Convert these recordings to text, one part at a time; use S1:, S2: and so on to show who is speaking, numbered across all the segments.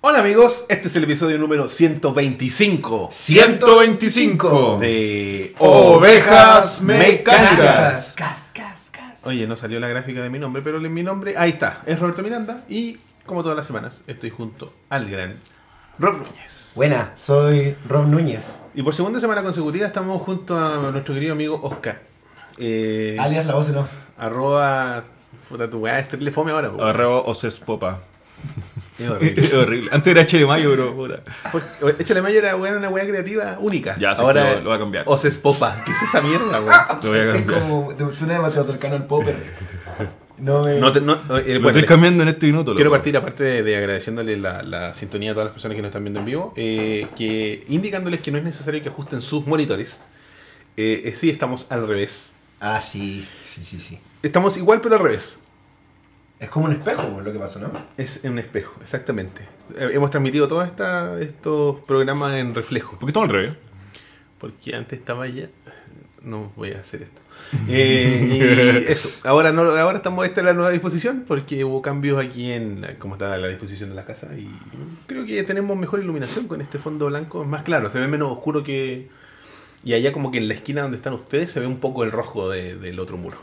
S1: Hola amigos, este es el episodio número 125
S2: 125
S1: de
S2: Ovejas
S1: Mecánicas.
S2: Mecánicas.
S3: Cas, cas, cas.
S1: Oye, no salió la gráfica de mi nombre, pero mi nombre, ahí está, es Roberto Miranda y como todas las semanas estoy junto al gran Rob Núñez.
S3: Buena, soy Rob Núñez,
S1: Y por segunda semana consecutiva estamos junto a nuestro querido amigo Oscar. Eh,
S3: alias la voz en off.
S1: arroba... Puta tu weá, es triple fome ahora. po.
S2: Arroba Oses Popa.
S1: Es
S2: Es
S1: horrible.
S2: horrible. Antes era Chile Mayo, bro. puta.
S1: Porque, Pues, Échale mayo era weá, una weá creativa única.
S2: Ya, sí,
S1: ahora
S2: lo- lo voy a cambiar.
S1: Os espopa. ¿Qué es esa mierda, weá?
S2: Lo voy a
S3: Es
S2: cambiar.
S3: como, de- suena demasiado cercano al popper. No me...
S1: No te- no, eh,
S2: Lo
S1: bueno,
S2: estoy
S1: le-
S2: cambiando en este minuto.
S1: Quiero
S2: loco.
S1: partir, aparte de, de agradeciéndole la, la sintonía a todas las personas que nos están viendo en vivo, eh, que indicándoles que no es necesario que ajusten sus monitores. Eh, eh, sí, estamos al revés.
S3: Ah, sí, sí, sí, sí.
S1: Estamos igual, pero al revés.
S3: Es como un espejo lo que pasó, ¿no?
S1: Es un espejo, exactamente. Eh, Hemos transmitido todos esta- estos programas en reflejo.
S2: ¿Por qué estamos al revés?
S1: Porque antes estaba ya. No voy a hacer esto. Eh, y eso. Ahora no, ahora estamos esta es la nueva disposición porque hubo cambios aquí en cómo está la disposición de la casa y creo que tenemos mejor iluminación con este fondo blanco, es más claro, se ve menos oscuro que y allá como que en la esquina donde están ustedes se ve un poco el rojo de- del otro muro.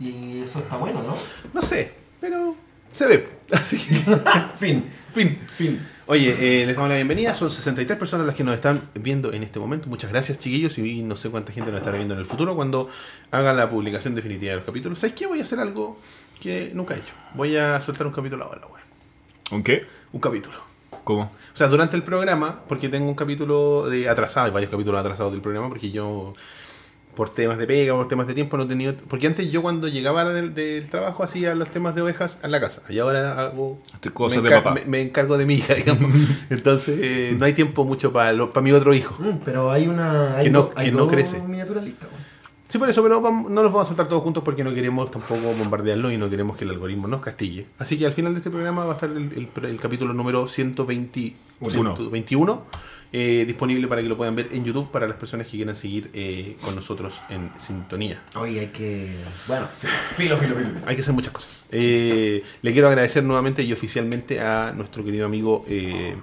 S3: Y eso está bueno, ¿no?
S1: No sé, pero se ve. Así que,
S3: fin,
S1: fin.
S3: fin.
S1: Oye, eh, les damos la bienvenida. Son 63 personas las que nos están viendo en este momento. Muchas gracias, chiquillos. Y no sé cuánta gente nos estará viendo en el futuro cuando haga la publicación definitiva de los capítulos. ¿Sabes qué? Voy a hacer algo que nunca he hecho. Voy a soltar un capítulo ahora, güey.
S2: ¿Un qué?
S1: Un capítulo.
S2: ¿Cómo?
S1: O sea, durante el programa, porque tengo un capítulo de atrasado, hay varios capítulos atrasados del programa, porque yo, por temas de pega, por temas de tiempo, no he tenido. Porque antes yo, cuando llegaba del, del trabajo, hacía los temas de ovejas en la casa. Y ahora hago.
S2: Estoy cosas
S1: me,
S2: de
S1: encar-
S2: papá.
S1: me- me encargo de mi hija, digamos. Entonces, eh, no hay tiempo mucho para mi otro hijo.
S3: Mm, pero hay una... Hay
S1: Que no-
S3: do- hay
S1: que no
S3: dos
S1: crece.
S3: miniaturas listas, güey.
S1: Sí, por eso, pero vamos- no los vamos a soltar todos juntos porque no queremos tampoco bombardearlo y no queremos que el algoritmo nos castigue. Así que al final de este programa va a estar el, el- el capítulo número 120
S2: Uno.
S1: 121 eh, disponible para que lo puedan ver en YouTube para las personas que quieran seguir eh, con nosotros en sintonía.
S3: Oye, hay que... Bueno, filo, filo, filo. filo.
S1: Hay que hacer muchas cosas. Eh, le quiero agradecer nuevamente y oficialmente a nuestro querido amigo eh,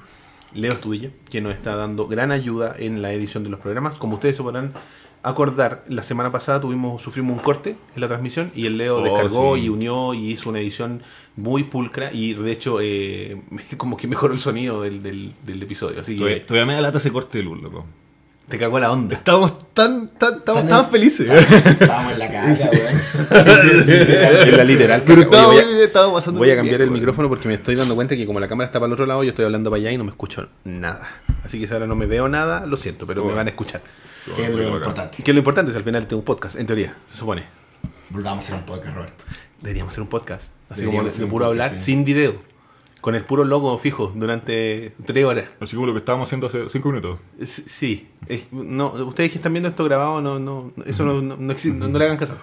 S1: Leo Estudillo, que nos está dando gran ayuda en la edición de los programas. Como ustedes se podrán acordar, la semana pasada tuvimos, sufrimos un corte en la transmisión y el Leo
S2: Oh,
S1: descargó
S2: sí.
S1: y unió y hizo una edición muy pulcra y de hecho eh, como que mejoró el sonido del, del- del episodio. Así que
S2: Todavía, todavía me da lata ese corte de luz, loco.
S1: te cagó la onda.
S2: Estamos tan, tan, estamos
S3: Tan-
S2: tan felices.
S3: Estamos en la caga, güey.
S1: En la literal.
S2: Pero
S1: Oye,
S2: estaba,
S1: voy a-
S2: estaba pasando
S1: Voy a
S2: bien,
S1: cambiar el
S2: güey.
S1: micrófono porque me estoy dando cuenta que como la cámara está para el otro lado, yo estoy hablando para allá y no me escucho nada. Así que si ahora no me veo nada, lo siento, pero me
S3: Oh.
S2: Bueno.
S1: van a escuchar.
S3: Que es lo importante.
S1: Que lo importante es al final tengo un podcast, en teoría, se supone.
S3: Volvamos a hacer un podcast, Roberto.
S1: Deberíamos hacer un podcast. Así
S3: Deberíamos
S1: como
S3: hacer
S1: de
S3: un
S1: puro
S3: podcast,
S1: hablar,
S3: sí.
S1: sin video. Con el puro logo fijo durante tres horas.
S2: Así como lo que estábamos haciendo hace 5 minutos.
S1: Es- Sí. Es- no, ustedes que están viendo esto grabado, no, no, eso no, no, no exi- no- no le hagan caso.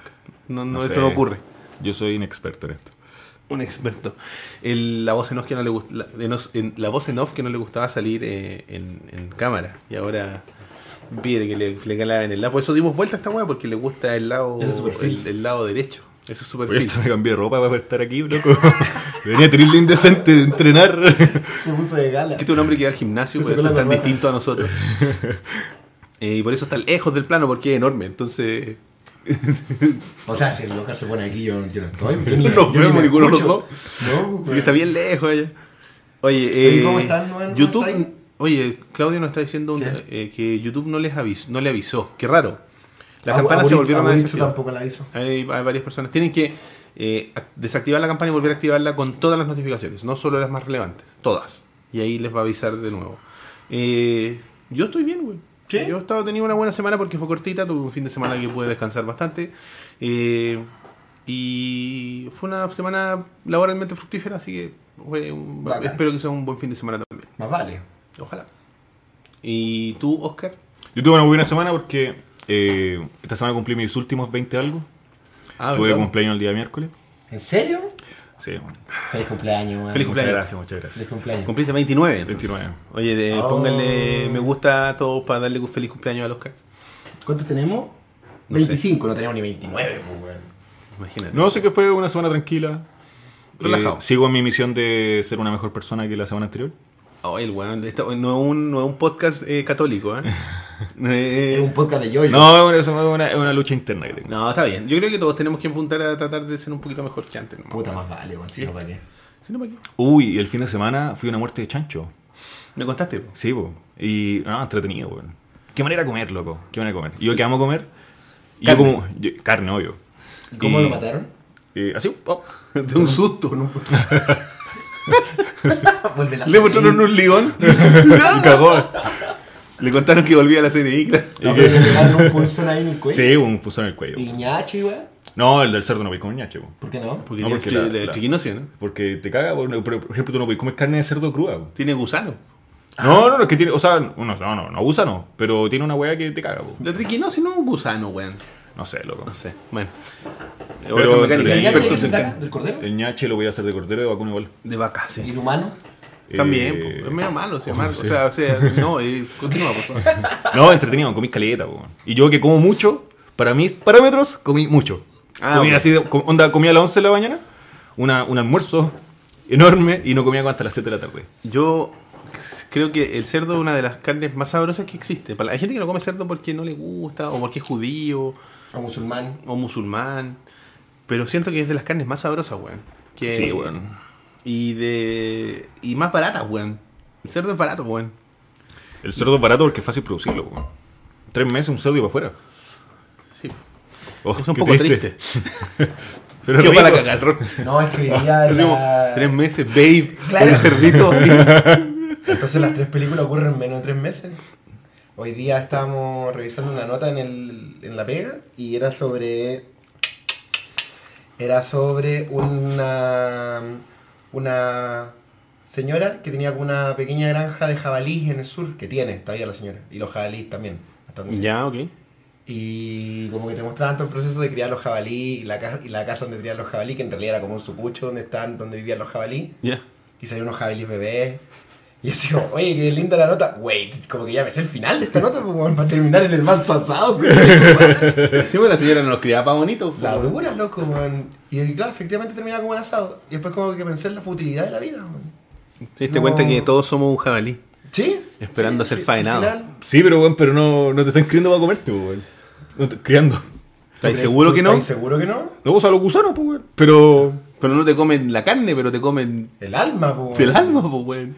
S1: No, no,
S2: No
S1: eso
S2: sé.
S1: no ocurre.
S2: Yo soy inexperto en esto.
S1: un experto. El- la voz en off que no le gust- la, en os- en- la voz en off que no le gustaba salir eh, en, en cámara y ahora pide que le, le calaben el lado. Por eso dimos vuelta a esta weá porque le gusta el lado
S3: Ese es su perfil.
S1: el, el lado derecho. Ese es su
S2: Porque
S1: perfil.
S2: hasta me cambié de ropa para estar aquí, loco. Venía terrible indecente de entrenar.
S3: Se puso de gala.
S1: Que este es un hombre que va al gimnasio,
S3: Se
S1: por eso
S3: sacó
S1: es
S3: la
S1: tan
S3: corbata.
S1: distinto a nosotros. Eh, y por eso está lejos del plano porque es enorme. Entonces,
S3: O sea, si el local se pone aquí, yo, yo no estoy.
S1: No
S3: yo
S1: nos vemos
S3: me
S1: ninguno de los
S3: escucho.
S1: dos.
S3: No,
S1: sí que está bien lejos allá. Oye,
S3: Oye,
S1: eh,
S3: ¿cómo están? ¿No- no
S1: YouTube.
S3: está ahí?
S1: Oye, Claudio nos está diciendo un- eh, que YouTube no les avisó, no le avisó. Qué raro. Las
S3: A-
S1: campanas
S3: a
S1: se
S3: Boric-
S1: volvieron
S3: a
S1: a
S3: Boric
S1: desactivar.
S3: tampoco la aviso.
S1: Hay, hay varias personas. Tienen que eh, ac- desactivar la campana y volver a activarla con todas las notificaciones, no solo las más relevantes, todas. Y ahí les va a avisar de nuevo. Eh, yo estoy bien, güey.
S3: ¿Sí?
S1: Yo he estado teniendo una buena semana porque fue cortita, tuve un fin de semana que pude descansar bastante. Eh, y fue una semana laboralmente fructífera, así que fue un-
S3: Bacán.
S1: espero que sea un buen fin de semana también.
S3: Más vale.
S1: Ojalá. ¿Y tú, Oscar?
S2: Yo tuve una buena semana porque eh, esta semana cumplí mis últimos 20 algo.
S1: Ah,
S2: tuve
S1: ¿verdad?
S2: cumpleaños el día miércoles.
S3: ¿En serio?
S2: Sí, bueno.
S3: Feliz cumpleaños, weón.
S1: Feliz
S2: Muchas
S1: Cumpleaños.
S2: gracias, muchas gracias.
S3: Feliz cumpleaños.
S1: Cumpliste 29. entonces.
S2: 29.
S1: Oye, de-
S3: Oh.
S1: pónganle me gusta a todos para darle un feliz cumpleaños al Oscar.
S3: ¿Cuánto tenemos?
S1: No
S3: 25, no tenemos ni 29, pues, weón.
S1: Imagínate.
S2: No, sé que fue una semana tranquila. Eh,
S1: Relajado.
S2: sigo en mi misión de ser una mejor persona que la semana anterior.
S1: Oh, el weón, esto no, es un, no es un podcast eh, católico, ¿eh? No, es-
S3: Es un podcast de yoyo.
S2: No, es una, es una- es una lucha interna, creo.
S1: no, está bien. Yo creo que todos tenemos que apuntar a tratar de ser un poquito mejor que antes. nomás.
S3: Puta, más vale, weón. Si no, ¿para qué?
S1: Si no, ¿para qué?
S2: Uy, y el fin de semana fui a una muerte de chancho.
S1: ¿Me contaste? po?
S2: Sí, po. Y, ah, entretenido, weón. Qué manera de comer, loco. Qué manera de comer. Y yo que amo comer. y Yo
S1: Carne.
S2: como. yo- carne, obvio.
S3: ¿Y cómo
S2: Y-
S3: lo mataron?
S2: Y así, oh. pop.
S1: De un susto.
S3: Vuelve la
S1: Le mostraron un león.
S2: Y cagó.
S1: Le contaron que volvía a la serie Icla.
S3: No, pero le dejaron un pulso ahí en el cuello.
S2: Sí, un puso en el cuello.
S3: Y Ñachi, weón.
S2: No, el del cerdo no voy con ñache, po.
S3: ¿Por qué no?
S1: Porque
S2: No,
S1: tiene
S2: porque
S1: chi-
S2: la-
S1: la
S2: la-
S1: chiquinocio, ¿no?
S2: Porque te caga, por, por- por ejemplo, tú no puedes comer carne de cerdo cruda. po.
S1: Tiene gusano.
S2: No, no, no, es que tiene, o sea, no, no, no, no usa no, pero tiene una weá que te caga, po.
S1: La triquinosis no es un gusano, weón.
S2: No sé, loco.
S1: No sé. Bueno.
S2: Pero-
S1: Ovejas mecánicas,
S2: pero-
S3: ¿El Ñachi que
S1: expertos
S3: se
S1: en
S3: saca?
S1: carne.
S3: ¿Del cordero?
S2: El ñache lo voy a hacer de cordero de vacuna igual.
S1: De vaca,
S3: ¿Y
S1: sí.
S3: de humano?
S1: También,
S2: Eh,
S1: po. es medio malo, sí, malo. O sea, o sea, no, eh, continúa, por favor.
S2: No, entretenido, comí caleta, po. Y yo que como mucho, para mis parámetros, comí mucho.
S1: Ah,
S2: comí
S1: ok.
S2: así, de- com- onda, comí a las 11 de la mañana, una, un almuerzo enorme y no comía como hasta las 7 de la tarde.
S1: Yo creo que el cerdo es una de las carnes más sabrosas que existe. Para la- Hay gente que no come cerdo porque no le gusta, o porque es judío,
S3: ¿A musulmán?
S1: o musulmán. Pero siento que es de las carnes más sabrosas, weón. Que-
S2: Sí, weón.
S1: Y de. Y más baratas, weón. El cerdo es barato, weón.
S2: El cerdo es barato porque es fácil producirlo, po. Tres meses un cerdo y para afuera.
S1: Sí.
S2: Oh,
S1: Es un
S2: qué
S1: poco triste.
S2: Pero
S1: Qué
S2: rico.
S1: para cagarro.
S3: No, es que hoy día
S1: Decimos,
S3: la-
S1: Tres meses, babe.
S3: Claro.
S1: El cerdito.
S3: Entonces las tres películas ocurren en menos de tres meses. Hoy día estábamos revisando una nota en, el, en La Pega y era sobre... Era sobre una... Una señora que tenía como una pequeña granja de jabalíes en el sur, que tiene todavía la señora, y los jabalíes también. Hasta donde sé.
S1: ya, ok.
S3: Y como que te mostraban todo el proceso de criar los jabalí y la, ca- y la casa donde crían los jabalí, que en realidad era como un supucho donde están, donde vivían los jabalí.
S1: Ya.
S3: Y salían unos jabalíes bebés. Y así como, oye, qué linda la nota. Wait, como que ya me sé el final de esta nota pues, como para terminar en el manso asado. güey.
S1: Sí, bueno, la señora nos los criaba bonito.
S3: la dura, loco, man. Y claro, efectivamente terminaba como un asado. Y después como que pensé en la futilidad de la vida, man.
S1: Te diste cuenta
S3: No.
S1: que todos somos un jabalí.
S3: ¿Sí?
S1: Esperando a
S3: sí,
S1: ser
S3: sí,
S1: faenado.
S3: al final-
S2: Sí, pero weón, pero no, no te están criando para comerte, po, weón. No te- criando.
S1: ¿Estás seguro que no?
S3: ¿Estás seguro que no?
S2: No, o sea, los gusanos, pues, weón. Pero.
S1: Pero no te comen la carne, pero te comen
S3: El alma, pues.
S1: el alma, pues, weón.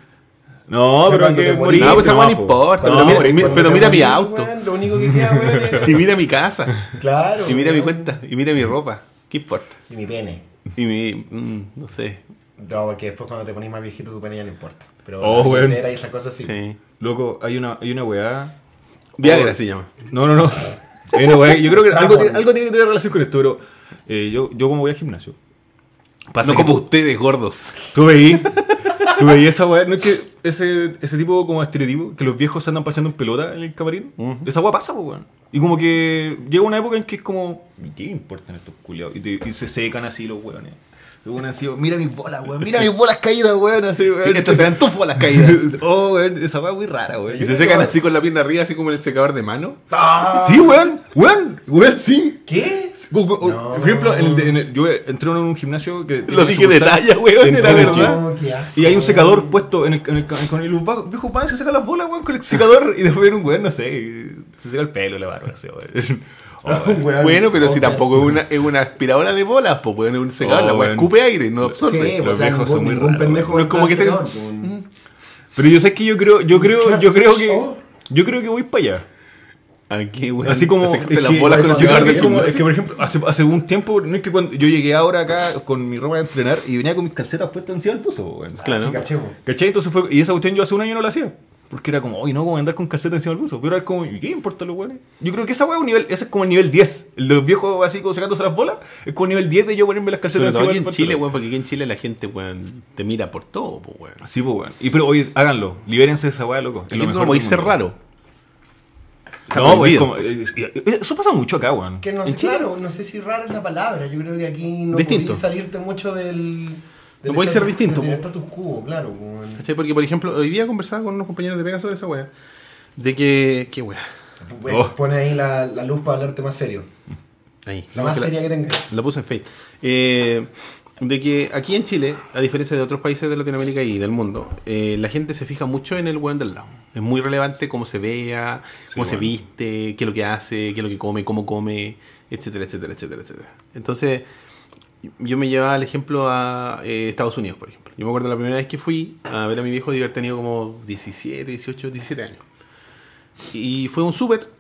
S2: No,
S3: O sea,
S2: pero hay
S3: cuando
S2: que
S3: te morís-
S2: morir.
S1: No, pues esa
S2: no,
S1: weá no
S2: po.
S1: importa,
S2: No,
S1: pero mira-
S2: morir,
S1: mira-
S2: po.
S1: pero mira mi
S3: morís,
S1: auto.
S3: weón, lo único que queda, weón,
S1: Y
S3: es-
S1: mira mi casa.
S3: Claro.
S1: Y mira mi
S3: weón.
S1: cuenta. Y mira mi ropa. ¿Qué importa?
S3: Y mi pene.
S1: Y mi. mm, no sé.
S3: No, porque después cuando te pones más viejito tu pene ya no importa. Pero
S2: Oh,
S3: la
S2: weón.
S3: billetera y esas cosas sí.
S1: Sí.
S2: Loco, hay una, hay una weá.
S1: Viagra se llama.
S2: No, no, no. Hay una weá. Yo creo que algo, tiene- algo tiene que tener relación con esto, pero. eh, yo, yo como voy al gimnasio. pasa
S1: No
S2: que-
S1: como ustedes, gordos.
S2: Tú veí, tú veí esa weá, no es que ese, ese tipo como estereotipo, que los viejos se andan paseando en pelota en el camarín, esa weá pasa, pues, weón. Y como que llega una época en que es como, ¿qué importan estos culiados? Y, te- y se secan así los weones. Los weones así, mira mis bolas, weón, mira mis bolas caídas, weón, así, weón.
S1: Estas serán tus las caídas.
S2: Oh, weón, esa weá es muy rara, weón.
S1: Y se secan así con la pierna arriba, así como en el secador de mano.
S3: ¡Ah!
S2: Sí, weón, weón, weón, sí.
S3: ¿Qué?
S2: Gu- gu-
S3: No.
S2: Por ejemplo, en el de- en el- yo entré en un gimnasio que...
S1: Lo dije de talla, weón,
S2: en-
S1: era
S2: en el
S1: verdad.
S2: gym.
S3: No, qué asco,
S2: Y hay un secador
S3: weón.
S2: puesto en el, en el, en el- con el los viejos van se sacan las bolas, weón, con el secador y después viene un weón, no sé, se seca el pelo, la barba, así, weón. Oh, weón.
S3: Weón,
S1: Bueno, pero si
S3: weón.
S1: tampoco es una, es una aspiradora de bolas, pues, weón, es un secador.
S2: Oh,
S1: la weá
S2: weón.
S1: escupe aire, no
S3: Sí,
S1: absorbe.
S3: pues,
S2: Los
S3: o sea, ningún,
S2: viejos son muy
S3: ningún
S2: raros,
S3: pendejo.
S1: weón. No, como que
S3: está
S1: tengan-
S3: secador, weón.
S2: Pero yo sé que yo creo, yo creo, yo creo que
S3: Oh.
S2: yo creo que voy para allá.
S1: Aquí, weón.
S2: Así como
S1: a secarte
S2: es
S1: las
S2: que-
S1: bolas con el
S2: yo creo
S1: secador
S2: que
S1: del
S2: es como- es
S1: gimnasio.
S2: que por ejemplo, hace, hace un tiempo, no es que cuando yo llegué ahora acá con mi ropa de entrenar y venía con mis calcetas puestas encima del puso, weón.
S1: Claro.
S3: Sí, caché, weón.
S2: ¿Cachai? Entonces fue. Y esa cuestión yo hace un año no la hacía. Porque era como, oye, no, como andar con calceta encima del buzo. Pero era como, ¿y qué importa los weones? Yo creo que esa weá es un nivel, ese es como el nivel 10. El de los viejos así como sacándose las bolas, es como el nivel 10 de yo ponerme las
S1: Sobre
S2: calcetas
S1: todo
S2: encima
S1: aquí
S2: del
S1: en
S2: pantalón.
S1: Chile, weón, porque aquí en Chile la gente, weón, te mira por todo, pues, weón.
S2: Sí, pues weón. Y pero oye, háganlo, libérense de esa weá, loco. Es
S1: Aquí
S2: lo
S1: tú
S2: mejor
S1: no podéis
S2: del
S1: ser
S2: mundo.
S1: raro. Está
S2: No, pues, es
S1: prohibido.
S2: como, eh, eh, eso pasa mucho acá, weón.
S3: Que no sé, claro, no sé si raro es la palabra. Yo creo que aquí no
S1: Distinto.
S3: podías salirte mucho del. del
S1: No podéis ser
S3: estatus-
S1: distinto,
S3: Del
S1: weón.
S3: status quo, claro. weón.
S1: ¿Cachai? Porque, por ejemplo, hoy día conversaba con unos compañeros de Pegasus sobre esa weá. De que. ¿Qué weá?
S3: Weón,
S2: Oh.
S3: Pone ahí la, la luz para hablarte más serio.
S1: Ahí.
S3: La más
S1: Que la-
S3: seria que tengas.
S1: La puse en Facebook. Eh, de que aquí en Chile, a diferencia de otros países de Latinoamérica y del mundo, eh, la gente se fija mucho en el weón del lado. Es muy relevante cómo se vea, cómo se
S2: bueno.
S1: viste, qué es lo que hace, qué es lo que come, cómo come, etcétera, etcétera, etcétera, etcétera. Entonces, yo me llevaba el ejemplo a eh, Estados Unidos, por ejemplo. Yo me acuerdo la primera vez que fui a ver a mi viejo de haber tenido como 17, 18, 17 años. Y fue a un súper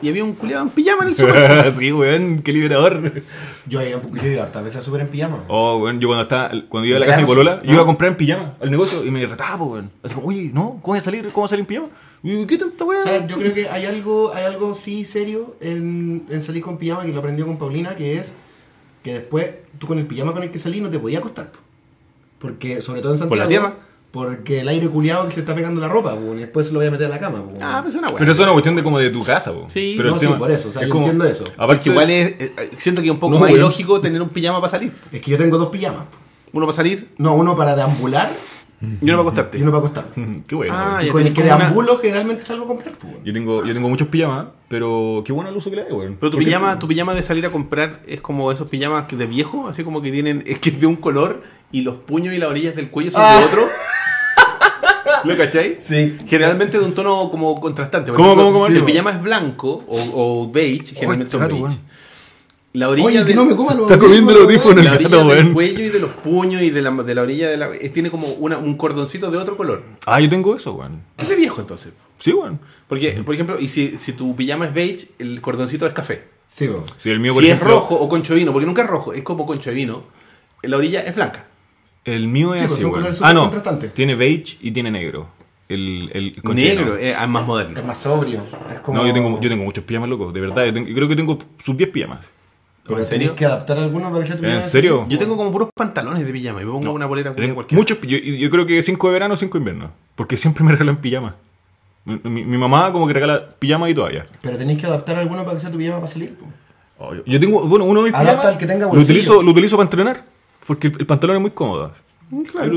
S1: y había un culiado en pijama en el súper.
S2: sí, weón, qué liberador.
S3: Yo ahí un poquito yo hartas veces a súper en pijama.
S2: Oh, weón, yo cuando estaba, cuando iba a la casa de mi polola,
S3: Ah.
S2: yo iba a comprar en pijama al negocio y me retaba, po, weón. Así como, oye, no, ¿cómo voy a salir? ¿Cómo voy a salir en pijama? Y yo, ¿qué tanta
S3: O sea,
S2: weón?
S3: yo creo que hay algo, hay algo sí serio en, en salir con pijama que lo aprendió con Paulina, que es que después tú con el pijama con el que salí no te podías acostar. po. Porque, sobre todo en Santiago.
S1: Por la tierra.
S3: Porque el aire culiado que se está pegando la ropa, po, y después se lo voy a meter a la cama. po.
S1: Ah, pues una weá.
S2: Pero eso es una cuestión de como de tu casa, po.
S1: Sí,
S2: Pero
S3: no,
S2: el
S3: sí,
S2: tema-
S3: por eso, o sea,
S2: es
S3: yo entiendo eso.
S2: Aparte,
S1: Que igual es, eh, siento que es un poco
S2: No,
S1: más
S2: weón.
S1: ilógico tener un pijama para salir.
S3: Es que yo tengo dos pijamas. po.
S1: Uno para salir
S3: No, uno para deambular
S1: y uno para acostarte.
S3: y uno para acostarme.
S2: Qué bueno.
S1: Ah,
S2: weón.
S3: Y
S1: ya
S3: con
S1: tenés
S3: el que
S1: como una-
S3: deambulo generalmente salgo a comprar. po.
S2: Yo tengo, yo tengo muchos pijamas, pero qué bueno el uso que le doy, weón.
S1: Pero tu
S2: Porque-
S1: pijama, tu pijama de salir a comprar es como esos pijamas que de viejo, así como que tienen, es que es de un color y los puños y las orillas del cuello son de otro. ¿Lo cachai?
S3: Sí.
S1: Generalmente de un tono como contrastante. Por
S2: ¿Cómo,
S1: ejemplo,
S2: cómo, cómo?
S1: Si
S2: Sí,
S1: el
S2: po.
S1: pijama es blanco o, o beige, generalmente son
S2: gato,
S1: beige.
S2: weón.
S1: La orilla
S3: Oye, que
S1: del-
S3: no me coma
S2: Se
S3: los
S2: está comiendo el
S3: audífonos,
S2: audífono el
S1: la orilla
S2: gato,
S1: del
S2: weón.
S1: cuello y de los puños y de la, de la orilla de la... eh, Tiene como una- un cordoncito de otro color.
S2: Ah, yo tengo eso, weón.
S1: Es de viejo entonces.
S2: Sí, weón.
S1: Porque, por ejemplo, y si, si tu pijama es beige, el cordoncito es café.
S3: Sí, po.
S2: Sí, el mío,
S1: si
S2: por ejemplo,
S1: es rojo o concho de vino, porque nunca es rojo, es como concho de vino, la orilla es blanca.
S2: El mío es
S3: Sí, pues,
S2: así,
S3: son
S2: weón.
S3: colores súper
S2: Ah, no.
S3: contrastantes.
S2: Tiene beige y tiene negro. El, el conchero.
S1: Negro, es ah, más
S3: es
S1: moderno.
S3: más sobrio. Es como...
S2: No, yo tengo, yo tengo muchos pijamas, loco. De verdad, yo, tengo- yo creo que tengo sus 10 pijamas.
S3: Pero
S1: ¿En serio?
S3: tenés que adaptar algunos para que sea tu
S2: ¿En
S3: pijama.
S2: serio?
S1: Yo tengo como puros pantalones de pijama y me pongo una polera
S2: Yo tengo
S1: cualquiera.
S2: muchos, pi- yo, yo creo que 5 de verano, 5 de invierno. Porque siempre me regalan pijamas. Mi, mi- mi mamá como que regala pijamas y todavía.
S3: Pero tenés que adaptar alguno para que sea tu pijama para salir. po.
S2: Oh, yo, yo tengo, bueno, uno de mis
S3: Adapta
S2: pijamas
S3: al que tenga
S2: lo,
S3: bolsillo.
S2: utilizo, lo utilizo para entrenar. Porque el, el pantalón es muy cómodo.
S3: Mm,
S2: Claro.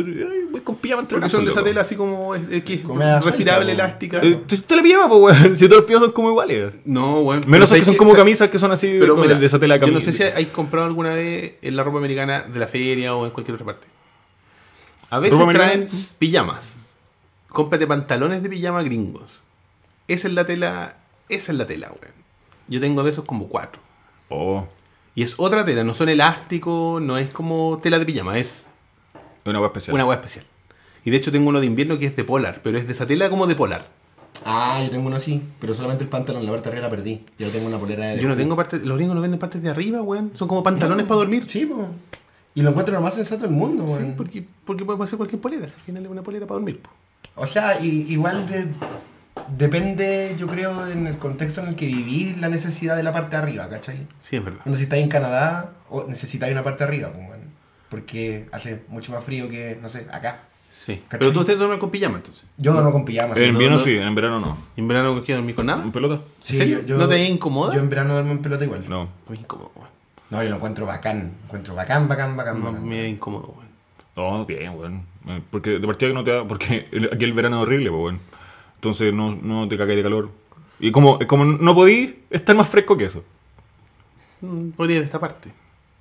S2: voy con pijama a
S1: Porque
S2: entrenar.
S1: son de
S2: loco.
S1: esa tela así como es- es que es
S3: Como media
S1: respirable,
S3: suelta,
S1: elástica.
S2: Eh, ¿tú- tú la pijama, pues, weón. Si todos los pijamas son como iguales.
S1: No, bueno.
S2: Menos que son como camisas que son así
S1: Pero
S2: con
S1: mira,
S2: el de esa tela de
S1: yo no
S2: camisa.
S1: sé si hay comprado alguna vez en la ropa americana de la feria o en cualquier otra parte. A veces
S2: ¿Ropa
S1: traen
S2: americana?
S1: pijamas. Cómprate pantalones de pijama gringos. Esa es la tela, esa es la tela, weón. Yo tengo de esos como cuatro.
S2: Oh,
S1: Y es otra tela, no son elástico, no es como tela de pijama, es
S2: una hueá especial.
S1: una agua especial. Y de hecho tengo uno de invierno que es de polar, pero es de esa tela como de polar.
S3: Ah, yo tengo uno así, pero solamente el pantalón, la parte de arriba la perdí. Yo tengo una polera Ah, de.
S1: Yo no tengo partes, los gringos no venden partes de arriba, weón. Son como pantalones para dormir.
S3: Sí, po. Y lo encuentro lo más sensato del mundo,
S1: Sí,
S3: weón.
S1: porque, porque puede ser cualquier polera, si al final es una polera para dormir. po.
S3: O sea, i- igual de- depende, yo creo, en el contexto en el que vivís, la necesidad de la parte de arriba, ¿cachai?
S1: Sí, es verdad.
S3: Cuando si estáis en Canadá, o necesitáis una parte de arriba, po, weón. Porque hace mucho más frío que, no sé, acá.
S1: Sí.
S3: ¿Cachai?
S1: Pero tú ustedes duermen con pijama entonces.
S3: Yo no con pijama.
S2: En
S3: sí.
S2: invierno
S1: no-
S2: sí, en verano no.
S1: ¿Y en verano que dormir con nada?
S2: ¿En pelota?
S1: ¿En serio? ¿No te incomoda?
S3: Yo en verano duermo en pelota igual.
S2: No.
S1: Me incómodo, weón.
S3: No, yo lo encuentro bacán. Lo encuentro bacán, bacán, bacán.
S1: No,
S3: bacán.
S1: Me incómodo, weón.
S2: No, bien, weón. Eh, Porque de partida que no te da. Porque el- aquí el verano es horrible, pues, weón. Entonces no, no te cagáis de calor. Y como, como no podí estar más fresco que eso.
S1: Mm, Podría de esta parte.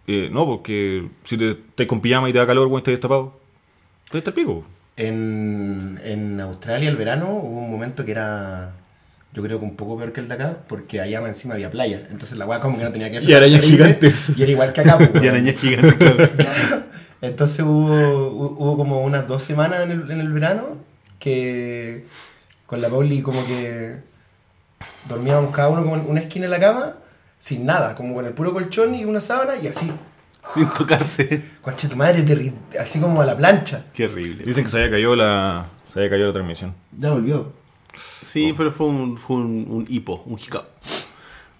S2: Eh, no, porque si te estás con pijama y te da calor, weón, estás destapado. Te está el pico. weón.
S3: En, en Australia el verano hubo un momento que era, yo creo que un poco peor que el de acá, porque allá más encima había playa. Entonces la weá como que no tenía que
S2: Y arañas
S3: terrible,
S2: gigantes.
S3: Y era igual que acá. pues, weón.
S1: Y arañas gigantes, claro.
S3: Entonces hubo, hu- hubo como unas dos semanas en el, en el verano que con la Pauli como que dormíamos cada uno como en una esquina de la cama, sin nada, como con el puro colchón y una sábana y así.
S1: Sin tocarse.
S3: Coche tu madre, terri- así como a la plancha.
S1: Qué horrible.
S2: Dicen que se había caído la. Se había caído la transmisión.
S3: Ya volvió.
S1: Sí, pero fue un, fue un, un hipo, un hiccup.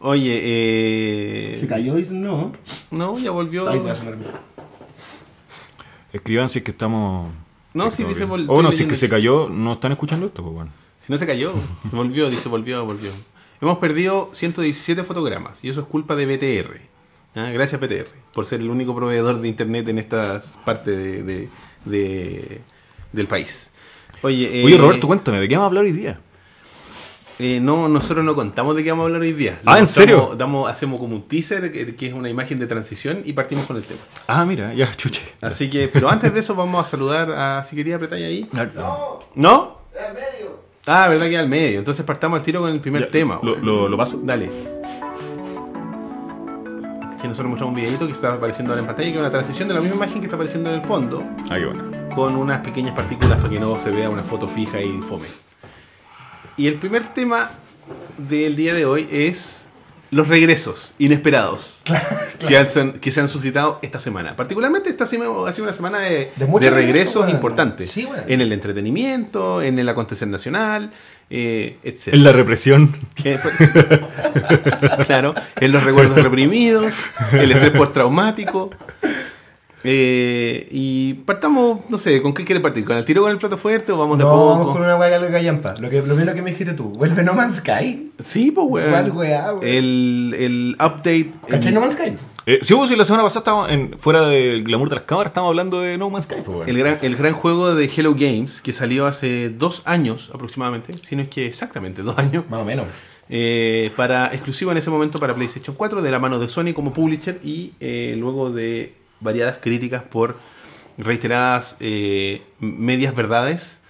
S1: Oye, eh...
S3: Se cayó y dice, no.
S1: No, ya volvió.
S3: Ay, voy a sonar bien.
S2: Escriban si es que estamos.
S1: No,
S2: si
S1: sí, dice vol-
S2: O no,
S1: estoy
S2: si es que
S1: leyendo.
S2: se cayó, no están escuchando esto, pues, weón.
S1: Si no se cayó, volvió, dice, volvió, volvió. Hemos perdido 117 fotogramas y eso es culpa de BTR. Ah, Gracias BTR por ser el único proveedor de internet en estas partes de, de- de- del país. Oye, eh,
S2: Oye, Roberto, cuéntame, ¿de qué vamos a hablar hoy día?
S1: Eh, no, nosotros no contamos de qué vamos a hablar hoy día.
S2: Ah, ¿en
S1: Damos-
S2: serio?
S1: Damos, hacemos como un teaser, que que es una imagen de transición, y partimos con el tema.
S2: Ah, mira, ya, chuche.
S1: Así que, pero antes de eso vamos a saludar a... Si quería apretar ahí.
S2: Ah,
S1: ¿No? Ah, verdad que al medio. Entonces partamos al tiro con el primer
S2: ya,
S1: tema.
S2: Lo,
S1: weón.
S2: lo- lo paso.
S1: Dale. Si nosotros mostramos un videito que está apareciendo ahora en pantalla, que es una transición de la misma imagen que está apareciendo en el fondo,
S2: Ah, qué bueno.
S1: con unas pequeñas partículas para que no se vea una foto fija y fome. Y el primer tema del día de hoy es los regresos inesperados Que, han- son- que se han suscitado esta semana. Particularmente esta semana ha sido una semana de,
S3: De muchos
S1: de regresos
S3: regresos, weón.
S1: importantes
S3: Sí, weón.
S1: en el entretenimiento, en el acontecer nacional, eh, etc.
S2: En la represión.
S1: Que- claro, en los recuerdos reprimidos, el estrés postraumático. Eh, y partamos, no sé, ¿con qué quiere partir? ¿Con el tiro con el plato fuerte o vamos de
S3: No,
S1: poco?
S3: vamos con una weá que callampa. Lo que lo primero que me dijiste tú, vuelve No Man's Sky.
S1: Sí, pues, weón.
S3: What, weá, weón?
S1: El, el update.
S3: ¿Cachai
S1: el-
S3: No Man's Sky?
S2: Eh, sí, vos, si la semana pasada estábamos en, fuera del glamour de las cámaras, estábamos hablando de No Man's Sky. pues, bueno.
S1: El gran, el gran juego de Hello Games que salió hace dos años aproximadamente, si no es que exactamente dos años,
S3: Más o menos.
S1: eh, para exclusiva en ese momento para PlayStation 4 de la mano de Sony como publisher y eh, luego de variadas críticas por reiteradas eh, medias verdades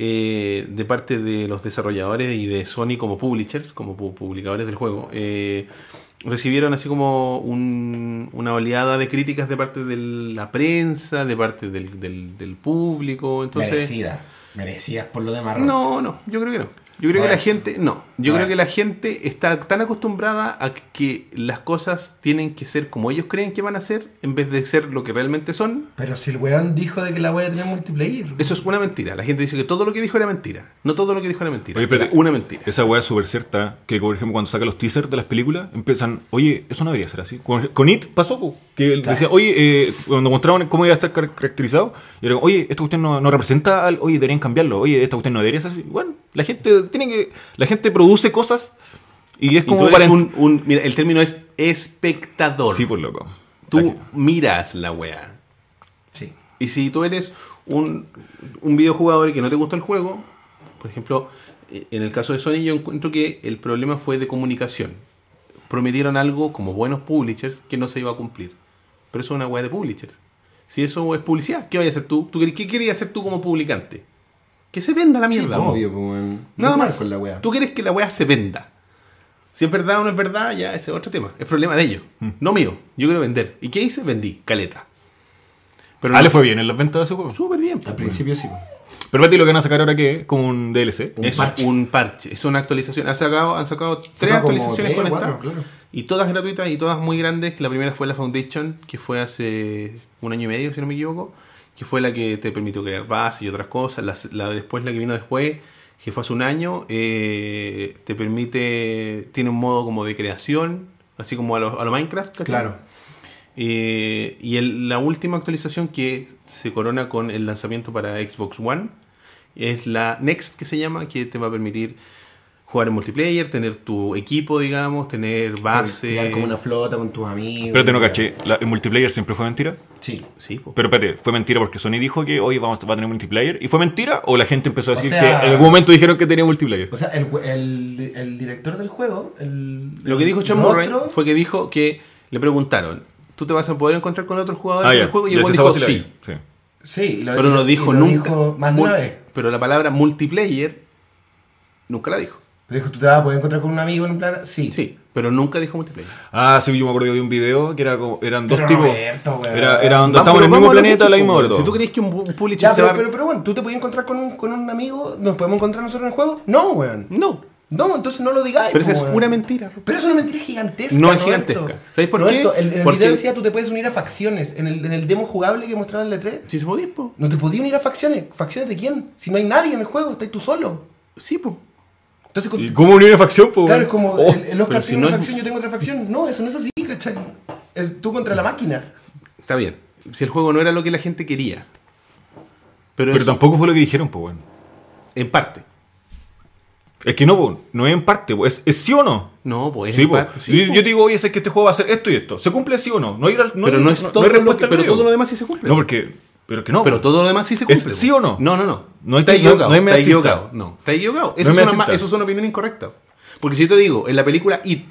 S1: eh, de parte de los desarrolladores y de Sony como publishers, como pu- publicadores del juego, eh, recibieron así como un- una oleada de críticas de parte de la prensa, de parte del, del- del público. Entonces,
S3: Merecida. Merecidas por lo demás.
S1: no, no, yo creo que no. Yo creo
S3: No
S1: que la
S3: es.
S1: gente, no, yo
S3: No
S1: creo que
S3: es.
S1: la gente está tan acostumbrada a que las cosas tienen que ser como ellos creen que van a ser en vez de ser lo que realmente son.
S3: Pero si el weón dijo de que la weá tenía multiplayer.
S1: Eso es una mentira. La gente dice que todo lo que dijo era mentira. No todo lo que dijo era mentira.
S2: Oye, espérate.
S1: Era una mentira.
S2: Esa weá es súper cierta, que por ejemplo cuando saca los teasers de las películas, empiezan, oye, eso no debería ser así. Con, con It pasó, po, que él
S3: Claro.
S2: decía, oye, eh, cuando mostraban cómo iba a estar car- caracterizado, y era como, oye, esta cuestión no, no representa al, oye, deberían cambiarlo, oye, esta cuestión no debería ser así. Bueno, la gente tiene que, la gente produce cosas y es
S1: Y tú
S2: como
S1: eres
S2: para...
S1: un, un- mira, el término es espectador.
S2: Sí, por loco.
S1: tú miras la wea.
S3: Sí.
S1: Y si tú eres un, un videojugador y que no te gusta el juego, por ejemplo, eh, en el caso de Sony yo encuentro que el problema fue de comunicación. Prometieron algo como buenos publishers que no se iba a cumplir. Pero eso es una weá de publishers. Si eso es publicidad, ¿qué vaya a hacer tú? ¿Tú quer- ¿Qué querías hacer tú como publicante? Que se venda la mierda. po.
S3: obvio, pues, weón.
S1: Nada
S3: Lucrar
S1: más.
S3: Con la weá.
S1: Tú quieres que la weá se venda. Si es verdad o no es verdad, ya ese es otro tema. Es problema de ellos.
S3: Mm.
S1: No mío. Yo quiero vender. ¿Y qué hice? Vendí. Caleta. Pero
S2: Ah,
S1: no-
S2: le fue bien en las ventas de ese juego.
S1: Súper bien.
S3: Al
S1: pues,
S3: principio sí. pues.
S2: Pero Pati lo que van a sacar ahora que es como un DLC.
S1: weón. es
S3: parche.
S1: un parche, es una actualización. Han sacado, han sacado tres
S3: Saca como
S1: actualizaciones
S3: tres,
S1: conectadas.
S3: cuatro, claro.
S1: Y todas gratuitas y todas muy grandes. La primera fue la Foundation, que fue hace un año y medio, si no me equivoco. Que fue la que te permitió crear base y otras cosas. La, la después, la que vino después, que fue hace un año, eh, te permite. Tiene un modo como de creación, así como a lo, a lo Minecraft, ¿cachai?
S3: Claro.
S1: Eh, y el- la última actualización que se corona con el lanzamiento para Xbox One es la Next que se llama, que te va a permitir jugar en multiplayer, tener tu equipo, digamos, tener
S3: Llegar
S1: base.
S3: como una flota con tus amigos.
S2: Espérate, no
S3: weá.
S2: caché. La- el multiplayer siempre fue mentira.
S3: Sí.
S1: Sí, po.
S2: Pero espérate, ¿fue mentira porque Sony dijo que hoy vamos, va a tener multiplayer? ¿Y fue mentira? ¿O la gente empezó a
S3: O
S2: decir
S3: sea-
S2: que en algún momento dijeron que tenía multiplayer?
S3: O sea, el, we- el, el director del juego, el.
S1: Lo que dijo
S3: el
S1: Sean Murray
S3: rostro,
S1: fue que dijo que le preguntaron, ¿tú te vas a poder encontrar con otros jugadores
S2: Ah,
S1: en
S2: ya.
S1: el juego? Y
S2: Ya
S1: el weón
S2: esa
S1: dijo
S2: voz la vi.
S1: sí.
S2: Sí.
S3: Sí, y lo,
S1: Pero
S3: y
S1: no
S3: lo-
S1: dijo
S3: y lo
S1: nunca.
S3: dijo más de
S1: Mul-
S3: una vez.
S1: Pero la palabra multiplayer nunca la dijo.
S3: Dijo, ¿tú te vas a poder encontrar con un amigo en un plan? Sí.
S1: Sí, pero nunca dijo multiplayer.
S2: Ah, sí, yo me acuerdo que vi un video que era como, eran dos
S3: Pero
S2: tipos.
S3: Roberto, weón.
S2: era, era donde
S1: Vamos,
S2: estaban en el
S1: vamos
S2: mismo
S1: a lo
S2: planeta,
S1: que
S2: a la
S1: chupo,
S2: misma hora.
S1: Si tú
S2: todo.
S1: crees que un bu- publisher
S3: Ya,
S1: se
S3: pero,
S1: va a-
S3: pero, pero bueno, ¿tú te podías encontrar con un, con un amigo? ¿Nos podemos encontrar nosotros en el juego? No, weón.
S1: No,
S3: No, entonces no lo digáis.
S1: pero esa
S3: po,
S1: es
S3: weón.
S1: una mentira.
S3: Pero es una mentira gigantesca.
S1: No es
S3: Roberto.
S1: gigantesca. ¿Sabéis por
S3: Roberto,
S1: qué?
S3: el- En el
S1: Porque-
S3: video decía tú te puedes unir a facciones. En el, en el demo jugable que mostraron en el E3,
S1: Si se podís, po.
S3: no te podías unir a facciones. ¿Facciones de quién? Si no hay nadie en el juego, estás tú solo.
S1: Sí, po.
S3: Entonces, con-
S2: ¿Y cómo unir una facción, po,
S3: claro, es como
S2: Oh,
S3: el, el Oscar
S1: pero si
S3: tiene
S1: no
S3: una
S1: es-
S3: facción, yo tengo otra facción. No, eso no es así, ¿cachai? Es tú contra la máquina.
S1: Está bien. Si el juego no era lo que la gente quería. Pero,
S2: Pero
S1: eso,
S2: tampoco fue lo que dijeron, pues bueno.
S1: en parte.
S2: Es que no, po, no es en parte, po, es, es sí o no.
S1: No, pues.
S2: Sí,
S1: en
S2: po.
S1: parte, sí,
S2: yo,
S1: po.
S2: yo te digo, oye, es que este juego va a ser esto y esto. ¿Se cumple sí o no? No hay, no hay-
S1: pero no es
S2: no hay
S1: todo, lo,
S2: respuesta
S1: que-
S2: al
S1: pero
S2: medio.
S1: todo lo demás sí se cumple.
S2: No, porque Pero que no.
S1: Pero
S2: weón.
S1: todo lo demás sí se
S2: ¿Es
S1: cumple.
S2: sí
S1: po.
S2: o no?
S1: No, no, no.
S2: No hay
S1: está
S2: que- no-
S1: equivocado.
S2: no hay
S1: está
S2: media
S1: equivocado.
S2: tinta.
S1: No, está equivocado.
S2: No
S1: Eso,
S2: hay
S1: es
S2: media
S1: una, ma-
S2: tinta.
S1: eso es una opinión incorrecta. Porque si yo te digo, en la película It,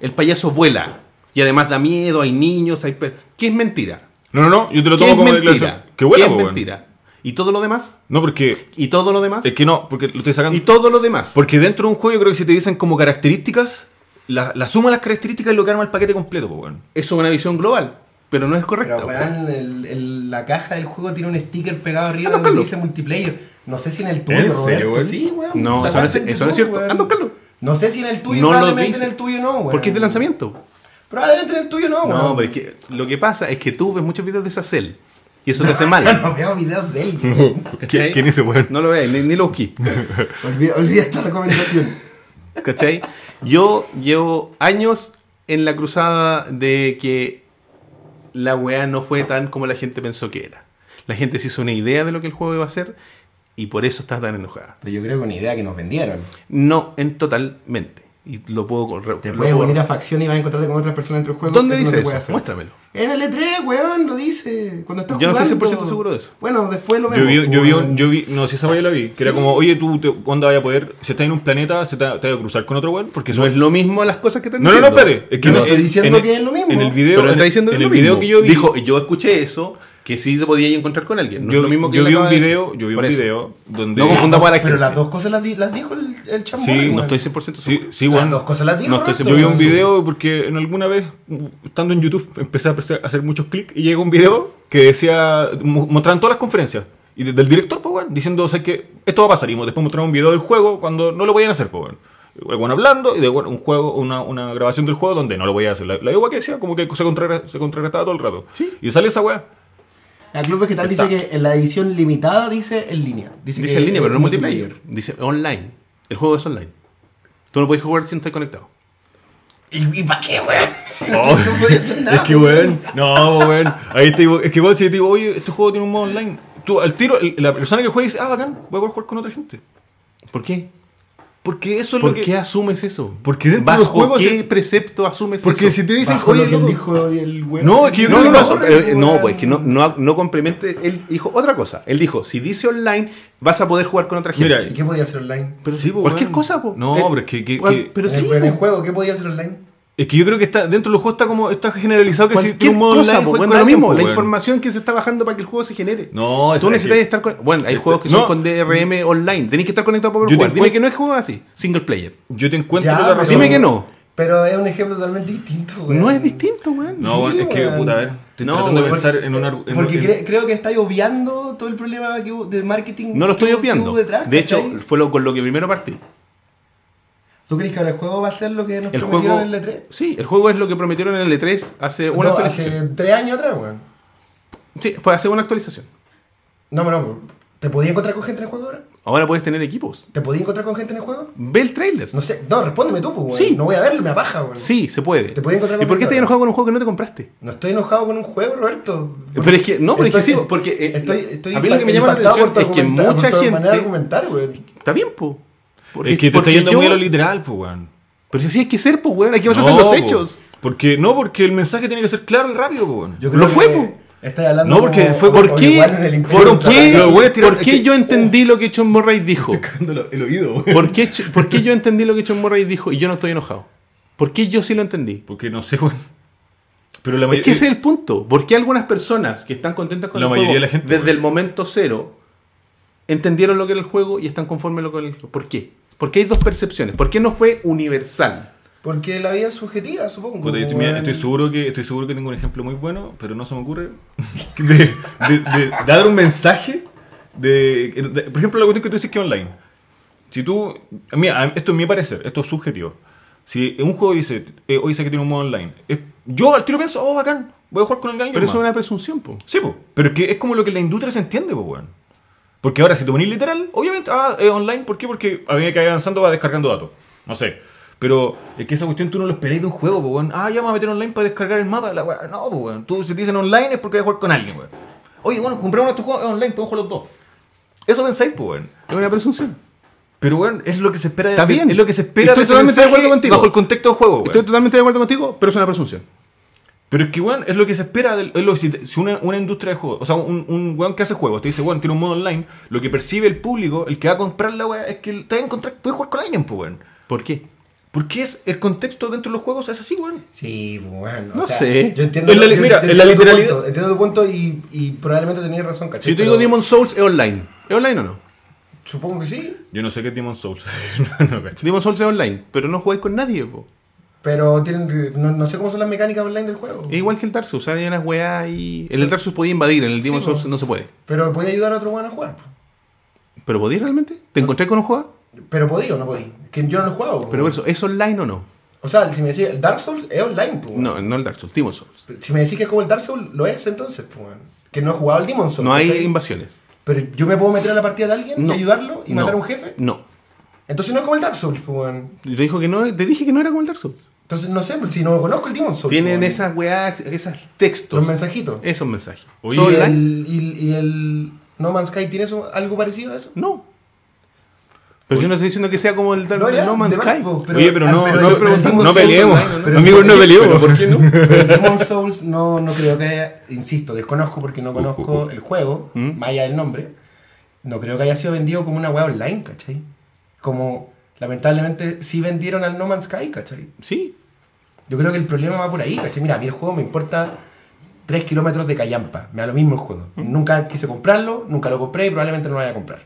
S1: el payaso vuela y además da miedo, hay niños, hay. per- ¿Qué es mentira?
S2: No, no, no, yo te lo
S1: ¿Qué
S2: tomo
S1: es
S2: como
S1: mentira?
S2: declaración. Que buena,
S1: ¿Qué es
S2: po, weón.
S1: mentira? ¿Y todo lo demás?
S2: No, porque.
S1: ¿Y todo lo demás?
S2: Es que no, porque lo estoy sacando.
S1: ¿Y todo lo demás?
S2: Porque dentro de un juego yo creo que si te dicen como características, la, la suma de las características es lo que arma el paquete completo, pues, weón.
S1: Eso es una visión global, pero no es correcta.
S3: Pero weón, el- el- la caja del juego tiene un sticker pegado arriba
S1: Anda,
S3: donde
S1: Carlos.
S3: dice multiplayer. No sé si en el tuyo,
S2: ¿En serio,
S3: Roberto.
S2: weón?
S3: Sí, weón.
S1: No,
S3: La
S1: eso no es-
S3: caja en
S1: eso no es cierto.
S3: YouTube, weón.
S1: Anda, Carlos.
S3: No sé si en el tuyo,
S1: No lo
S3: probablemente en
S1: dice.
S3: el tuyo no, weón.
S1: Porque es de lanzamiento.
S3: Probablemente en el tuyo no, weón.
S1: No, pero es que lo que pasa es que tú ves muchos videos de esa cel y eso te hace mal.
S3: No veo videos de él, weón.
S1: ¿Cachai?
S2: ¿Quién es ese weón?
S1: No lo veas, ni, ni lo busquí.
S3: Olvida, olvida esta recomendación.
S1: ¿Cachai? Yo llevo años en la cruzada de que la weá no fue tan como la gente pensó que era. La gente se hizo una idea de lo que el juego iba a ser y por eso está tan enojada.
S3: Pero yo creo que una idea que nos vendieron.
S1: No en totalmente. Y lo puedo correr.
S3: Te puedes unir a facción y vas a encontrarte con otras personas entre el juego.
S1: ¿Dónde
S3: no
S1: dice
S3: se puede
S1: eso?
S3: hacer.
S1: Muéstramelo.
S3: En el E3, weón, lo dice. Cuando estás
S1: Yo no estoy
S3: jugando.
S1: 100% seguro de eso.
S3: Bueno, después lo
S2: Yo
S3: vemos.
S2: vi, yo, vi,
S3: weón.
S2: yo vi, no, si esa weá yo la vi, que era como, oye, tú, te, ¿cuándo vaya a poder? Si estás en un planeta, se te, te vas a cruzar con otro weón, porque
S1: No
S2: son-
S1: es lo mismo las cosas que te
S2: No, no, no, espere. Es que
S3: Yo no
S2: en-
S3: estoy
S2: en-
S3: diciendo
S2: en
S3: que
S2: el-
S3: es lo mismo.
S2: En el video,
S1: pero
S2: en,
S1: está diciendo
S2: en
S1: lo
S2: el video
S1: mismo.
S2: que yo vi.
S1: Dijo, yo escuché eso, que sí te podías encontrar con alguien. No
S2: yo,
S1: es lo mismo que
S2: yo
S1: él
S2: vi un
S1: acaba de decir.
S2: video, yo vi un
S1: Por eso.
S2: video donde.
S1: No confundamos a la
S3: Pero
S1: gente.
S3: las dos cosas las, di- las dijo el, el chambón,
S2: Sí,
S3: weón.
S1: No estoy 100%
S2: Sí,
S1: seguro.
S2: sí,
S3: Las
S2: weón.
S3: dos cosas las dijo.
S1: No estoy
S3: Roberto,
S2: Yo vi un
S3: weón.
S2: video porque en alguna vez, estando en YouTube, empecé a hacer- a hacer muchos clics y llega un video que decía, mo- mostraban todas las conferencias. Y de- del director, pues, weón, diciendo, o sea, que esto va a pasar. Y mo- después mostraron un video del juego cuando no lo podían hacer, pues, weón. El weón hablando y de weón, un juego, una, una grabación del juego donde no lo podían hacer. La, la igual que decía, como que se, contrarre- se contrarrestaba todo el rato.
S1: Sí.
S2: Y sale esa weá.
S3: La Club Vegetal dice que en la edición limitada dice en línea. Dice,
S1: Dice
S3: que
S1: en línea,
S3: es
S1: pero no multiplayer. Dice online. El juego es online. Tú no puedes jugar si no estás conectado.
S3: ¿Y, para qué, weón?
S2: Oh,
S3: no podía hacer nada.
S2: es que weón, no weón, ahí te digo, es que weón, si yo te digo, oye, este juego tiene un modo online, tú al tiro, el- la persona que juega dice, ah, bacán, voy a poder jugar con otra gente.
S1: ¿Por qué?
S2: Porque eso es
S1: ¿Por
S2: lo que.
S1: qué asumes eso?
S2: Porque dentro
S1: ¿Bajo
S2: del juego
S1: qué
S2: se-
S1: precepto asumes
S2: Porque
S1: eso?
S2: si te dicen,
S3: Bajo
S2: oye,
S3: lo que él
S2: loco,
S3: dijo el weón.
S2: No, es que yo
S1: No, no,
S2: creo que
S1: no,
S2: lo
S1: eso-
S2: hace,
S1: eh, eh, no, pues es que no, no, no complemente. Él dijo otra cosa. Él dijo, si dice online, vas a poder jugar con otra gente.
S2: Mira,
S3: ¿Y qué podía hacer online?
S1: Pero
S2: Sí, po,
S1: cualquier
S2: weón.
S1: cosa, po.
S2: No,
S1: Eh,
S2: pero es que- que-
S1: cual-
S2: que-
S1: pero
S3: en, el-
S1: sí, pues.
S3: en el
S1: po.
S3: juego, ¿qué podía hacer online?
S2: es que yo creo que está dentro del juego está como está generalizado que si
S1: cualquier
S2: tiene un modo
S1: cosa,
S2: online
S1: po,
S2: juegas
S1: bueno,
S2: con
S1: lo
S2: alguien,
S1: mismo,
S2: po,
S1: la
S2: weón.
S1: información que se está bajando para que el juego se genere.
S2: No, es
S1: Tú necesitas
S2: que-
S1: estar con- Bueno, hay
S2: Este-
S1: juegos que
S2: no.
S1: son con DRM online. Tenés que estar conectado para poder
S2: Yo te
S1: jugar. Dime
S2: encuent-
S1: que no es juego así, single player.
S2: Yo te encuentro
S3: Ya,
S2: la
S3: pero-
S2: razón.
S1: Dime que no.
S3: Pero es un ejemplo totalmente distinto, weón.
S1: No es distinto, weón.
S2: No,
S3: Sí,
S2: weón, es que
S3: weón.
S2: puta, a ver, estoy
S1: No,
S2: tratando de
S1: weón,
S2: pensar en un ar- en-
S3: Porque
S2: en-
S3: cre- creo que estáis obviando todo el problema que hubo- de marketing.
S1: No lo estoy
S3: que hubo- que
S1: obviando.
S3: hubo detrás,
S1: De hecho,
S3: ¿cachai?
S1: fue lo, con lo que primero partí.
S3: ¿tú crees que ahora el juego va a ser lo que nos
S1: El
S3: prometieron
S1: juego,
S3: en el E3?
S1: sí, el juego es lo que prometieron en el E3 hace una
S3: No,
S1: actualización.
S3: hace tres años atrás, weón.
S1: Sí, fue hace una actualización.
S3: No, pero no, ¿te podías encontrar con gente en el juego ahora?
S1: Ahora puedes tener equipos.
S3: ¿Te podías encontrar con gente en el juego?
S1: Ve el trailer.
S3: No sé, no, respóndeme tú, pues, weón.
S1: Sí.
S3: No voy a verlo, me apaja, weón.
S1: Sí, se puede.
S3: Te puedes encontrar
S1: ¿Y
S3: con
S1: por qué estás
S3: otra.
S1: enojado con un juego que no te compraste?
S3: No estoy enojado con un juego, Roberto.
S1: Pero es que- no, pero es que sí, porque, eh,
S3: estoy, estoy
S1: a mí lo que me llama la
S3: impactado por tu
S1: atención es que
S3: argumenta-
S1: mucha
S3: por tu manera de
S1: gente-
S3: argumentar, weón.
S1: Está bien, po. Porque-
S2: Es que te está
S1: porque
S2: yendo
S1: yo-
S2: muy a lo literal, pues, weón.
S1: Pero si así hay que ser, po, weón. Aquí vas a
S2: No,
S1: hacer los
S2: po.
S1: hechos.
S2: Porque, no, porque el mensaje tiene que ser claro y rápido, pues, weón.
S3: Yo
S1: Lo fue,
S3: que
S1: po.
S3: Estás hablando
S2: No, porque
S3: como-
S2: fue-
S3: como
S1: ¿Por qué?
S3: Obi-Wan en el Imperio
S1: ¿Por
S2: Contraataca.
S1: qué,
S2: Lo voy a tirar-
S1: por qué
S2: es que-
S1: yo entendí lo que John Murray dijo?
S2: el oído,
S1: ¿Por qué, Ch- por qué yo entendí lo que John Murray dijo y yo no estoy enojado? ¿Por qué yo sí lo entendí?
S2: Porque no sé, weón. Pero la
S1: Es que
S2: mayoría.
S1: ese es el punto. ¿Por qué algunas personas que están contentas con
S2: Eh, La
S1: el
S2: mayoría
S1: juego
S2: de la gente,
S1: desde
S2: güey.
S1: el momento cero entendieron lo que era el juego y están conformes lo que era el juego? ¿Por qué? Porque hay dos percepciones. ¿Por qué no fue universal?
S3: Porque la vida es subjetiva, supongo.
S2: Puta, yo estoy, mira,
S3: weón.
S2: estoy seguro que, estoy seguro que tengo un ejemplo muy bueno, pero no se me ocurre. De, de- de dar un mensaje. De, de- por ejemplo, la cuestión que tú dices que online. Si tú. Mira, a- esto es mi parecer, esto es subjetivo. Si un juego dice, eh, hoy sé que tiene un modo online. es- yo al tiro pienso, oh, bacán, voy a jugar con alguien.
S1: Pero eso es
S2: más".
S1: una presunción, po.
S2: Sí, po. pero es que es como lo que la industria se entiende, po, weón. Porque ahora, si te ponís literal, obviamente, ah, es online, ¿por qué? Porque a medida que vaya avanzando va descargando datos. No sé. Pero es que esa cuestión tú no lo esperáis de un juego, po, weón. Ah, ya me voy a meter online para descargar el mapa. La weá. No, po, weón. Tú si te dicen online es porque voy a jugar con alguien, weón. Oye, bueno, compré uno de estos juegos es online, podemos jugar los dos. Eso pensáis, po, weón.
S1: Es una presunción.
S2: Pero, weón, es lo que se espera. de-
S1: Está bien.
S2: Es lo que se espera
S1: Estoy
S2: ese
S1: totalmente de
S2: mensaje
S1: acuerdo contigo.
S2: Bajo el contexto del juego, weón.
S1: Estoy totalmente de acuerdo contigo, pero es una presunción.
S2: Pero es que, weón, es lo que se espera. del- es lo que si te- si una, una industria de juegos, o sea, un, un weón que hace juegos, te dice, weón, tiene un modo online, lo que percibe el público, el que va a comprar la weá, es que te va a encontrar, puedes jugar con alguien, pues, weón.
S1: ¿Por qué?
S2: Porque es el contexto dentro de los juegos es así, weón.
S3: Sí, bueno.
S1: No
S3: o sea,
S1: sé.
S3: Yo entiendo,
S2: En la-
S3: yo- yo
S2: mira, en
S3: entiendo
S2: la
S3: tu
S2: literalidad-
S3: punto, entiendo tu punto y, y probablemente tenías razón, ¿cachai?
S1: Si yo te
S3: Pero
S1: digo Demon Souls, ¿es online? ¿Es online o no?
S3: Supongo que sí,
S2: Yo no sé qué es Demon Souls. no, no, cacho.
S1: Demon Souls es online, pero no jugáis con nadie, po.
S3: pero tienen, no, no sé cómo son las mecánicas online del juego.
S1: Es igual que el Dark Souls, hay unas weas y. En el Dark Souls podía invadir, en el Demon
S3: Sí,
S1: Souls
S3: po.
S1: no se puede.
S3: Pero podía ayudar a otro weón a jugar.
S1: ¿Pero podías realmente? ¿Te encontré con un jugador?
S3: Pero podía o no podía. Que yo no lo he jugado.
S1: Pero
S2: Oh.
S3: weón.
S1: eso, ¿es online o no?
S3: O sea, si me decís, el Dark Souls es online, pues.
S1: No, no el Dark Souls, Demon Souls.
S3: Si me decís que es como el Dark Souls, lo es entonces, pues. weón. Que no he jugado al Demon Souls.
S1: No hay
S3: ¿cachai?
S1: invasiones.
S3: Pero yo me puedo meter a la partida de alguien
S1: No.
S3: y ayudarlo y
S1: No.
S3: matar a un jefe.
S1: No.
S3: Entonces no es como el Dark Souls, pues. weón.
S1: Yo Te, dijo que no, te dije que no era como el Dark Souls.
S3: Entonces no sé, si no conozco el Demon Souls.
S1: Tienen
S3: weón.
S1: esas weas, esos textos.
S3: Los mensajitos.
S1: Esos mensajes.
S2: Oye,
S1: ¿Son
S3: ¿Y
S1: online?
S3: el, y, y el No Man's Sky tiene eso- algo parecido a eso?
S1: No. Pero yo no estoy diciendo que sea como el Dark
S3: ya,
S1: No Man's
S3: de más,
S1: Sky.
S3: po, pero-
S2: Oye, pero
S3: ah,
S2: no,
S3: pero-
S2: no,
S3: pero el
S1: preguntamos
S3: Demon
S2: no
S1: si
S3: Souls
S2: peleemos.
S1: online o no.
S3: Pero-
S2: Amigos, no peleemos.
S1: ¿Por qué no?
S3: Pero el Demon Souls no, no creo que haya, insisto, desconozco porque
S2: Uh,
S3: no conozco el juego,
S1: ¿Mm?
S3: más allá del nombre, no creo que haya sido vendido como una web online, ¿cachai? Como lamentablemente sí vendieron al No Man's Sky, ¿cachai?
S1: Sí.
S3: Yo creo que el problema va por ahí, ¿cachai? Mira, a mí el juego me importa 3 kilómetros de callampa, me da lo mismo el juego. Nunca quise comprarlo, nunca lo compré y probablemente no lo vaya a comprar.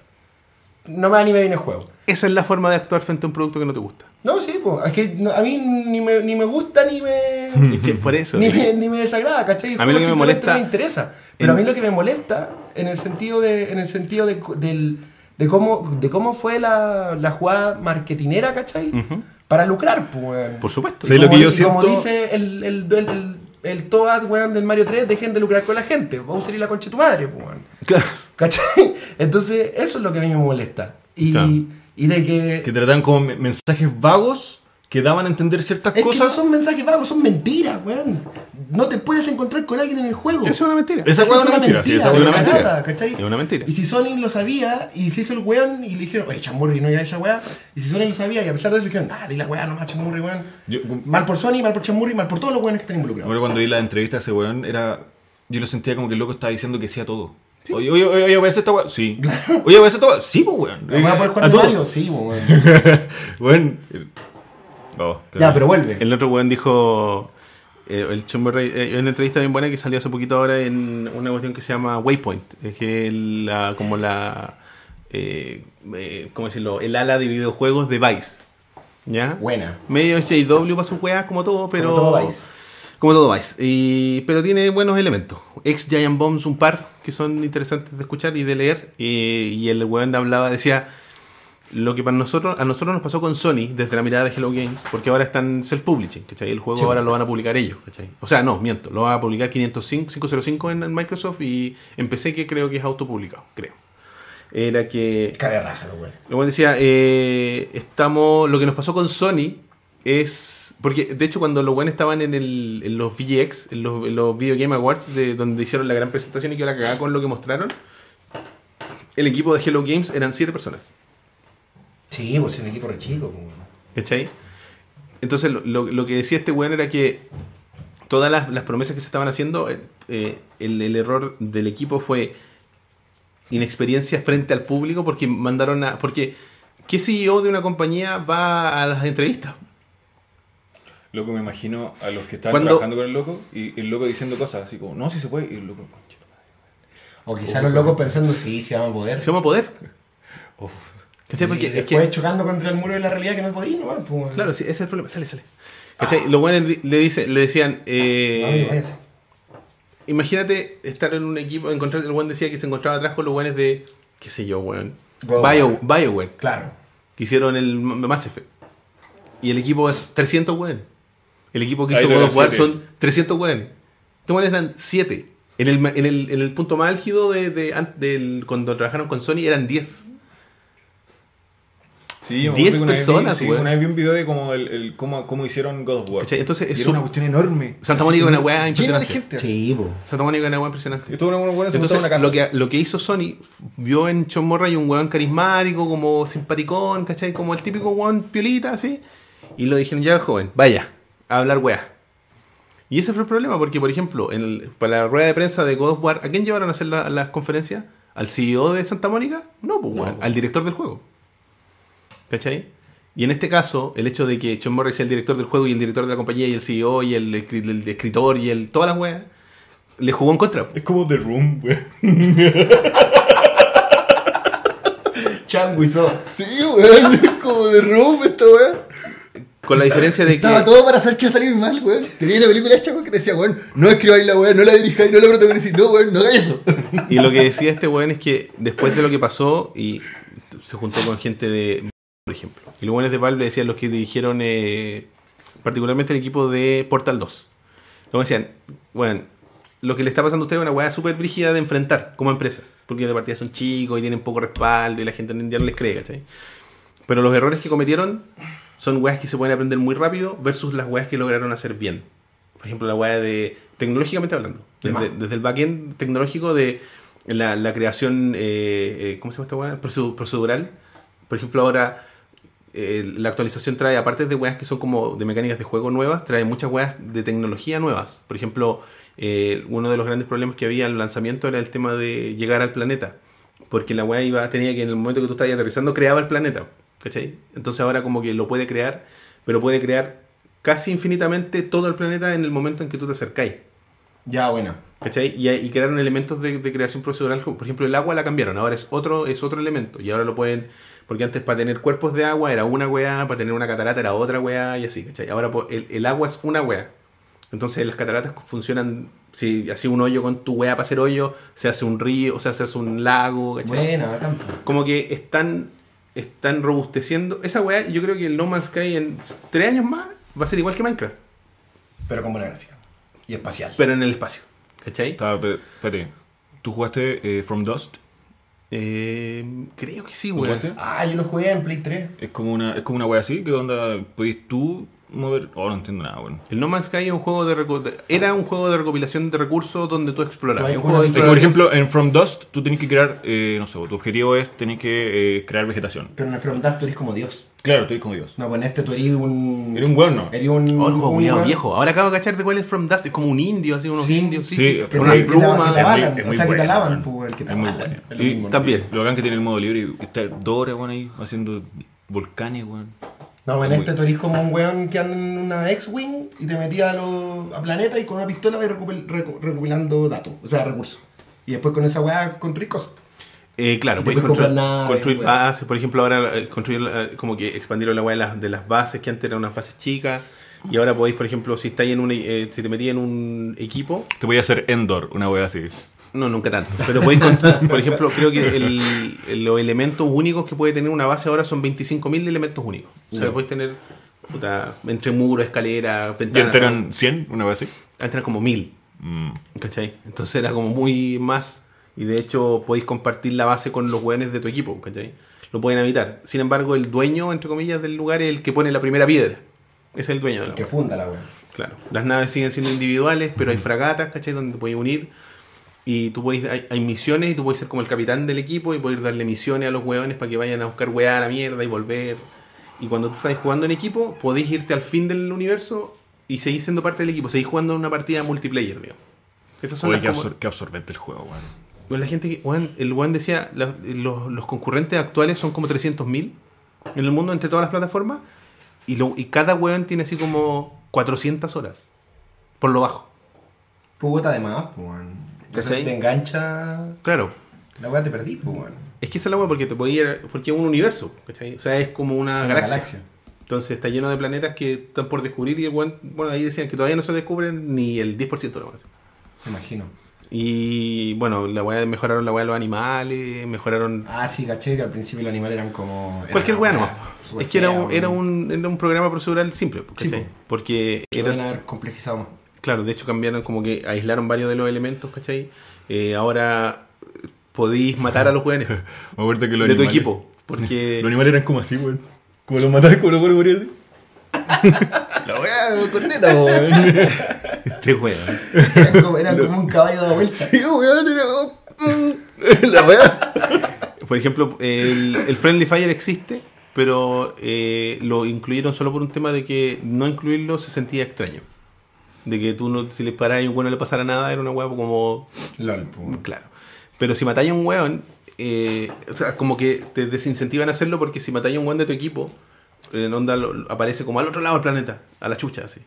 S3: No me anime bien el juego.
S1: Esa es la forma de actuar frente a un producto que no te gusta.
S3: No, sí, pues, es que no- a mí ni me, ni me gusta ni me...
S1: Es que por eso.
S3: ni,
S1: es-
S3: me, ni me desagrada, ¿cachai? El
S1: A mí lo
S3: juego
S1: que me
S3: simplemente
S1: molesta-
S3: no me interesa. Pero a mí lo que me molesta en el sentido de, en el sentido de, co- del- de cómo, de cómo fue la, la jugada marketinera, ¿cachai?
S1: Ujú.
S3: Para lucrar, pues. weón.
S1: Por supuesto.
S2: Sí,
S3: Y
S2: lo
S3: como-
S2: que yo
S3: y Como
S2: siento-
S3: dice el, el, el, el- el Toad, weón, del Mario 3, dejen de lucrar con la gente. Bowser y la concha de tu madre, pues, weón. ¿Cachai? Entonces, eso es lo que a mí me molesta. Y,
S1: Claro.
S3: y de que.
S2: Que tratan como me- mensajes vagos que daban a entender ciertas
S3: es que
S2: cosas.
S3: no son mensajes vagos, son mentiras, weón. No te puedes encontrar con alguien en el juego.
S1: Eso es una mentira.
S2: Esa
S3: Eso
S2: hueá es una mentira. sí, esa
S1: es
S2: hueá
S3: de
S1: una
S2: es
S1: mentira.
S3: cagada, ¿cachai?
S1: Es una mentira.
S3: Y si Sony lo sabía y se hizo el weón y le dijeron, oye, Chamurri, no ya esa weá. Y si Sony lo sabía y a pesar de eso dijeron, ah, di la weá nomás, Chamurri, weón.
S2: Yo-
S3: mal por Sony, mal por Chamurri, mal por todos los weones que están involucrados.
S2: Ahora cuando vi la entrevista a ese weón, era. Yo lo sentía como que el loco estaba diciendo que sí a todo. Oye, oye, oye, oye, voy a hacer esta weón. Sí. Oye, voy a hacer esta weón. Sí, pues weón.
S3: ¿Vas a poder jugar de
S2: todo.
S3: Mario? Sí, weón.
S2: Weón. eh, oh, qué
S3: ya,
S2: bueno.
S3: pero vuelve.
S1: El otro weón dijo. eh, el Chumbo Rey- eh, una entrevista bien buena que salió hace poquito ahora en una cuestión que se llama Waypoint. Es que la, como la. eh, eh, ¿Cómo decirlo? El ala de videojuegos de Vice. ¿Ya?
S3: Buena.
S1: Medio JW para sus weas, como todo, pero.
S3: Como todo Vice.
S1: Como todo Vice. Y, pero tiene buenos elementos. Ex Giant Bombs, un par que son interesantes de escuchar y de leer. eh, y el weón hablaba, decía. Lo que para nosotros, a nosotros nos pasó con Sony desde la mirada de Hello Games, porque ahora están self-publishing, ¿cachai? El juego
S3: Sí.
S1: ahora lo van a publicar ellos, ¿cachai? O sea, no, miento, lo va a publicar 505, 505 en, en Microsoft y empecé que creo que es autopublicado, creo. Era que
S3: Cara de raja, los weones.
S1: Luego decía, eh, estamos, lo que nos pasó con Sony es, porque de hecho cuando los buenos estaban en, el, en los VX, en los, en los Video Game Awards, de, donde hicieron la gran presentación y que la cagada con lo que mostraron, el equipo de Hello Games eran siete personas,
S3: Sí, pues es un equipo re chico, weón.
S1: ¿cachai? Entonces lo, lo- lo que decía este weón era que todas las, las promesas que se estaban haciendo, eh, eh, el, el error del equipo fue inexperiencia frente al público porque mandaron a... Porque, ¿qué CEO de una compañía va a las entrevistas?
S2: Loco, me imagino a los que estaban
S1: Cuando-
S2: trabajando con el loco y el loco diciendo cosas así como, no, si se puede. Y el loco, concha. la madre.
S3: O quizás los locos pensando, sí, sí, vamos a poder.
S1: Se llama poder.
S2: Uf.
S1: ¿Cachai?
S3: Y
S1: Porque es
S3: después
S1: que,
S3: chocando contra el muro de la realidad que no podía, no, pues. weón.
S1: claro, sí, ese es el problema. Sale, sale. ¿Cachai? Los buenos di- le, dice, le decían, eh,
S3: Amigo, váyase.
S1: imagínate estar en un equipo, encontrar, el buen decía que se encontraba atrás con los buenos de, qué sé yo, weón. Bio,
S3: Bioware.
S1: BioWare,
S3: Claro.
S1: que hicieron el M- Mass Effect. Y el equipo es 300 weones. El equipo que
S2: Ahí
S1: hizo
S2: lo
S1: God of
S2: ven
S1: War
S2: siete.
S1: son 300 weones. Estos weones eran 7. En el, ma- en, el, en el punto más álgido de, de an- del- cuando trabajaron con Sony eran 10.
S2: Sí, yo me
S1: Diez
S2: acuerdo que una vez vi-
S1: personas,
S2: sí,
S1: weón.
S2: Una vez vi un video de cómo, el, el- cómo, cómo hicieron God of War.
S1: ¿Cachai? Entonces
S2: Y
S1: es
S2: era
S1: un-
S2: una cuestión enorme.
S1: Santa
S2: Así,
S1: Mónica es una weá
S2: Llena de
S1: impresionante.
S2: gente.
S3: Sí, pues.
S1: Santa Mónica es una weá impresionante.
S2: Estuvo una buena buena se
S1: Entonces,
S2: juntaron en una casa.
S1: lo que, lo que hizo Sony, f- vio en Chon Murray un weón carismático, como simpaticón, ¿cachai? Como el típico weón piolita, así. Y lo dijeron, ya joven, vaya, a hablar weá. Y ese fue el problema, porque, por ejemplo, en el- para la rueda de prensa de God of War, ¿a quién llevaron a hacer la- las conferencias? ¿Al CEO de Santa Mónica? No, pues, weón, al director del juego. ¿Cachai? Y en este caso, el hecho de que John Morris sea el director del juego y el director de la compañía y el CEO y el, escri- el escritor y el todas las weas, le jugó en contra.
S2: Es como The Room, güey.
S3: Changuizó.
S4: Sí, weón, es como de room esta weón.
S1: Con la diferencia de que...
S3: Eh.
S4: Estaba todo para hacer que iba a salir mal, weón. Tenía una película hecha weón, que te decía, weón, no escribáis la weón, no la dirijáis, no la protagonicéis, no, weón, no hagáis eso.
S1: Y lo que decía este weón es que después de lo que pasó y se juntó con gente de por ejemplo. Y los buenos de Valve decían los que dirigieron eh, particularmente el equipo de Portal 2. Luego decían, bueno, lo que le está pasando a ustedes es una weá súper brígida de enfrentar como empresa. Porque de partida son chicos y tienen poco respaldo y la gente ya no les cree, ¿cachai? Pero los errores que cometieron son weas que se pueden aprender muy rápido versus las weas que lograron hacer bien. Por ejemplo, la wea de, tecnológicamente hablando, desde, desde el backend tecnológico de la, la creación, eh, eh, ¿cómo se llama esta wea? Procedu- procedural. Por ejemplo, ahora eh, la actualización trae, aparte de weas que son como de mecánicas de juego nuevas, trae muchas weas de tecnología nuevas. Por ejemplo, eh, uno de los grandes problemas que había en el lanzamiento era el tema de llegar al planeta. Porque la wea iba, tenía que en el momento que tú estabas aterrizando, creaba el planeta. ¿Cachai? Entonces ahora como que lo puede crear, pero puede crear casi infinitamente todo el planeta en el momento en que tú te acercáis.
S3: Ya, bueno.
S1: ¿Cachai? Y, y crearon elementos de, de creación procedural, como por ejemplo el agua la cambiaron, ahora es otro, es otro elemento, y ahora lo pueden, porque antes para tener cuerpos de agua era una weá, para tener una catarata era otra weá, y así, ¿cachai? Ahora po- el, el agua es una weá. Entonces las cataratas funcionan, si haces un hoyo con tu weá para hacer hoyo, se hace un río, o sea, se hace un lago, ¿cachai?
S3: Buena, bacán. po.
S1: como que están, están robusteciendo. Esa weá, yo creo que el No Man's Sky en tres años más va a ser igual que Minecraft,
S3: Pero con buena gráfica. Y espacial.
S1: pero en el espacio. ¿Cachai?
S2: Estaba, pe- espérate. ¿Tú jugaste eh, From Dust?
S1: Eh, creo que sí,
S2: ¿Lo
S1: weón.
S2: jugaste?
S3: Ah, yo lo jugué en Play 3.
S2: Es como una, es como una wea así, que onda, podías tú mover. Oh, no entiendo nada, weón.
S1: El No Man's Sky es un juego de reco- de- era un juego de recopilación de recursos donde tú explorabas.
S3: Hay
S1: Es un juego de
S3: juegos
S2: Es que, por
S1: exploración.
S2: ejemplo, en From Dust tú tenés que crear, eh, no sé, tu objetivo es tenés que eh, crear vegetación.
S3: Pero en el From Dust tú eres como Dios.
S2: Claro, tú eres como Dios.
S3: No, con este tú eres un.
S2: Eres un weón, ¿no?
S3: Eres un.
S1: Oh, el juego
S3: un
S1: culiao
S3: weón
S1: viejo. Ahora acabo de cachar de cuál es From Dust. Es como un indio, así unos
S3: Sí.
S1: indios. Sí,
S2: Sí,
S1: sí.
S3: Que
S1: Con
S3: te,
S1: una
S3: que te, que te
S1: pluma.
S3: avalan,
S2: Es
S3: o
S2: muy
S3: sea, que te
S2: bueno,
S3: alaban,
S2: weón.
S3: pues, weón, que te
S2: Es muy
S3: alaban.
S2: bueno.
S3: Es lo
S2: Y
S3: mismo, ¿no?
S1: También.
S2: Lo bacán que tiene el modo libre y estar dos horas, weón, ahí haciendo volcanes, weón.
S3: No, en
S2: Muy-
S3: este tú eres como un weón que anda en una X-Wing y te metía a, los- a planeta y con una pistola vas recopil- reco- recopilando datos, o sea, recursos. Y después con esa weá construís cosas.
S1: Eh, claro,
S3: Y te
S1: puedes
S3: puedes
S1: construir,
S3: comprar naves,
S1: construir
S3: weón.
S1: bases. Por ejemplo, ahora eh, construir, eh, como que expandieron la weá de las, de las bases que antes eran unas bases chicas. Y ahora podéis, por ejemplo, si estáis en un, eh, si te metí en un equipo,
S2: Te voy a hacer Endor, una wea así.
S1: No, nunca tanto. Pero podéis construir, por ejemplo, creo que el- el- los elementos únicos que puede tener una base ahora son 25.000 elementos únicos. O sea, podéis tener puta, entre muros, escalera,
S2: Y
S1: ventanas.
S2: enteran 100, una wea así.
S1: Antes eran como 1000,
S2: Mm.
S1: ¿cachai? Entonces era como muy más. Y de hecho, podéis compartir la base con los weones de tu equipo, ¿cachai? Lo pueden habitar. Sin embargo, el dueño, entre comillas, del lugar es el que pone la primera piedra. Es el dueño de la
S3: Que funda la weá.
S1: Claro. Las naves siguen siendo individuales, pero hay fragatas, ¿cachai? Donde te puedes unir. Y tú puedes, hay, hay misiones y tú puedes ser como el capitán del equipo y puedes darle misiones a los hueones para que vayan a buscar hueá a la mierda y volver. Y cuando tú estás jugando en equipo, podéis irte al fin del universo y seguir siendo parte del equipo. Seguís jugando una partida multiplayer, digamos. Esas son
S2: Oye,
S1: las
S2: qué,
S1: como-
S2: absor- qué absorbente el juego, weón.
S1: bueno, Pues la gente que, weón, el Juan decía, la- los, los concurrentes actuales son como 300.000 en el mundo entre todas las plataformas y, lo, y cada weón tiene así como 400 horas, por lo bajo.
S3: Pugota de más, pues, weón. O sea,
S1: ¿Cachai?
S3: si te engancha,
S1: Claro,
S3: la weá te perdí, pues, weón.
S1: es que esa es la weá porque te podía ir- porque es un universo, ¿cachai? O sea, es como una,
S3: Una
S1: Ah, galaxia.
S3: galaxia.
S1: Entonces está lleno de planetas que están por descubrir y el weón- bueno, ahí decían que todavía no se descubren ni el 10% de lo más.
S3: Me imagino.
S1: Y bueno, la weá mejoraron la weá de los animales, mejoraron
S3: Ah, sí, caché que al principio los animales eran como. eran
S1: Cualquier
S3: una
S1: weá no.
S3: súper
S1: Es que era
S3: fea,
S1: un,
S3: weón.
S1: era, un, era un programa procedural simple, ¿cachai?
S3: Sí, po.
S1: Porque
S3: Que
S1: era,
S3: deben haber complejizado más.
S1: claro, de hecho cambiaron como que aislaron varios de los elementos, ¿cachai? Eh, ahora eh, podís matar a los jóvenes de
S2: Me acuerdo que los
S1: tu
S2: animales-
S1: equipo. Porque
S2: Los animales eran como así, weón. Como los matabas, como los morir así.
S4: La weá, corneta, weón.
S1: este weón.
S3: Eran como, eran como un caballo de vuelta.
S4: Sí, weón, era. oh, mm, La weá.
S1: Por ejemplo, el, el Friendly Fire existe, pero eh, lo incluyeron solo por un tema de que no incluirlo se sentía extraño. De que tú no, si le parás y un weón no le pasara nada, era una weá como.
S3: LOL, po.
S1: Claro. Pero si matáis a un weón, eh, o sea, como que te desincentivan a hacerlo porque si matáis a un weón de tu equipo, en onda lo- lo- aparece como al otro lado del planeta, a la chucha, así.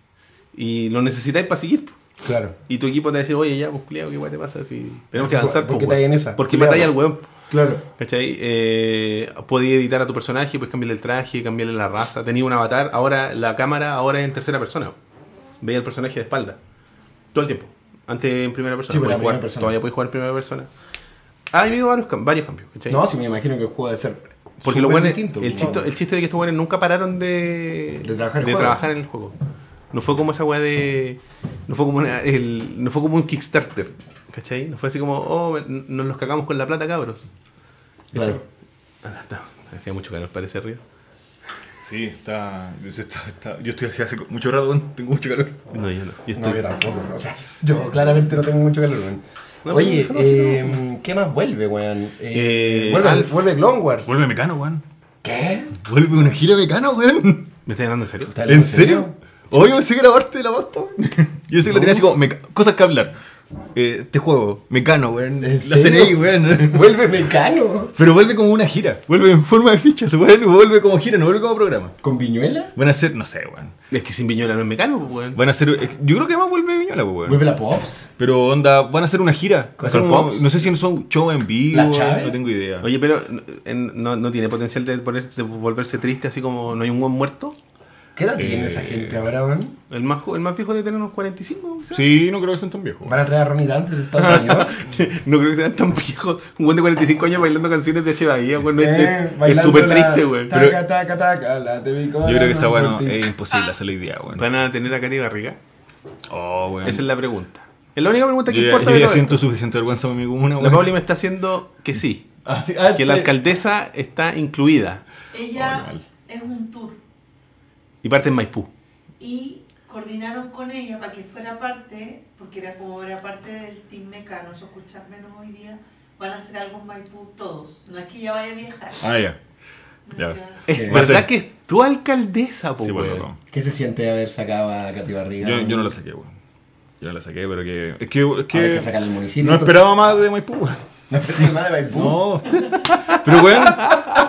S1: Y lo necesitáis para seguir. po.
S3: Claro.
S1: Y tu equipo te dice, oye, ya, pues, culiao, ¿qué weá te pasa? Si tenemos que avanzar,
S3: ¿Por
S1: po,
S3: qué
S1: weón.
S3: estáis en esa?
S1: Porque
S3: Culiao.
S1: matáis al weón.
S3: Claro.
S1: ¿Cachai? Eh, podía editar a tu personaje, pues cambiarle el traje, cambiarle la raza. Tenía un avatar, ahora la cámara ahora es en tercera persona. Veía el personaje de espalda. Todo el tiempo. Antes en primera persona.
S3: Sí, pero
S1: Podía
S3: la
S1: jugar-
S3: primera persona.
S1: Todavía podéis jugar en primera persona. Ha habido varios, cam- varios cambios, ¿cachai?
S3: No, si me imagino que el juego debe ser.
S1: Porque los
S3: súper
S1: buenos-
S3: distinto,
S1: el,
S3: po.
S1: chiste, el chiste de que estos buenos nunca pararon de,
S3: De trabajar el juego.
S1: trabajar en el juego. No fue como esa weá de. No fue como, una- el- no fue como un Kickstarter. ¿Cachai? No fue así como, oh, nos los cagamos con la plata, cabros.
S3: Claro.
S1: Ah, está. Hacía mucho calor, parece río.
S2: Sí, está, está- está- Yo estoy así hace mucho rato, weón, tengo mucho calor.
S1: No, yo no. Yo estoy-
S3: No, yo tampoco. O sea, yo claramente no tengo mucho calor, weón.
S1: No,
S3: Oye,
S1: pero-
S3: eh, ¿qué más vuelve, weón? Eh,
S1: Eh,
S3: vuelve,
S1: Alf.
S3: vuelve Clone Wars.
S2: Vuelve mecano, weón.
S3: ¿Qué?
S4: Vuelve una gira vegana, weón.
S1: ¿Me estás hablando en serio?
S3: ¿Está
S2: ¿En serio? Hoy yo pensé que era parte de la pasta. Yo sé que la tenía así como meca- cosas que hablar. Eh, te juego, mecano, weón.
S3: ¿En
S2: La
S3: serio?
S2: CNI, weón.
S3: Vuelve Mecano.
S2: Pero vuelve como una gira, vuelve en forma de fichas, weón. Vuelve como gira, no vuelve como programa.
S3: ¿Con Viñuela?
S2: Van a ser, no sé, weón.
S1: Es que sin Viñola no es mecano, pues, weón.
S2: Van a ser. eh, Yo creo que más vuelve Viñola, weón.
S3: ¿Vuelve la Pops?
S2: Pero onda, van a hacer una gira.
S1: ¿Con
S2: Hacer
S1: los
S2: como-
S1: Pops?
S2: no sé si son show en vivo.
S3: ¿La Chávez?
S2: No tengo idea.
S1: Oye, pero en- no, no tiene potencial de, poner- de volverse triste así como no hay un buen muerto.
S3: ¿Qué edad tiene
S1: Eh,
S3: esa gente ahora, weón?
S1: El más, jo- el más viejo de tener unos 45, quizás.
S2: sí, no creo que sean tan viejos.
S3: ¿Van a traer a Ronnie Dance de Estados Unidos?
S1: No creo que sean tan viejos. Un buen de 45 años bailando canciones de H. Bahía, weón. no es-
S3: Eh,
S1: es- es
S3: bailando
S1: súper
S3: la
S1: triste, weón.
S3: Taca,
S1: Pero
S3: taca, taca, la de mi
S2: Yo creo que esa,
S3: corazón
S2: bueno,
S3: por
S1: eh.
S3: ti.
S2: es imposible hacerle idea, weón.
S1: ¿Van a tener a Katy Barriga?
S2: Oh, weón.
S1: Esa es la pregunta. Es la única pregunta que
S2: Yo ya,
S1: importa
S2: yo
S1: de
S2: ya
S1: todo
S2: siento
S1: esto.
S2: suficiente vergüenza por mi comuna,
S1: La
S2: weón.
S1: Pauli me está haciendo que sí.
S2: Ah, sí, ah,
S1: Que la
S2: te-
S1: alcaldesa está incluida.
S2: Ay,
S5: Ella
S2: mal.
S5: es un tour
S1: Y parte en Maipú.
S5: y coordinaron con ella para que fuera parte, porque era como era parte del Team Mecano, eso escuchar menos hoy día, van a hacer algo en Maipú todos. No es que ella vaya a viajar.
S2: Ah, ya. ya.
S5: no es que va a hacer-
S1: Es
S3: Sí.
S2: Va a
S1: verdad
S2: ser.
S1: que es tu alcaldesa, po,
S2: Sí, bueno,
S1: weón.
S2: no.
S3: ¿Qué se siente haber sacado a Katy Barriga?
S2: Yo, yo no la saqué, weón. Yo no la saqué, pero que. Es que. Es
S3: Ahora hay que
S2: que
S3: sacarle al municipio.
S2: no
S3: entonces.
S2: esperaba más de Maipú, weón.
S3: No esperaba más de Maipú.
S2: No. Pero, weón,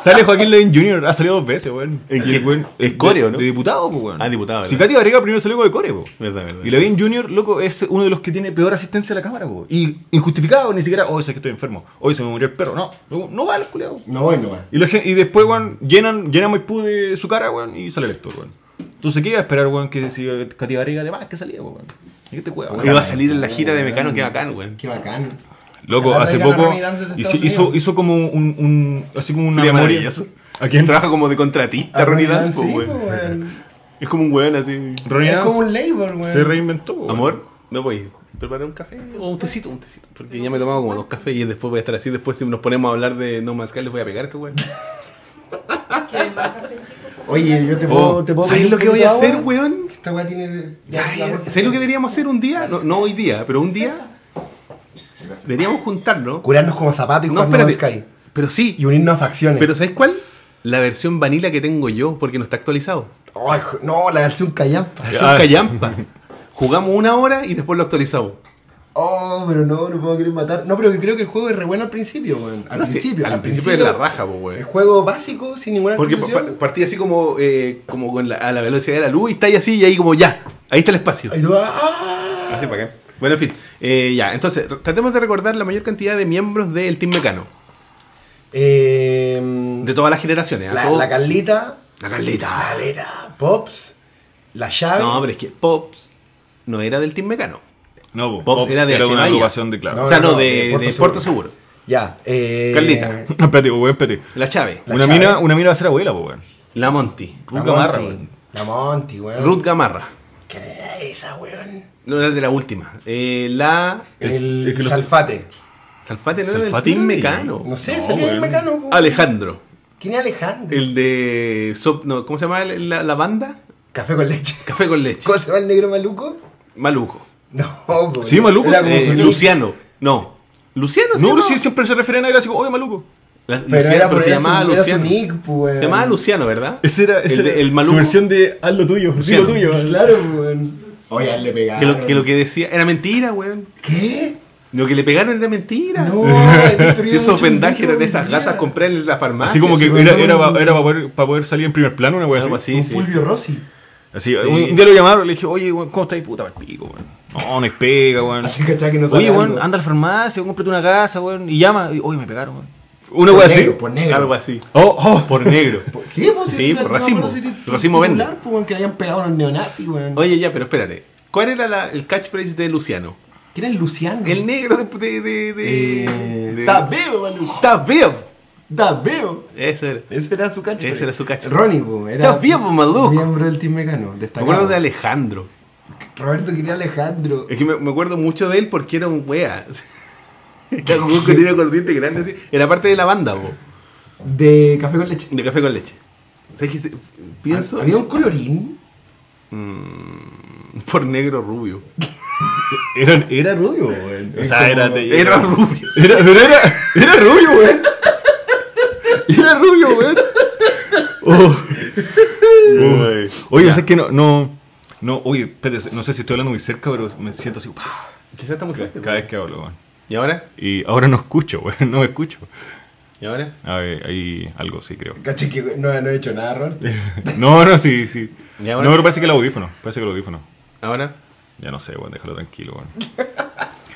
S2: sale Joaquín Levin Jr., ha salido dos veces, weón.
S1: ¿En
S2: Y
S1: qué?
S2: el weón-
S1: ¿En
S2: de-
S1: coreo, no?
S2: De diputado, pues, weón.
S1: Ah, diputado,
S2: Si
S1: verdad.
S2: Katy Barriga primero salió con el coreo, po.
S1: Verdad, verdad.
S2: Y Levin Jr., loco, es uno de los que tiene peor asistencia a la cámara, po. Y injustificado, ni siquiera, oh, es que estoy enfermo. Hoy se me murió el perro. No, no, no va el culiao.
S3: No voy nomás.
S2: Y, la gen- y después, weón, llenan, llenan Maipú de su cara, weón, y sale el actor, weón. Entonces, ¿qué iba a esperar, weón, que si Katy Barriga además que salía, po, weón? ¿Y qué te juega,
S1: Iba a salir en la gira de Mecano, qué bacán, weón.
S3: Qué bacán.
S2: Loco,
S3: Ojalá
S2: hace
S3: traigan a
S2: poco
S3: Ronnie Dance desde
S2: hizo,
S3: Estados
S2: hizo,
S3: Unidos.
S2: hizo como un, un- así como una
S1: Sería
S2: memoria.
S1: maravilloso.
S2: ¿A quién?
S1: Trabaja como de contratista, Ronnie Dance, po,
S3: Ah, sí, po,
S1: weón.
S3: weón.
S1: Es como un weón así.
S2: Ronnie
S3: Es
S2: Dance
S3: como un labor, weón.
S2: se reinventó. weón.
S1: Amor, me voy a preparar un café o un tecito, un tecito. Porque ya me he tomado como dos cafés y después voy a estar así. Después, si nos ponemos a hablar de No Man's Sky, les voy a pegar a este weón.
S5: ¿Quieren más café, chicos?
S3: Oye, yo te puedo.
S2: Oh,
S3: te puedo
S1: ¿Sabes
S3: pedir
S1: lo
S3: un
S1: que voy
S3: poquito
S1: a
S3: de
S1: hacer,
S3: agua?
S1: weón?
S3: Esta weá tiene.
S1: Ay, ¿Sabes lo que deberíamos hacer un día? No, no hoy día, pero un día. Deberíamos juntarnos.
S3: Curarnos como zapatos y
S1: No,
S3: jugar No Man's
S1: espérate.
S3: Sky.
S1: Pero sí,
S3: Y unirnos a facciones.
S1: Pero ¿sabes cuál? La versión vanilla que tengo yo, porque no está actualizado.
S3: Ay, jo- no, la versión callampa.
S1: La versión
S2: Ah.
S1: callampa. Jugamos una hora y después lo actualizamos.
S3: Oh, pero no, no puedo querer matar. No, pero creo que el juego es re bueno al principio, weón. Al
S1: No, sí,
S3: principio.
S1: al principio es la raja, po, weón.
S3: El juego básico, sin ninguna
S1: Porque pa-
S3: actualización.
S1: pa- partí así como, eh, como con la- a la velocidad de la luz y está ahí así y ahí como ya. Ahí está el espacio.
S3: Ay, tú- ¡ah!
S1: Así para acá. Bueno, en fin. Eh, ya, entonces, r- tratemos de recordar la mayor cantidad de miembros del Team Mecano.
S3: Eh,
S1: De todas las generaciones. ¿ah?
S3: la,
S1: Todo-
S3: la Carlita.
S1: La Carlita.
S3: Carlita. Pops. La llave.
S1: No, pero es que Pops no era del Team Mecano.
S2: No, po,
S1: Pops era de
S2: una
S1: Achevalla.
S2: agrupación de claro.
S1: o sea,
S3: no,
S1: no,
S3: no,
S1: de,
S3: de
S1: de
S3: Puerto
S1: Puerto,
S3: Seguro.
S1: Seguro.
S3: Ya. eh,
S1: Carlita.
S2: espérate, weón, espérate.
S1: La Chávez.
S3: La
S2: una,
S3: Chávez.
S2: mina, una mina va a ser abuela, po, weón.
S1: La Monty.
S3: La
S2: Ruth Gamarra,
S3: Monty.
S2: weón.
S3: La Monty, weón.
S1: Ruth Gamarra.
S3: ¿Qué era esa, weón?
S1: No era de la última. Eh, la.
S3: El,
S2: el que los-
S3: Salfate.
S1: Salfate no era del
S2: Salfate.
S1: Team Mecano.
S3: No sé,
S2: No,
S3: salió el
S2: weón.
S3: mecano. weón.
S1: Alejandro.
S3: ¿Quién es Alejandro?
S1: El de. Sop- no, ¿Cómo se llama el- la, la banda?
S3: Café con leche.
S1: Café con leche.
S3: ¿Cómo se llama el negro maluco?
S1: Maluco.
S3: No, weón.
S2: Sí, maluco.
S3: Era como
S2: Eh,
S3: su-
S1: Eh, Luciano. No. Luciano se
S2: No, pero
S1: llamaba.
S2: sí, siempre se referían a él así como, oye, maluco.
S1: La-
S3: Pero
S1: Luciano,
S3: era
S1: pero
S3: por
S1: se
S3: era
S1: llamaba
S3: su, era su
S1: Luciano.
S3: nick, weón.
S1: se llamaba Luciano, ¿verdad?
S2: Ese era, ese
S1: el, de-
S2: era
S1: el
S2: su
S1: maluco.
S2: versión de haz lo tuyo, di lo
S1: Luciano.
S2: tuyo.
S3: Claro, weón. Oye, a él le pegaron.
S1: Que lo, que lo que decía era mentira, weón.
S3: ¿Qué?
S1: Lo que le pegaron era mentira.
S3: No,
S1: Si esos vendajes eran esas gasas compradas en la farmacia.
S2: Así como que
S3: Ah, sí,
S2: era,
S3: bueno.
S2: era para poder, pa poder salir en primer plano, una wea
S1: Algo
S2: así.
S1: así,
S3: Un
S1: sí.
S3: Fulvio Rossi.
S2: Así, Un día lo llamaron, le dije, oye, weón, ¿cómo estás? Puta, para el pico, weón. No, no es pega, weón.
S3: Así cachá que no sabe
S2: Oye, weón,
S3: algo.
S2: anda a la farmacia, cómprate una casa, weón. Y llama, y, oye, me pegaron, weón. Una
S3: Por
S2: wea así.
S3: negro, Por negro.
S1: Algo así.
S2: Oh, oh, por negro.
S3: Sí, pues
S1: Sí,
S3: es
S1: por
S3: la-
S1: racismo.
S3: no, pero sí,
S1: Racismo vende.
S3: titular, pues, weón, que le hayan pegado a los neonazis, weón.
S1: Oye, ya, pero espérate. ¿Cuál era la- el catchphrase de Luciano?
S3: ¿Quién es Luciano?
S1: El negro de. de, de, de-
S3: Eh,
S1: de-
S3: Da veo, Balu.
S1: ¡Está vivo!
S3: Da veo.
S1: Eso era.
S3: Ese era su cacho.
S1: Ese era su cacho.
S3: Ronnie, pues. Era
S1: Está vivo, maluco.
S3: Miembro del Team Mecano.
S1: Me
S3: Destacado.
S1: acuerdo de Eh. Alejandro.
S3: Roberto quería Alejandro.
S1: Es que me, me acuerdo mucho de él porque era un wea. Era como un colino con dientes grandes. así. Era parte de la banda, po,
S3: De Café con Leche.
S1: de café con leche. ¿Sabes qué? Se- Pienso
S3: Había un colorín.
S1: por negro rubio.
S2: Era,
S4: Era rubio, weón.
S2: o sea, era, de-
S1: Eh, Era rubio.
S2: Era, pero era, era rubio, weón. Era rubio, weón. Oh. Oye, o sea, es que no, no, no, oye, espérate, no sé si estoy hablando muy cerca, pero me siento así, ¡pah!
S1: Quizás está muy fuerte. po.
S2: cada vez que hablo, weón.
S1: ¿Y ahora?
S2: Y ahora no escucho, weón, no me escucho.
S1: ¿Y ahora?
S2: A ver, hay algo, sí, creo.
S3: Caché que no, no he hecho nada, Roberto.
S2: No, no, sí, sí.
S1: ¿Y ahora?
S2: No, pero parece que el audífono, parece que el audífono.
S1: ¿Ahora?
S2: Ya no sé, weón, déjalo tranquilo, weón.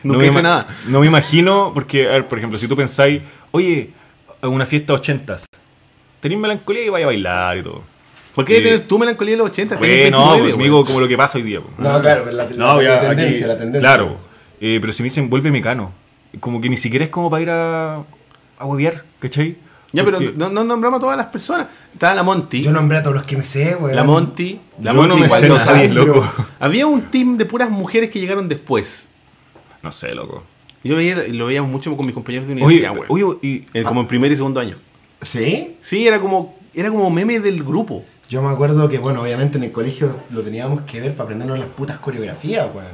S1: Nunca
S2: me
S1: hice
S2: ima-
S1: nada.
S2: No me imagino, porque, a ver, por ejemplo, si tú pensáis, oye, a una fiesta ochentas, tenéis melancolía y vais a bailar y todo.
S1: ¿Por qué
S2: Y-
S1: tener tu melancolía de los 80?
S2: Güey,
S1: Tenías
S2: no,
S1: 29,
S2: pues,
S1: güey.
S2: amigo, como lo que pasa hoy día. pues.
S3: No, claro, la, la-
S2: No,
S3: la
S2: ya,
S3: tendencia,
S2: aquí-
S3: la tendencia.
S2: Claro, eh, pero si me dicen vuelve mecano, como que ni siquiera es como para ir a, a huevear, ¿cachai?
S1: Ya, pero
S2: Porque-
S1: no, no nombramos a todas las personas. Estaba la Monty.
S3: Yo nombré a todos los que me sé, weón.
S1: La Monty. La
S2: Yo no
S1: Monty
S2: me sé
S1: cuando
S2: nada,
S1: salió.
S2: loco.
S1: Había un team de puras mujeres que llegaron después.
S2: No sé, loco.
S1: Yo veía, lo veíamos mucho con mis compañeros de
S2: Oye,
S1: universidad, güey.
S2: oye, ah. y,
S1: Eh, Como en primer y segundo año.
S3: ¿Sí?
S1: Sí, era como, era como meme del grupo.
S3: Yo me acuerdo que, bueno, obviamente en el colegio lo teníamos que ver para aprendernos las putas coreografías, weón.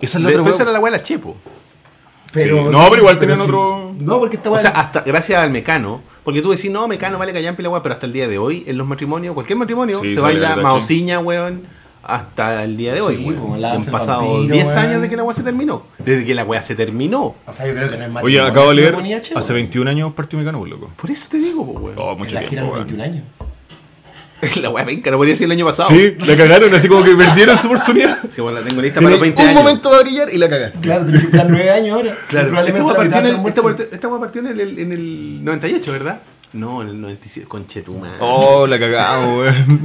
S2: esa es la otra
S1: Después
S2: wea.
S1: era la weá de la Chepo.
S3: Pero,
S2: Sí. No, pero igual tenían otro- ah,
S3: No, porque esta
S1: O
S3: weá-
S1: sea, hasta gracias al mecano. Porque tú decís, no, mecano vale callampi la weá, pero hasta el día de hoy, en los matrimonios, cualquier matrimonio,
S2: Sí,
S1: se
S2: sale la
S1: baila
S2: verdad,
S1: maociña, weón, hasta el día de hoy,
S3: Sí,
S1: weón.
S3: como la
S1: Han
S3: danza del
S1: pasado
S3: vampiro,
S1: 10
S3: weón.
S1: años de que la weá se terminó. Desde que la weá se terminó.
S3: O sea, yo creo que no es más.
S2: Oye, acabo de leer, hace 21 años partió mecano, pues, loco.
S1: Por eso te digo, po, weón.
S2: Oh,
S3: En
S2: mucho
S3: la gira de
S2: tiempo,
S3: los
S2: weón.
S3: 21 años.
S1: La weá venga, no podría ser el año pasado.
S2: Sí, la cagaron, así como que perdieron su oportunidad.
S1: Sí, bueno, la tengo lista para
S4: Tenés
S1: los 20
S4: un
S1: años.
S4: momento para brillar y la cagaste.
S3: Claro, tenés que esperar 9 años ahora.
S1: Claro,
S3: Y probablemente
S1: esta weá
S3: la
S1: partió,
S3: mitad
S1: en el,
S3: están
S1: esta
S3: muertos.
S1: weá- esta weá partió en el, en el 98, ¿verdad? No, en el 97, conchetumá.
S2: Oh, la cagamos, weón.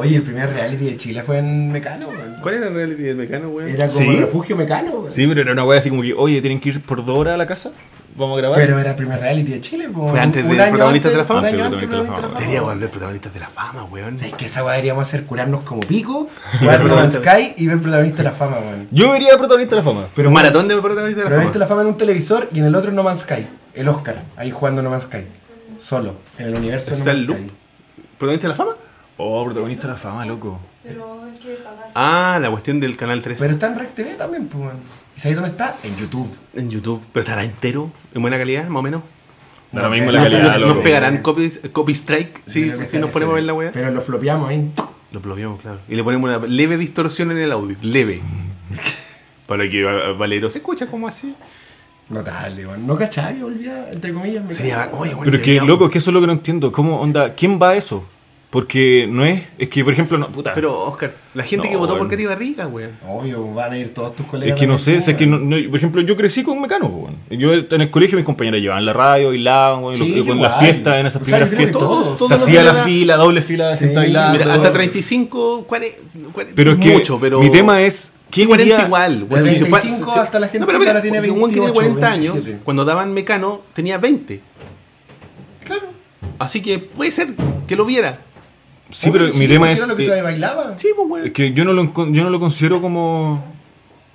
S3: Oye, el primer reality de Chile fue en Mecano, weón.
S1: ¿Cuál era el reality del mecano, weón?
S3: Era como
S2: Sí.
S3: el refugio Mecano, weón.
S2: Sí, pero era una wea así como que, oye, tienen que ir por dos horas a la casa, vamos a grabar.
S3: Pero era el primer reality de Chile, weón.
S1: Fue antes
S3: Un
S1: del
S3: año
S1: Protagonistas de la
S3: antes-
S1: Fama.
S3: Un año
S2: Antes
S3: antes
S2: del
S3: de
S2: Protagonistas de la
S3: la
S1: Debería
S3: Fama.
S1: volver protagonistas de la fama, weón.
S3: Es que esa weá deberíamos hacer curarnos como pico, jugar Roman Sky y ver protagonista de la fama, weón.
S2: Yo vería protagonista de la fama.
S1: Pero maratón de protagonistas de la
S3: Protagonista
S1: fama.
S3: de la fama en un televisor y en el otro No Man's Sky. El Oscar, ahí jugando No Man's Sky. Solo, en el universo
S1: ¿Está
S3: No Man's
S1: el loop?
S3: Sky.
S1: ¿Protagonista de la fama?
S2: Oh, protagonista de la fama, loco.
S5: Pero hay que pagar.
S1: Ah, la cuestión del canal 3
S3: Pero está en Rec TV también, pues. weón. ¿Y sabéis dónde está? En YouTube.
S1: en YouTube. Pero estará entero, en buena calidad, más o menos.
S2: Da lo mismo
S3: pero-
S2: la
S1: Nos-
S2: calidad,
S1: nos,
S2: loco.
S1: pegarán copy, copy strike
S3: Yo
S1: si,
S3: creo que
S1: si
S3: está
S1: nos ponemos a ver la weá.
S3: Pero lo flopeamos ahí.
S1: Lo plomeamos, claro. Y le ponemos una leve distorsión en el audio. Leve. Para que Va- Valero se escucha como así.
S3: Notable, weón. No cachai, volvía, entre comillas. me
S1: Sería,
S3: cago.
S1: oye, bueno,
S2: Pero es que,
S1: deberíamos-
S2: loco, es que eso es lo que no entiendo. ¿Cómo onda? ¿Quién va a eso? Porque no es. Es que, por ejemplo, no. Puta.
S1: Pero, Oscar, la gente
S2: No,
S1: que votó por
S2: weón.
S1: Katy Barriga, weón.
S3: Obvio, van a ir todos tus colegas.
S2: es que no sé,
S3: también,
S2: sé que no-
S3: weón.
S2: no- por ejemplo, yo crecí con Mecano, po, weón. Yo en el colegio mis compañeros llevaban la radio, bailaban, weón,
S3: Sí,
S2: los- con
S3: igual.
S2: las fiestas, en esas
S3: O sea, yo
S2: primeras
S3: creo que
S2: fiestas.
S3: todos,
S1: todos
S2: se
S1: los
S2: hacía la
S1: días-
S2: fila, doble fila,
S3: Sí. ah,
S2: gente bailando.
S1: Mira,
S3: pero-
S1: hasta 35, 40, 40
S2: pero es que
S1: mucho, pero
S2: mi tema es.
S1: ¿Quién
S2: ¿Quién iría-
S1: igual?
S3: Del
S1: si fue-
S3: 25 hasta la gente
S1: pero
S3: que
S1: mira,
S3: ahora tiene
S1: si un
S3: 28,
S1: 40 años,
S3: 27.
S1: cuando daban Mecano tenía 20.
S3: Claro.
S1: Así que puede ser que lo viera.
S2: Sí, pero
S3: Obvio,
S2: mi
S3: si
S2: tema es.
S3: pusieron lo que
S2: eh,
S3: se bailaba.
S1: Sí, pues, weón.
S2: Es que yo no lo, encon- yo no lo considero como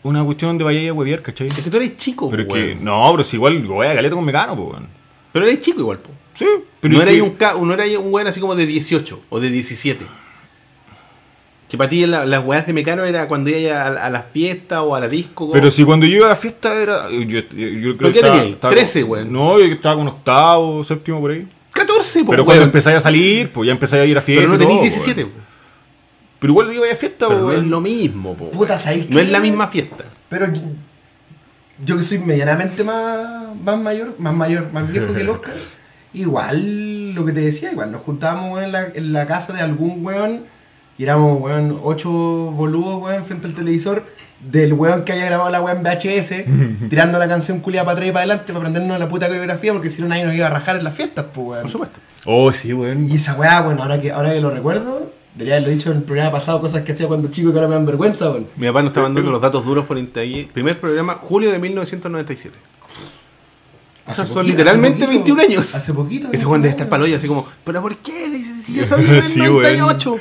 S2: una cuestión de vaya a hueviar, ¿cachai?
S1: Es que tú eres chico,
S2: Pero es que,
S1: weón.
S2: no, pero si igual voy a caleta con Mecano, pues, weón.
S1: Pero eres chico igual, po.
S2: Sí, pero
S1: no
S2: es
S1: eres
S2: que-
S1: un, ca- no eres un weón así como de 18 o de 17. Que para ti la- las weas de Mecano era cuando iba a, a las fiestas o a la disco.
S2: Pero
S1: como-
S2: si cuando yo iba a fiesta era. Yo, yo- yo creo
S1: qué
S2: estaba-
S1: tenías?
S2: estaba
S1: 13,
S2: con-
S1: weón.
S2: No, yo estaba con octavo, séptimo por ahí.
S1: 14, po,
S2: Pero
S1: weón.
S2: cuando empezáis pues a salir, pues ya empezáis a ir a fiestas.
S1: Pero no
S2: y todo,
S1: tenías 17,
S2: weón.
S1: po.
S2: Pero igual digo, vaya fiesta,
S1: Pero
S2: po,
S1: no es
S2: weón.
S1: lo mismo, po,
S3: Puta,
S1: weón.
S3: ¿sabéis
S1: No es
S3: qué?
S1: la misma fiesta.
S3: Pero yo- yo que soy medianamente más, más mayor, más mayor, más viejo que el Oscar, igual lo que te decía, igual nos juntábamos weón, en, la, en la casa de algún weón y éramos weón, ocho boludos weón frente al televisor del weón que haya grabado la weón VHS, tirando la canción culia para atrás y para adelante para aprendernos la puta coreografía, porque si no nadie nos iba a rajar en las fiestas, pues weón.
S1: Por supuesto.
S2: Oh, sí, weón.
S3: Y esa weá, bueno, ahora que, ahora que lo recuerdo, debería haberlo dicho en el programa pasado, cosas que hacía cuando chico que ahora me dan vergüenza, weón.
S1: Mi papá nos está mandando los datos duros por internet. Primer programa, julio de 1997. O sea,
S3: Hace
S1: son
S3: poquito,
S1: literalmente
S3: hace
S1: 21 años.
S3: Hace poquito.
S1: Ese
S3: 21
S1: Juan debe estar
S3: años.
S1: paloya, así como, ¿pero por qué? Dice, Si yo sabía en
S2: Sí, weón.
S1: 98.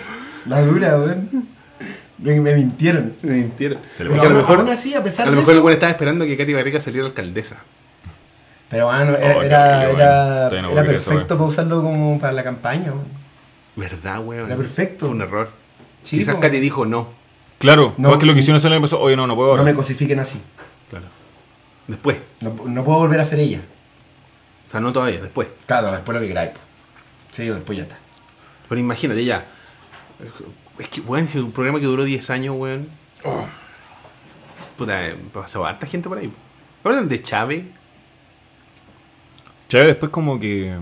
S3: La dura, weón. Me, me mintieron.
S1: Me mintieron.
S2: Se le
S1: Porque
S3: Pero
S1: a lo
S3: aún-
S1: mejor,
S3: aún así, a pesar
S1: a lo
S3: de
S1: mejor el
S3: eso-
S1: güey estaba esperando que Katy Barriga saliera alcaldesa.
S3: Pero bueno,
S2: Oh,
S3: era,
S2: qué
S3: era,
S2: horrible,
S3: era,
S2: weón. Todavía no
S3: era
S2: puedo creer esa
S3: perfecto para usarlo como para la campaña, weón.
S1: ¿Verdad, weón?
S3: Era perfecto.
S1: Fue un error.
S3: Sí,
S1: Quizás
S3: po.
S1: Katy dijo no.
S2: Claro,
S3: No.
S2: no, es que lo que hicieron hacer el año pasado. Oye, no, no puedo
S3: No
S2: ahora.
S3: me cosifiquen así.
S1: Claro. Después.
S3: No, no puedo volver a ser ella.
S1: O sea, no todavía, después.
S3: Claro, después lo que queráis. po. Sí, después ya está.
S1: Pero imagínate ya. Es que, weón, si es un programa que duró 10 años, weón.
S3: Oh.
S1: Puta, eh, pasaba harta gente por ahí. ¿Hablan de Chávez?
S2: Chávez después como que...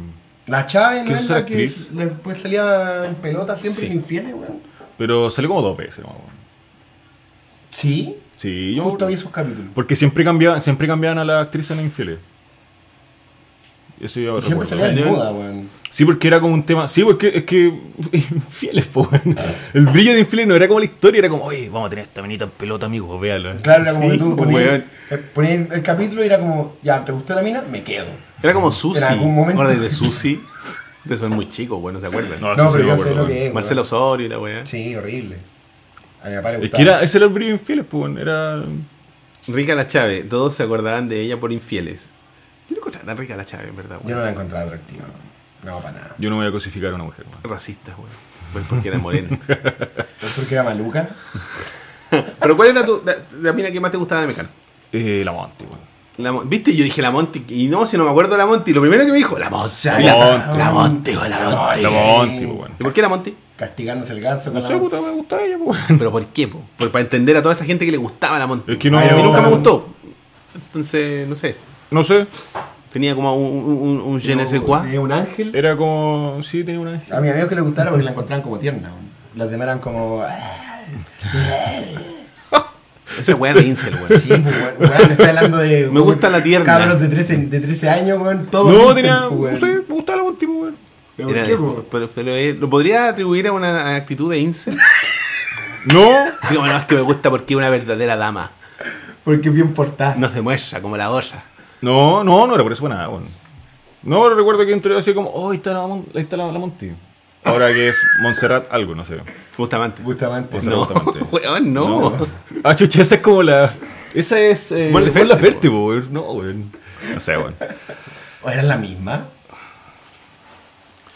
S3: La Chávez no
S2: ¿Quiso
S3: es
S2: ser
S3: la que
S2: actriz?
S3: s- después salía en pelota siempre
S2: Sí.
S3: que infieles, weón.
S2: Pero salió como dos veces, ¿no?
S3: Sí.
S2: Sí,
S3: Yo
S2: yo...
S3: justo vi esos capítulos.
S2: Porque siempre cambiaban, siempre cambiaban a la actriz en las infieles. Eso yo
S3: Y siempre
S2: recuerdo.
S3: salía en
S1: Salió-
S3: moda, weón.
S2: Sí, porque era como un tema. Sí, porque es que. Infieles, po. weón. El brillo de infieles no era como la historia, era como, oye, vamos a tener esta menita en pelota, amigo, véalo.
S3: Claro, era como
S2: Sí,
S3: que tú
S2: po,
S3: ponías,
S2: weón.
S3: eh, ponías el capítulo y era como, ya, ¿te gustó la mina? Me quedo.
S1: Era como Susi.
S3: En algún momento.
S1: Ahora de Susi. Ustedes son muy chicos, weón, no se acuerdan.
S2: No, eso
S3: No,
S2: Ah, sí
S3: pero
S2: me
S3: yo
S2: acuerdo,
S3: sé lo
S2: weón.
S3: que es.
S1: Marcelo Osorio y la weá.
S3: weón. Sí, horrible. A mi papá le
S2: Es
S3: gustaba.
S2: que era, ese era el brillo de infieles, po. weón, Era.
S1: Rica la Chávez. Todos se acordaban de ella por infieles. Yo no encontraba tan rica la Chávez, en verdad,
S3: Yo
S1: weón.
S3: no la encontraba atractiva. No, para nada.
S2: Yo no voy a cosificar a una mujer, weón.
S1: Racista, weón. Pues porque era morena.
S3: Es porque era maluca.
S1: Pero ¿cuál era tu, la, la mina que más te gustaba de Mecano?
S2: Eh, la monte, weón.
S1: La Mon- ¿Viste? Yo dije la Monty. Y no, si no me acuerdo de la Monty. Lo primero que me dijo, la Monty.
S3: sea,
S1: la,
S2: Monty.
S1: la Monty, güey, la Monty.
S2: La monte, po, weón.
S1: ¿Y por qué la Monty?
S3: Castigándose el ganso.
S2: No
S3: con
S2: sé,
S3: la-
S2: puta, me gustaba ella, po, weón.
S1: Pero ¿por qué? po? Por- para entender a toda esa gente que le gustaba la Monty.
S2: Es que no-
S1: a mí nunca me
S3: no-
S1: gustó. Entonces, no sé.
S2: No sé.
S1: Tenía como un, un, un, un je ne sais quoi.
S3: Tenía un ángel.
S2: Era como. Sí, tenía una.
S3: A mis amigos que le gustara porque la encontraban como tierna. weón. Las demás eran como. "Ah,
S1: Esa weá de Incel, weón.
S3: Sí, pues, weón, weón, está hablando de.
S1: Me gusta la tierna.
S3: Cabros de 13, de 13 años, weón. Todos.
S2: No,
S3: dicen,
S2: tenía.
S3: pues, weón.
S2: No sé, me gustaba la monte, po, weón.
S3: ¿Pero
S1: Era
S3: por
S1: de-
S3: qué, pues?
S1: pero, pero, eh, ¿Lo podría atribuir a una actitud de Incel?
S2: No.
S1: Así como, no, es que me gusta porque es una verdadera dama.
S3: Porque bien portada.
S1: Nos demuestra como la olla.
S2: No, no, no era por eso para nada, weón. No pero recuerdo que entré así como, oh, ahí está la, Mon- ahí está la, la Monty. Ahora que es Montserrat algo, no sé.
S1: Bustamante.
S3: Bustamante.
S2: Bustamante.
S1: No,
S2: Absolutamente.
S1: weón, no.
S2: Ah, chucha, esa es como la... Esa es... Eh,
S1: Mon
S2: Mon
S1: Laferte,
S2: Laferte, po, weón. No, weón. No sé, weón.
S3: ¿O eran la misma?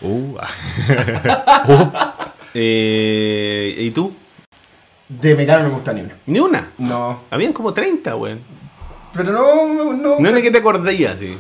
S2: Uh, ah.
S1: Eh, ¿Y tú?
S3: De Mecano no me gusta ni una.
S1: Ni una.
S3: No.
S1: Habían como 30, weón.
S3: Pero no, no, no.
S1: No es la que te acordías, sí.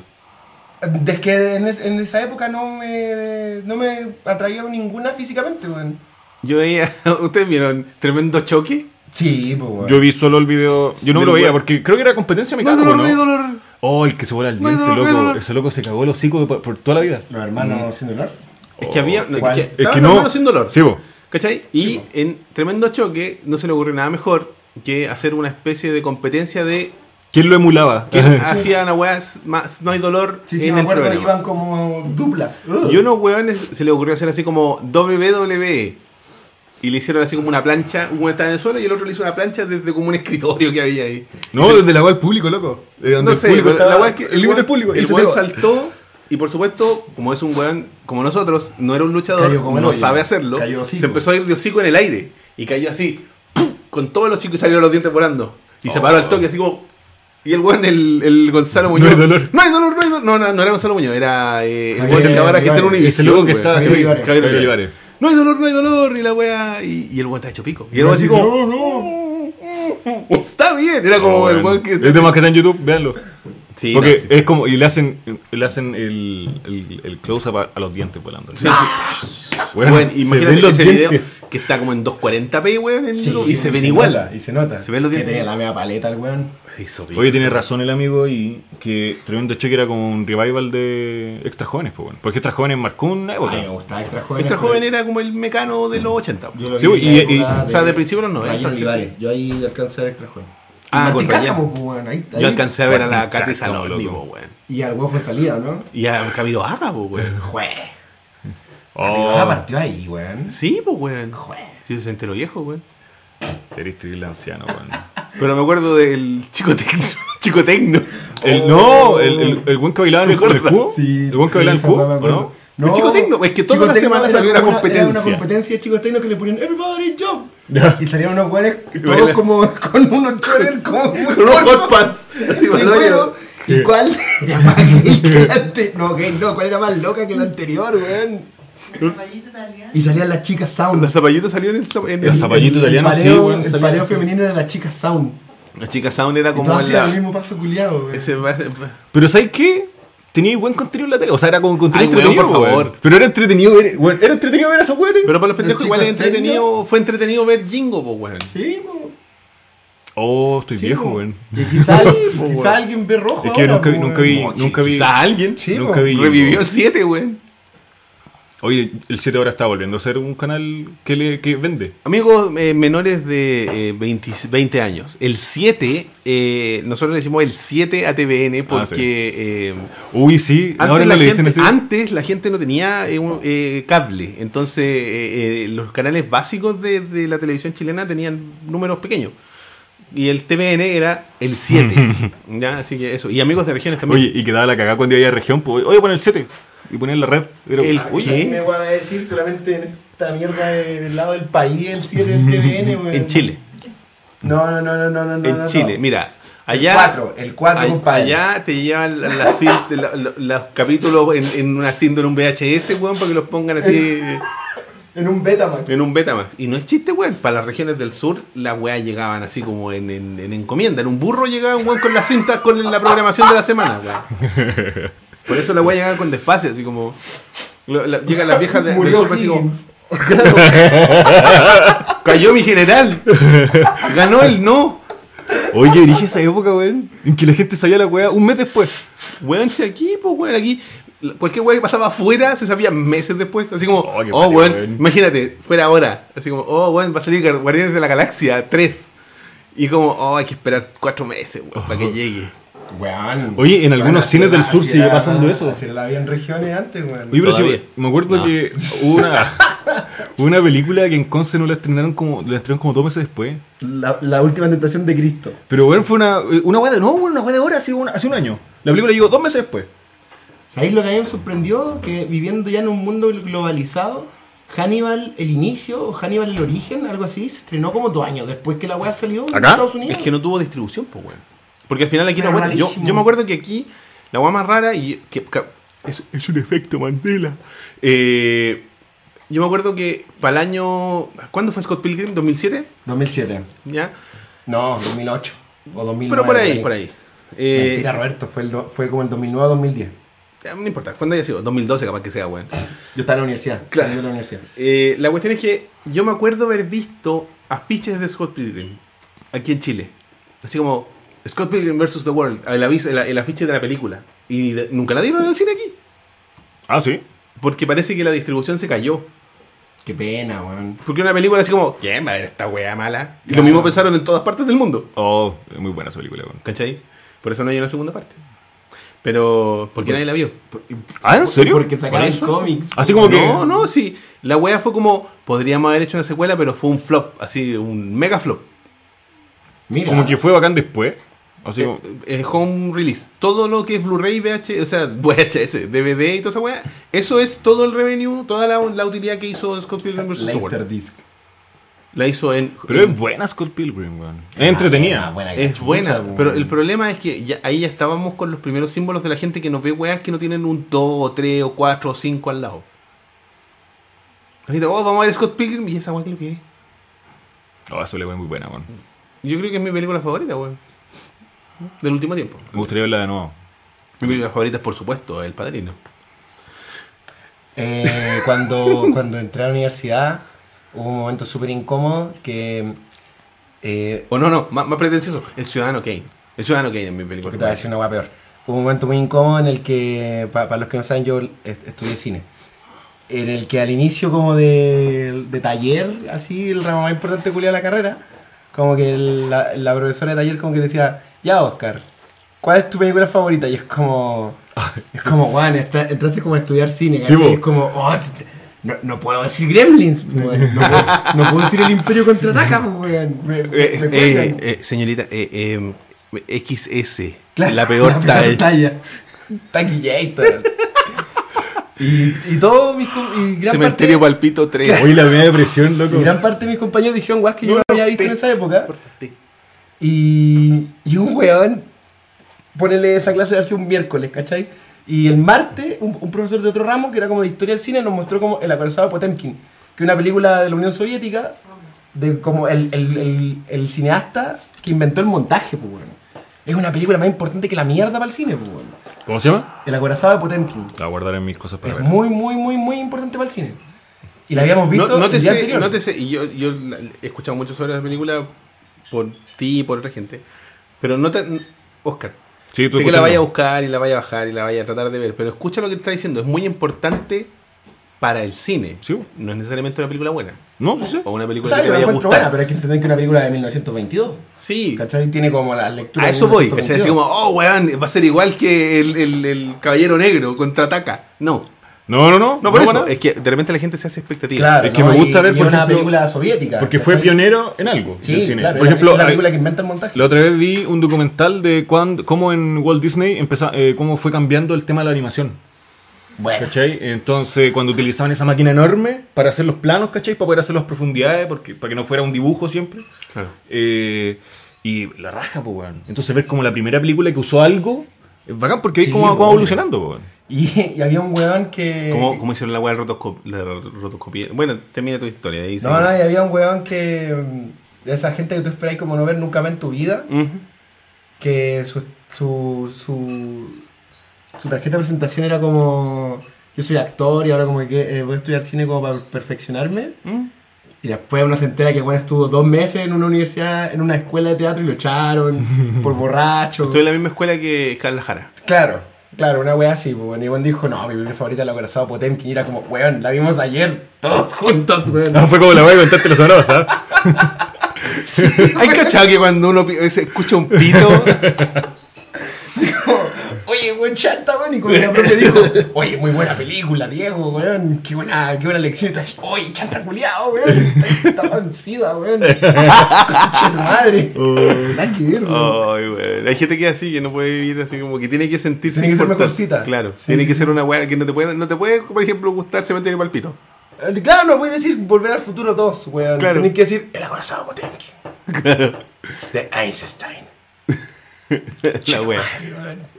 S3: Es que en, es- en esa época no me, no me atraía ninguna físicamente, weón.
S1: Yo veía. ¿Ustedes vieron tremendo choque?
S3: Sí, pues, weón.
S2: Yo vi solo el video... Yo no
S1: Del
S2: lo veía
S1: weón.
S2: porque creo que era competencia
S1: No hay
S2: mecánica,
S1: dolor,
S2: ¿no?
S1: no hay dolor.
S2: Oh, el que se vuela el
S1: No hay
S2: diente,
S1: dolor, no hay
S2: loco.
S1: dolor.
S2: Ese loco se cagó el hocico por, por toda la vida.
S3: Los
S1: Mm.
S3: hermanos sin dolor.
S1: Es que había. no,
S3: ¿cuál?
S1: es que,
S2: Es que
S1: no.
S2: no...
S1: sin dolor.
S2: Sí, po.
S1: ¿Cachai? Y en tremendo choque no se le ocurrió nada mejor que hacer una especie de competencia de.
S2: ¿Quién lo emulaba?
S1: que hacían a weas más. No hay dolor
S3: Sí, sí,
S1: en
S3: me
S1: el
S3: acuerdo que
S1: programa.
S3: iban como duplas.
S1: Y unos weones se le ocurrió hacer así como WWE. Y le hicieron así como una plancha. Uno estaba en el suelo y el otro le hizo una plancha desde como un escritorio que había ahí.
S2: No, desde la web público, loco. De donde
S1: No
S2: el
S1: sé,
S2: público
S1: pero la
S2: estaba-
S1: weá es que
S2: El límite
S1: weón-
S2: del público. y
S1: el
S2: se
S1: weón
S2: tiró.
S1: saltó y por supuesto, como es un weón como nosotros, no era un luchador,
S3: Cayó como el
S1: no
S3: hoyo.
S1: sabe hacerlo,
S3: Cayó hocico.
S1: se empezó a ir de hocico en el aire y cayó así, ¡pum! con todos los hocicos y salieron los dientes volando. Y se
S2: Oh.
S1: paró al toque así como... Y el weón, el, el Gonzalo Muñoz.
S2: hay dolor.
S1: No hay dolor, no hay dolor. No, no, no era Gonzalo Muñoz, era eh, el
S3: Javier
S1: weón que ahora
S3: Olivares.
S1: que está en Univision.
S2: Ese loco que
S1: weón.
S2: estaba-
S1: Sí,
S3: Javier Olivares.
S1: Javier
S2: Javier
S1: Olivares. No hay dolor, no hay dolor. Y la weá. Y, y el weón está hecho pico. Y el weón así como. "Oh,
S3: no, no.
S1: Está bien. Era como el weón que.
S2: Es de más que está en YouTube, véanlo.
S1: Sí,
S2: Porque
S1: no, sí.
S2: es como. Y le hacen, le hacen el, el, el close-up a, a los dientes volando.
S1: Sí. Bueno,
S2: se
S1: Ah, imagínate
S2: ven los
S1: ese video
S2: dientes.
S1: que está como en 240p, weón, en YouTube, y se ven
S3: nota,
S1: igual.
S3: y se nota.
S1: Se ven los
S3: Que
S1: dientes.
S3: tenía la media paleta el weón.
S1: Sí, sorry.
S2: Oye, tiene razón el amigo y que Tremendo Cheque era como un revival de Extra Jóvenes, pues, bueno. porque Extra Jóvenes marcó una época.
S3: Ay, me gustaba Extra Joven.
S1: Extra joven era como el mecano de los 80.
S3: Yo lo
S2: Sí,
S3: vi en
S2: y-
S3: la
S2: y-
S3: época
S1: o sea, de principio de los 90,
S3: Rayen
S1: sí.
S3: Olivares. Yo ahí alcancé a ver Extra Joven.
S1: Ah,
S3: Y Martín
S1: con Rayen.
S3: Cárcamo, pues, weón, ahí- ahí-
S1: Yo alcancé a ver a la
S2: Martín
S1: Katy
S2: Cárcamo,
S1: Saloni,
S2: loco.
S1: po, weón.
S3: Y al weón fue salida, ¿no?
S1: Y a Camilo Haga, po, weón.
S3: Jue.
S2: Oh,
S3: Ah, partió ahí, weón.
S1: Sí, pues, weón. Sí, se enteró viejo, weón.
S2: eres terrible anciano, weón.
S1: Pero me acuerdo del chico tecno. Chico tecno.
S2: El, no, el, el, el buen que bailaba en el,
S1: ¿Te acuerdas?
S2: el cubo.
S3: Sí,
S2: el buen que bailaba en
S3: esa
S2: el cubo,
S3: weá me
S2: ¿o
S3: acuerdo.
S2: ¿no?
S1: El Chico Tecno, es que toda
S3: Chico
S1: la
S3: Tecno
S1: semana
S3: era
S1: salió una
S3: como Era una
S1: competencia.
S3: competencia de Chico Tecno que le ponían Everybody Jump. Y salían unos weones todos
S1: bailan.
S3: como con unos chores como
S1: Con unos hot pants. Así,
S3: Y
S1: bueno,
S3: bueno, ¿Y cuál era más gay que la anterior? No, gay no, ¿cuál era más loca que la anterior, weón?
S5: El zapallito italiano.
S3: Y salían las chicas Sound.
S1: La zapallito salió en el. zap- En
S2: La
S1: el-
S2: zapallito. Zapallito italiano,
S3: el
S2: sí,
S3: pareo,
S2: weón,
S3: El
S2: salía
S3: pareo
S2: así.
S3: femenino era la chica Sound.
S1: La chica Sound era como
S3: Como hacían
S1: la.
S3: el mismo paso culiado, weón.
S1: Ese,
S2: Pero ¿sabes qué? Tenía buen contenido en la tele. O sea, era como contenido
S1: Ay, weón,
S2: entretenido,
S1: por
S2: weón.
S1: favor.
S2: Pero era entretenido ver, weón, era entretenido ver a esos weones.
S1: Pero para los pendejos
S3: Chico
S1: igual es entretenido,
S3: Tecno.
S1: fue entretenido ver Jingo, po, weón.
S3: Sí, po.
S2: Oh, estoy
S3: Sí,
S2: viejo,
S3: po.
S2: weón.
S3: Y quizá,
S1: po,
S3: alguien-
S1: weón.
S3: quizá alguien ve rojo.
S2: Es que yo
S3: ahora,
S2: nunca vi,
S3: po,
S2: nunca vi,
S3: weón.
S2: nunca vi.
S1: Quizá alguien
S3: Sí,
S2: nunca
S3: po.
S2: vi.
S1: revivió el 7, weón.
S2: Oye, el 7 ahora está volviendo a ser un canal que le que vende.
S1: Amigos eh, menores de eh, 20, 20 años, el 7, eh, nosotros le decimos el 7 a TVN porque
S2: Ah, sí.
S1: eh,
S2: Uy, sí.
S1: antes,
S2: ahora
S1: la
S2: no le dicen
S1: gente,
S2: así.
S1: antes la gente no tenía eh, un- eh, cable, entonces eh, eh, los canales básicos de, de la televisión chilena tenían números pequeños. Y el TVN era el 7. ¿ya? Así que eso. Y amigos de regiones también.
S2: Oye, y quedaba la cagada cuando iba a región. pues, oye, pon el 7. Y poner la red. Era-
S1: El-
S3: Ah,
S1: Uy,
S3: ¿qué?
S1: ¿qué?
S3: me voy a decir solamente en esta mierda de- del lado del país, el 7 del TVN, weón.
S1: en Chile.
S3: No, no, no, no, no, no. no,
S1: en
S3: no.
S1: Chile. Mira, allá.
S3: El 4, el 4,
S1: Ay-
S3: compadre.
S1: Allá te llevan la- la sil- la- la- los capítulos en, en una síndrome un VHS, weón, para que los pongan así
S3: En un Betamax.
S1: en un Betamax. Y no es chiste, weón. Para las regiones del sur, las weas llegaban así como en, en- en encomienda. En un burro llegaba un weón con las cintas con la programación de la semana, weón. Por eso la wea llegaba con despacio, así como. lo- la- llegan las viejas de, del
S3: Murió
S1: sur, así como.
S3: Higgins.
S1: Cayó mi general. Ganó el no.
S2: Oye, dije esa época, weón. En que la gente sabía la weá un mes después.
S1: Weón, si aquí, pues, weón, aquí. la- Cualquier weón que pasaba afuera se sabía meses después. Así como,
S2: Oh,
S1: oh,
S2: qué mal,
S1: weón,
S2: weón.
S1: imagínate, fuera ahora. Así como, oh, weón, va a salir Guar- Guardianes de la Galaxia 3. Y como, oh, hay que esperar cuatro meses, weón, para que llegue.
S3: Oh. Weón.
S2: Oye, en algunos
S3: así
S2: cines del
S3: era-
S2: sur
S3: así
S2: sigue
S3: era-
S2: pasando eso.
S3: Así Ah, la había en regiones antes, weón.
S2: Oye, pero si-
S1: Todavía.
S2: me acuerdo
S1: No.
S2: que hubo una, hubo una película que en Conce no la estrenaron como, la estrenaron como dos meses después.
S3: La, la última tentación de Cristo.
S2: Pero bueno, fue una, una weá de, no, una weá de hora, hace, un- hace un año. La película llegó dos meses después.
S3: ¿Sabéis lo que a mí me sorprendió? Que viviendo ya en un mundo globalizado, Hannibal, el inicio, o Hannibal, el origen, algo así, se estrenó como dos años después que la weá salió en
S2: ¿Acá?
S3: Estados Unidos.
S1: Es que no tuvo distribución, pues, weón. Porque al final aquí la
S3: Pero
S1: weá. Yo,
S3: rarísimo.
S1: yo me acuerdo que aquí la weá más rara y. Que, ca- es, es un efecto Mandela. Eh, yo me acuerdo que para el año. ¿Cuándo fue Scott Pilgrim? ¿2007?
S3: 2007.
S1: ¿Ya?
S3: No, 2008. O 2009.
S1: Pero por ahí, por ahí. Eh,
S3: Mentira, Roberto, fue, el do- fue como el 2009-2010.
S1: Eh, No importa, ¿cuándo haya sido? 2012 capaz que sea, weón.
S3: Yo estaba en la universidad.
S1: Claro.
S3: salí de la universidad.
S1: Eh, la cuestión es que yo me acuerdo haber visto afiches de Scott Pilgrim aquí en Chile. Así como Scott Pilgrim vs. The World, el, aviso- el, el afiche de la película. Y de- nunca la dieron en el cine aquí.
S2: Ah, sí.
S1: Porque parece que la distribución se cayó.
S3: Qué pena, weón.
S1: Porque una película así como, ¿quién va a ver esta wea mala? Y
S3: Claro.
S1: lo mismo pensaron en todas partes del mundo.
S2: Oh, es muy buena esa película, weón.
S1: ¿Cachai? Por eso no hay una segunda parte. Pero, ¿por qué nadie la vio?
S2: Ah, ¿en serio?
S3: Porque sacaron
S1: eso?
S3: cómics.
S2: Así como que.
S1: No, no, sí. La wea fue como, podríamos haber hecho una secuela, pero fue un flop, así, un mega flop.
S3: Mira.
S2: Como que fue bacán después. Así como.
S1: Eh, eh, home release. Todo lo que es Blu-ray, VH, o sea, VHS, DVD y toda esa weá. Eso es todo el revenue, toda la, la utilidad que hizo Scott Pilgrim vs. The World.
S3: Laserdisc. Ah,
S1: La hizo en.
S2: Pero
S1: en-
S2: es buena Scott Pilgrim, weón. eh, Es entretenida.
S3: Ah, buena que
S1: es
S3: chucha,
S1: buena,
S3: weón.
S1: pero el problema es que ya- ahí ya estábamos con los primeros símbolos de la gente que nos ve weas que no tienen un 2 o 3 o 4 o 5 al lado. Ahorita, oh, vamos a ver Scott Pilgrim y esa wea que lo que es.
S2: Oh, esa película es muy buena, weón.
S1: Yo creo que es mi película favorita, weón. Del último tiempo.
S2: Me gustaría verla de nuevo.
S1: Mi película favorita es, por supuesto, El Padrino.
S3: Eh, cuando, cuando entré a la universidad hubo un momento súper incómodo que... eh,
S1: O no, no, más, más pretencioso. El Ciudadano Kane. El Ciudadano Kane en mi película.
S3: porque te voy a decir una hueá peor. Hubo un momento muy incómodo en el que, para los que no saben, yo est- estudié cine. En el que al inicio como de, de taller, así, el ramo más importante culiado de la carrera, como que el- la, la profesora de taller como que decía, ya Oscar, ¿cuál es tu película favorita? Y es como... Es como, Juan, está- entraste como a estudiar cine,
S2: Sí,
S3: ¿cachai?
S2: bo.
S3: Y es como, oh, tst- no, no puedo decir Gremlins, weón. No, puedo- no puedo decir el Imperio contraataca, weón. Me- me-
S1: Eh,
S3: me cuelgan.
S1: eh, eh, señorita, eh, eh, XS.
S3: Claro,
S1: la peor talla.
S3: talla. Taquillator. Y, y todos mis com- y gran
S1: Cementerio
S3: parte,
S1: Palpito 3.
S2: Oye, la media depresión,
S3: y
S2: loco.
S3: gran parte de mis compañeros dijeron guas que yo
S1: No,
S3: no
S1: no,
S3: había visto
S1: te-
S3: en esa época.
S1: Oye,
S3: Y, y un weón, ponele esa clase de arte un miércoles, ¿cachai? Y el martes, un, un profesor de otro ramo, que era como de historia del cine, nos mostró como El acorazado de Potemkin, que es una película de la Unión Soviética, de como el, el- el- el cineasta que inventó el montaje, pues, weón. Es una película más importante que la mierda para el cine, pues, weón.
S2: ¿Cómo se llama?
S3: El acorazado de Potemkin.
S2: La guardaré en mis cosas para
S3: Es
S2: ver.
S3: muy, muy, muy, muy importante para el cine. Y la habíamos visto
S1: No, no te
S3: el día
S1: sé,
S3: anterior.
S1: no te sé. Y yo, yo la- he escuchado mucho sobre la película por ti y por otra gente. Pero no te. Oscar.
S2: Sí,
S1: sé que la
S2: tú escuchando.
S1: vaya a buscar y la vaya a bajar y la vaya a tratar de ver. Pero escucha lo que te está diciendo. Es muy importante para el cine.
S2: Sí.
S1: No es necesariamente una película buena.
S2: No, sí, sí.
S1: O una película que
S3: ¿Sabes?
S1: te
S3: Yo la
S1: vaya a
S3: encuentro
S1: gustar.
S3: buena, pero hay que entender que es una película de 1922.
S1: Sí.
S3: ¿Cachai? Tiene como la lectura.
S1: A
S3: de
S1: eso voy, ¿cachai?
S3: 1922.
S1: Así como, oh, weón, va a ser igual que el, el- el Caballero Negro contraataca. No,
S2: No, no, no.
S1: no por eso.
S2: para-
S1: Es que de repente la gente se hace expectativas.
S3: Claro,
S2: Es que
S3: ¿no?
S2: me gusta
S3: Y-
S2: ver,
S3: y
S2: por
S3: es una
S2: ejemplo,
S3: película soviética.
S2: Porque fue
S3: ¿cachai?
S2: pionero en algo. del
S3: Sí,
S2: cine.
S3: claro.
S2: por ejemplo,
S3: es la
S2: hay-
S3: película que inventa el montaje.
S2: La otra vez vi un documental de cuándo, cómo en Walt Disney empezó, eh, cómo fue cambiando el tema de la animación.
S3: Bueno,
S2: ¿Cachai? Entonces, cuando utilizaban esa máquina enorme para hacer los planos, ¿cachai? Para poder hacer las profundidades, porque, para que no fuera un dibujo siempre.
S1: Claro.
S2: Eh, y la raja, pues, weón. Entonces, ver como la primera película que usó algo, es bacán, porque veis
S3: Sí,
S2: cómo cómo va
S3: obvio.
S2: evolucionando, pues, weón.
S3: y, y había un weón que.
S1: Como, como hicieron la weá de rotoscop- la rotoscopía. Bueno, termina tu historia. Ahí
S3: No, no, y había un weón que. mm, De esa gente que tú esperáis como no ver nunca más en tu vida.
S1: Ujú.
S3: que su, su, su, su tarjeta de presentación era como yo soy actor y ahora como que eh, voy a estudiar cine como para perfeccionarme
S1: Mm.
S3: y después uno se entera que bueno estuvo dos meses en una universidad en una escuela de teatro y lo echaron por borracho
S1: Estoy en la misma escuela que Carla Jara.
S3: claro claro una wea así pues, bueno, y bueno dijo no mi película favorita es la corazón Potemkin y era como weón la vimos ayer todos juntos weón
S2: fue como la voy a contarte la semana pasada.
S1: ¿Hay cachado que cuando uno pi- se escucha un pito?
S3: Oye, weón, chanta, weón. Y como la profe dijo, oye, muy buena película, Diego, weón. Qué buena, qué buena lección. Y tú así, oye, chanta culiado, weón. Está- Estaba en sida, weón. Concha tu madre. Nada que ver, weón.
S2: Ah.
S1: Ay, weón. Hay gente que es así, que no puede vivir así como que tiene que sentirse
S3: Tiene que ser
S1: importante.
S3: mejorcita.
S1: Claro.
S3: Sí,
S1: tiene
S3: sí,
S1: que
S3: sí.
S1: ser una weá que no te puede, no te puede, por ejemplo, gustar Cementerio Palpito.
S3: Eh, Claro, no puedes decir volver al futuro 2, weón.
S1: Claro.
S3: Tienes que decir el abrazado Potemkin. De Einstein.
S1: La weá.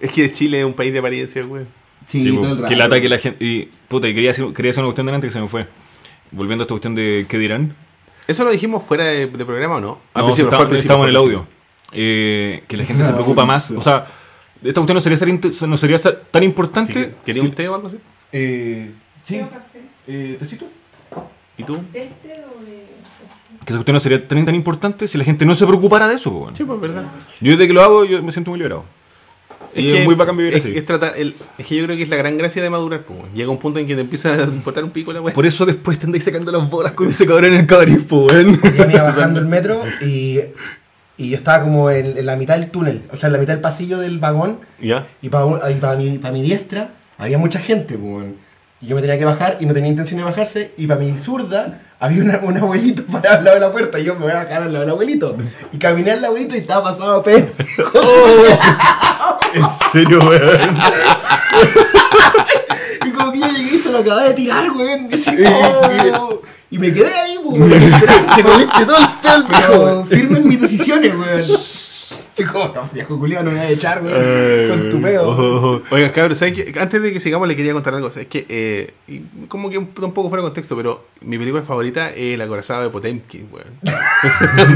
S1: Es que Chile es un país de apariencia, weón.
S3: Sí,
S2: Sí,
S3: todo el
S2: pues,
S3: rato.
S2: que lata que la gente. Y puta, y quería, hacer- quería hacer una cuestión delante que se me fue. Volviendo a esta cuestión de qué dirán.
S1: ¿Eso lo dijimos fuera de, de programa o no? Al
S2: No,
S1: principio,
S2: está-
S1: Ah, fue al principio,
S2: estamos
S1: fue
S2: en el
S1: al
S2: audio. Eh, que la gente se preocupa más. O sea, esta cuestión no sería, ser inte- no sería ser- tan importante.
S1: principio. ¿Quería
S2: si-
S1: un té o algo así?
S2: Eh, sí.
S5: ¿Tengo café?
S2: Eh, ¿Tecito?
S1: ¿Y tú?
S5: ¿De este o de.?
S2: Que esa cuestión no sería tan, tan importante si la gente no se preocupara de eso. po, bueno.
S1: Sí, pues verdad.
S2: Yo desde que lo hago yo me siento muy liberado. Y Es, muy bacán vivir
S1: es,
S2: así.
S1: es tratar- el- es que yo creo que es la gran gracia de madurar. Pues. weón. Llega un punto en que te empieza a importar un pico la weá.
S2: Por eso después te andáis sacando las bolas con ese cabrón en el cabarín, po, weón.
S3: Yo me iba bajando el metro y, y yo estaba como en, en la mitad del túnel, o sea, en la mitad del pasillo del vagón.
S1: Ya.
S3: Y para mi, pa' mi diestra había mucha gente, pues, weón. Y yo me tenía que bajar y no tenía intención de bajarse. Y para mi zurda había una- un abuelito parado al lado de la puerta. Y yo me voy a bajar al lado del abuelito. Y caminé al abuelito y estaba pasado a pe.
S2: En serio, weón.
S3: Y como que yo llegué y se lo acababa de tirar, weón. Y, así, "Oh". Y me quedé ahí, pues, weón.
S4: Te comiste todo el pelo al viejo.
S3: Pero firme en mis decisiones, weón. Así como, no, viejo culiao, no me voy a echar,
S2: Eh,
S3: weón. Con tu pedo.
S2: Oh,
S1: Oigan, cabrón, ¿sabes qué? Antes de que sigamos, le quería contar algo. Es que, eh, y como que un, un poco fuera de contexto, pero mi película favorita es La Corazada de Potemkin, weón.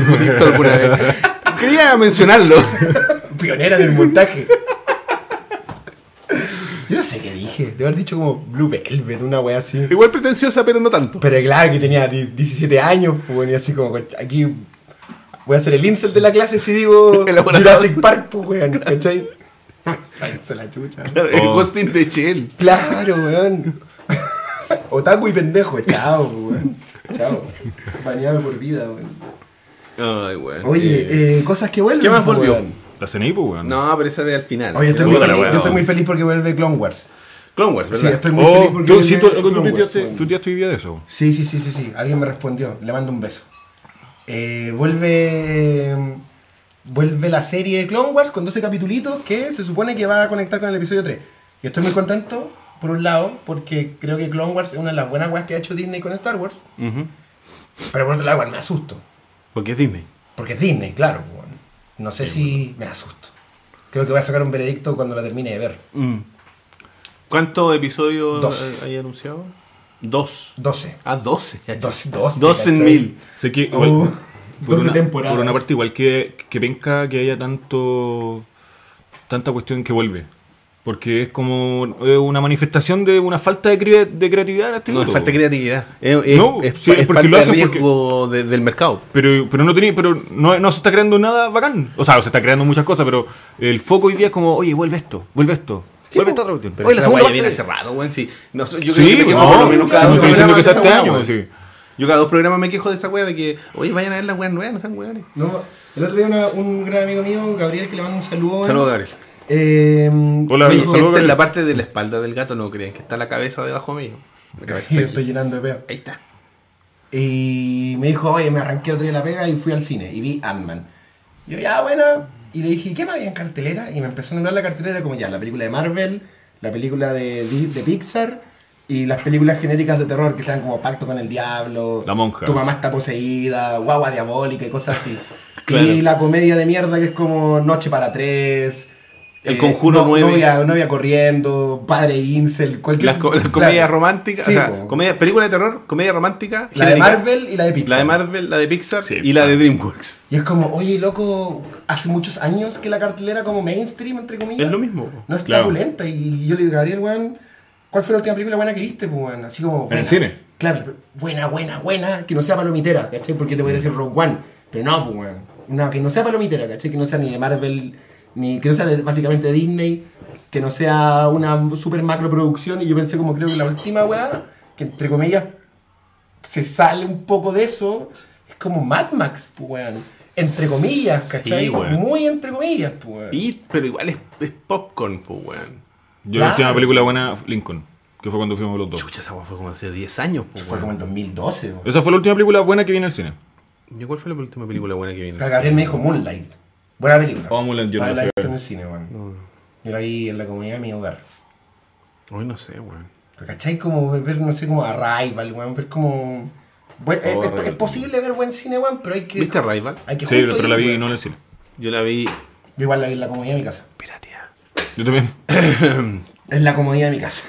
S1: Bonito alguna vez. Quería mencionarlo.
S3: Pionera en el montaje. Yo no sé qué dije. Debo haber dicho como Blue Velvet, una wea así.
S1: Igual pretenciosa, pero no tanto.
S3: Pero claro que tenía 10 17 años, pues, bueno, y así como aquí voy a ser el incel de la clase si digo
S1: El aborazado.
S3: Jurassic Park, pues weón, ¿cachai? Váyanse a la chucha.
S1: El
S2: Oh.
S1: ghosting de Chell.
S3: Claro, weón. Otaku y pendejo, chao, pues, weón. Chao. Bañado por vida, weón.
S1: Ay, weón. Eh,
S3: Oye, eh, cosas que vuelven.
S1: ¿Qué más
S3: pues,
S1: volvió?
S3: weón.
S2: La CNI, pues, weón.
S1: No, pero esa de al final.
S3: Oye, estoy muy,
S2: Puta la
S3: feliz,
S2: weá,
S3: yo estoy
S2: weón.
S3: muy feliz porque vuelve Clone Wars.
S1: Clone Wars, ¿verdad?
S3: Sí, estoy muy feliz
S2: Oh,
S3: porque
S2: tú, sí, tú,
S3: vuelve
S2: tú,
S3: Clone Wars,
S2: tuiteaste-
S3: weón.
S2: tú tuiteaste hoy día de eso.
S3: Sí, sí, sí, sí, sí. Alguien me respondió. Le mando un beso. Eh, vuelve. Vuelve la serie de Clone Wars con 12 capitulitos que se supone que va a conectar con el episodio 3. Y estoy muy contento, por un lado, porque creo que Clone Wars es una de las buenas weas que ha hecho Disney con Star Wars.
S1: Ujú.
S3: Pero por otro lado, igual me asusto.
S1: Porque es Disney.
S3: Porque es Disney, claro. weón. No sé si me asusto. Creo que voy a sacar un veredicto cuando la termine de ver.
S1: ¿Cuántos episodios
S3: Dos.
S1: eh, hay anunciado? Dos.
S3: 12.
S1: Ah, doce.
S3: Dos- doce,
S1: Doce en
S3: ¿cachai?
S1: mil.
S2: Sé que igual,
S3: Uh,
S2: por
S3: 12
S2: una-
S3: temporadas.
S2: Por una parte, igual que, que penca que haya tanto tanta cuestión que vuelve. Porque es como eh, una manifestación de una falta de, crea- de creatividad en este
S1: No, es
S2: minuto,
S1: falta de
S2: po.
S1: creatividad. Es, es-
S2: No,
S1: Eh, es-
S2: sí,
S1: es
S2: porque
S1: parte
S2: lo hacen
S1: de riesgo de- del mercado.
S2: Pero, pero no tenía, pero no, no se está creando nada bacán. O sea, se está creando muchas cosas, pero el foco hoy día es como, oye, vuelve esto, vuelve esto. vuelve esta otra cuestión.
S1: pues. Pero
S2: pues. Oye, la
S1: esa
S2: segunda
S1: guaya viene
S2: parte-
S1: hace rato, weón. Sí, no, yo creo
S2: Sí, pues,
S1: que me quedo
S2: no,
S1: por lo menos cada
S2: no
S1: dos
S2: estoy diciendo
S1: programas
S2: que
S1: de
S2: sea
S1: esa
S2: este
S1: weá,
S2: año,
S1: weón.
S2: sí.
S1: Yo cada dos programas me quejo de esa weá de que, oye, vayan a ver las weas nuevas, no sean weones.
S3: No, el otro día una- un gran amigo mío, Gabriel, que le mando un saludo.
S1: Saludos, Gabriel.
S3: Eh,
S2: Hola,
S1: Oye,
S2: saludos,
S1: esta es
S2: Gabriel.
S1: la parte de la espalda del gato, no crean que está la cabeza debajo mío. La cabeza
S3: yo
S1: está
S3: estoy
S1: aquí.
S3: llenando de pega.
S1: Ahí está.
S3: Y me dijo, oye, me arranqué el otro día la pega y fui al cine y vi Ant-Man. Yo, ya, buena. Y le dije, ¿qué más había en cartelera? Y me empezó a nombrar la cartelera como ya, la película de Marvel, la película de, Di- de Pixar y las películas genéricas de terror que sean como Pacto con el Diablo,
S2: La Monja.
S3: Tu mamá está poseída, Guagua Diabólica y cosas así.
S1: Claro.
S3: Y la comedia de mierda que es como Noche para Tres. eh,
S1: El Conjuro
S3: no,
S1: nueve.
S3: Novia, novia corriendo, Padre Incel, cualquier.
S1: Las co- las
S3: claro.
S1: comedias románticas,
S3: Sí,
S1: o sea,
S3: po.
S1: comedia- película de terror, comedia romántica,
S3: La de
S1: genérica.
S3: Marvel y la de Pixar.
S1: La de Marvel, la de Pixar
S2: Sí, ah.
S1: y la de
S2: claro.
S1: DreamWorks.
S3: Y es como, oye, loco, hace muchos años que la cartelera como mainstream, entre comillas.
S1: Es lo mismo.
S3: No es
S2: Claro.
S3: turbulenta. Y yo le digo, Gabriel, weón, ¿cuál fue la última película buena que viste, pues, weón? Así como.
S2: En el
S3: buena.
S2: cine.
S3: Claro, pero buena, buena, buena, que no sea palomitera, ¿cachai? Porque te podría decir Rogue One, pero no, pues, weón. Una que no sea palomitera, ¿cachai? Que no sea ni de Marvel, ni que no sea de- básicamente de Disney, que no sea una super macro producción. Y yo pensé, como creo que la última weá, que entre comillas se sale un poco de eso, es como Mad Max, pues, weón. Entre comillas, ¿cachai?
S2: Sí, weón.
S3: Muy entre comillas, pues, weón.
S1: Y, pero igual es, es popcorn, pues, weón.
S2: Yo
S3: Claro.
S2: la última película buena, Lincoln, que fue cuando fuimos los dos.
S1: Chucha, esa weá fue como hace 10 años, pues,
S3: Eso fue
S1: weón.
S3: como en 2012, weón.
S2: Esa fue la última película buena que vi en el cine.
S1: ¿Y cuál fue la última película buena que vino?
S3: Gabriel me dijo Moonlight. Buena película.
S2: Oh, Moonlight, yo no la fui a
S3: visto
S2: ver.
S3: en el cine, weón. Yo la vi en la comunidad de mi hogar.
S1: Hoy no sé, weón.
S3: Pero, ¿Cachai? Como ver, ver, no sé, como Arrival, weón. Ver como... Buen- es- es,
S2: Arrival.
S3: es posible ver buen cine, weón, pero hay que...
S1: ¿Viste Rival?
S3: Hay que
S2: Sí,
S3: justo
S2: pero
S3: ir,
S2: la vi
S3: weón.
S2: no en el cine.
S1: Yo la vi.
S3: Yo igual la vi en la comunidad de mi casa.
S1: Piratea.
S2: Yo también.
S3: En la comodidad de mi casa.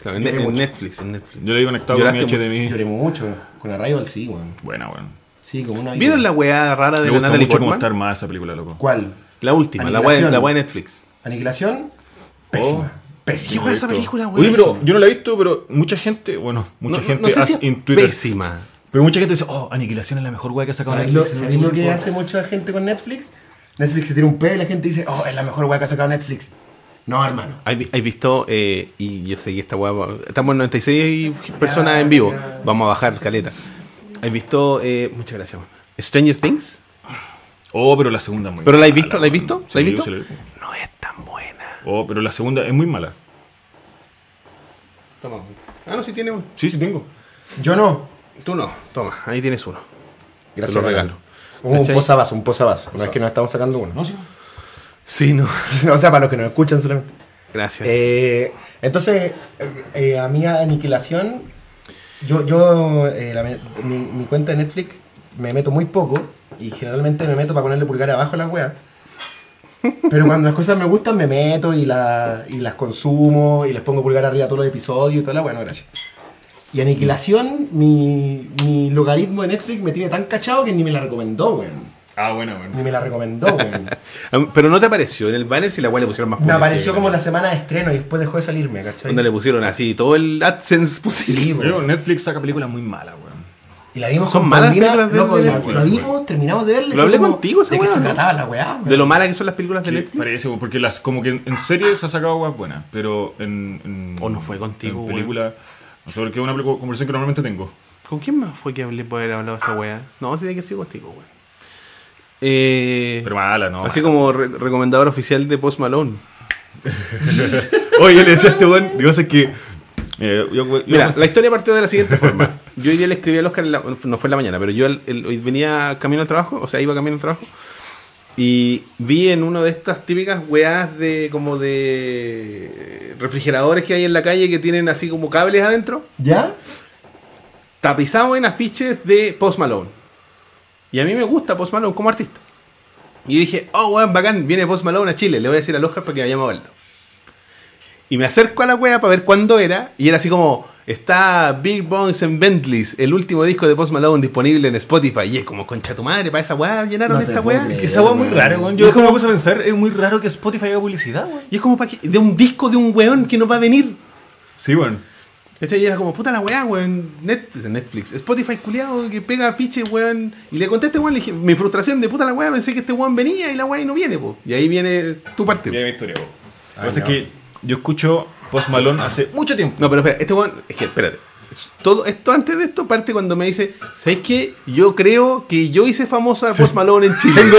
S1: Claro, en,
S3: Yo vi
S1: en
S3: mucho.
S1: Netflix, en Netflix.
S2: Yo la vi conectado con mi
S1: Lloraste
S2: HDMI.
S3: Lloré mucho. weón. Con Arrival sí, weón.
S2: Buena, weón.
S3: Sí, como una...
S1: ¿Vieron la weá rara
S2: Me
S1: de la
S2: gusta
S1: Natalie
S2: mucho cómo
S1: Portman?
S2: está armada esa película, loco.
S3: ¿Cuál?
S1: La última, la weá,
S3: Aniquilación.
S1: la weá de Netflix.
S3: Aniquilación. Pésima.
S2: Oh,
S1: ¿Qué
S3: Pésima.
S1: weá esa película, weón?
S2: Oye, pero yo no la he visto, pero mucha gente, bueno, mucha
S1: No- no-
S2: gente
S1: no sé
S2: hace-
S1: si es
S2: en Twitter.
S1: Pésima.
S2: Pero mucha gente dice, oh, Aniquilación es la mejor weá que ha sacado
S3: ¿Sabéis lo,
S2: Netflix.
S3: sabéis lo que hace mucha gente con Netflix? Netflix se tira un pedo y la gente dice, oh, es la mejor weá que ha sacado Netflix. No, hermano.
S1: ¿Has vi- has visto? eh, y yo sé que esta weá. va- Estamos en 96 personas en vivo. Vamos a bajar caleta. ¿Has visto? eh, muchas gracias. man. Stranger Things.
S2: Oh, pero la segunda es muy
S1: ¿Pero la he
S2: mala,
S1: visto? ¿La he visto?
S2: weón.
S1: ¿La he
S2: Sí,
S1: visto?
S2: sí la he visto.
S1: No es tan buena.
S2: Oh, pero la segunda es muy mala.
S1: Toma. Ah, no, sí tiene uno.
S2: Sí, sí tengo.
S3: Yo no.
S1: Tú no. Toma, ahí tienes uno.
S3: Gracias.
S1: Te lo
S3: Ana.
S1: regalo.
S3: Un
S1: ¿Cachai?
S3: posavasos, un posavasos. No es que nos estamos sacando uno.
S2: No, sí.
S1: Sí, no.
S3: o sea, para los que nos escuchan solamente.
S1: Gracias.
S3: Eh, entonces, eh, eh, a mí a Aniquilación, yo, yo eh, la me- mi, mi cuenta de Netflix me meto muy poco y generalmente me meto para ponerle pulgar abajo a las weas. Pero cuando las cosas me gustan, me meto y, la- y las consumo y les pongo pulgar arriba a todos los episodios y toda la wea. No, gracias. Y Aniquilación, mi, mi logaritmo de Netflix me tiene tan cachado que ni me la recomendó, weón.
S2: Ah, bueno, bueno.
S3: Ni me la recomendó, weón.
S1: Ah, Pero no te apareció en el banner si la weá le pusieron más
S3: Me
S1: publicidad,
S3: apareció como
S1: ¿no?
S3: la semana de estreno y después dejó de salirme, ¿cachai?
S1: Donde le pusieron así todo el AdSense
S3: Sí,
S1: posible.
S3: weón.
S2: Pero Netflix saca películas muy malas, weón.
S3: Y la vimos
S1: Son
S3: con
S1: malas
S3: Paulina,
S1: películas de-
S3: loco,
S1: de
S3: la,
S1: Netflix,
S3: la
S1: weón.
S3: vimos, terminamos de verla. y
S1: Lo hablé
S3: fue como,
S1: contigo, esa
S3: ¿De qué
S1: weá,
S3: se
S1: ¿no?
S3: trataba la weá? weón?
S1: De lo malas que son las películas de
S2: Que
S1: Netflix.
S2: Parece, weón, porque las, como que en, en series ha sacado weas buenas, pero en. en-
S1: O no fue contigo,
S2: En
S1: weón.
S2: película. No sé, porque es una pelicu- conversación que normalmente tengo.
S1: ¿Con quién más fue que hablé por haber hablado de esa weá? No, sí tiene que haber sido contigo, weón. Eh,
S2: Pero mala, ¿no?
S1: así como re- recomendador oficial de Post Malone.
S2: Oye, le decía a este weón, lo que pasa es que. Mira, yo, yo-
S1: Mira, la historia partió de la siguiente forma. Yo hoy día le escribí al Oscar, en la- no fue en la mañana, pero yo el- el- hoy venía camino al trabajo, o sea, iba camino al trabajo, y vi en uno de estas típicas weás de como de eh, refrigeradores que hay en la calle que tienen así como cables adentro,
S3: ¿Ya?
S1: tapizado en afiches de Post Malone. Y a mí me gusta Post Malone como artista. Y dije, oh, weón, bacán, viene Post Malone a Chile, le voy a decir al Oscar para que vayamos a verlo. Y me acerco a la wea para ver cuándo era, y era así como, está Big Bones and Bentleys, el último disco de Post Malone disponible en Spotify. Y es como, concha tu madre, para esa weá llenaron
S3: No te
S1: esta
S3: puedo
S1: weá.
S3: creer.
S2: Esa weá es muy rara, weón. Yo como me puse a pensar, es muy raro que Spotify haga publicidad, weón.
S1: Y es como, ¿para qué? De un disco de un weón que no va a venir.
S2: Sí, weón.
S1: ¿Cachai? Y era como, puta la weá, weón. Net- Netflix, Spotify culiado que pega piche, weón. Y le conté a este weón, le dije, mi frustración de puta la weá, pensé que este weón venía y la weá y no viene, po. Y ahí viene tu parte.
S2: Mira mi historia, weón. Lo que
S3: Ay,
S2: pasa es
S3: no.
S2: que yo escucho Post Malone hace mucho tiempo.
S1: No, pero espera, este weón, es que espérate. Todo esto antes de esto parte cuando me dice, ¿sabes qué? Yo creo que yo hice famoso a Post Malone en Chile.
S4: Tengo,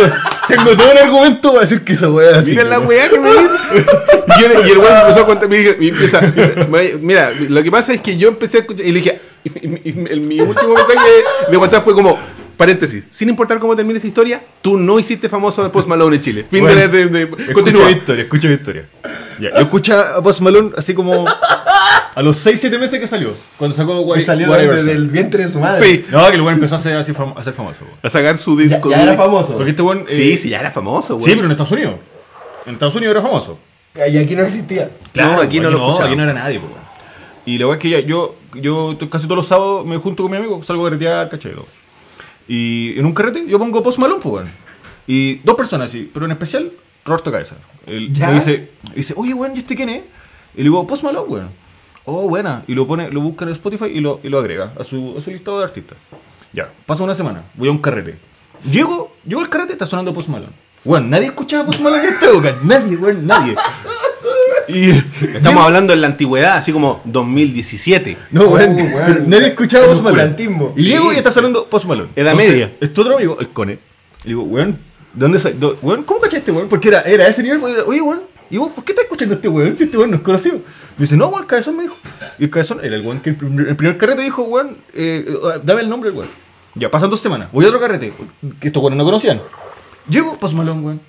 S4: tengo todo el argumento para decir que esa weá es así.
S1: Mira la
S4: weón.
S1: weá que me dice. Y, yo le- y el weón empezó a contar. Me dije, me empieza, me- mira, lo que pasa es que yo empecé a escuchar. Y le dije. y- y- y- el- mi último mensaje de WhatsApp fue como. Paréntesis, sin importar cómo termine esta historia, tú no hiciste famoso a Post Malone en Chile. Fin
S2: Bueno,
S1: de, de- de-
S2: Escucha
S1: Continúa.
S2: mi historia, escucha mi historia. Ya,
S4: Yo
S2: yo escu-
S4: escucha a Post Malone así como.
S2: a los 6-7 meses que salió, cuando sacó Why-
S3: Que salió
S2: Why
S3: desde
S2: Versa.
S3: el vientre de su madre.
S1: Sí,
S2: No, que el weón empezó a ser, así fam- a ser famoso, weón.
S1: a sacar su
S3: Ya,
S1: disco.
S3: ya era
S1: duro.
S3: famoso.
S2: Porque este weón. eh,
S1: Sí, sí, ya era famoso, güey.
S2: sí, pero en Estados Unidos. En Estados Unidos era famoso.
S3: Y aquí no existía.
S1: No, aquí no lo escuchaba.
S2: aquí no era nadie, po, weón. Y la verdad es que ya- yo, yo to- casi todos los sábados me junto con mi amigo, salgo a carretear, ¿cachai? Lo- Y en un carrete yo pongo Post Malone, po, weón. Y dos personas, sí, pero en especial Roberto Cabeza. Él
S3: ¿Ya?
S2: me dice, dice, oye, weón, ¿y este quién es? Y le digo, Post Malone, weón. Oh, buena. Y lo pone, lo busca en Spotify y lo, y lo agrega a su, a su listado de artistas. Ya, pasa una semana, voy a un carrete. Llego, llego al carrete, está sonando Post Malone. Weón, nadie escuchaba Post Malone en esta época. Nadie, weón, nadie. Y
S1: Estamos hablando en la antigüedad, así como 2017.
S2: no,
S3: weón.
S2: weón.
S3: Pero
S2: Nadie escuchaba
S3: el
S2: Post Malone.
S3: oscurantismo.
S2: Y
S3: Sí,
S2: llego y está
S1: sí.
S2: sonando Post Malone.
S1: Edad
S2: Entonces,
S1: media.
S2: Este otro amigo, el Cone, le digo, weón, ¿de ¿dónde sa- do- weón, ¿Cómo cachaste este weón? Porque era, era ese nivel, weón. Oye, weón, ¿y vos por qué estás escuchando a este weón si este weón no es conocido? Me dice, no, weón, el cabezón me dijo. Y el cabezón era el weón que el primer, el primer carrete dijo, weón, eh, eh, dame el nombre del weón. Ya, pasan dos semanas. Voy a otro carrete, que estos weones no conocían. Llego, Post Malone, weón.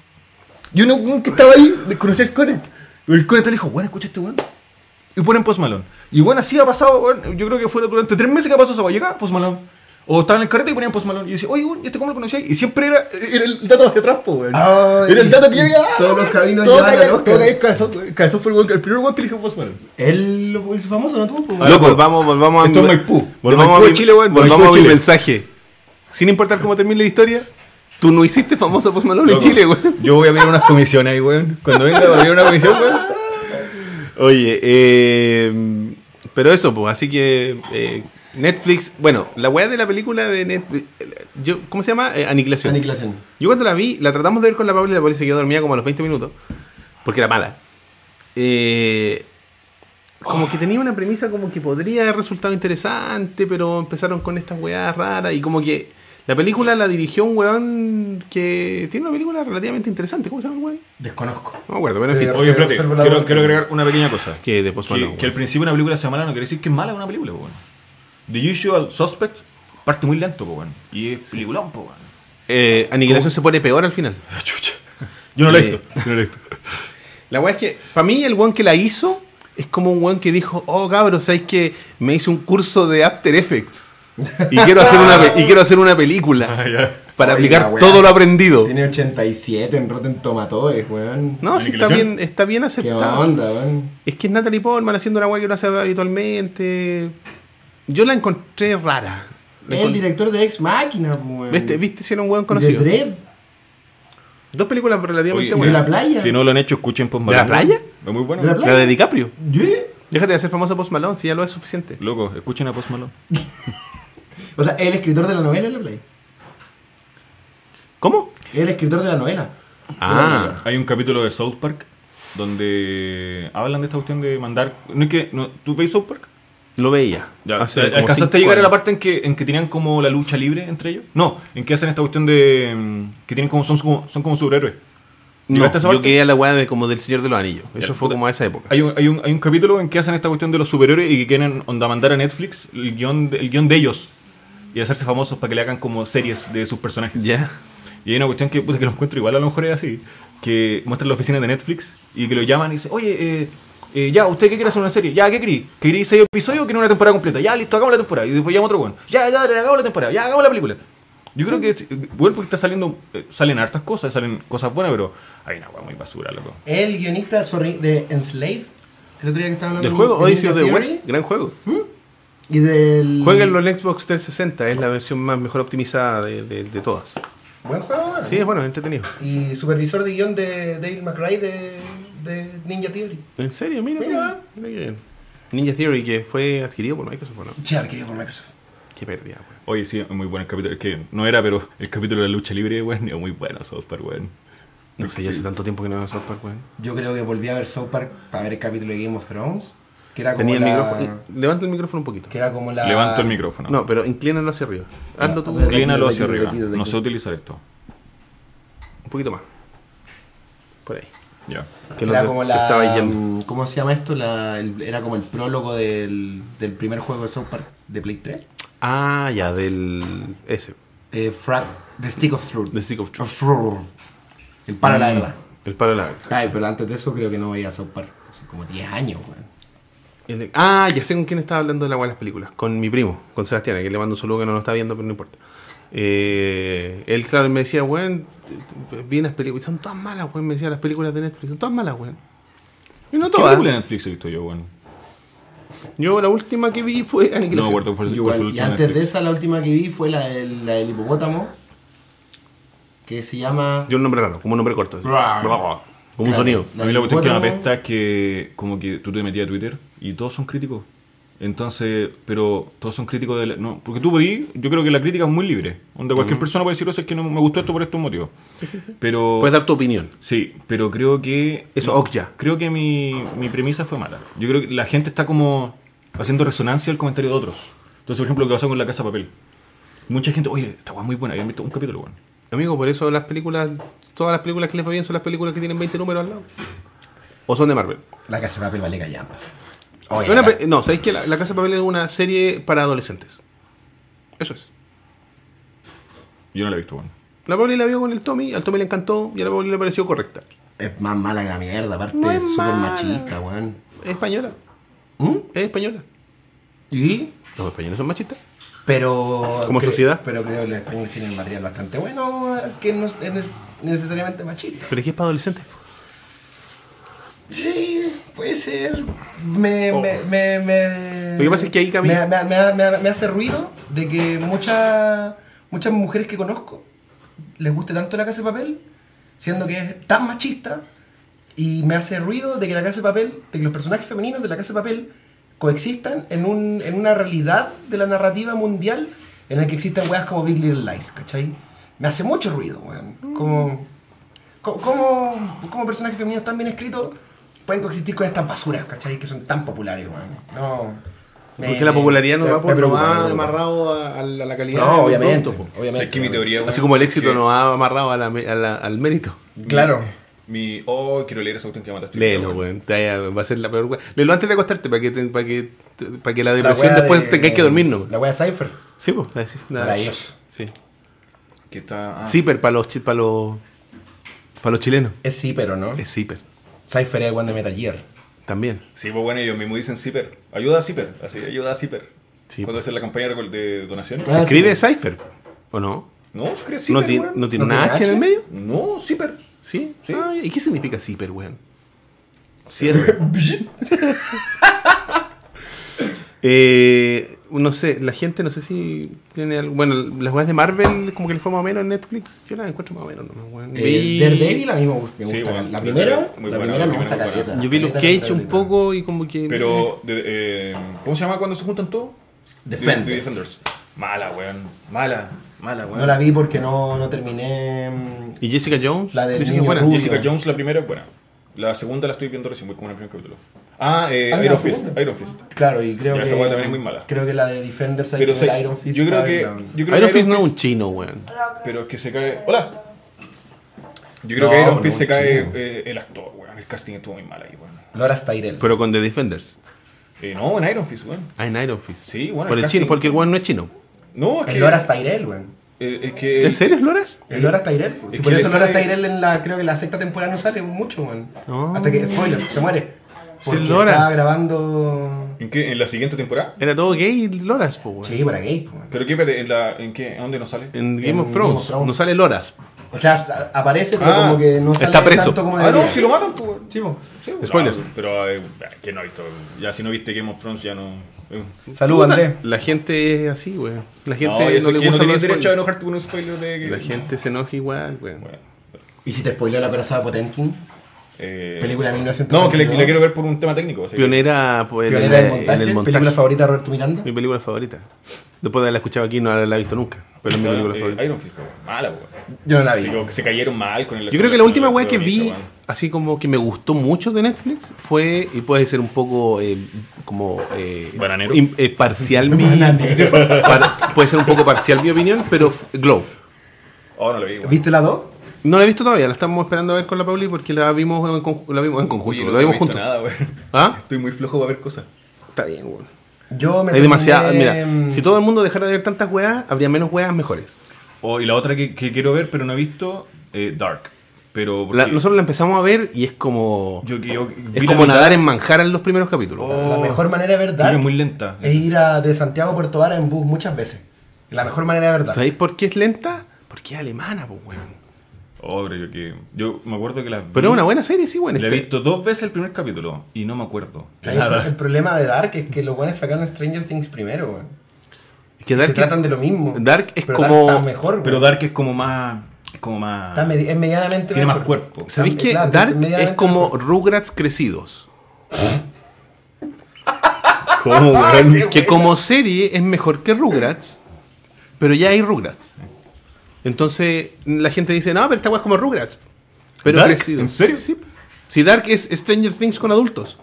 S2: Y uno weón, que estaba ahí, desconocía al Cone. El Cone te dijo, weón, escucha este weón. Y ponen Post Malone. Y bueno, así ha pasado, bueno, yo creo que fue durante tres meses que pasó esa llegaba Post Malone. O estaba en el carrete y ponían Post Malone. Y yo decía, oye, bueno, ¿y este cómo lo conocía? Y siempre era, era el dato hacia atrás, po, weón.
S3: Ay,
S2: Era el dato que yo ah, había
S3: todos los caminos
S2: Todo
S3: llevan al
S2: cae,
S3: Oscar.
S2: todo cae Cazón, weón. Cazón fue el, weón- el primer weón que eligió Post Malone.
S3: Él lo hizo famoso, ¿no tú?
S2: Ah,
S1: Loco,
S2: loco,
S1: volvamos, volvamos a
S2: esto es Maipú.
S1: Volvamos
S2: Maipú
S1: a
S2: de
S1: mi,
S2: Chile, weón,
S1: volvamos
S2: Maipú de
S1: a mi
S2: Chile.
S1: mensaje. Sin importar cómo termine la historia, tú no hiciste famoso a Post Malone en Chile, güey.
S2: Yo voy a pedir unas comisiones ahí, weón. Cuando venga voy a pedir una comisión, weón.
S1: Oye, eh, pero eso, pues, así que eh, Netflix, bueno, la weá de la película de Netflix, yo, ¿cómo se llama? Eh, Aniquilación.
S3: Aniquilación.
S1: Yo cuando la vi, la tratamos de ver con la Paula y la Paula se quedó dormida como a los 20 minutos, porque era mala. Eh, como que tenía una premisa como que podría haber resultado interesante, pero empezaron con estas weas raras y como que la película la dirigió un weón que tiene una película relativamente interesante. ¿Cómo se llama el weón?
S3: Desconozco.
S1: No me acuerdo, pero en fin.
S3: Pero
S2: Oye,
S3: que
S2: espérate,
S3: observo la
S2: quiero,
S3: boca.
S2: quiero agregar una pequeña cosa.
S1: Que de Post Malone,
S2: Que, que al
S1: bueno.
S2: principio una película sea mala no quiere decir que es mala una película, po, weón. The Usual Suspect parte muy lento, po, weón. Y es peliculón, po, weón.
S1: Eh, Aniquilación se pone peor al final.
S2: Ah, Yo no la he
S1: Eh,
S2: visto. Yo no la he visto.
S1: La weá es que, para mí, el weón que la hizo es como un weón que dijo, oh cabros, ¿sabes que me hice un curso de After Effects? Y quiero hacer una, pe- y quiero hacer una película
S2: Ah,
S1: para
S3: Oye, la
S1: aplicar
S3: weá.
S1: todo lo aprendido.
S3: Tiene 87 en Rotten Tomatoes, weón.
S1: No, sí, está
S2: Aniquilación.
S1: bien, está bien
S3: Qué
S1: aceptado.
S3: onda, weón.
S1: Es que es Natalie Portman haciendo una weá que no hace habitualmente. Yo la encontré rara. La
S3: Es el
S1: encon-
S3: director de Ex Máquina, weón.
S1: ¿Viste, ¿Viste si era un weón
S3: Y de
S1: conocido?
S3: Dread.
S1: Dos películas relativamente
S2: Oye,
S3: ¿De
S1: buenas.
S3: la playa?
S2: Si no lo han hecho, escuchen Post
S1: ¿De la
S2: Malone.
S1: playa?
S2: Es muy bueno.
S3: ¿De la
S1: La de DiCaprio.
S3: ¿Qué?
S1: Déjate de hacer famoso Post Malone, si ya lo es suficiente.
S2: Loco, escuchen a Post Malone.
S3: O sea, el escritor de la novela en la playa.
S1: ¿Cómo?
S3: El escritor de la novela.
S1: Ah.
S2: Hay un capítulo de South Park donde hablan de esta cuestión de mandar. No es que. no- ¿Tú veis South Park?
S1: Lo veía.
S2: Ya,
S1: Hace
S2: eh,
S1: como
S2: ¿Alcanzaste
S1: cinco
S2: a llegar a la
S1: años.
S2: parte en que, en que tenían como la lucha libre entre ellos? No, en que hacen esta cuestión de. mm, que tienen como. son, su- son como superhéroes.
S1: No,
S2: ¿Llegaste a esa
S1: yo
S2: parte?
S1: quedé a la weá de como del Señor de los Anillos. Eso
S2: Ya,
S1: fue
S2: puta.
S1: como a esa época.
S2: Hay un, hay, un, hay un capítulo en que hacen esta cuestión de los superhéroes y que quieren onda mandar a Netflix el guión de, el guión de ellos y hacerse famosos para que le hagan como series de sus personajes.
S1: Ya.
S2: Y hay una cuestión que, puta, que lo encuentro igual, a lo mejor es así, que muestran la oficina de Netflix y que lo llaman y dicen, oye, eh, eh, ya, ¿usted qué quiere hacer una serie? Ya, ¿qué querí? ¿Querí seis episodios o quiere una temporada completa? Ya, listo, hagamos la temporada. Y después llama otro bueno. Ya, ya, ya, hagamos la temporada. Ya, hagamos la película. Yo creo que, eh, bueno, porque está saliendo, eh, salen hartas cosas, salen cosas buenas, pero hay una hueá muy basura, loco.
S3: El guionista sorry, de Enslave. El otro día que estaba hablando
S1: Del juego
S3: de
S1: Odyssey
S3: Ninja
S1: of the
S3: Theory,
S1: West, gran juego.
S2: Mm.
S3: Y del.
S1: Jueguenlo en el Xbox 360, es la versión más mejor optimizada de, de- de todas.
S3: Buen juego, man.
S1: Sí, es bueno, es entretenido.
S3: Y supervisor de guión de Dale McRae de, de Ninja Theory.
S1: ¿En serio? Mira, tú.
S3: Mira.
S1: Mira qué bien. Ninja Theory, que fue adquirido por Microsoft, ¿o ¿no?
S3: Sí, adquirido por Microsoft.
S1: Qué pérdida, weón.
S2: Oye, sí, es muy bueno el capítulo. Es que no era, pero el capítulo de la lucha libre, weón, es muy bueno, South Park, weón.
S1: No sé, ya hace tanto tiempo que no veo South Park, weón.
S3: Yo creo que volví a ver South Park para ver el capítulo de Game of Thrones. Que era como
S1: Tenía el
S3: la.
S1: micrófono. eh, Levanta el micrófono un poquito.
S3: Que era como la.
S2: Levanto el micrófono.
S1: No, pero inclínalo hacia arriba. Hazlo tú
S3: No,
S2: Inclínalo
S3: de aquí,
S2: hacia
S3: de
S2: arriba.
S3: aquí, de aquí.
S2: No sé utilizar esto.
S1: un poquito más. Por ahí.
S2: Ya.
S1: Que
S3: era
S1: no
S3: como
S1: te-
S3: la.
S1: te estaba yendo.
S3: ¿Cómo se llama esto? La, el- era como el prólogo del, del primer juego de South Park de Play 3.
S1: Ah, ya, del. Ese.
S3: Eh, Frag, The Stick of Truth.
S1: The Stick of Truth.
S3: Of Truth. El para
S2: Mm.
S3: la verdad.
S1: Mm. El palo de la verga.
S3: Ay, pero antes de eso creo que no veía South Park. Hace como 10 años, weón.
S1: El- Ah, ya sé con quién estaba hablando de la weá de las películas. Con mi primo, con Sebastián, que le mando un saludo que no lo está viendo, pero no importa. Eh, él, claro, me decía, weón, vi las películas, son todas malas, weón. Me decía, las películas de Netflix, son todas malas, weón. Y no
S2: ¿Qué película de
S1: todas.
S2: Netflix he visto yo, weón?
S1: Yo la última que vi fue
S2: No me
S1: Aniquilación.
S2: acuerdo cuál fue cuál fue el
S3: Igual, y
S2: último
S3: antes de
S2: Netflix.
S3: esa, la última que vi fue la del, la del hipopótamo. Que se llama.
S1: Yo un nombre raro, como un nombre corto. así.
S3: Bra-
S1: Como un
S3: Claro.
S1: sonido.
S2: Ah. A mí la cuestión que me
S3: Hipopótamo.
S2: apesta es que como que tú te metías a Twitter y todos son críticos. Entonces, pero todos son críticos de la- No, porque tú podí, yo creo que la crítica es muy libre. Donde cualquier persona puede decir, o sea, es que no me gustó esto por estos motivos. Pero...
S1: Puedes dar tu opinión.
S2: Sí, pero creo que.
S1: Eso, Okja.
S2: Creo que mi, mi premisa fue mala. Yo creo que la gente está como haciendo resonancia al comentario de otros. Entonces, por ejemplo, lo que pasó con la casa de papel. Mucha gente, oye, esta guay es muy buena, habían visto un capítulo, bueno.
S1: Amigo, por eso las películas, todas las películas que les va bien son las películas que tienen 20 números al lado. O son de Marvel.
S3: La casa de papel vale callampa.
S2: Ah,
S3: Oye,
S1: Una
S3: la
S1: pe- no, ¿sabéis que la, la Casa de Papel es una serie para adolescentes? Eso es.
S2: Yo no la he visto, bueno.
S1: La Pauli la vio con el Tommy, al Tommy le encantó y a la Pauli le pareció correcta.
S3: casa- es más mala que la mierda, aparte
S1: No es
S3: es súper
S1: mala.
S3: machista, weón.
S1: Es española.
S3: ¿Mm?
S1: Es española.
S3: ¿Y?
S1: Los españoles son machistas.
S3: Pero.
S1: Como
S3: cre-
S1: sociedad.
S3: Pero creo que los españoles tienen material bastante bueno que no es neces- necesariamente machista.
S1: Pero es que es para adolescentes.
S3: Sí, puede ser. Me. me, me, me-
S1: Oh. Lo que pasa es que ahí Cami-
S3: Me, me- me- me- me hace ruido de que muchas muchas mujeres que conozco les guste tanto la casa de papel, siendo que es tan machista. Y me hace ruido de que la casa de papel, de que los personajes femeninos de la casa de papel coexistan en, un, en una realidad de la narrativa mundial en la que existen weas como Big Little Lies, ¿cachai? Me hace mucho ruido, weón. Como. co- como, como personajes femeninos tan bien escritos pueden coexistir con estas basuras, ¿cachai? Que son tan populares, weón. No. me-
S1: Porque la
S3: me-
S1: popularidad no
S3: me-
S1: va por
S3: me
S1: lo
S3: preocupa, me
S1: más
S3: preocupa.
S1: amarrado a, a la, a la calidad.
S3: eh, No,
S1: del
S3: obviamente.
S1: producto, po.
S3: obviamente.
S1: Así como el éxito no va amarrado a la me- a la- al mérito.
S3: Claro.
S2: Mi. Oh, quiero leer esa cuestión que mandaste.
S1: Léelo, weón. Te vaya- Va a ser la peor weón. Léelo antes de acostarte para que, te- para que, para que la
S3: La
S1: depresión
S3: wea
S1: después
S3: de-
S1: tengáis que dormir, ¿no?
S3: La wea Cypher.
S1: Sí, pues. La, sí, la-
S3: Maravilloso.
S1: Sí.
S2: Que está. ah,
S1: Zipper para los, chi- para los, para los chilenos.
S3: Es sí, pero no.
S1: Es zipper.
S3: Cypher es el one de Metal Gear.
S1: También.
S2: Sí, pues bueno, ellos mismos dicen Zipper. Ayuda a Zipper. Así, ayuda a Zipper.
S1: Sí, Cuando pues.
S2: hacen la campaña de donaciones.
S1: ¿Se
S3: Ah,
S1: escribe
S3: sí.
S1: Cypher? ¿O no?
S2: No, se cree
S1: ¿No, tiene- no tiene
S3: ¿No
S1: una
S3: tiene
S1: H en el
S3: H?
S1: medio?
S2: No, Zipper.
S1: ¿Sí?
S2: Sí.
S1: Ah, ¿Y qué significa Zipper, weón? Cierre. Eh, no sé, la gente no sé si tiene algo. Bueno, las weas de Marvel, como que le fue más o menos en Netflix. Yo las encuentro más o menos. ¿no? weón. Vi-
S3: Eh, Daredevil a mí me gust- me gusta.
S2: Sí, bueno,
S3: la primera, la
S2: muy
S3: primera
S2: buena,
S3: me
S2: muy
S3: gusta
S2: buena, muy
S3: caleta.
S2: buena.
S1: Yo vi Luke
S3: Caleta,
S1: Cage
S3: caleta.
S1: un poco y como que.
S2: Pero, de- eh, ¿cómo se llama cuando se juntan todos? The-
S3: Defenders.
S2: The Defenders. Mala, weón. Mala, mala, weón.
S3: No la vi porque no, no terminé. mm,
S1: ¿Y Jessica Jones?
S3: La del
S1: Dicen que
S3: niño
S1: es buena.
S3: rubio.
S2: Jessica
S3: Puta.
S2: Jones, la primera es buena. La segunda la estoy viendo recién, voy como en el primer capítulo. Ah, eh,
S3: Ah, la
S2: Iron Fist.
S3: segunda.
S2: Iron Fist.
S3: Claro, y creo
S2: Ya,
S3: que.
S2: esa weá también es muy mala.
S3: Creo que la de Defenders hay
S2: Pero
S3: que
S2: se-
S3: ver Iron Fist.
S2: yo creo
S3: para
S2: que.
S3: verla.
S2: Yo creo
S1: Iron
S2: que
S1: Fist no es un chino, weón.
S2: Pero es que se cae. ¡Hola! Yo creo
S3: No,
S2: que Iron
S3: no,
S2: Fist se
S3: chino.
S2: cae eh, el actor, weón. El casting estuvo muy mal ahí, weón.
S3: Laura Tyrell.
S1: Pero con The Defenders.
S2: Eh, no, en Iron Fist, weón.
S1: Ah, en Iron Fist.
S2: Sí, bueno,
S1: Por
S2: el
S1: el chino,
S2: casting-
S1: porque el weón no es chino.
S2: No, es
S3: Es
S2: que.
S3: Laura Tyrell, weón.
S2: eh, es que.
S1: ¿En serio, es Loras?
S3: Es Laura Tyrell. Si
S2: que
S3: por
S2: le
S3: eso Laura
S2: sale-
S3: Tyrell en la, creo que en la sexta temporada no sale mucho, weón.
S1: No.
S3: Hasta que, spoiler, se muere.
S1: Oh. Sí,
S3: Porque
S1: Loras.
S3: estaba grabando.
S2: ¿En, qué? ¿En la siguiente temporada?
S1: Era todo gay Loras, po, weón.
S3: Sí, para gay, pues, weón.
S2: ¿Pero qué? espérate, ¿En, la, en qué? ¿A dónde nos sale?
S1: En Game
S3: En
S1: of Thrones
S3: Game of
S1: no sale Loras.
S3: O sea, a- aparece, pero
S2: Ah,
S3: como que no sale
S1: está preso.
S3: tanto como
S2: Ah, no,
S3: debería.
S2: si lo matan, pues, weón.
S3: Sí, po.
S2: Sí, pues.
S1: Spoilers.
S2: Ah, pero, eh, ¿quién no ha visto? Ya si no viste Game of Thrones, ya no. eh.
S3: Salud, Andrés.
S1: La gente es así, weón. La gente
S2: no,
S1: no,
S2: yo sé
S1: le
S2: que no
S1: gusta
S2: tenés
S1: los
S2: derecho a
S1: spoilers.
S2: enojarte con un spoiler de que.
S1: La gente se enoja igual, weón.
S2: Bueno,
S3: ¿Y si te spoileo la corazón de Potemkin?
S2: eh,
S3: Película de 1942.
S2: No, que le, le quiero ver por un tema técnico. así que-
S1: Pionera, pues, en,
S3: Pionera del
S1: el- en
S3: montaje,
S1: el montaje.
S3: película favorita de Roberto Miranda.
S1: Mi película favorita. Después de haberla escuchado aquí, no la he visto nunca. Pero es mi
S2: Ah,
S1: película
S2: eh,
S1: favorita.
S2: Iron Fist, weón. mala, weón.
S3: Yo no la vi.
S2: Sí, como que se cayeron mal con el.
S1: Yo creo que la última weá que vi, así como que me gustó mucho de Netflix, fue, y puede ser un poco eh, como... eh,
S2: Bananero.
S1: im- eh, parcial mi... par- puede ser un poco parcial mi opinión, pero f- Glow.
S2: Oh, no la vi, weón.
S3: ¿Viste la 2?
S1: No la he visto todavía, la estamos esperando a ver con la Pauli porque la vimos en, conju- la vimos en conjunto,
S2: Oye, no
S1: la
S2: he
S1: vimos
S2: visto
S1: juntos.
S2: nada, weón.
S1: ¿Ah?
S2: Estoy muy flojo para ver cosas.
S1: Está bien, weón. em,
S3: Yo me
S1: Hay demasiada...
S3: terminé,
S1: Mira,
S3: mm,
S1: si todo el mundo dejara de ver tantas weas, habría menos weas mejores.
S2: Oh, y la otra que, que quiero ver, pero no he visto, eh, Dark. Pero.
S1: La-
S2: porque
S1: nosotros la empezamos a ver y es como...
S2: yo, que yo vi
S1: es
S2: la
S1: como
S2: mitad, Oh,
S1: nadar en manjar en los primeros capítulos.
S3: La mejor manera de ver
S2: pero
S3: Dark
S2: es muy lenta.
S3: es ir a, de Santiago a Puerto Vara en bus muchas veces. La mejor manera de ver Dark.
S1: ¿Sabéis por qué es lenta? Porque es alemana, pues, weón.
S2: Oh, pero yo que. Yo me acuerdo que las.
S1: Pero es
S2: vi-
S1: una buena serie, sí, bueno.
S2: Mm. La he
S1: este-
S2: visto dos veces el primer capítulo y no me acuerdo. de
S3: Ahí El,
S2: nada.
S3: el problema de Dark es que los buenos sacaron Stranger Things primero, weón.
S1: es que
S3: Y
S1: Dark,
S3: Se tratan de lo mismo.
S1: Dark es
S3: Pero
S1: como-
S3: está mejor, weón.
S2: Pero Dark es como más. Es como más.
S3: Está medi- es medianamente
S2: tiene más
S3: mejor.
S2: cuerpo.
S1: ¿Sabéis que
S3: Claro,
S1: Dark es
S3: medianamente
S1: como Rugrats crecidos?
S2: ¿Cómo,
S3: Ah,
S2: weón?
S1: Que como serie es mejor que Rugrats, pero ya hay Rugrats. Entonces la gente dice, no, pero esta weá es como Rugrats. Pero
S2: Dark,
S1: crecido.
S2: ¿en serio?
S1: Sí. Si Dark es Stranger Things con adultos.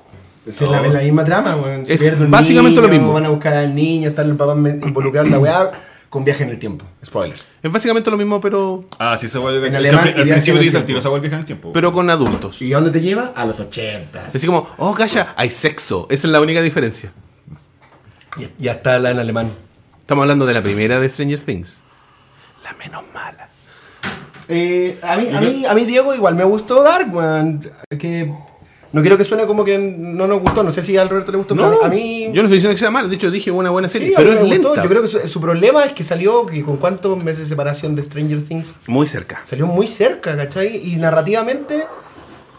S3: Si Es la, la misma trama, weón. Se
S1: Es
S3: pierde un
S1: básicamente lo
S3: niño,
S1: mismo.
S3: Van a buscar al niño, están los papás men- involucrados en la weá con viaje en el tiempo. Spoilers.
S1: Es básicamente lo mismo, pero,
S2: Ah, sí, esa weá.
S3: En
S2: Al,
S3: alemán,
S2: al
S3: y viaje en
S2: principio
S3: el
S2: te dice al
S3: tiempo.
S2: tiro, esa weá viaja en el tiempo.
S1: pero con adultos.
S3: ¿Y a dónde te lleva? A los 80.
S1: Así como, oh, calla, hay sexo. Esa es la única diferencia.
S3: Ya está la en alemán.
S1: Estamos hablando de la primera de Stranger Things. La menos mala.
S3: Eh, a, mí, a, mí, a mí, Diego, igual me gustó Dark, weón. Que no quiero que suene como que no nos gustó. No sé si al Roberto le gustó, pero a mí.
S1: Yo no estoy diciendo que sea mal, de hecho dije una buena
S3: sí,
S1: serie,
S3: a mí
S1: pero
S3: me
S1: es
S3: gustó.
S1: lenta.
S3: Yo creo que su, su problema es que salió que con cuántos meses de separación de Stranger Things.
S1: Muy cerca.
S3: Salió muy cerca, ¿cachai? Y narrativamente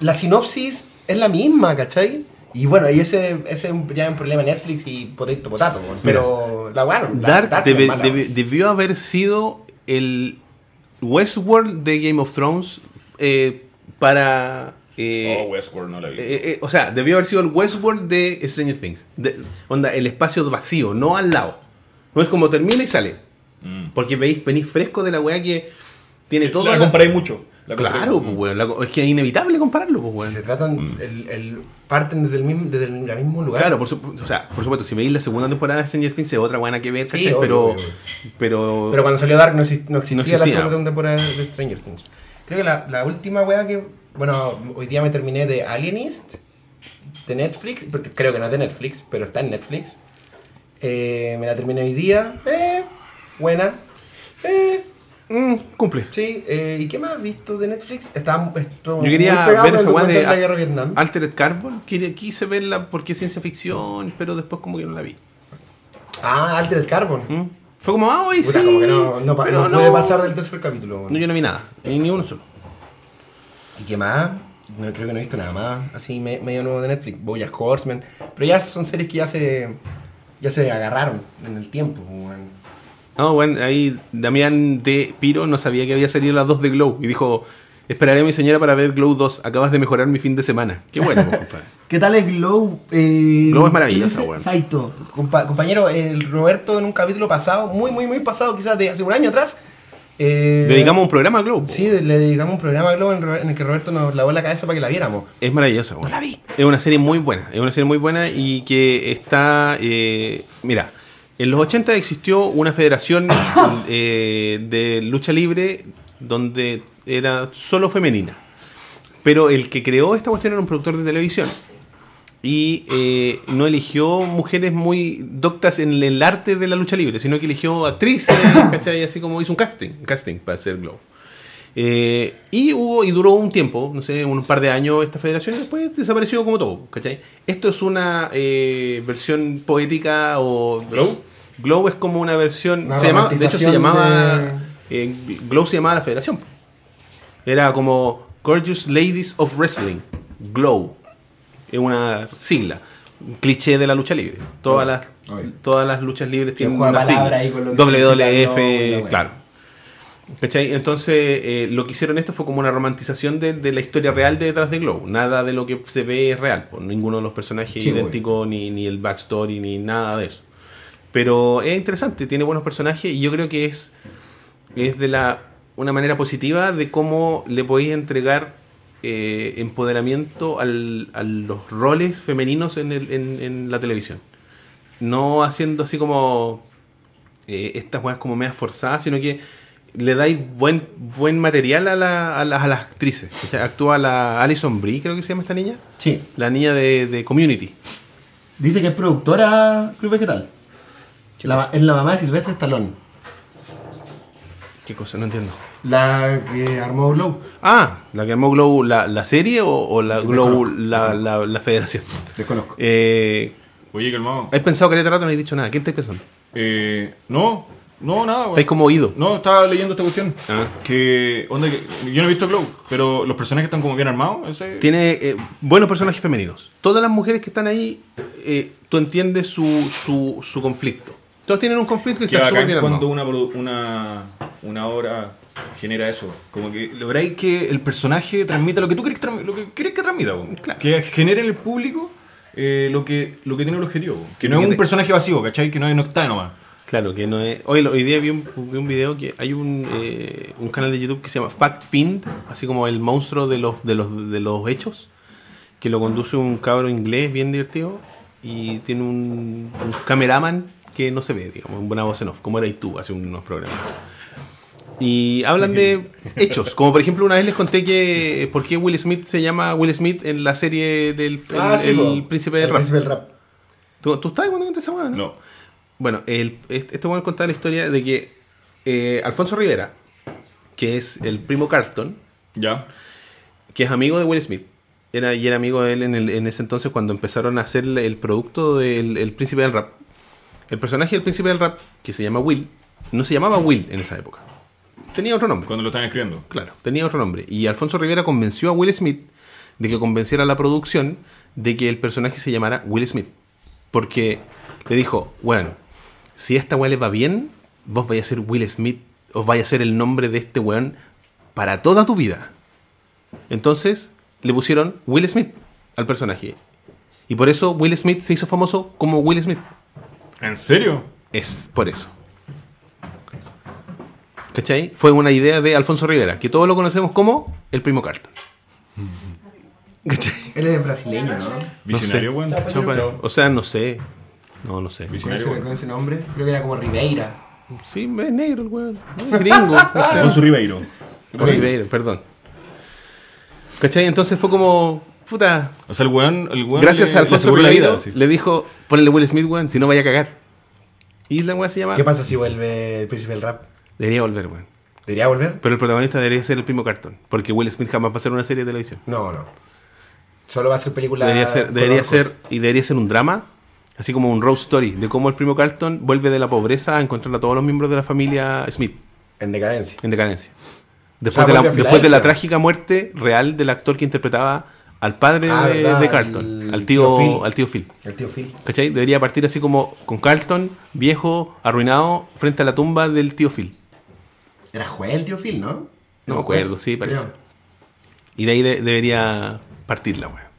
S3: la sinopsis es la misma, ¿cachai? Y bueno, y ese, ese es un- ya es un problema de Netflix y potato, potato. weón. Pero la bueno, la-
S1: Dark,
S3: Dark
S1: debe-
S3: es mala,
S1: debe-
S3: weón.
S1: debió haber sido el Westworld de Game of Thrones eh, para... eh,
S2: Oh, Westworld no la vi.
S1: eh, eh, o sea, debió haber sido el Westworld de Stranger Things. De- onda, el espacio vacío, no al lado. No es como termina y sale.
S2: Mm.
S1: Porque veis, venís fresco de la weá que tiene todo...
S2: La
S1: la-
S2: comparé mucho. La comparé
S1: Claro,
S2: mucho.
S1: pues, weón, la co- es que es inevitable compararlo, pues,
S3: Si
S1: weón.
S3: se tratan, el, el- parten desde el mismo, desde el, el mismo lugar.
S1: Claro, por, supu- o sea, por supuesto, si veis la segunda temporada de Stranger Things es otra buena que ver,
S3: Sí,
S1: ¿cachai?
S3: obvio,
S1: pero,
S3: obvio.
S1: pero...
S3: Pero cuando salió Dark no, exist- no existía,
S1: No existía.
S3: la segunda temporada de Stranger Things. Creo que la, la última wea que. Bueno, hoy día me terminé de Alienist de Netflix, porque creo que no es de Netflix, pero está en Netflix. Eh, me la terminé hoy día. Eh, buena. Eh,
S1: Mm, cumple.
S3: sí. eh, ¿Y qué más has visto de Netflix? Está esto,
S1: Yo quería
S3: muy pegado
S1: ver
S3: al
S1: esa weá
S3: documental
S1: de
S3: de la guerra de Vietnam.
S1: Altered Carbon, quería- quise verla porque es ciencia ficción, pero después como que no la vi.
S3: Ah, Altered Carbon.
S1: Mm. Fue como, ah, hoy
S3: Puta,
S1: sí,
S3: como que no, no, pa-
S1: pero
S3: no puede pasar del tercer capítulo. weón.
S1: No, yo no vi nada, ni, ni uno solo.
S3: ¿Y qué más? No, creo que no he visto nada más así me- medio nuevo de Netflix. Boya Horseman. Pero ya son series que ya se. ya se agarraron en el tiempo, weón.
S1: No, bueno, ahí Damián de Piro no sabía que había salido las 2 de Glow y dijo, esperaré a mi señora para ver Glow 2, acabas de mejorar mi fin de semana. Qué bueno, pues, compadre.
S6: ¿Qué tal es Glow? Eh,
S1: Glow es maravillosa,
S6: ¿qué dice?
S1: weón.
S6: Saito.
S3: Compa- compañero, el Roberto en un capítulo pasado, muy, muy, muy pasado, quizás de hace un año atrás. eh,
S1: Dedicamos un programa a Glow. po.
S3: Sí, le dedicamos un programa a Globo en, Ro- en el que Roberto nos lavó la cabeza para que la viéramos.
S1: Es maravillosa, weón. Es una serie muy buena. Es una serie muy buena y que está. eh, mira, en los 80 existió una federación eh, de lucha libre donde era solo femenina. Pero el que creó esta cuestión era un productor de televisión. Y eh, no eligió mujeres muy doctas en el arte de la lucha libre, sino que eligió actrices, ¿cachai? Así como hizo un casting, casting para hacer Glow. Eh, y hubo y duró un tiempo, no sé, un par de años esta federación y después desapareció como todo, ¿cachai? Esto es una eh, versión poética o... ¿Glow? Glow es como una versión...
S3: Una
S1: se llamaba- de hecho se llamaba...
S3: romantización
S1: eh, Glow se llamaba la federación. Era como Gorgeous Ladies of Wrestling, Glow. Es una sigla, un cliché de la lucha libre. Todas las,
S4: Oye.
S1: todas las luchas libres tienen
S3: juega
S1: una
S3: palabra
S1: sigla.
S3: ahí con lo que significa Glow y
S1: WWF,
S3: la
S1: claro. ¿Cachai? Entonces, eh, lo que hicieron esto fue como una romantización de, de la historia real de detrás de Glow. Nada de lo que se ve es real. po. Ninguno de los personajes
S4: Sí,
S1: idénticos, ni, ni el backstory, ni nada de eso. Pero es interesante, tiene buenos personajes y yo creo que es, es de la una manera positiva de cómo le podéis entregar eh, empoderamiento al- a los roles femeninos en, el- en- en la televisión. No haciendo así como eh, estas weas como medias forzadas, sino que le dais buen, buen material a, la- a las- a las actrices. O sea, actúa la Alison Brie, creo que se llama esta niña.
S6: Sí.
S1: La niña de, de Community.
S6: Dice que es productora Club Vegetal. La ma- es la mamá de Silvestre Stallone.
S1: ¿Qué cosa? No entiendo.
S3: La que armó Globo.
S1: Ah, la que armó Glow la, la serie o, o la Glow la, la- la federación.
S4: Desconozco.
S1: Eh,
S2: Oye, calmado.
S1: ¿Has pensado que este rato no has dicho nada? ¿Qué estás pensando?
S2: Eh, no, no, nada,
S1: Estáis
S2: güey.
S1: como oído.
S2: No, estaba leyendo esta cuestión.
S1: Ah.
S2: Que, onda, que- yo no he visto Glow, pero los personajes están como bien armados. Ese...
S1: Tiene eh, buenos personajes femeninos. Todas las mujeres que están ahí, eh, tú entiendes su, su, su conflicto. Todas tienen un conflicto y
S2: que
S1: están súper
S2: bacán
S1: bien
S2: cuando
S1: armados.
S2: una, produ- una, una obra genera eso. Como que lográis que el personaje transmita lo que tú crees que, transmi- lo que, crees que transmita. po. Que genere en el público eh, lo, que, lo que tiene el objetivo. po. Que no es
S1: Que
S2: un
S1: te-
S2: personaje vacío, ¿cachai? Que no, es- no está nomás.
S1: Claro, que no es. Hoy, hoy día vi un, vi un video que hay un, eh, un canal de YouTube que se llama Fact Find, así como el monstruo de los, de los, de los hechos, que lo conduce un cabro inglés bien divertido y tiene un, un cameraman que no se ve, digamos, una voz en off, como erais tú hace unos programas. Y hablan de hechos, como por ejemplo una vez les conté que por qué Will Smith se llama Will Smith en la serie del el- el príncipe del
S3: Ah, El
S1: rap.
S3: príncipe del rap.
S1: ¿Tú, tú estabas cuando conté esa hueá,
S2: No.
S1: bueno, el, este este weón contaba la historia de que eh, Alfonso Rivera, que es el primo Carlton,
S2: Ya.
S1: que es amigo de Will Smith, era, y era amigo de él en, el- en ese entonces cuando empezaron a hacer el producto del el príncipe del rap. El personaje del príncipe del rap, que se llama Will, no se llamaba Will en esa época. Tenía otro nombre.
S2: Cuando lo están escribiendo.
S1: Claro, tenía otro nombre. Y Alfonso Rivera convenció a Will Smith de que convenciera a la producción de que el personaje se llamara Will Smith. Porque le dijo, bueno, si a esta weá le va bien, vos vais a ser Will Smith, os vais a ser el nombre de este weón para toda tu vida. Entonces le pusieron Will Smith al personaje. Y por eso Will Smith se hizo famoso como Will Smith.
S2: ¿En serio?
S1: Es por eso. ¿Cachai? Fue una idea de Alfonso Rivera, que todos lo conocemos como el primo Carlton. ¿Cachai?
S3: Él es brasileño, ¿no?
S2: Visionario, weón.
S1: pues. O sea, no sé. No, no sé.
S3: Con ese,
S2: Visionario,
S3: con ese nombre. Creo que era como Ribeira.
S1: Sí, es negro el weón. Es gringo. No sé.
S2: weón. Alfonso Ribeiro.
S1: Rivera, perdón. ¿Cachai? Entonces fue como. Puta.
S2: O sea, el weón. El weón
S1: Gracias
S2: le-
S1: a
S2: le
S1: Alfonso
S2: aseguró la
S1: Rivera
S2: vida, sí.
S1: le dijo: ponle Will Smith, weón, si no vaya a cagar. Y la weón se llama.
S3: ¿Qué pasa si vuelve el príncipe del rap?
S1: Debería volver, weón.
S3: ¿Debería volver?
S1: Pero el protagonista debería ser el primo Carlton. Porque Will Smith jamás va a ser una serie de televisión.
S3: No, no. Solo va a ser película.
S1: Debería ser,
S3: con
S1: debería
S3: orcos.
S1: ser, y debería ser un drama, así como un road story, de cómo el primo Carlton vuelve de la pobreza a encontrar a todos los miembros de la familia Smith
S3: En decadencia.
S1: en decadencia. Después,
S3: O sea,
S1: de, la,
S3: vuelve Ah, a
S1: después de la
S3: Filadelfia.
S1: trágica muerte real del actor que interpretaba al padre
S3: Ah,
S1: de,
S3: verdad,
S1: de Carlton,
S3: al
S1: al
S3: tío
S1: tío,
S3: Phil.
S1: al tío Phil.
S3: El tío Phil.
S1: ¿Cachai? Debería partir así como con Carlton, viejo, arruinado, frente a la tumba del tío Phil.
S3: Era juez el tío Phil, ¿no?
S1: No me
S3: Era juez,
S1: acuerdo, sí, parece.
S3: creo.
S1: Y de ahí de- debería partir la wea.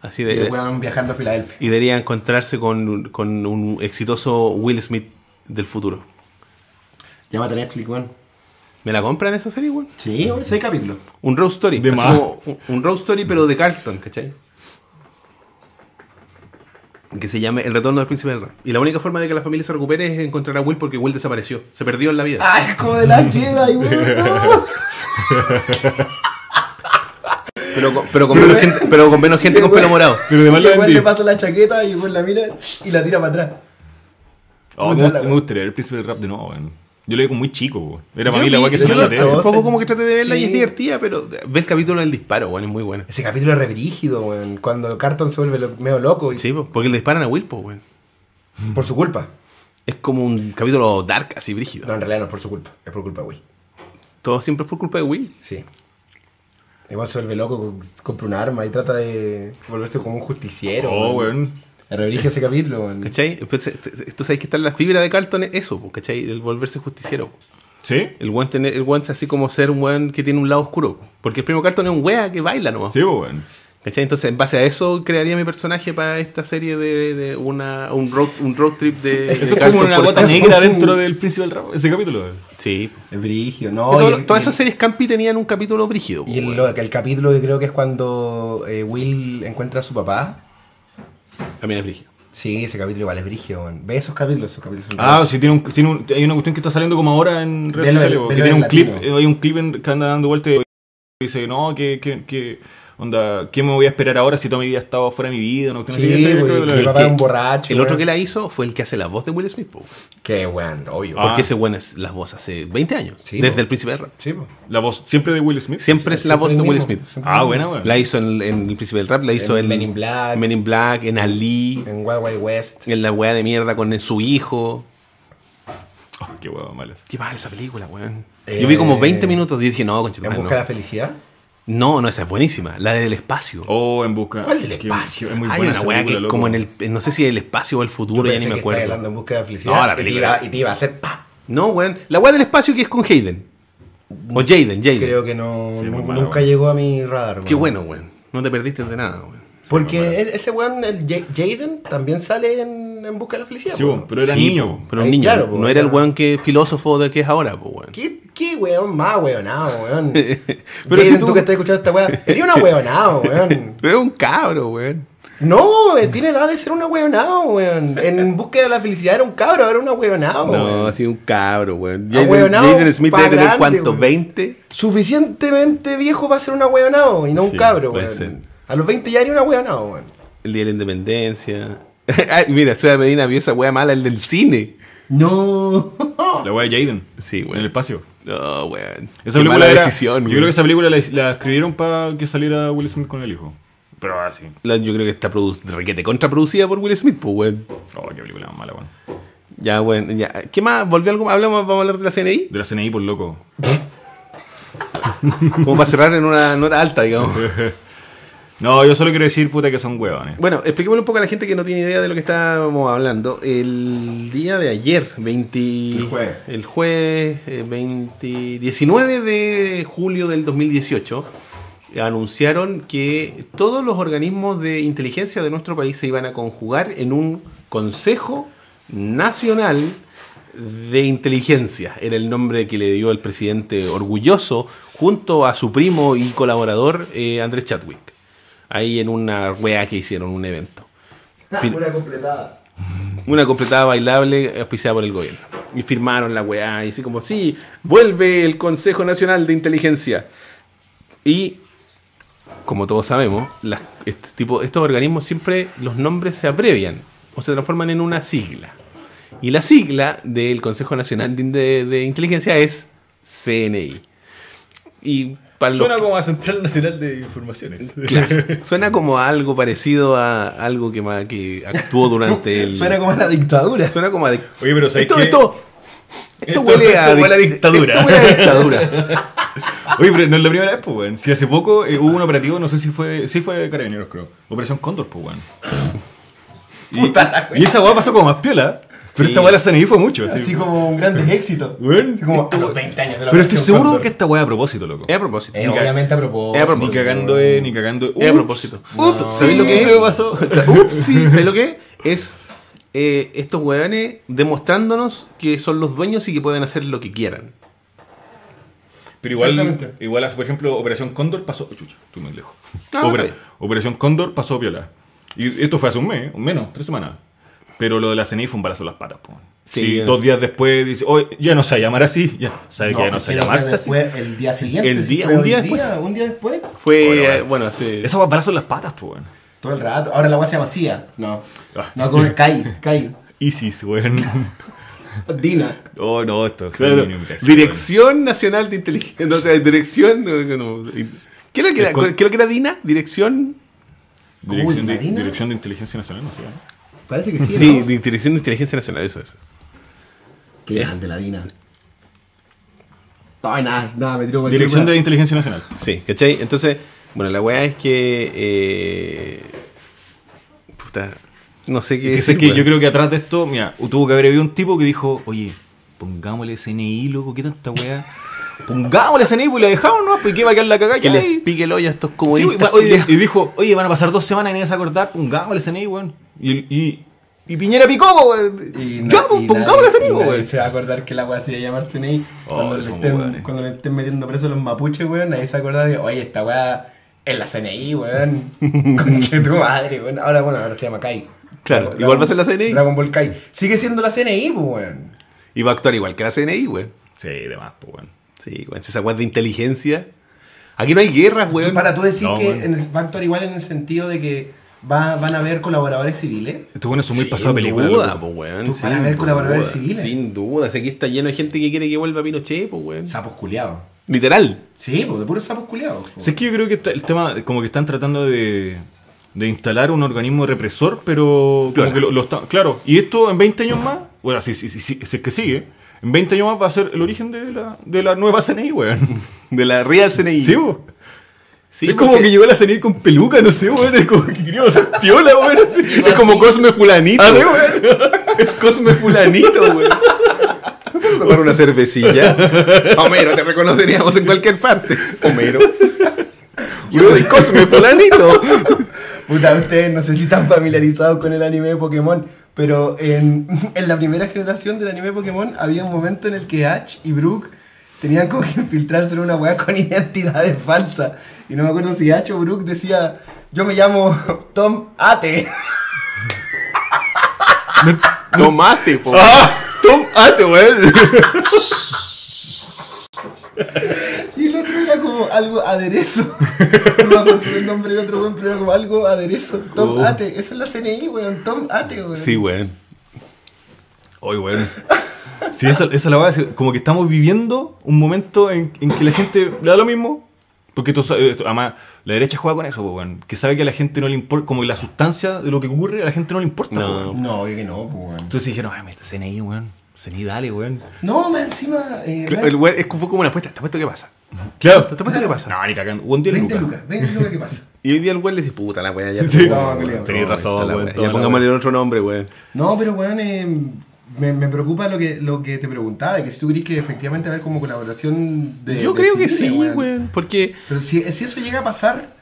S1: Así de,
S3: Y el weón viajando a Filadelfia.
S1: y debería encontrarse con, un- con un exitoso Will Smith del futuro.
S6: Llámate a Netflix, weón.
S1: ¿Me la compran esa serie, weón?
S6: Sí, weón.
S3: Seis capítulos.
S1: Un road story.
S2: De
S1: así
S2: más.
S1: como un, un road story, pero de Carlton, ¿cachai? Que se llame El retorno del príncipe del rap. Y la única forma de que la familia se recupere es encontrar a Will porque Will desapareció. Se perdió en la vida.
S6: Ah, es como de las Jedi, weón.
S1: Pero, con, pero, con menos gente, pero con menos gente con pelo morado.
S2: Pero además la
S3: Igual
S2: vendí.
S3: le pasa la chaqueta y igual la mira y la tira para atrás.
S2: Oh,
S3: Puta
S2: me,
S3: la
S2: gust-
S3: wea.
S2: me gustaría ver el príncipe del rap de nuevo, weón. Yo lo vi como muy chico, weón. Era para
S1: Yo
S2: mí la
S1: vi-
S2: weá que
S1: yo
S2: se me
S1: lo-
S2: la
S1: Hace
S3: dos.
S1: poco como que traté de verla y es
S3: Sí.
S1: divertida, pero ve el capítulo del disparo, weón, es muy bueno.
S3: Ese capítulo es rebrígido, weón. Cuando Carton se vuelve lo- medio loco y
S1: Sí, po, porque le disparan a Will, po, weón.
S3: por su culpa.
S1: Es como un capítulo dark, así brígido.
S3: No, en realidad no es por su culpa. Es por culpa de Will.
S1: Todo siempre es por culpa de Will.
S3: Sí. Igual se vuelve loco, co- compra un arma y trata de volverse como un justiciero.
S2: Oh, weón.
S3: Es rebrígido ese capítulo, weón.
S1: ¿Cachai? Entonces, t- t- tú sabes que está en la fibra de Carlton es eso, po, ¿cachai? El volverse justiciero. po.
S2: ¿Sí?
S1: El weón tener, el weón es así como ser un weón que tiene un lado oscuro. po. Porque el primo Carlton es un wea que baila nomás.
S2: Sí, po, pues, weón.
S1: ¿Cachai? Entonces, en base a eso, crearía mi personaje para esta serie de, de una, un, road, un road trip de. de
S2: Eso es
S1: Carlton
S2: como una
S1: por
S2: gota
S1: Estados-
S2: negra dentro del príncipe del rap, ese capítulo, weón.
S1: Sí. po.
S3: Es brígido, no.
S1: Todo-
S3: y el-
S1: todas
S3: y-
S1: esas series Campi tenían un capítulo brígido. po,
S3: Y el,
S1: weón.
S3: lo- el capítulo que creo que es cuando eh, Will encuentra a su papá.
S1: También es brígido.
S3: Sí, ese capítulo igual es brígido, weón. Ve esos capítulos, esos capítulos son
S2: Ah, sí, tiene un, tiene un- hay una cuestión que está saliendo como ahora en redes
S3: Velo,
S2: sociales.
S3: velo,
S2: que
S3: velo
S2: tiene
S3: en
S2: un clip,
S3: latino.
S2: eh, hay un clip en- que anda dando vueltas y dice, no, que, que, que, onda, ¿qué me voy a esperar ahora si toda mi vida ha estado fuera de mi vida? No,
S3: Sí,
S2: ese-
S3: güey,
S2: creo que lo-
S3: que el papá
S1: pues, que-
S3: es un borracho.
S1: El otro
S3: weón.
S1: que la hizo fue el que hace la voz de Will Smith, po, weón.
S3: Que weón, obvio.
S2: Ah.
S1: porque ese weón es la voz hace 20 años,
S3: Sí,
S1: desde
S3: po.
S1: el Príncipe del Rap.
S3: Sí, po.
S2: La voz siempre de Will Smith.
S1: Siempre es la voz de
S3: el
S1: Will
S3: mismo,
S1: Smith.
S3: siempre el
S2: Ah,
S3: mismo.
S2: buena, weón.
S1: Mm. La hizo en, en El Príncipe del Rap, la hizo
S3: En
S1: en
S3: Men in Black. Eh.
S1: Men in Black, en Ali,
S3: En Wild Wild West.
S1: en la weá de mierda con su hijo.
S2: Oh, qué huevo malas.
S1: Qué mal esa película, weón.
S3: Eh,
S1: Yo vi como 20 minutos y dije, Ah, no,
S3: En
S1: conchetumare,
S3: Busca de la Felicidad.
S1: no. no, no, esa es buenísima. La del espacio.
S2: Oh, en busca.
S3: ¿Cuál del
S2: Qué-
S3: espacio?
S2: qué- es muy
S1: Hay
S2: buena
S1: una
S2: esa
S1: weá que
S2: película,
S1: es
S2: loco.
S1: como en el. en- No sé si el espacio o el futuro, ya
S3: Pensé
S1: ni me
S3: que
S1: acuerdo.
S3: estaba hablando en Busca de la Felicidad.
S1: No, la
S3: y te
S1: película.
S3: iba- Y te iba a hacer pa.
S1: No, weón. La weá del espacio que es con Hayden. O Jaden, Jaden.
S3: Creo que no,
S2: Sí, muy
S3: nu-
S2: mala,
S3: nunca
S2: weón.
S3: llegó a mi radar. weón.
S1: Qué bueno, weón. No te perdiste de nada, weón.
S3: Porque e- ese weón, el Ja- Jaden, también sale en, en Busca de la Felicidad.
S2: Sí,
S3: po.
S2: bueno, pero era
S1: Sí,
S2: niño.
S1: po, pero un
S3: Ahí,
S1: niño.
S3: claro,
S1: no
S3: po,
S1: era el
S3: era-
S1: weón que filósofo de que es ahora, po, weón.
S3: ¿Qué, qué weón más weonado, weón?
S1: Pero
S3: Pero
S1: si
S3: tú...
S1: tú-
S3: que estás escuchando esta weá, eres una weonado, weón.
S1: Es un cabro, weón.
S3: No, eh, tiene edad de ser una weonado, weón. En búsqueda de la felicidad era un cabro, ahora una weonado.
S1: No,
S3: weón.
S1: ha sido un cabro, weón.
S3: Ah,
S1: Jaden,
S3: weonao,
S1: Jaden Smith
S3: pa'
S1: debe tener
S3: grande,
S1: cuánto,
S3: weón.
S1: 20.
S3: Suficientemente viejo para ser una weonado y no un
S2: Sí,
S3: cabro,
S1: puede
S3: weón.
S1: ser.
S3: A los 20 ya era una weonado, weón.
S1: El día de la independencia. Ay, mira, Seba Medina vio esa wea mala, el del cine.
S6: No.
S2: La weá de Jaden.
S1: Sí, weón.
S2: En el espacio.
S1: No, weón.
S2: Esa
S1: Qué
S2: película
S1: mala
S2: era-
S1: decisión,
S2: Yo
S1: weón.
S2: creo que esa película la, la escribieron para que saliera Will Smith con el hijo. Pero ah, así.
S1: La- yo creo que está produ- requete contraproducida por Will Smith, pues, weón.
S2: Oh, qué película más mala, weón.
S1: Ya, weón. Ya. ¿Qué más? ¿Volvió algo? ¿Hablamos? ¿Vamos a hablar de la CNI?
S2: De la CNI, por loco.
S1: Como para cerrar en una nota alta, digamos.
S2: No, yo solo quiero decir, puta, que son huevones.
S1: Bueno, expliquémosle un poco a la gente que no tiene idea de lo que estábamos hablando. El día de ayer, 20, el
S3: jueves.
S1: el jueves, eh, 20 19 de julio del 2018, anunciaron que todos los organismos de inteligencia de nuestro país se iban a conjugar en un Consejo Nacional de Inteligencia. Era el nombre que le dio el presidente orgulloso junto a su primo y colaborador eh, Andrés Chadwick. Ahí en una wea que hicieron, un evento. Fin-
S6: completada.
S1: una completada bailable auspiciada por el gobierno. Y firmaron la weá, y así como, sí, vuelve el Consejo Nacional de Inteligencia. Y, como todos sabemos, las- este tipo, estos organismos siempre los nombres se abrevian o se transforman en una sigla. Y la sigla del Consejo Nacional de, de- de Inteligencia es CNI. Y para los-
S2: como a Central Nacional de Informaciones.
S1: claro, suena como a algo parecido a algo que, ma- que actuó durante el...
S6: Suena como a la dictadura.
S1: Suena como a dic-
S2: Oye, pero ¿sabes
S1: esto,
S2: qué?
S1: Pues esto, esto
S2: Esto-
S1: huele, a
S2: esto huele a
S1: dic-
S2: dictadura.
S1: Esto huele a dictadura.
S2: Oye, pero no es la primera vez, pues, weón. Si hace poco eh, hubo un operativo, no sé si fue. Sí, fue de Carabineros, creo. Operación Cóndor, pues, weón. Y, y esa weá pasó como más piola. Pero esta weá la Sanidad fue mucho. Así,
S6: Así como un gran éxito.
S2: Weón,
S6: Así como,
S2: esta
S3: A los
S2: weá-
S3: 20 años de la
S2: Pero estoy
S3: Operación
S2: seguro
S3: Cóndor.
S2: que esta weá a propósito, loco.
S1: Es a propósito.
S3: Eh, obviamente a propósito.
S1: Es a
S2: Ni
S1: propósito.
S2: cagando, eh, ni cagando.
S1: Es a propósito.
S2: Ups,
S1: No.
S2: ¿sabéis lo que
S1: Sí.
S2: se me pasó?
S1: Ups, sí, ¿sabes lo que es? eh, estos hueones demostrándonos que son los dueños y que pueden hacer lo que quieran.
S2: Pero igual,
S3: Exactamente.
S2: igual, por ejemplo, Operación Cóndor pasó. Oh, Chucha, estoy muy lejos.
S1: Ah,
S2: Opera-
S1: está bien.
S2: Operación Cóndor pasó viola. Y esto fue hace un mes, o menos, tres semanas. Pero lo de la CNI fue un balazo en las patas, po.
S1: Sí,
S2: Sí, eh.
S1: ya.
S2: dos días después dice, oye, ya no se va a llamar así, ya sabe que ya no
S3: es
S2: se
S3: que
S2: va a llamar
S3: lo que
S2: así.
S3: después, El día siguiente.
S2: El
S3: si
S2: día-
S3: fue
S2: un
S3: hoy
S2: día después.
S3: Un día después.
S1: Fue,
S2: Bueno,
S1: eh, bueno, sí.
S2: Esa fue balazo en las patas, po. weón.
S3: Todo el rato. Ahora la guasa se llama CIA. No.
S2: Ah.
S6: No, como Kai, Kai,
S2: ISIS, weón.
S6: Dina.
S2: Oh, no, esto.
S1: Claro.
S2: sí, ni un caso,
S1: Dirección Nacional de Inteligencia. O sea, dirección. no, no, ¿Qué era, lo que era,
S2: Es con-
S1: ¿Qué era lo que era DINA? Dirección.
S2: weón. Dirección,
S6: Uy,
S2: de,
S6: Marina.
S2: Dirección de Inteligencia Nacional, no ¿eh? sé. ¿no?
S6: Parece que sí.
S1: Sí,
S6: ¿no?
S1: de Dirección de Inteligencia Nacional, eso es.
S6: Qué grande la Dina. Ay, nada, nada, me tiro cualquier
S2: Dirección
S6: weá.
S2: de Inteligencia Nacional.
S1: Sí, ¿cachai? Entonces, bueno, la weá es que. eh, puta. No sé qué
S2: Que sé
S1: decir,
S2: que
S1: weón.
S2: yo creo que atrás de esto, mira, tuvo que haber habido un tipo que dijo, oye, pongámosle CNI, loco, ¿qué tanta weá? Pongámosle CNI, pues la dejamos, ¿no? Pues que va a quedar la cagada.
S1: Que
S2: ya,
S1: les
S2: y-
S1: pique el hoyo a estos
S2: Sí,
S1: comunistas.
S2: weón, oye, y dijo, oye, van a pasar dos semanas y nadie se va a acordar, pongámosle CNI, weón. Y, y, y Piñera picó, weón.
S3: Y
S2: ya,
S3: na-
S2: pues,
S3: y
S2: pongámosle
S3: nadie-
S2: CNI,
S3: y nadie
S2: weón.
S3: Se va a acordar que la weá se iba a llamar CNI.
S2: Oh,
S3: cuando, le
S2: somos
S3: estén,
S2: weones.
S3: cuando le estén metiendo preso los mapuches, weón, nadie se va a acordar de, oye, esta weá es la CNI, weón. Conche tu madre, weón. Ahora, bueno, ahora se llama Kai.
S1: Claro,
S3: Dragon-
S1: igual va a ser la CNI.
S3: Dragon Ball Kai. Sigue siendo la CNI, pues, weón.
S1: Y va a actuar igual que la CNI, weón.
S2: Sí, demás, pues, weón.
S1: Sí, weón. Si esa weá es de inteligencia. Aquí no hay guerras,
S3: Y
S1: weón.
S3: para tú decir
S2: No,
S3: que
S2: weón.
S3: en el- va a actuar igual en el sentido de que va- van a haber colaboradores civiles.
S2: Estos weones son muy
S1: Sin
S2: pasados de película.
S1: duda,
S2: loco.
S1: pues, weón.
S3: Tú
S1: sin
S3: para ver colaboradores
S1: duda,
S3: civiles.
S1: Sin duda. Si aquí está lleno de gente que quiere que vuelva Pinochet, pues, weón.
S3: Sapos culiados.
S1: Literal.
S3: Sí, pues, de puros sapos culiados. po.
S2: Sí, Pues es que yo creo que está- el tema, como que están tratando de, de instalar un organismo represor, pero. como
S1: Claro.
S2: que lo- lo está- claro, y esto en 20 años más, bueno, si, si, si, si- si es que sigue, en 20 años más va a ser el origen de la, de la nueva CNI, weón.
S1: De la Real CNI.
S2: Sí, bo.
S1: Sí,
S2: es como
S1: porque-
S2: que llegó la CNI con peluca, no sé, weón. Es como que queríamos hacer piola, weón. así. Es como Cosme Fulanito. Ah, sí, weón.
S1: Es Cosme Fulanito, weón. ¿Puedes tomar una cervecilla? Homero, te reconoceríamos en cualquier parte. Homero. Yo soy Cosme Fulanito.
S3: Puta, ustedes no sé si están familiarizados con el anime de Pokémon, pero en, en la primera generación del anime de Pokémon había un momento en el que Ash y Brook tenían como que infiltrarse en una weá con identidades falsas. Y no me acuerdo si Ash o Brook decía, yo me llamo Tom Ate.
S1: Tomate, po.
S2: Tomate, ah, este weón.
S3: Y el otro era como algo aderezo. No me acuerdo el nombre de otro weón, pero era como algo aderezo. Tom
S2: Oh.
S3: Ate. Esa es la CNI, weón. Tom Ate, weón.
S1: Sí, weón.
S2: Oye, weón. Sí, esa, esa es la verdad. Como que estamos viviendo un momento en, en que la gente le da lo mismo. Porque esto, sa- esto- además, la derecha juega con eso, pues, weón. Que sabe que a la gente no le importa, como que la sustancia de lo que ocurre, a la gente no le importa,
S1: No.
S2: pues, weón.
S3: No, obvio que no, pues, weón.
S2: Entonces dijeron, ay, mete CNI, weón. CNI, dale, weón.
S3: No, más encima. Eh,
S1: El weón es como- fue como una apuesta. ¿Te apuesto qué pasa?
S2: Claro.
S1: ¿Te apuesto qué pasa?
S2: No, ni cagando. Hubo un día
S3: 20
S2: lucas.
S3: lucas, 20 lucas, ¿qué pasa?
S1: Y hoy día el weón le dice, puta la weá, ya.
S2: Sí.
S3: No, culiao.
S2: Tenés
S1: No,
S2: razón,
S1: está la
S2: weón,
S1: weá.
S2: toda
S1: Ya
S2: la
S1: pongámosle otro nombre, weón.
S3: No, pero weón, eh, me, me preocupa lo que, lo que te preguntaba, de que si tú crees que efectivamente va a haber como colaboración de.
S1: Yo
S3: de
S1: creo que sí,
S3: civiles,
S1: weón. Porque
S3: Pero si, si eso llega a pasar.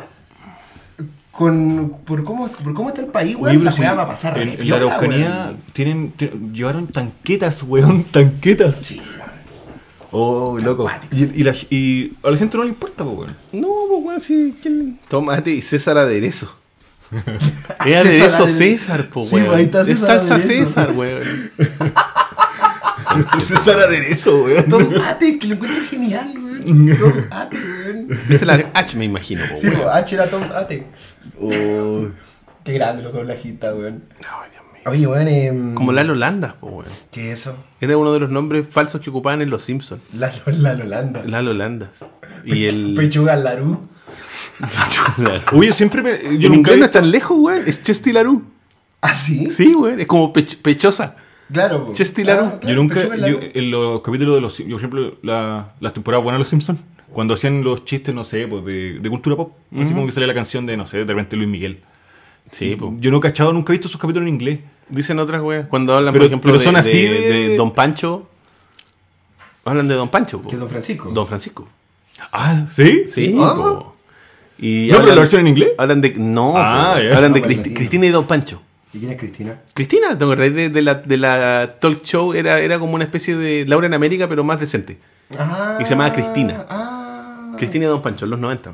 S3: Con, por, cómo, por cómo está el país,
S2: Oye,
S3: weón,
S2: pero
S3: la
S2: si
S3: weá va a pasar.
S2: En,
S3: re
S2: en la
S3: piola,
S2: Araucanía
S3: weón.
S2: tienen, ti- llevaron tanquetas, weón, tanquetas.
S3: Sí, weón.
S2: Oh, loco. Y, y la- y a la gente no le importa, pues, weón.
S1: No, pues weón, sí. ¿quién? Tomate y César aderezo. es
S3: aderezo.
S1: aderezo César, pues
S3: Sí,
S1: weón.
S3: ahí está
S1: es
S3: César
S1: salsa
S3: aderezo.
S1: César, weón.
S2: César aderezo, weón.
S3: Tomate, que lo encuentro genial, weón. Tomate, weón.
S1: Esa es la H, me imagino, pues
S3: Sí,
S1: weón.
S3: weón, H era Tomate.
S2: Oh.
S3: Qué grande los doblajistas, weón.
S1: Ay, Dios mío.
S3: Oye, weón, em,
S1: Como Lalo Landa, pues weón.
S3: ¿Qué es eso?
S1: Era uno de los nombres falsos que ocupaban en Los Simpsons.
S3: La, la Lolanda.
S1: Lalo Landas. Y el.
S3: Pechuga Larú.
S2: Oye, siempre me. Yo
S1: En
S2: nunca.
S1: inglés no es tan lejos, weón. Es Chesty Larú.
S3: ¿Ah, sí?
S1: Sí, weón. Es como pech- pechosa.
S3: Claro. po.
S1: Chesti Larú.
S3: Ah, claro,
S2: Yo nunca.
S3: Pechuga Larú.
S2: yo- en los capítulos de los. Sim- Yo, por ejemplo, la- las temporadas buenas de los Simpsons. Cuando hacían los chistes, no sé, pues de, de cultura pop. Así como que sale la canción de, no sé, de repente Luis Miguel.
S1: Sí, po.
S2: Yo no he cachado, nunca he visto sus capítulos en inglés.
S1: Dicen otras weas. Cuando hablan,
S2: Pero-
S1: por ejemplo,
S2: pero
S1: de,
S2: son
S1: de-
S2: así
S1: de,
S2: de-
S1: Don Pancho. Hablan de Don Pancho, po.
S3: Que Don Francisco.
S1: Don Francisco.
S2: Ah, ¿sí?
S1: Sí,
S3: Ah.
S1: po. Y
S2: No, pero la versión en inglés.
S1: Hablan de. No,
S2: Ah,
S1: po.
S2: ya.
S1: hablan de
S3: No,
S1: Cristi-
S3: pues, latino.
S1: Cristina y Don Pancho.
S3: ¿Y quién es Cristina?
S1: Cristina, ¿te acordás de, de la, de la talk show? Era, era como una especie de Laura en América, pero más decente.
S3: Ah,
S1: Y se llamaba Cristina.
S3: Ah,
S1: Cristina y Don Pancho, en los 90.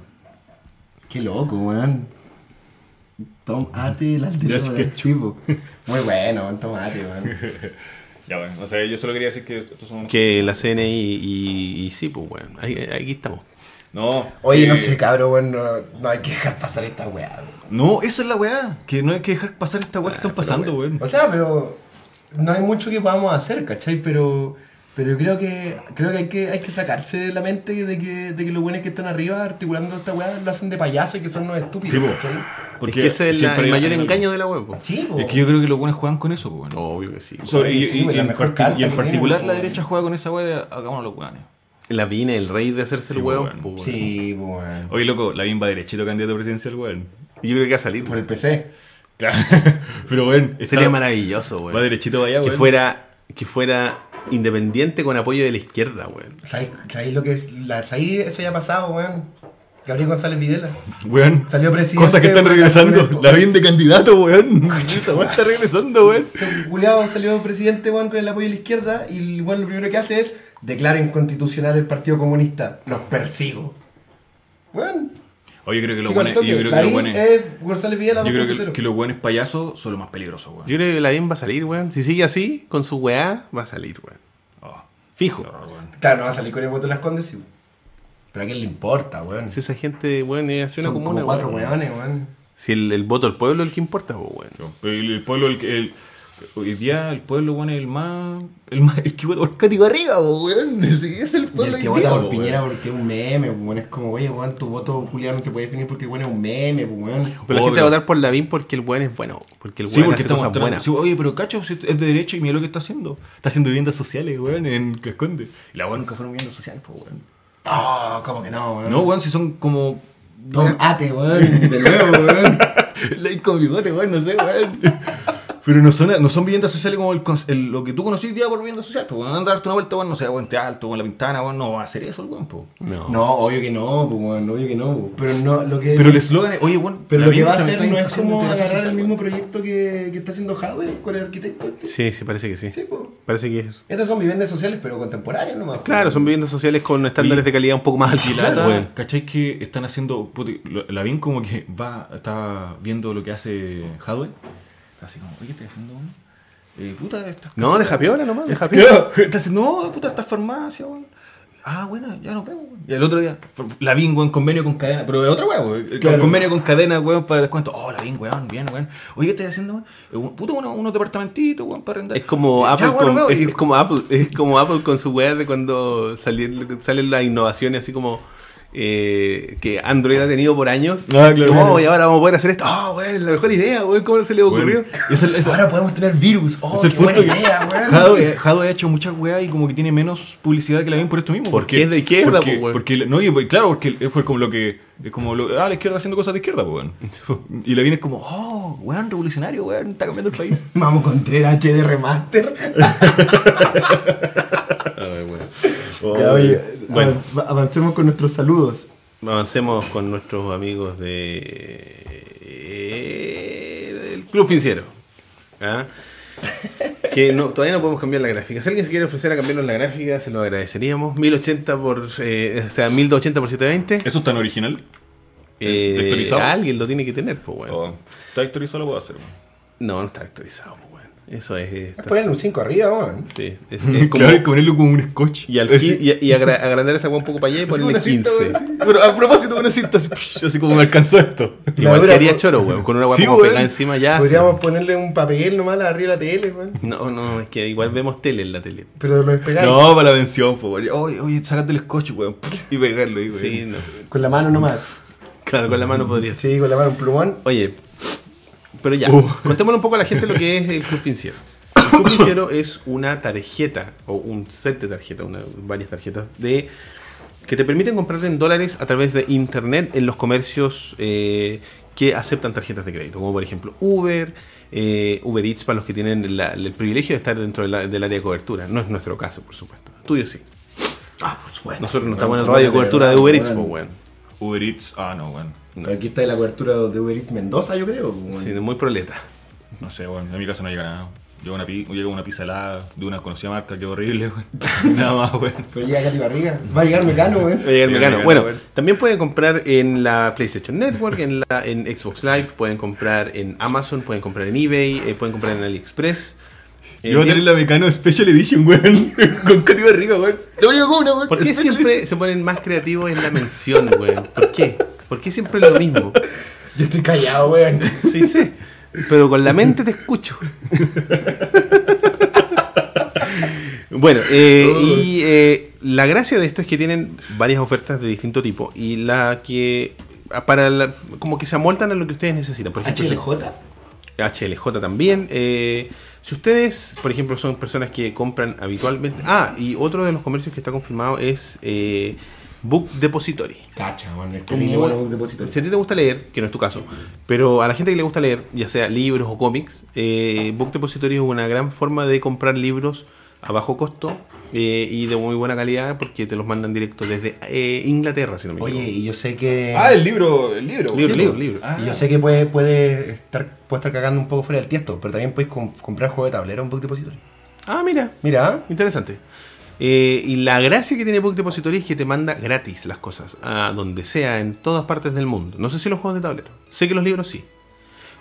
S6: Qué loco, weón. Tom Ate, el
S2: Ya,
S6: altero
S2: qué
S6: del chivo.
S3: Muy bueno, buen tomate, weón.
S2: Ya, bueno, o sea, yo solo quería decir que estos son.
S1: Que la CNI y, y sí, pues, bueno, ahí, aquí estamos.
S2: No.
S3: Oye,
S2: que-
S3: no sé, cabrón, weón, no, no hay que dejar pasar esta weá, weón.
S2: No, esa es la weá. Que no hay que dejar pasar esta weá que están pasando, weón.
S3: O sea, pero no hay mucho que podamos hacer, ¿cachai? Pero, pero creo que creo que hay que, hay que sacarse de la mente de que, de que los buenos que están arriba articulando esta weá lo hacen de payaso y que son unos estúpidos,
S2: Sí, po.
S3: ¿cachai?
S1: es que ese es la-
S2: siempre
S1: el mayor
S2: hay algo.
S1: engaño de la web. po.
S3: Sí, po.
S2: Es que yo creo que los buenos juegan con eso, po, weón.
S1: Obvio que sí. po.
S2: Sobre- y,
S3: Sí,
S2: y-
S3: la
S2: y en,
S3: mejor
S2: parti-
S3: carta
S2: y en
S3: que
S2: particular
S3: tienen,
S2: la
S3: po,
S2: derecha
S3: weón.
S2: juega con esa weá de hagámonos los weones.
S1: La vine, el rey de hacerse
S2: Sí,
S1: el
S2: pues,
S1: huevo.
S2: bueno.
S1: pues, bueno.
S3: Sí, po, weón.
S2: Oye, loco, la bimba derechito candidato presidencial, weón.
S1: Yo creo que va a salir.
S3: Por
S1: pues.
S3: el PC.
S2: Claro. Pero, weón, está-
S1: Sería maravilloso, güey.
S2: Va derechito para allá,
S1: que
S2: weón.
S1: fuera, que fuera independiente con apoyo de la izquierda, güey.
S3: ¿Sabéis, sabéis lo que es? La, ¿Sabéis? Eso ya ha pasado, weón. Gabriel González Videla.
S2: Weón.
S3: Salió presidente.
S2: Cosas que están
S3: weón,
S2: regresando.
S3: con el-
S2: La bien de candidato, weón. Esa weá está regresando, weón.
S3: Juliado Este salió presidente weón, con el apoyo de la izquierda y igual lo primero que hace es declara inconstitucional el Partido Comunista. Los persigo. Weón.
S2: Oye, yo creo que
S3: digo
S2: los
S3: al
S2: buenos.
S3: toque,
S2: Yo creo que los
S3: Lavín
S2: buenos.
S3: es González Videla
S2: Yo creo que,
S3: 2.0.
S2: que los buenos payasos son los más peligrosos, weón.
S1: Yo creo que la vine va a salir, güey. Si sigue así, con su weá, va a salir, güey.
S2: Oh,
S1: Fijo.
S2: qué horror, weón.
S3: Claro, no va a salir con el voto de las condes, sí. Pero a quién le importa, weón.
S1: Si esa gente, güey, es hace una
S3: Son
S1: comuna,
S3: como cuatro
S1: güey.
S3: weones, weón.
S1: Si el, el voto del pueblo es el que importa, pues, güey.
S2: Pero el, el pueblo, el, que- el- hoy día el pueblo, weón, es el más. El más. El que vota por Cático arriba, po, weón. Ese es el
S3: Y
S2: pueblo
S3: el pues, que
S2: hoy día,
S3: vota por
S2: po,
S3: Piñera
S2: weón.
S3: porque es un meme, pues, weón. Es como, oye, weón, tu voto culiado no te puede definir porque, weón, es un meme, pues, weón.
S1: Pero la gente
S2: Obvio.
S1: va a votar por Lavín porque el weón es bueno. Porque el weón
S2: Sí, porque
S1: hace
S2: está
S1: cosas
S2: mostrando.
S1: buenas.
S2: sí, oye, pero cacho, si es de derecha y mira lo que está haciendo. Está haciendo viviendas sociales, weón, en Casconde. Y la weón nunca fueron viviendas sociales, po, weón.
S3: Ah, ¿cómo que no, weón?
S2: No, weón, si son como.
S3: Don Ate, weón. De nuevo, weón.
S2: Ley con bigote, weón, no sé, weón. Pero no son, no son viviendas sociales como el, cons- el- lo que tú conocís día por vivienda social, pues weón, anda a darte una vuelta, weón, no sé, Puente Alto, weón, La Pintana, weón, no va a hacer eso el weón, po.
S1: No.
S3: No, obvio que no, pues, weón, obvio que no. pues. Pero no, lo que.
S2: Pero el eslogan es, oye, weón,
S3: pero
S2: la
S3: lo que
S2: mierda
S3: va a
S2: también
S3: hacer
S2: está
S3: no es como
S2: haciendo integración
S3: agarrar el
S2: social,
S3: mismo
S2: weón.
S3: proyecto que, que está haciendo Huawei con el arquitecto este.
S1: Sí, sí, parece que sí.
S3: Sí, po.
S1: Parece que es eso.
S3: Estas son viviendas sociales, pero contemporáneas nomás. pues.
S1: Claro, son viviendas sociales con estándares de calidad un poco más altos.
S2: Y la
S1: Claro,
S2: lata,
S1: weón.
S2: ¿cachai? Que están haciendo. puti, lo- la Lavín como que va, está viendo lo que hace Hadwe. Está así como, oye, ¿qué estás haciendo, weón? Eh, puta, estas
S1: No,
S2: cositas-
S1: deja piola nomás, deja piola.
S2: Claro, está así, no, puta, esta farmacia, weón. Ah, bueno, ya nos vemos, weón. Y el otro día, la Lavín, weón, convenio con cadena. Pero es otra weón, weón. Eh,
S3: Claro.
S2: Convenio con cadena, weón, para descuento. Oh, Lavín, weón, bien, weón. Oye, ¿qué estás haciendo, weón? Eh, un- puta, uno- unos departamentitos, weón, para arrendar.
S1: Es como
S2: Ya,
S1: Apple
S2: weón,
S1: con,
S2: nos vemos.
S1: es,
S2: Y-
S1: es como Apple, es como Apple con su weá de cuando salieron, salen las innovaciones así como eh, que Android ha tenido por años.
S2: Ah, claro.
S1: Como, "Oh, y ahora vamos a poder hacer esto. Ah, weón, la mejor idea, weón, ¿cómo se le
S2: Weón,
S1: ocurrió?
S2: esa- esa-
S3: Ahora podemos tener virus. Oh,
S2: es el
S3: qué buena
S2: punto que
S3: idea, weón.
S2: Jadwe, Jadwe ha hecho muchas weas y como que tiene menos publicidad que la ven por esto mismo.
S1: Porque es de izquierda,
S2: porque,
S1: po, weón.
S2: porque- no, y, pues, claro, porque es como lo que. Es como lo, ah, la izquierda haciendo cosas de izquierda, po, weón. Y la viene como, oh, weón, revolucionario, weón, está cambiando el país.
S3: Vamos con 3 HD remaster. Ya, oye,
S1: Bueno.
S3: av- avancemos con nuestros saludos.
S1: Avancemos con nuestros amigos de eh, del Club Financiero. ¿Ah? Que no, todavía no podemos cambiar la gráfica. Si alguien se quiere ofrecer a cambiarnos la gráfica, se lo agradeceríamos. 1080 por eh, o sea, 1280 por 720.
S2: Eso es tan original.
S1: Eh,
S2: ¿Textualizado?
S1: alguien lo tiene que tener, pues bueno.
S2: Oh, está actualizado, lo puedo hacer. weón.
S1: No, no está actualizado, pues bueno. Eso es. eh, está-
S3: Ponen un 5 arriba, weón.
S1: sí, es- es como-
S2: Claro, hay que ponerlo como un scotch.
S1: y, al
S2: Así-
S1: qui- y- y agra- agrandar esa hueá un poco para allá y
S2: así como
S1: ponerle
S2: una cinta,
S1: 15.
S2: weón, así. Pero a propósito, una cinta así, psh, así como me alcanzó esto.
S1: Igual que
S3: La dura-
S1: haría choro, weón. Con una hueá
S2: Sí,
S1: como
S2: weón.
S1: pegada encima ya.
S3: Podríamos ponerle un papel nomás arriba de la tele, weón.
S1: No, no, es que igual vemos tele en la tele.
S3: Pero lo despegamos
S2: No, para la mención, po, weón. Oye, oye, sacate el scotch, weón. Y pegarlo ahí, weón.
S1: Sí, no.
S3: Con la mano nomás.
S1: Claro, con la mano podría.
S3: Sí, con la mano, un plumón.
S1: Oye, pero ya,
S2: Uh.
S1: contémosle un poco a la gente lo que es el Club Financiero. El Club Financiero es una tarjeta, o un set de tarjetas, una- varias tarjetas, de que te permiten comprar en dólares a través de internet en los comercios eh, que aceptan tarjetas de crédito, como por ejemplo Uber, eh, Uber Eats para los que tienen la- el privilegio de estar dentro de la- del área de cobertura. No es nuestro caso, por supuesto. Tuyo sí.
S6: Ah, por supuesto.
S1: Nosotros no
S3: Bueno,
S1: estamos en el
S3: bueno,
S1: radio de cobertura de
S3: bueno,
S1: Uber Eats,
S3: bueno.
S1: pues bueno.
S2: Uber Eats, ah, no, weón.
S3: Aquí está la cobertura de Uber Eats Mendoza, yo creo. weón.
S1: Sí, muy proleta.
S2: No sé, weón. En mi casa no llega nada. Llega una, pi- llega una pizza helada de una conocida marca, qué horrible, weón. Nada más, weón.
S3: Pero llega Katy Barriga. Va a llegar Mecano, weón.
S1: Eh, el Mecano.
S2: Sí, el Mecano,
S1: Bueno,
S2: bueno.
S1: también pueden comprar en la PlayStation Network, en, la, en Xbox Live, pueden comprar en Amazon, pueden comprar en eBay, eh, pueden comprar en AliExpress. Eh,
S2: Yo voy a tener la Mecano Special Edition, weón. Con Cati Barriga, weón.
S1: Eh.
S4: Lo único que una, weón.
S1: ¿Por qué siempre se ponen más creativos en la mención, weón? ¿Por qué? ¿Por qué siempre lo mismo?
S3: Yo estoy callado, weón.
S1: Sí, sí. Pero con la mente te escucho. bueno, eh, y eh, la gracia de esto es que tienen varias ofertas de distinto tipo. Y la que. ah, Para la- como que se amoldan a lo que ustedes necesitan. Por ejemplo, si-
S3: HLJ.
S1: HLJ también. Eh, si ustedes, por ejemplo, son personas que compran habitualmente. Ah, y otro de los comercios que está confirmado es eh, Book Depository.
S3: Cacha, weón. Este
S1: Como-
S3: niño bueno, un depósito.
S1: Si a ti te gusta leer, que no es tu caso, pero a la gente que le gusta leer, ya sea libros o cómics, eh, Book Depository es una gran forma de comprar libros a bajo costo eh, y de muy buena calidad porque te los mandan directo desde eh, Inglaterra, si no me equivoco.
S3: Oye, y yo sé que.
S2: Ah, el libro, el libro.
S1: Libro,
S2: sí,
S1: libro,
S2: weón.
S1: libro.
S2: Ah.
S3: Y yo sé que puede, puede, estar, puede estar cagando un poco fuera del tiesto, pero también puedes com- comprar juego de tablero en Book Depository.
S1: Ah, mira,
S3: Mira,
S1: Interesante. Eh, y la gracia que tiene Book Depository es que te manda gratis las cosas, a donde sea, en todas partes del mundo. No sé si los juegos de tablero. Sé que los libros sí.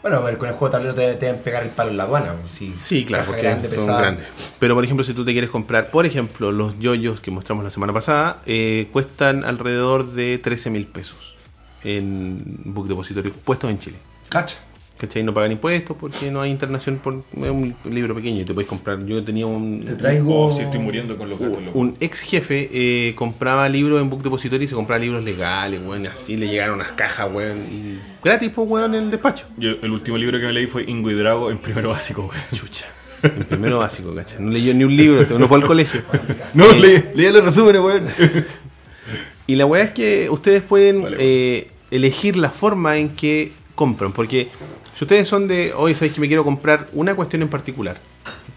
S3: bueno, a ver, con el juego de tablero te, te deben pegar el palo en la aduana. Sí, caja
S1: porque
S3: grande,
S1: son
S3: pesada.
S1: grandes. Pero, por ejemplo, si tú te quieres comprar, por ejemplo, los yoyos que mostramos la semana pasada, eh, cuestan alrededor de 13 mil pesos en Book Depository, puestos en Chile.
S3: Cacha.
S1: ¿Cachai? No pagan impuestos porque no hay internación por es un libro pequeño y te puedes comprar. Yo tenía un,
S3: Te traigo.
S2: Oh, sí, estoy muriendo con los gatos, loco.
S1: un ex jefe eh, compraba libros en Book Depository y se compraba libros legales, weón. Así le llegaron unas cajas, weón. Y gratis, pues, weón, en el despacho.
S2: Yo- el último libro que me leí fue Ingo y Drago en primero básico, weón. Chucha.
S1: En primero básico, ¿cachai? No leyó ni un libro, este, no fue al colegio.
S2: No, leí, leí los resúmenes, weón.
S1: Y la weá es que ustedes pueden
S2: Vale,
S1: eh, elegir la forma en que compran. Porque si ustedes son de, hoy sabéis que me quiero comprar una cuestión en particular.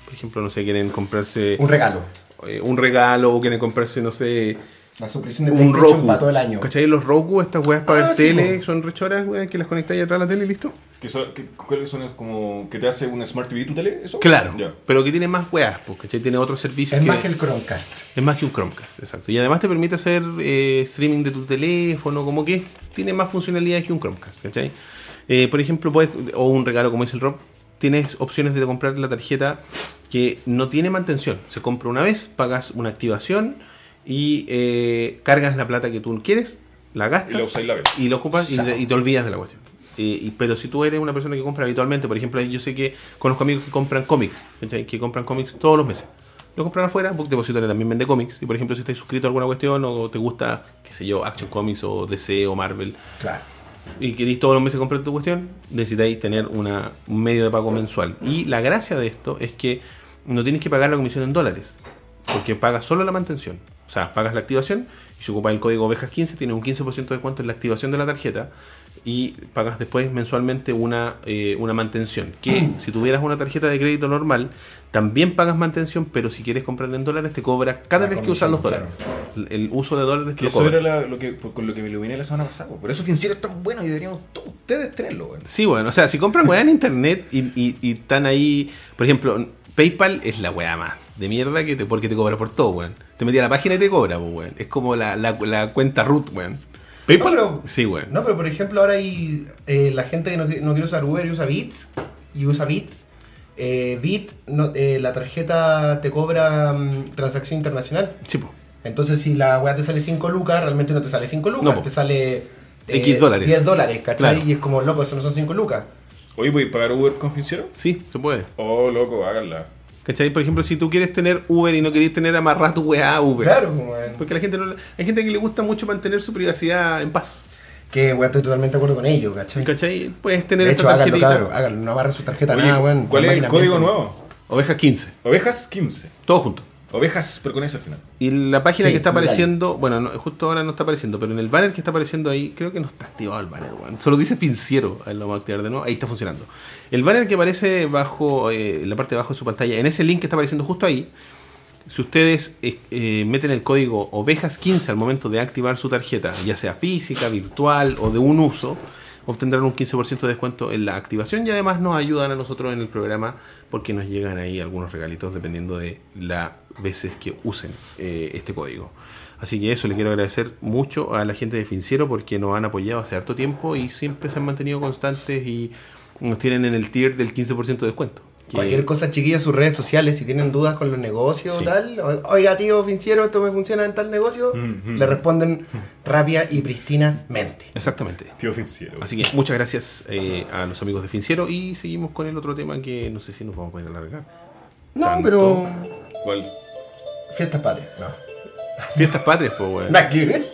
S1: Por ejemplo, no sé, quieren comprarse
S3: Un regalo.
S1: eh, un regalo o quieren comprarse, no sé,
S3: La suscripción de
S1: un
S3: PlayStation
S1: Roku.
S3: para todo el año.
S1: ¿Cachai? Los Roku, estas weas para
S3: Ah,
S1: ver
S3: sí,
S1: tele,
S3: po.
S1: son rechoras, weón, que las conectáis atrás de la tele y listo.
S2: ¿Qué son, qué, ¿Cuáles son las como que te hace una Smart TV tu tele? ¿Eso?
S1: Claro,
S2: Ya.
S1: pero que tiene más weas, pues, ¿cachai? Tiene otros servicios.
S3: Es más que el Chromecast.
S1: es más que un Chromecast, exacto. Y además te permite hacer eh, streaming de tu teléfono, como que tiene más funcionalidades que un Chromecast, ¿cachai? Eh, por ejemplo, puedes, o un regalo como dice el Rob, tienes opciones de comprar la tarjeta que no tiene mantención. Se compra una vez, pagas una activación y eh, cargas la plata que tú quieres, la gastas
S2: Y la usáis la vez.
S1: y lo ocupas y, te- y te olvidas de la cuestión. Eh, y- pero si tú eres una persona que compra habitualmente, por ejemplo, yo sé que conozco amigos que compran cómics, ¿cachai? que compran cómics todos los meses. Lo compran afuera, Book Depository también vende cómics. Y por ejemplo, si estás suscrito a alguna cuestión o te gusta, qué sé yo, Action Comics o DC o Marvel,
S3: Claro.
S1: y queréis todos los meses comprar tu cuestión, necesitáis tener una, un medio de pago mensual. Y la gracia de esto es que no tienes que pagar la comisión en dólares, porque pagas solo la mantención. O sea, pagas la activación y si ocupas el código ovejas15 tienes un 15% de descuento en la activación de la tarjeta y pagas después mensualmente una, eh, una mantención. Que si tuvieras una tarjeta de crédito normal, también pagas mantención, pero si quieres comprar en dólares te cobra cada
S3: La
S1: vez que usas
S3: comisión,
S1: los
S3: claro.
S1: dólares. El uso de dólares te
S2: Que
S1: lo
S2: eso
S1: cobra.
S2: era la- lo que, por- con lo que me iluminé la semana pasada. po. Por eso financiero es tan bueno y deberíamos todos ustedes tenerlo, weón.
S1: Sí, bueno, o sea, si compran weá en internet y, y- y están ahí, por ejemplo, PayPal es la weá más de mierda que te, porque te cobra por todo, weón. Te metí a la página y te cobra, pues, weón. Es como la, la- la cuenta root, weón.
S3: PayPal. No, pero,
S1: Sí, weón.
S3: no, pero por ejemplo, ahora hay eh, la gente que no, qui- no quiere usar Uber y usa Bits. Y usa Bit. Eh, Bit, no, eh, la tarjeta te cobra mm, transacción internacional.
S1: Sí, po.
S3: Entonces, si la weá te sale 5 lucas, realmente no te sale 5 lucas,
S1: No, po.
S3: te sale.
S1: X dólares.
S3: 10 dólares, ¿cachai?
S1: Claro.
S3: Y es como, loco, eso no son 5 lucas.
S2: Oye, ¿puedes pagar Uber con financiero?
S1: Sí, se puede.
S2: Oh, loco, háganla.
S1: ¿Cachai? Por ejemplo, si tú quieres tener Uber y no querés tener amarrado tu weá a Uber.
S3: Claro, weón.
S1: Porque la gente no, hay gente que le gusta mucho mantener su privacidad en paz.
S3: Que weón, estoy totalmente de acuerdo con ello, ¿cachai?
S1: ¿Cachai? Puedes tener
S3: De hecho, háganlo,
S1: tarjetita.
S3: cabrón, háganlo, no amarren su tarjeta,
S2: Oye,
S3: nada, weón.
S2: ¿Cuál es el
S3: Máquina,
S2: código
S3: mienten.
S2: nuevo?
S1: Ovejas 15.
S2: Ovejas 15.
S1: Todo junto.
S2: Ovejas, pero con eso al final.
S1: Y la página
S6: Sí,
S1: que está
S6: detalle.
S1: apareciendo, bueno, no, justo ahora no está apareciendo, pero en el banner que está apareciendo ahí, creo que no está activado el banner, weón. Solo dice pinciero, ahí lo vamos a activar de nuevo, ahí está funcionando. El banner que aparece bajo, eh, en la parte de abajo de su pantalla, en ese link que está apareciendo justo ahí, si ustedes eh, eh, meten el código ovejas15 al momento de activar su tarjeta, ya sea física, virtual o de un uso, obtendrán un 15% de descuento en la activación y además nos ayudan a nosotros en el programa porque nos llegan ahí algunos regalitos dependiendo de las veces que usen eh, este código. Así que eso, le quiero agradecer mucho a la gente de Finciero porque nos han apoyado hace harto tiempo y siempre se han mantenido constantes y nos tienen en el tier del 15% de descuento. que-
S3: Cualquier cosa, chiquillos, sus redes sociales, si tienen dudas con los negocios
S1: Sí.
S3: o tal, o- oiga tío financiero, esto me funciona en tal negocio,
S1: Mm,
S3: le responden rápida y pristinamente.
S1: Exactamente.
S2: Tío financiero.
S1: Así que muchas gracias eh, a los amigos de Finciero y seguimos con el otro tema que no sé si nos vamos a poder alargar.
S3: No,
S1: Tanto.
S3: pero
S2: ¿Cuál?
S3: fiestas patrias, no.
S1: Fiestas patrias, pues, weón.
S3: Nada que ver.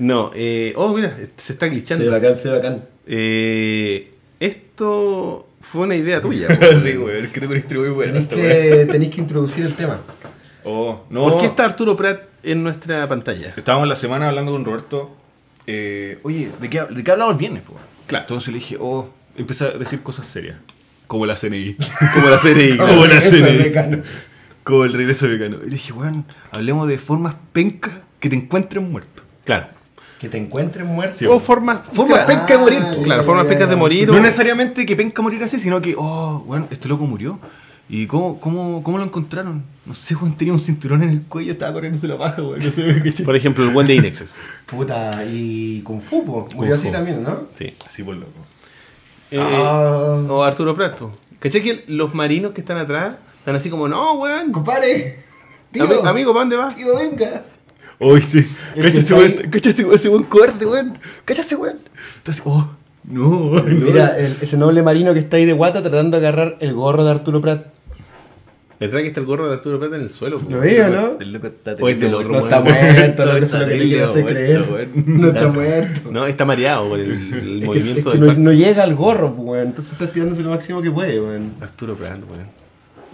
S1: No, eh, oh, mira, se está glitchando.
S6: Sí, bacán, sí, bacán.
S1: Eh, esto fue una idea tuya. weón.
S2: sí, güey, que te poniste muy bueno.
S3: Tenéis
S2: esta weá.
S3: que, tenéis que introducir el tema.
S2: Oh, no.
S1: ¿Por qué está Arturo Prat en nuestra pantalla?
S2: Estábamos la semana hablando con Roberto. eh, Oye, ¿de qué, hab- ¿de qué hablaba el viernes? po? Claro. Entonces le dije, oh, empecé a decir cosas serias. Como la CNI.
S1: Como la serie.
S2: Como la
S3: Eso,
S2: CNI.
S3: vegano.
S2: Como el regreso vegano. Y le dije, weón, hablemos de formas pencas que te encuentren muerto.
S1: claro.
S3: Que te encuentren muerto.
S1: O formas
S4: Formas
S1: claro,
S4: pencas de morir.
S1: Claro, formas
S3: Ya,
S1: pecas de
S3: ya.
S1: morir.
S2: No
S1: o-
S2: necesariamente que penca morir así, sino que, oh, weón, este loco murió. ¿Y cómo, cómo, cómo lo encontraron? No sé, weón, tenía un cinturón en el cuello, estaba corriéndose la paja, weón. No sé, qué
S1: Por ejemplo, el buen de Inexes.
S3: Puta, y Kung Fu, po. murió
S1: Fu.
S3: así también, ¿no?
S1: Sí.
S2: Así por pues, loco.
S1: Eh,
S3: Ah.
S1: O Arturo Prat. po. ¿Cachai que los marinos que están atrás están así como, no, weón?
S3: Compadre, tío,
S1: Ami- amigo, ¿para dónde vas?
S3: tío, venga.
S2: Uy, sí.
S3: El
S2: Cacha
S3: que
S2: ese
S3: está
S2: weón,
S3: ahí-
S2: cacha ese weón, ese weón cobarde, weón. Cacha ese weón. Entonces, oh, no, no.
S3: Mira, el- ese noble marino que está ahí de guata tratando de agarrar el gorro de Arturo Prat.
S1: Detrás que está el gorro de Arturo Prat en el suelo. po.
S3: Lo veo, ¿no?
S2: El loco está
S1: O es del otro,
S3: No
S1: weón.
S3: está muerto, loco, eso es lo que te
S2: terrible,
S3: quiero hacer
S2: muerto,
S3: creer.
S2: weón.
S3: No está muerto.
S1: No, está mareado por el, el
S3: Es que-
S1: movimiento
S3: es que
S1: del
S3: no,
S1: par-
S3: no llega al gorro, pues, weón. Entonces está tirándose lo máximo que puede, weón.
S1: Arturo Prat, weón.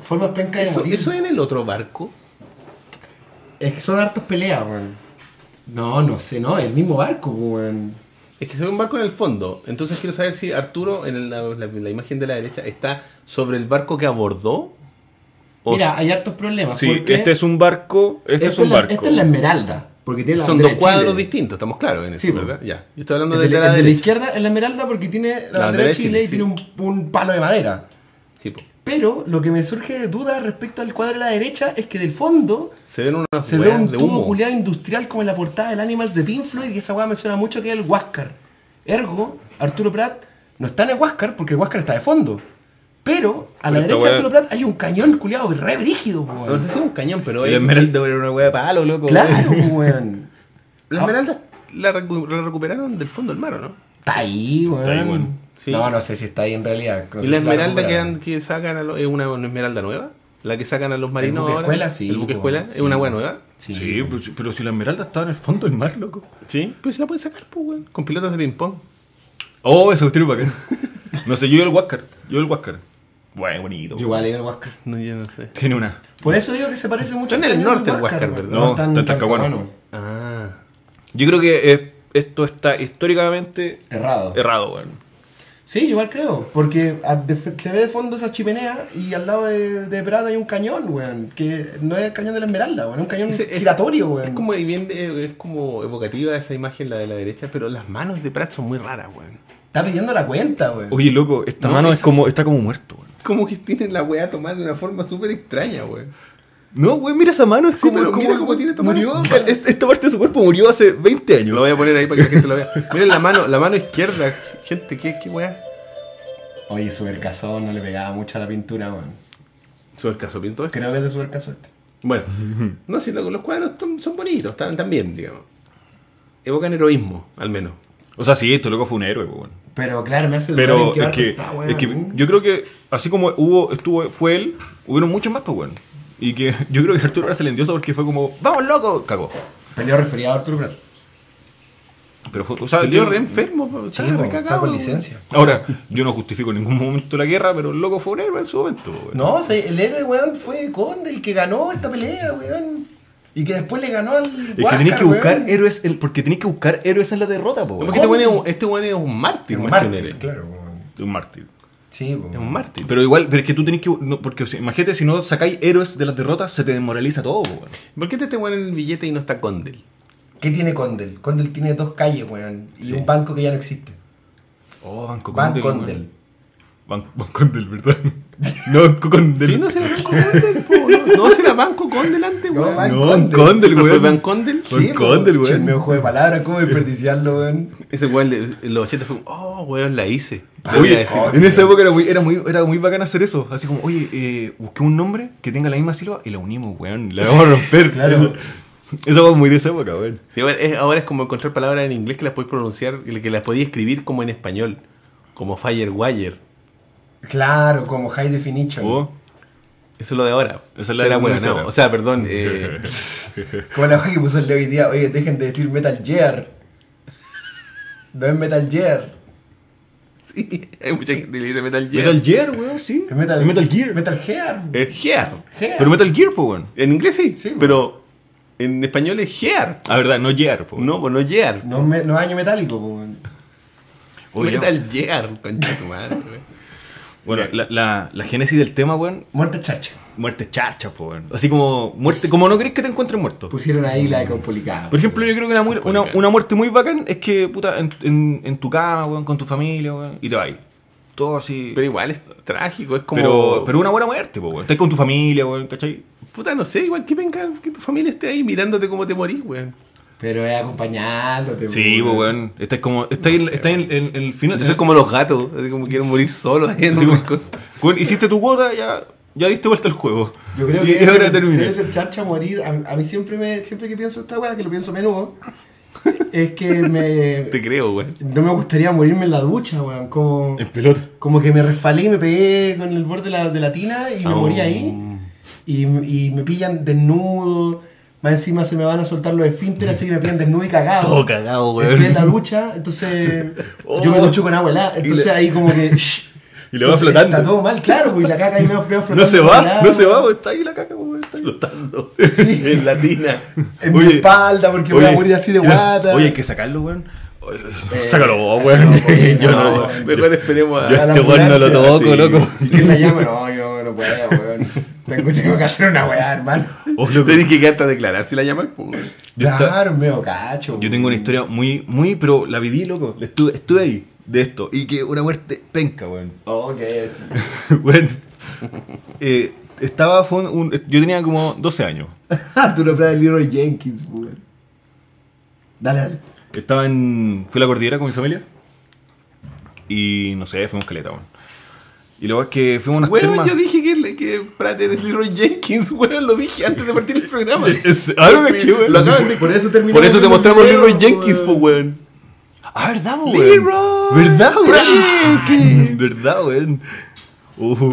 S3: Formas penca de
S1: ¿Eso,
S3: morir.
S1: eso en el otro barco?
S3: Es que son hartas peleas, weón. No, no sé, no, el mismo barco, pues, weón.
S1: Es que se ve un barco en el fondo. Entonces quiero saber si Arturo, en el- la, la- la imagen de la derecha, está sobre el barco que abordó. o
S3: Mira, hay hartos problemas.
S2: Sí,
S3: porque
S2: este es un barco, este es
S3: esta
S2: un
S3: la-
S2: barco.
S3: Esta es la Esmeralda, porque tiene la
S1: son
S3: bandera
S1: dos
S3: de
S1: cuadros
S3: Chile.
S1: distintos, estamos claros en eso,
S3: Sí, po.
S1: ¿verdad? Ya. Yo estoy hablando
S3: El
S1: del
S3: de,
S1: de
S3: la-
S1: la
S3: el de la
S1: derecha.
S3: izquierda es la Esmeralda porque tiene la, bandera de Chile, y
S1: sí.
S3: tiene un, un palo de madera.
S1: Sí, po.
S3: Pero lo que me surge de duda respecto al cuadro de la derecha es que del fondo
S1: Se ven unas
S3: se ve
S1: weas
S3: un
S1: de
S3: tubo
S1: humo.
S3: culiado industrial como en la portada del Animals de Pink Floyd y esa weá me suena mucho que es el Huáscar. Ergo, Arturo Prat no está en el Huáscar porque el Huáscar está de fondo. Pero a
S2: Pero
S3: la
S2: esta
S3: derecha
S2: weá-
S3: de Arturo Prat hay un cañón culiado re brígido, po,
S1: No
S3: weón.
S1: sé si es un cañón, pero
S2: El
S1: es-
S2: esmeralda era una wea de palo, loco.
S3: Claro, po, weón.
S1: la esmeralda la, recu- la recuperaron del fondo del mar, ¿o no?
S3: Está ahí, weón.
S2: ahí, weón.
S1: Sí.
S3: No, no sé si está ahí en realidad. No
S1: ¿Y
S3: sé
S1: la
S3: si
S1: esmeralda que,
S3: recuperaron.
S1: dan- que sacan a los- es una, una esmeralda nueva? ¿La que sacan a los marinos
S3: buque
S1: ahora?
S3: escuela, sí,
S1: ¿El buque
S3: po,
S1: escuela? ¿Es
S3: sí.
S1: una hueá nueva?
S2: Sí, pero, si- pero si la esmeralda estaba en el fondo del mar, loco.
S1: Sí. Pues se la pueden sacar, pues, weón. Con pilotas de ping-pong.
S2: Oh, eso es acá. No sé, yo iba al Huáscar. Yo iba al Huáscar. Bueno, bonito.
S3: Yo igual era el Huáscar.
S1: No, yo no sé.
S2: Tiene una.
S3: Por eso digo que se parece mucho
S1: Está en
S3: al
S1: el
S3: cañón
S1: norte
S3: del
S1: el Huáscar,
S3: weón.
S1: ¿verdad?
S2: No,
S3: está en
S2: está en Talcahuano.
S3: Talcahuano.
S1: Ah.
S2: Yo creo que eh, esto está históricamente
S3: Errado.
S2: errado, weón.
S3: Sí, yo igual creo, porque a- de- se ve de fondo esa chimenea y al lado de, de Prada hay un cañón, weón, que no es el cañón de la Esmeralda, weón, es un cañón
S1: Ese- es-
S3: giratorio, weón.
S1: Es como, bien, eh, es como evocativa esa imagen, la de la derecha, pero las manos de Pratt son muy raras, weón.
S3: Está pidiendo la cuenta, weón.
S2: Oye, loco, esta
S1: No,
S2: mano es
S1: esa-
S2: como, está como muerto, weón.
S1: Como que tienen la weá tomada de una forma súper extraña, weón.
S2: No, güey, mira esa mano, es
S1: Sí,
S2: como,
S1: pero
S2: es como-
S1: mira cómo tiene esta mano.
S2: murió, cal- es- esta parte de su cuerpo murió hace 20 años.
S1: Lo voy a poner ahí para que la gente lo vea. Miren la mano, la mano izquierda, gente, qué, qué weá.
S3: Oye, Supercazón no le pegaba mucho a la pintura, weón.
S1: Sobre el caso pinto este.
S3: Creo que es de Supercaso este.
S1: Bueno, no sé, loco, los cuadros son, son bonitos, están, están bien, digamos. Evocan heroísmo, al menos.
S2: O sea, sí, este loco fue un héroe, weón.
S3: Pero claro, me hace dudar en
S2: Pero
S3: qué
S2: es
S3: barco
S2: que,
S3: está, weón.
S2: es que yo creo que así como hubo, estuvo, fue él, hubieron muchos más, pues, weón. Y que yo creo que Arturo ahora se le endiosa porque fue como, ¡vamos, loco! Cagó.
S3: Peleó resfriado Arturo Prat.
S2: Pero fue, o sea,
S1: Peleó
S2: yo-
S1: re enfermo, po,
S3: Sí,
S1: estaba
S3: po,
S1: re
S3: está
S1: cagado.
S3: con licencia.
S2: Ahora, yo no justifico en ningún momento la guerra, pero el loco fue un héroe en su momento. weón.
S3: No, o sea, el héroe, weón, fue Conde el que ganó esta pelea, weón. Y que después le ganó al.
S2: Es que tenés que buscar
S3: el
S2: héroes, en- porque tenés que buscar héroes en la derrota, po,
S1: No,
S2: weón.
S1: porque este weón es un- este weón es un mártir,
S3: Un
S1: más que un
S3: mártir,
S1: héroe.
S3: claro, weón.
S2: Un mártir.
S3: Sí,
S1: Es
S3: weón.
S1: un mártir.
S2: Pero igual, pero es que tú tenés que. no, porque o sea, imagínate, si no sacáis héroes de las derrotas, se te desmoraliza todo, po, weón.
S1: ¿Por qué este weón en el billete y no está Condel?
S3: ¿Qué tiene Condel? Condel tiene dos calles, weón. Y un banco que ya no existe.
S2: Oh, Banco
S3: Van
S2: Condel.
S3: Condel.
S2: Ban- Banco Condel, ¿verdad? No, Banco Condel.
S1: Sí, no será Banco Condel, po, no, no será Banco Condel antes,
S3: No,
S1: weón.
S3: Ban-
S2: No,
S3: Condel.
S1: ¿Siempre
S2: Banco Condel,
S1: fue
S2: weón.
S1: Ban Condel?
S2: Van Condel,
S3: weón.
S2: weón.
S3: Che, El medio juego de palabras, ¿cómo desperdiciarlo, weón?
S1: Ese weón, de- en los 80 fue como, oh, weón, la hice. Le voy a
S2: Oye,
S1: decir.
S3: oh.
S2: en esa época era muy, era muy, era muy bacán hacer eso. Así como, oye, eh, busqué un nombre que tenga la misma sílaba y la unimos, weón. La vamos a romper.
S3: Claro.
S2: Eso- Esa fue muy de esa época, weón.
S1: Sí, ahora, es, ahora es como encontrar palabras en inglés que las podéis pronunciar, y que las podéis escribir como en español. Como Firewire.
S3: Claro, como High Definition.
S2: Oh,
S1: Eso es lo de ahora.
S2: Esa es la
S1: Será
S2: de
S1: bueno,
S2: Venezuela.
S1: no. O sea, perdón. eh,
S3: Como la weá que puso el Leo hoy día, oye, dejen de decir Metal Gear. No es Metal Gear.
S1: sí, hay mucha gente que le dice Metal Gear.
S2: Metal Gear, weón, sí.
S3: Es Metal,
S2: Es Metal Gear.
S3: Metal Gear.
S1: Eh, Gear.
S3: Gear.
S2: Pero Metal Gear, po, weón.
S1: En inglés sí,
S3: Sí,
S1: pero en español es Gear.
S2: Ah, verdad, no Gear, po.
S1: No, pues no Gear.
S3: No, me- no año metálico, po, weón.
S2: Oye,
S1: Metal Gear, concha de tu madre. güey.
S2: Bueno, la, la, la génesis del tema, weón,
S3: Muerte chacha.
S2: muerte charcha, po, weón. Así como, muerte, como no crees que te encuentres muerto.
S3: Pusieron ahí la de complicada.
S2: Por ejemplo, yo creo que una, muer- una, una muerte muy bacán es que, puta, en, en, en tu cama, weón, con tu familia, weón, y te vas. Todo así.
S1: Pero igual es trágico, es como.
S2: Pero, pero una buena muerte, po, weón. Estás con tu familia, weón, ¿cachai?
S1: Puta, no sé, igual que venga que tu familia esté ahí mirándote cómo te morís, güey.
S3: Pero es acompañándote,
S2: Sí, po, weón. Estás como. Estás en- estás en, en- en el final.
S1: Yo soy como los gatos, así como quieren morir solos ahí en
S2: Así
S1: un
S2: como-
S1: rincón.
S2: Weón, hiciste tu cuota, ya, ya diste vuelta al juego.
S3: Yo creo
S2: Y-
S3: que
S2: y ahora
S3: debe-
S2: terminé.
S3: debe ser charcha morir. A, a mí siempre me, siempre que pienso esta weá, que lo pienso a menudo, es que
S1: Te
S3: me.
S1: creo, güey.
S3: No me gustaría morirme en la ducha, weón. Como,
S2: En pelota.
S3: como que me resfalé y me pegué con el borde de la, de la tina y me morí ahí. Y, y me pillan desnudo. Más encima se me van a soltar los esfínteres, así que me pillan desnudo y cagado.
S2: Todo cagado, weón.
S3: Estoy en la ducha, entonces. Yo me ducho con agua helada. Entonces ahí como que.
S2: Oh. Y le va
S3: Entonces,
S2: flotando.
S3: Está todo mal, claro, güey. La caca ahí me va, me va flotando.
S2: No se va,
S3: helada,
S2: no se va,
S3: güey.
S2: weón. Está ahí la caca, weón. Está flotando.
S1: En latina.
S3: En mi
S2: Oye,
S3: espalda, porque voy a morir así de guata.
S2: Oye, hay que sacarlo, weón. Oye,
S3: Eh,
S2: Sácalo vos, weón.
S3: no, oye,
S2: Yo
S3: no,
S2: no.
S3: weón.
S1: Mejor esperemos a.
S2: Yo
S3: A la
S2: este weón no lo
S3: ambulancia,
S2: toco,
S1: sí.
S2: loco.
S3: Si quieres la llamo, no, yo no puedo, weón. Tengo, tengo que hacer una weá, hermano.
S2: Oh, loco.
S1: Tenés que quedarte a declarar si la llaman. pues, güey.
S2: Yo esta-
S3: Claro, medio cacho.
S2: Yo tengo una historia muy, muy, pero la viví, loco. La Estuve, estuve ahí de esto. Y que una muerte penca, weón.
S3: Ok, sí.
S2: Bueno, eh, estaba, fue un, un- yo tenía como 12 años.
S3: Tú no de Leroy Jenkins, weón. Dale, dale.
S2: Estaba en, fui a la cordillera con mi familia. Y no sé, fuimos caleta, weón. Y luego es que fuimos a unas
S1: Weón,
S2: termas.
S1: yo dije que, que Pratt es Leroy Jenkins, weón, lo dije antes de partir el programa.
S2: Es- ah, lo caché, weón.
S1: Lo acaban de-
S3: Por eso terminamos
S1: Por eso te
S3: viendo
S1: mostramos
S3: el video,
S1: Leroy Jenkins,
S3: weón.
S1: pues, weón.
S2: Ah, ¿verdad, weón?
S1: Leroy
S2: ¿Verdad, weón?
S1: Jenkins.
S2: ¿Verdad, weón? Uh,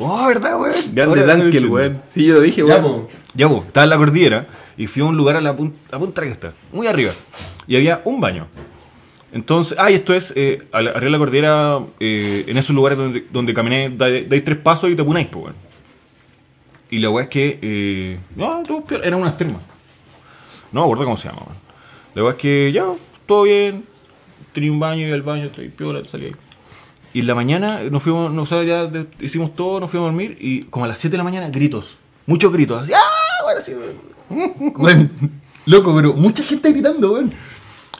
S2: oh, ¿verdad, weón?
S1: Grande
S2: Ahora-
S1: Dankel, weón. Sí, yo lo dije,
S3: Ya,
S1: weón.
S3: po.
S2: Ya, pues, estaba en la cordillera y fui a un lugar a la punta, a punta que está, muy arriba. Y había un baño. Entonces, ah, y esto es, eh, a la- arriba de la cordillera, eh, en esos lugares donde, donde caminé, dais dais tres pasos y te punáis, pues, weón. Y la weá es que, eh, no, todo peor, eran unas termas. No me acuerdo cómo se llama, weón. La weá es que, ya, todo bien, tenía un baño, iba al baño, traí piola, salí ahí. Y en la mañana nos fuimos, no, o sea, ya de- hicimos todo, nos fuimos a dormir y como a las 7 de la mañana, gritos. Muchos gritos, así, ¡ah! Ahora sí, weón".
S4: Weón, loco, pero mucha gente gritando, weón.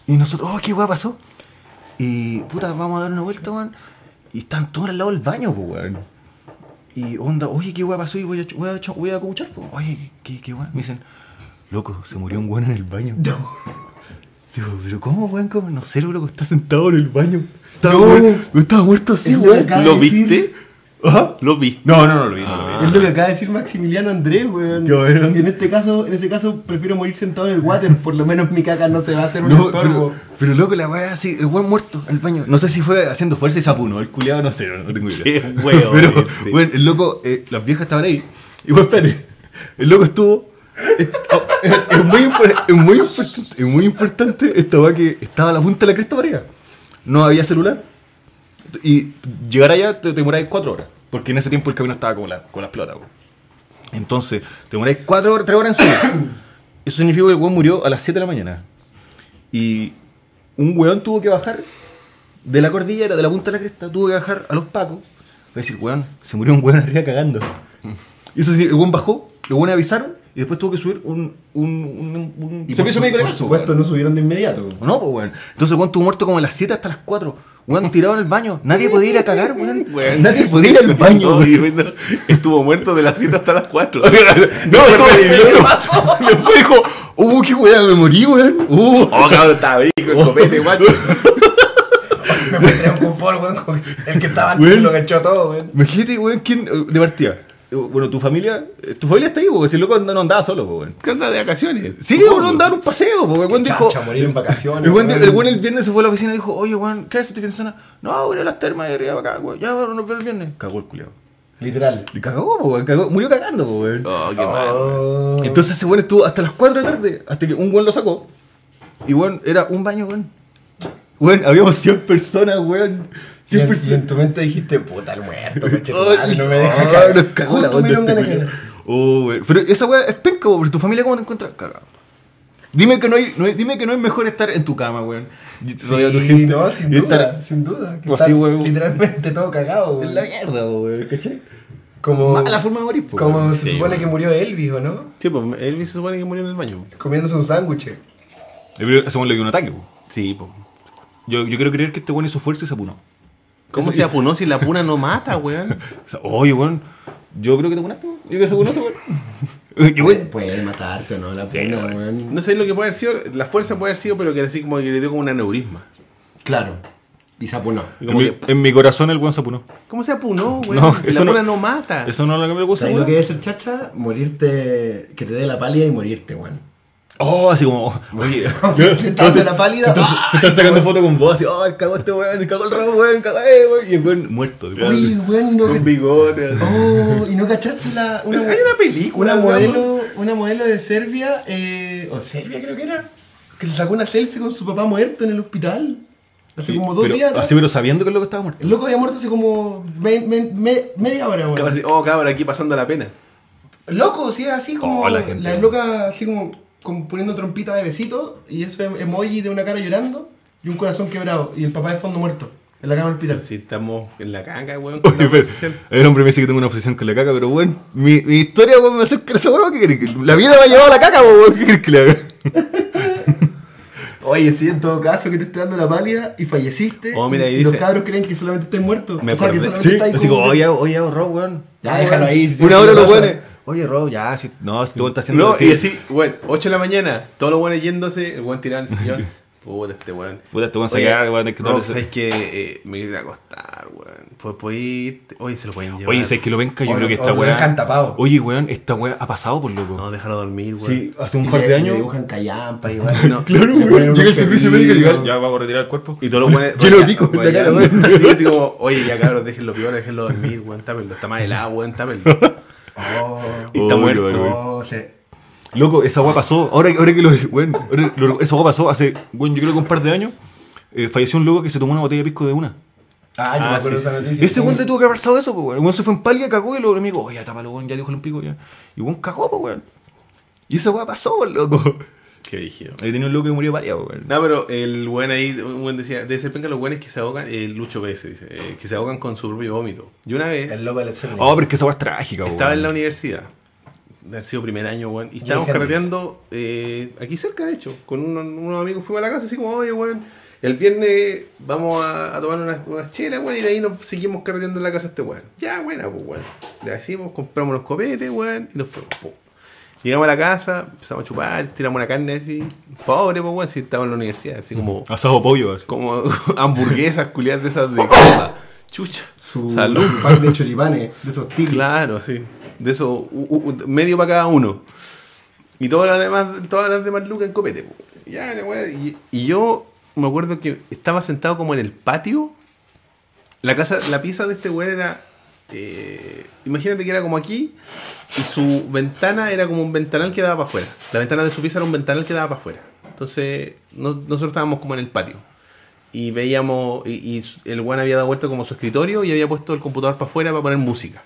S2: Y nosotros, ¡oh, qué weá pasó! Y, puta, vamos a dar una vuelta, weón. Y están todos al lado del baño, pues, weón. Y onda, oye, qué weá pasó y voy a, ch- voy a, ch- voy a escuchar, pues. Oye, qué, qué weá. Me dicen, loco, se murió un weón en el baño. Digo, pero ¿cómo, weón? ¿Cómo? No sé, loco, está sentado en el baño. Estaba,
S3: No.
S2: muerto, estaba muerto así,
S3: Es lo que
S2: weón.
S3: acaba
S1: ¿Lo
S3: de decir-
S1: viste?
S2: Ajá.
S1: Lo viste.
S2: No, no, no lo vi, no lo vi.
S3: Es lo que acaba de decir Maximiliano Andrés, weón.
S2: Ya, weón.
S3: En este caso, en ese caso prefiero morir sentado en el water, por lo menos mi caca no se va a hacer un
S2: No,
S3: estorbo.
S2: pero, pero loco, la weá así, el weón muerto al baño. No sé si fue haciendo fuerza y sapuno, el culiado no sé, no, no tengo idea.
S1: Qué weón
S2: Pero,
S1: este.
S2: bueno, el loco, eh, las viejas estaban ahí. Igual, espérate, el loco estuvo Es, oh, es- es muy, impor- es muy importante, es muy importante esta weá que estaba a la punta de la cresta para allá. No había celular. Y llegar allá te demoráis cuatro horas. Porque en ese tiempo el camino estaba con la, con las pelotas, weón. Entonces, te demoráis cuatro horas, tres horas en subir. Eso significa que el weón murió a las 7 de la mañana. Y un weón tuvo que bajar de la cordillera, de la punta de la cresta, tuvo que bajar a los pacos. Voy a decir, weón, se murió un weón arriba cagando. Y eso sí, el weón bajó, el weón avisaron y después tuvo que subir un, un, un, un
S3: Y por, su-
S2: servicio médico de
S3: por
S2: caso,
S3: supuesto,
S2: weón.
S3: no subieron de inmediato.
S2: O No, pues, weón. Entonces, el weón estuvo muerto como a las 7 hasta las 4. Weón tirado en el baño. Nadie podía ir a cagar, weón.
S1: Weón.
S2: Nadie podía ir al baño.
S1: No,
S2: weón.
S1: y bueno, estuvo muerto de las 7 hasta las 4.
S2: No, estuvo bien. Después dijo, uh, qué weón, me morí, weón. Uh.
S1: Oh, cabrón, estaba rico el copete,
S2: Oh.
S1: guacho.
S3: Me encontré un confort, weón, con el que estaba antes
S2: Weón.
S3: lo cachó todo, weón.
S2: Imagínate, weón, quién. eh, De partida. eh, Bueno, tu familia. eh, Tu familia está ahí, porque si el loco no andaba solo, po, weón.
S1: ¿Qué onda de vacaciones?
S2: Sí, weón, andaba en un paseo, porque weón dijo.
S3: Chacha, morir en vacaciones.
S2: El weón,
S3: weón.
S2: el weón el viernes se fue a la oficina y dijo, oye, weón, ¿qué haces este fin de semana? No, weón, las termas de arriba para acá, weón. Ya, weón, nos vemos el viernes. Cagó el culiao.
S3: Literal.
S2: Y cagó, po, weón, cagó. Murió cagando, po, weón.
S1: Oh, qué mal.
S3: Oh.
S2: Entonces ese weón estuvo hasta las 4 de la tarde, hasta que un weón lo sacó. Y weón, era un baño, weón. Weón, habíamos 100 personas, weón.
S3: Y en, y
S2: 100
S3: en
S2: personas.
S3: tu mente dijiste, puta, el muerto, coche, tu madre,
S2: Ay,
S3: no me deja
S2: ay,
S3: cagar.
S2: nos cagó la
S3: Justo me
S2: onda
S3: dieron ganas de
S2: este
S3: cagar.
S2: culiao. Oh, weón. Pero esa weón es penca, weón. Pero tu familia, ¿cómo te encuentras? Cagado. Dime que no, hay, no hay- dime que no es mejor estar en tu cama, weón. Y te rodea tu
S3: Sí,
S2: gente.
S3: no, sin
S2: Y
S3: duda,
S2: estar
S3: sin duda. que
S2: Pues
S3: está
S2: sí, weón.
S3: literalmente todo cagado,
S2: En
S3: weón.
S2: la mierda, weón, ¿cachai?
S3: Como,
S2: Mala forma de morir, pues. po,
S3: como
S2: weón.
S3: se
S1: Sí,
S3: supone
S1: weón.
S3: que murió Elvis, ¿o no?
S1: Oh. Sí, pues él se supone que murió en el baño.
S3: Comiéndose un sándwich.
S2: Ese weón le dio un ataque, weón.
S1: Sí, pues.
S2: Yo, yo quiero creer que este weón hizo fuerza y se apunó.
S1: ¿Cómo se apunó si la puna no mata, weón?
S2: O sea, oye, weón, yo creo que te apunaste, weón. Yo creo que se apunó, ese weón. Yo,
S3: Puede,
S2: weón.
S3: puede matarte, ¿no? La
S2: Sí,
S3: puna,
S2: weón.
S3: weón.
S1: No sé lo que puede haber sido, la fuerza puede haber sido, pero que así como que le dio como un aneurisma.
S3: Claro. Y se apunó.
S1: Y
S2: En
S1: como
S2: mi,
S1: que,
S2: en mi corazón el weón se apunó.
S1: ¿Cómo se apunó, weón?
S2: No,
S1: Si
S2: eso
S1: la
S2: no-
S1: puna no, mata.
S2: Eso no lo cambió el weón,
S3: ¿Sabes
S2: weón.
S3: lo que es ser chacha? Morirte, que te dé la pálida y morirte, weón.
S2: Oh, así como. Oye.
S3: Te está dando la pálida.
S2: Entonces,
S3: ¡ah!
S2: se están sacando fotos con vos, así, ay, cagó este weón, cagó el rabo, weón, cagó, eh, weón. Y el weón muerto.
S3: Ah, Uy, weón, no.
S1: Con bigote.
S3: Oh, y no cachaste la. Una,
S1: Hay una película,
S3: una
S1: digamos.
S3: modelo, una modelo de Serbia, eh, o Serbia creo que era, que se sacó una selfie con su papá muerto en el hospital. Hace
S2: Sí,
S3: como dos
S2: pero-
S3: días. ¿no?
S2: Así, pero sabiendo que el loco estaba muerto.
S3: El loco había muerto hace como me- me- me- media hora, weón.
S1: Capaz de- Oh, cabrón, aquí pasando la pena.
S3: Loco, sí, así como.
S2: Oh, la
S3: la,
S2: gente.
S3: loca, así como, como poniendo trompita de besito, y eso es emoji de una cara llorando y un corazón quebrado, y el papá de fondo muerto, en la cama del hospital.
S1: Si estamos en la caca, weón. con
S2: Oye,
S1: la
S2: pero,
S1: social.
S2: el hombre me dice que tengo una obsesión con la caca, pero bueno, mi, mi historia weón, me acerca a esa weón, ¿qué crees? que- La vida me ha llevado a la caca, weón, ¿qué crees que le haga?
S3: Oye, sí, en todo caso, que te esté dando la pálida y falleciste.
S1: Oh, mira, ahí
S3: y los
S1: dice-
S3: cabros creen que solamente estás muerto.
S1: Me
S3: o sea, que
S1: acordé.
S3: solamente
S2: Sí,
S3: estás
S2: así como,
S3: como-
S2: oye, oye, oh, Rob, weón.
S3: Ya, déjalo ahí, si siempre
S2: Una hora los
S3: pasa.
S2: weones. Oye, Rob, ya, si. No, si tú estás haciendo.
S1: No,
S2: así.
S1: y así, weón, 8 de la mañana, todos los buenos yéndose, el weón tirado en el sillón. Puta, este weón.
S2: Puta, este weón se
S1: Oye,
S2: caga, weón, hay que
S1: No,
S2: darle-
S1: sabes que eh, me quiero ir a acostar, weón. Pues puedo ir. Oye, se lo pueden llevar.
S2: Oye, ¿sabes que lo venca? Yo
S3: O
S2: creo que
S3: lo-
S2: esta
S3: o lo
S2: weá.
S3: dejan tapado.
S2: Oye, weón, esta weá ha pasado por loco.
S1: No, déjalo dormir, weón.
S2: sí, hace un
S3: Y
S2: par
S3: le-
S2: de
S3: Le
S2: años.
S3: dibujan callampa igual.
S1: No.
S2: Claro,
S3: Le ponen
S2: weón. Llega el
S3: unos
S2: servicio médico
S3: perrillos.
S2: y legal. Ya vamos a retirar el cuerpo.
S1: Y todos los buenos.
S2: Lleno de pico,
S1: weón,
S2: la cara,
S1: ya,
S2: weón.
S1: Así, así como, oye, ya cabros, déjenlo piola, déjenlo dormir, weón, tápenlo. Está más helado, weón, tápenlo.
S3: Oh,
S1: Y está
S2: Oye,
S1: muerto.
S2: weón, weón.
S3: oh, se-
S2: Loco, esa weá pasó. Ahora, ahora que lo. Weón, ahora lo- esa weá pasó hace. Weón, yo creo que un par de años. eh, falleció un loco que se tomó una botella de pisco de una.
S3: Ah, yo
S1: Ah,
S3: me acuerdo
S1: sí,
S3: de esa
S1: sí, sí.
S3: noticia.
S2: Ese weón le tuvo que haber pasado eso, pues, weón. El weón se fue en palga, cagó y luego me dijo, oye, tápalo, weón, ya dijo el pico, ya. Y weón cagó, pues, weón. Y esa weá pasó, pues, loco.
S1: Qué vigio.
S2: Ahí tenía un loco que murió de palga, pues, weón.
S1: No, pero el buen ahí, un buen decía, de ese penca los buenos que se ahogan, eh, Lucho BS dice, eh, que se ahogan con su propio vómito. Y una vez
S3: El loco de la escena.
S2: Oh, pero es que esa weá es trágica, pues,
S1: estaba en la
S2: weón.
S1: universidad, de haber sido primer año, weón, y estábamos
S3: Henrys.
S1: carreteando eh, aquí cerca, de hecho, con uno- unos amigos fuimos a la casa, así como, oye, weón, el viernes vamos a, a tomar unas unas chelas, weón, y de ahí nos seguimos carreteando en la casa de este weón. Ya, buena, pues, weón. Le hicimos, compramos los copetes, weón, y nos fuimos. pum. Llegamos a la casa, empezamos a chupar, tiramos una carne así, pobre, pues, weón, si estaba en la universidad, así como...
S2: Asado pollo, así.
S1: Como hamburguesas culiadas de esas de casa. Chucha.
S3: Su,
S1: Salud.
S3: su pan de choripanes, de esos tigres.
S1: Claro, sí. De eso, u- u- medio para cada uno. Y todas las demás, todas las demás lucas en copete. po. Ya, la weá. y, y yo me acuerdo que estaba sentado como en el patio. La casa, la pieza de este weón era eh, imagínate que era como aquí y su ventana era como un ventanal que daba para afuera. La ventana de su pieza era un ventanal que daba para afuera. Entonces no- nosotros estábamos como en el patio y veíamos, y, y su- el Juan había dado vuelta como su escritorio y había puesto el computador para afuera para poner música.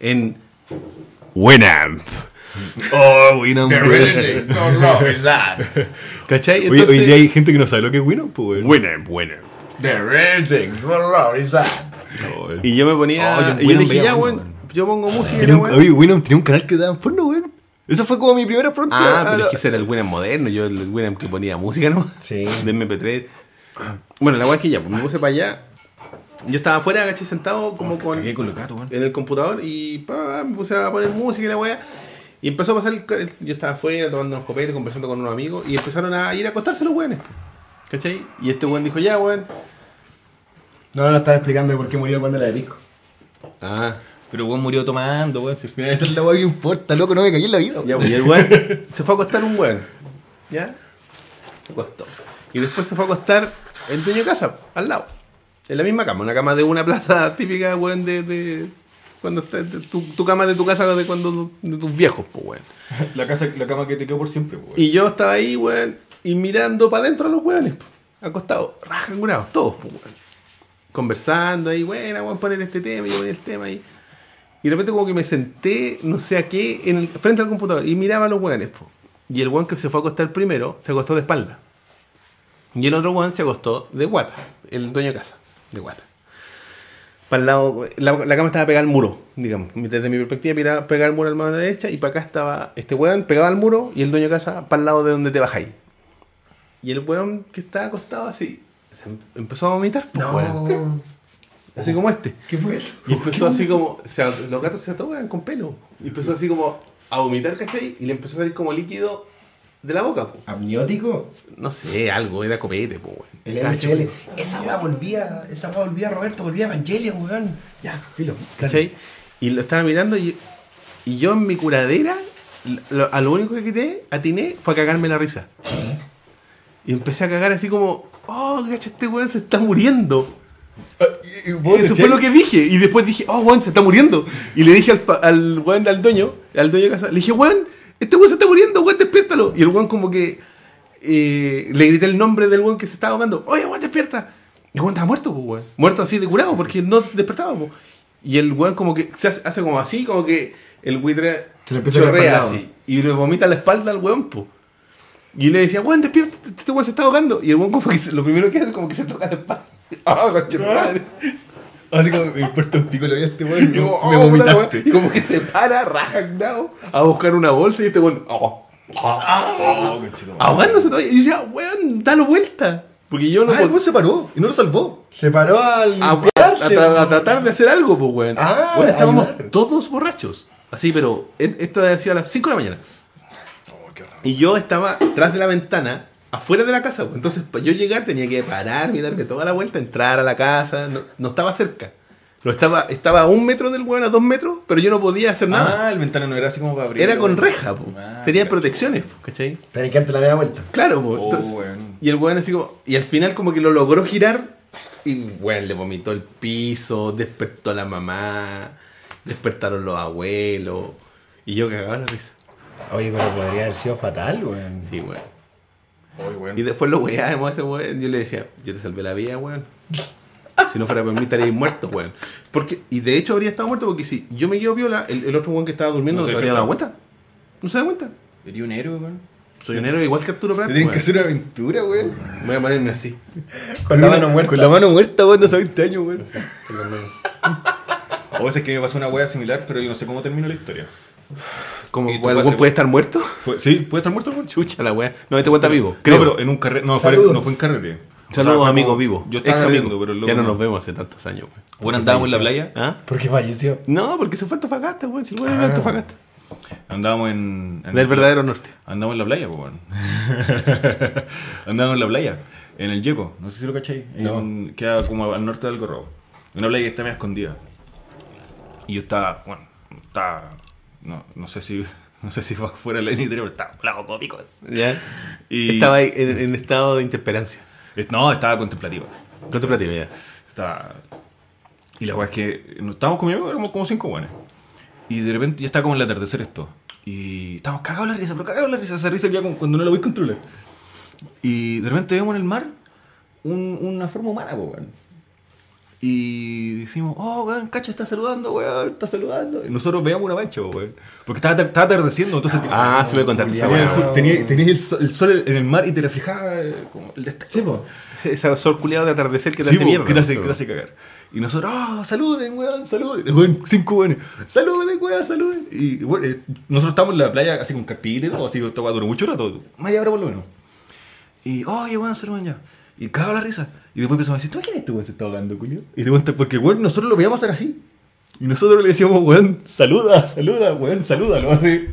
S1: En Winamp.
S2: Oh, Winamp.
S1: ¿Cachai?
S2: Oye,
S1: Entonces,
S2: hoy día hay gente que no sabe lo que es Winamp, pues. weón.
S1: Winamp, Winamp. Y yo me ponía.
S2: Oh, yo en
S1: y yo
S2: Winamp
S1: dije,
S2: veía
S1: ya,
S2: Winamp,
S1: weón, yo pongo música.
S2: Tenía
S1: la
S2: un,
S1: weá.
S2: oye, Winamp tenía un canal que daban porno, weón. Esa fue como mi primera frontera.
S1: Ah, pero es que ese era el Winamp moderno. Yo el Winamp que ponía música nomás.
S3: Sí.
S1: De MP3. Bueno, la weá es que ya, pues me puse para allá. Yo estaba afuera, agaché sentado como con,
S2: Cagué con los gatos, weón.
S1: en el computador y pa, me puse a poner música y la weá. Y empezó a pasar. el- el- yo estaba afuera tomando unos copetes, conversando con unos amigos y empezaron a ir a acostarse los weones. ¿Cachai? Y este weón dijo, ya, weón.
S3: No, no están explicando por qué murió cuando la de Pisco.
S1: Ah.
S2: Pero weón murió tomando, weón. Si al final
S4: Esa es la weá que importa, loco, no me caí en la vida.
S1: Ya, pues, y el weón se fue a acostar un weón. ¿Ya? Se acostó. Y después se fue a acostar el dueño de casa, al lado. En la misma cama, una cama de una plaza típica, weón, de. de- cuando está, de- tu, tu cama de tu casa de cuando de tus viejos, pues weón.
S2: La, casa, la cama que te quedó por siempre, weón.
S1: Y yo estaba ahí, weón, y mirando para adentro a los weones, po. acostados, rajangurados, todos, po, weón. Conversando ahí, bueno, weón, poner este tema, yo poner el tema ahí. Y de repente como que me senté, no sé a qué, en el, frente al computador y miraba a los weones, po. Y el weón que se fue a acostar primero se acostó de espalda. Y el otro weón se acostó de guata, el dueño de casa, de guata. Para el lado, la, la cama estaba pegada al muro, digamos. Desde mi perspectiva, mira, pegada al muro a la mano derecha y para acá estaba este weón pegado al muro y el dueño de casa para el lado de donde te bajáis. Y el weón que estaba acostado así se em- empezó a vomitar, pues, weón.
S3: No.
S1: así como este.
S3: ¿Qué fue eso?
S1: Y empezó así como. o sea, los gatos se atoran con pelo. Y empezó así como a vomitar, ¿cachai? Y le empezó a salir como líquido de la boca, po.
S3: ¿Amniótico?
S1: No sé, algo, era copete, po, weón.
S3: El
S1: Estaba
S3: MCL.
S1: chulo,
S3: Esa weá volvía, esa weá volvía Roberto, volvía Evangelion, weón. Ya, filo.
S1: ¿cachai? Y lo estaba mirando y, y yo en mi curadera, lo- a lo único que quité, atiné, fue a cagarme la risa. Y empecé a cagar así como, oh, cacha, este weón se está muriendo.
S4: Y, y vos
S1: Eso
S4: decías-
S1: fue lo que dije. Y después dije, oh, weón, se está muriendo. Y le dije al, fa- al weón, al dueño, al dueño de casa, le dije, weón, este weón se está muriendo, weón, despiértalo. Y el weón como que eh, le grité el nombre del weón que se estaba ahogando. Oye, weón, despierta. Y el weón estaba muerto, pues, weón. Muerto así de curado, porque no despertaba, pues. Y el weón como que se hace, hace como así, como que el buitre
S3: Se le empieza a caer
S1: chorrea
S3: para el lado.
S1: así. Y le vomita la espalda al weón, pues. Y le decía, weón, despierta, este weón se está ahogando. Y el weón como que se- lo primero que hace es como que se toca la espalda. Ah, concha tu madre.
S4: Así como, me importa un pico la vida este weón.
S1: Y como,
S4: me
S1: "Oh, puta la
S4: vomitaste.
S1: wea". Y como que se para, rajagnado, a buscar una bolsa y este weón. oh, oh,
S4: Ah,
S1: oh, ahogándose todavía. Y yo decía, weón, dalo vuelta. Porque yo no
S4: Ah, el weón
S1: pod-
S4: se paró y no lo salvó. Ah,
S3: Se paró al.
S1: a, a- a tra- a tratar de hacer algo, pues weón.
S3: Ah,
S1: Weón, estábamos
S3: ayudar.
S1: todos borrachos. Así, pero e- esto debe haber sido a las 5 de la mañana.
S2: Oh,
S1: Y yo estaba tras de la ventana, afuera de la casa. pues. Entonces, para yo llegar tenía que pararme y darme toda la vuelta, entrar a la casa. No, no estaba cerca. Lo estaba, estaba a un metro del weón, a dos metros, pero yo no podía hacer nada.
S2: Ah, el ventana no era así como para abrir.
S1: Era con reja, po.
S2: Ah,
S1: tenía
S2: claro.
S1: protecciones, po, ¿cachai?
S3: Tenés que darte la media vuelta.
S1: Claro, po.
S2: Oh,
S1: Entonces-
S2: weón.
S1: y el weón así como. Y al final, como que lo logró girar. Y weón, le vomitó el piso, despertó la mamá, despertaron los abuelos. Y yo cagaba la risa.
S3: Oye, pero podría haber sido fatal, weón.
S1: Sí, weón.
S2: Oye, weón.
S1: Y después lo weábamos a ese weón. Yo le decía, yo te salvé la vida, weón. Si no fuera por mí estaríais muerto, weón. Porque, y de hecho habría estado muerto porque si yo me quedo viola, el, el otro weón que estaba durmiendo no,
S2: No se
S1: se habría dado
S2: despertaba.
S1: cuenta. No se da cuenta.
S2: Sería un héroe, weón.
S1: Soy un héroe igual que Arturo Prat.
S4: Te tienen
S1: weón.
S4: que hacer una aventura, weón.
S1: Voy a ponerme así.
S3: Con la mano muerta.
S4: Con la mano muerta, weón, hace 20 años, weón.
S2: A veces Oh, que me pasó una wea similar, pero yo no sé cómo terminó la historia.
S1: Como
S2: ¿Y tú
S1: weón,
S2: vas a-
S1: weón puede estar muerto.
S2: Fue- sí, puede estar muerto, weón.
S1: Chucha la weá. No, este weón está vivo.
S2: Creo.
S1: Creo.
S2: No, pero en un carrete. No, fue,
S3: Saludos.
S2: no fue en carrete.
S1: Saludos,
S2: amigos
S1: amigo vivo.
S2: Yo estaba
S1: Ex amigo.
S2: saliendo, pero el loco
S1: Ya no nos vemos hace tantos años, weón.
S2: Bueno, andábamos en la playa.
S1: ¿Ah?
S3: ¿Por qué falleció?
S1: No, porque se fue a Antofagasta, weón. Si el weón era
S2: Ah.
S1: de Antofagasta.
S2: Andábamos en. en-
S1: Del verdadero norte.
S2: Andamos en la playa, pues, weón. Andamos en la playa, en el Yeco, no sé si lo cacháis. En- Queda como al norte del Gorro. Una playa que está medio escondida. Y yo estaba, bueno, estaba. No, no sé si. No sé si fue fuera del interior, pero estaba volado como pico.
S1: ¿Ya?
S2: Y-
S1: Estaba ahí en, en estado de intemperancia.
S2: Es- No, estaba contemplativa.
S1: Contemplativo, ya.
S2: Estaba. Y la weá es que nos estábamos comiendo, éramos como cinco buenas. Y de repente ya está como el atardecer esto. Y estábamos cagados la risa, pero cagados la risa. Esa risa que ya como cuando no la voy a controlar. Y de repente vemos en el mar un- una forma humana, po, weón. Y decimos, oh, weón, cacha está saludando, weón, está saludando. Y nosotros veíamos una mancha, po, weón. Porque estaba, estaba atardeciendo, entonces.
S1: Ah, sí me contaste
S2: Sí,
S1: esa
S2: weón,
S1: weá.
S2: el sol- Tenías tenías el, sol- el sol en el mar y te reflejaba eh, como el destello.
S6: Sí, po.
S1: Ese sol culiado de atardecer que te
S2: Sí,
S1: hace
S2: po,
S1: mierda.
S2: que te hace-
S1: eso.
S2: que te hace cagar. Y nosotros, ah, saluden, weón, saluden. Weón, cinco weones, saluden, weón, saluden. Y bueno, eh, nosotros estábamos en la playa así con carpita y todo, así que duró mucho rato, media hora por lo menos. Y, oye, weón, saluden ya. Y cagaba la risa. Y después empezamos a decir, ¿tú quién este weón se está ahogando, culiao? Y te cuenta, porque weón, nosotros lo veíamos hacer así. Y nosotros le decíamos, weón, saluda, saluda, weón, salúdalo, así.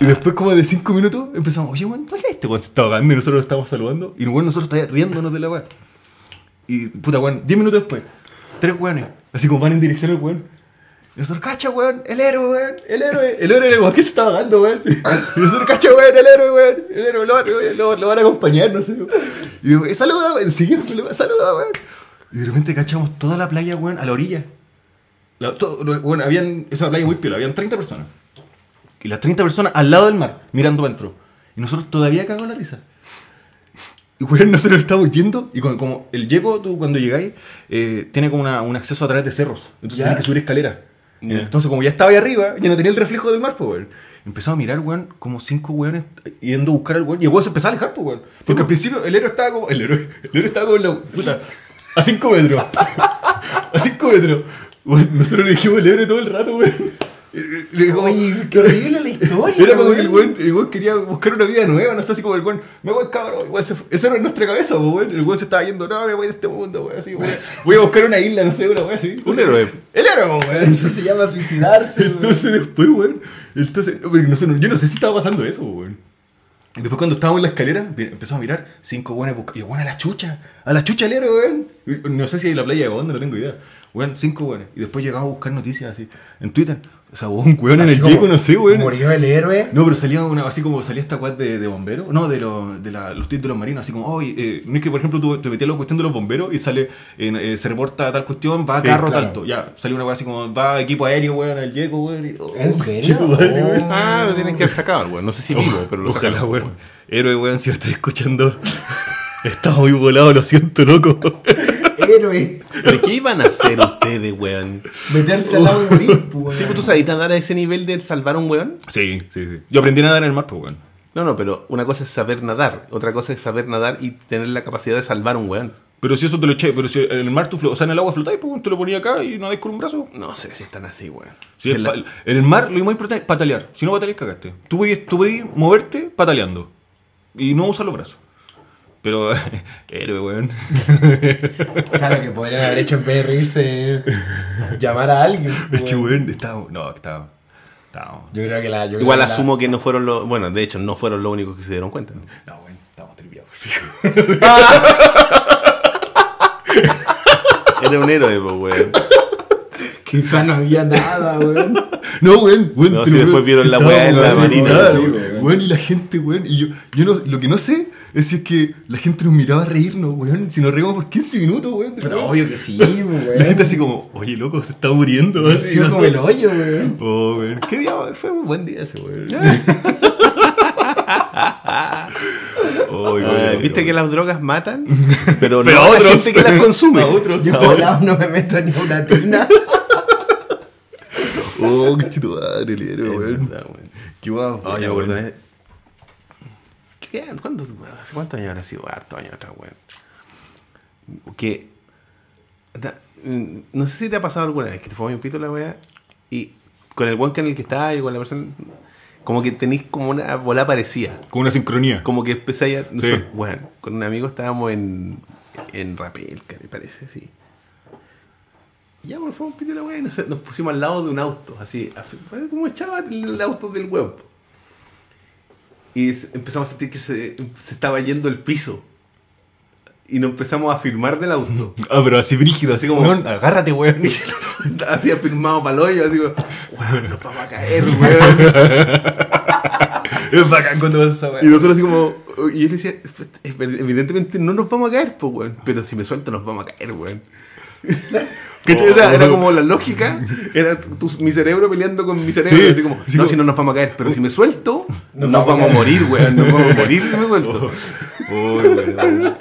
S2: Y después como de cinco minutos empezamos, oye, weón, ¿tú quién este weón se está ahogando? Y nosotros lo estamos saludando. Y weón, nosotros estábamos riéndonos de la weón. Y puta, weón, 10 minutos después, tres weones, así como van en dirección al weón. Y nosotros, cacha, weón, el héroe, weón, el héroe, el héroe del weón que se está vagando, weón. Y nosotros, cacha, weón, el héroe, weón, el héroe, lo, van- weón, lo- lo van a acompañar, no sé. weón. Y digo, "Eh, saluda, weón, siguiente, le- saluda, weón. Y de repente cachamos toda la playa, weón, a la orilla. La- todo- lo- bueno, habían, esa playa muy piola, habían 30 personas. Y las 30 personas al lado del mar, mirando para adentro. Y nosotros todavía cagamos la risa. Y weón, nosotros estamos yendo y con- como el llego, tú cuando llegáis, eh, tiene como una- un acceso a través de cerros. Entonces
S6: Ya.
S2: tienes que subir escalera. Entonces, como ya estaba ahí arriba, ya no tenía el reflejo del mar, pues, weón. Empezaba a mirar, weón, como cinco weones yendo a buscar al weón. Y el weón se empezaba a alejar, pues, weón. Porque al principio el héroe estaba como. El héroe, el héroe estaba como en la. Puta, a cinco metros. a cinco metros. Weón, nosotros le dijimos el héroe todo el rato, weón. Le dijimos,
S6: Oye, qué horrible la historia.
S2: era como que el weón, el weón quería buscar una vida nueva, no sé, así como el weón, me voy cabrón, el weón se fue- eso era en nuestra cabeza, po, weón. El weón se estaba yendo, no, me voy de este mundo, weón, así, weón. Voy a buscar una isla, no sé, una weón así.
S1: Un héroe.
S2: El héroe, po, weón.
S6: Eso se llama suicidarse. weón.
S2: Entonces después, weón, entonces, no, pero no sé, no- yo no sé si estaba pasando eso, po, weón. Y después cuando estábamos en la escalera, vi- empezamos a mirar, cinco weones buscando, y weón, a la chucha, a la chucha el héroe, weón. No sé si hay la playa de onda, no tengo idea. Weón, cinco weones. Y después llegamos a buscar noticias así, en Twitter. O sea, weón, weón en
S3: Así
S2: el
S3: como,
S2: yeco, no sé, weón.
S3: Murió el héroe.
S2: No, pero salía una, así como salía esta cuad de, de bomberos, no, de, los de la- los títulos marinos, así como, oye, eh, no es que por ejemplo tú te metías la cuestión de los bomberos y sale, en, eh, se reporta tal cuestión, va a
S1: Sí,
S2: carro
S1: claro.
S2: tanto, ya, salió una weá así como, va equipo aéreo, weón, al yeco, weón, y- oh,
S3: ¿En serio?
S2: chico, madre,
S3: Oh.
S2: weón.
S1: Ah, lo tienen que haber sacado, el weón. No sé si vivo, pero lo
S2: Ojalá,
S1: sacaron,
S2: weón. Héroe, weón, si lo estás escuchando, estás muy volado, lo siento, loco.
S6: Héroe.
S1: ¿Pero qué iban a hacer ustedes, weón?
S6: Meterse al agua y morir, pues,
S1: Sí,
S6: weón.
S1: pues, ¿Tú sabes nadar a ese nivel de salvar a un weón?
S2: sí, sí, sí. Yo aprendí a nadar en el mar, pues, weón.
S1: No, no, pero una cosa es saber nadar, otra cosa es saber nadar y tener la capacidad de salvar a un weón.
S2: Pero si eso te lo eché, pero si en el mar tú, flo- o sea, en el agua flotáis, pues, weón, te lo ponía acá y nadáis con un brazo.
S1: No sé si están así, weón.
S2: Sí,
S1: Que
S2: el
S1: la-
S2: pa- En el mar lo más importante es patalear. Si no pataleas, cagaste. Tú podías, tú podías moverte pataleando. Y no usar los brazos. Pero, héroe, weón.
S3: O sea, lo que podrían haber hecho en vez de reírse es llamar a alguien.
S2: Es que,
S3: weón.
S2: weón, estábamos. No, estábamos. Estábamos.
S3: Yo creo que la. yo creo
S1: Igual
S3: que la-
S1: asumo que no fueron los. Bueno, de hecho, no fueron los únicos que se dieron cuenta. ¿no?
S2: No, weón, estábamos triviados.
S1: Era un héroe, pues, weón.
S6: Quizás no había nada, weón.
S2: No, weón, weón.
S1: No,
S2: te
S1: si
S2: lo
S1: después
S2: juro,
S1: vieron
S2: si
S1: la
S2: estábamos
S1: weá en la
S2: así,
S1: marina,
S2: nada,
S1: sí,
S2: weón. Weón, y la gente, weón. Y yo, yo no, lo que no sé es si es que la gente nos miraba a reírnos, weón. Si nos reímos por 15 minutos, weón. de
S6: Pero
S2: nuevo.
S6: obvio que sí, weón.
S2: La gente así como, oye, loco, se está muriendo. weón.
S6: Sí, como el hoyo, weón.
S2: Oh, weón. Qué día, fue un buen día ese, weón. Oh,
S1: Ah,
S2: weón,
S1: Viste
S2: weón.
S1: que las drogas matan, pero,
S2: Pero
S1: no
S2: a
S1: a la
S2: otros.
S1: gente que las consume.
S2: A otros.
S6: Yo volado no me meto ni a una tina.
S2: Oh, qué chito madre, el héroe,
S1: Es
S2: weón.
S1: verdad, weón.
S2: Qué guapo.
S1: Ah, yo me acuerdo de- ¿Qué? ¿Cuántos, hace ¿Cuántos años habrá sido? Harto años atrás, weón. Que. da- mm, No sé si te ha pasado alguna vez que te fue un pito la weá y con el weón que en el que estás y con la persona. Como que tenés como una bola parecida.
S2: Como una sincronía.
S1: Como que empezáis a. no
S2: Sí.
S1: sé, weón, con un amigo estábamos en. En Rapel, que me parece, sí. Y Ya, por favor, pito la weá y nos, nos pusimos al lado de un auto, así. af- Como echaba el auto del weón. Y s- empezamos a sentir que se, se estaba yendo el piso. Y nos empezamos a firmar del auto.
S2: Ah, pero así brígido, así como,
S1: Weón,
S2: agárrate, weón.
S1: así afirmado para el hoyo, así como, "Weón, nos vamos a caer, weón.
S2: es bacán cuando vas a esa weá.
S1: Y nosotros así como, y él decía, evidentemente no nos vamos a caer, pues, weón. Pero si me suelto nos vamos a caer, weón. ¿Cachai? O
S2: Oh.
S1: sea, era como la lógica, era tu- mi cerebro peleando con mi cerebro.
S2: Sí.
S1: así como, no,
S2: Sí, como-
S1: si no nos vamos a caer, pero si me suelto, nos,
S3: Nos vamos a
S1: vamos a
S3: caer.
S1: morir, weón. Nos vamos a morir si me suelto.
S2: Oh, weón.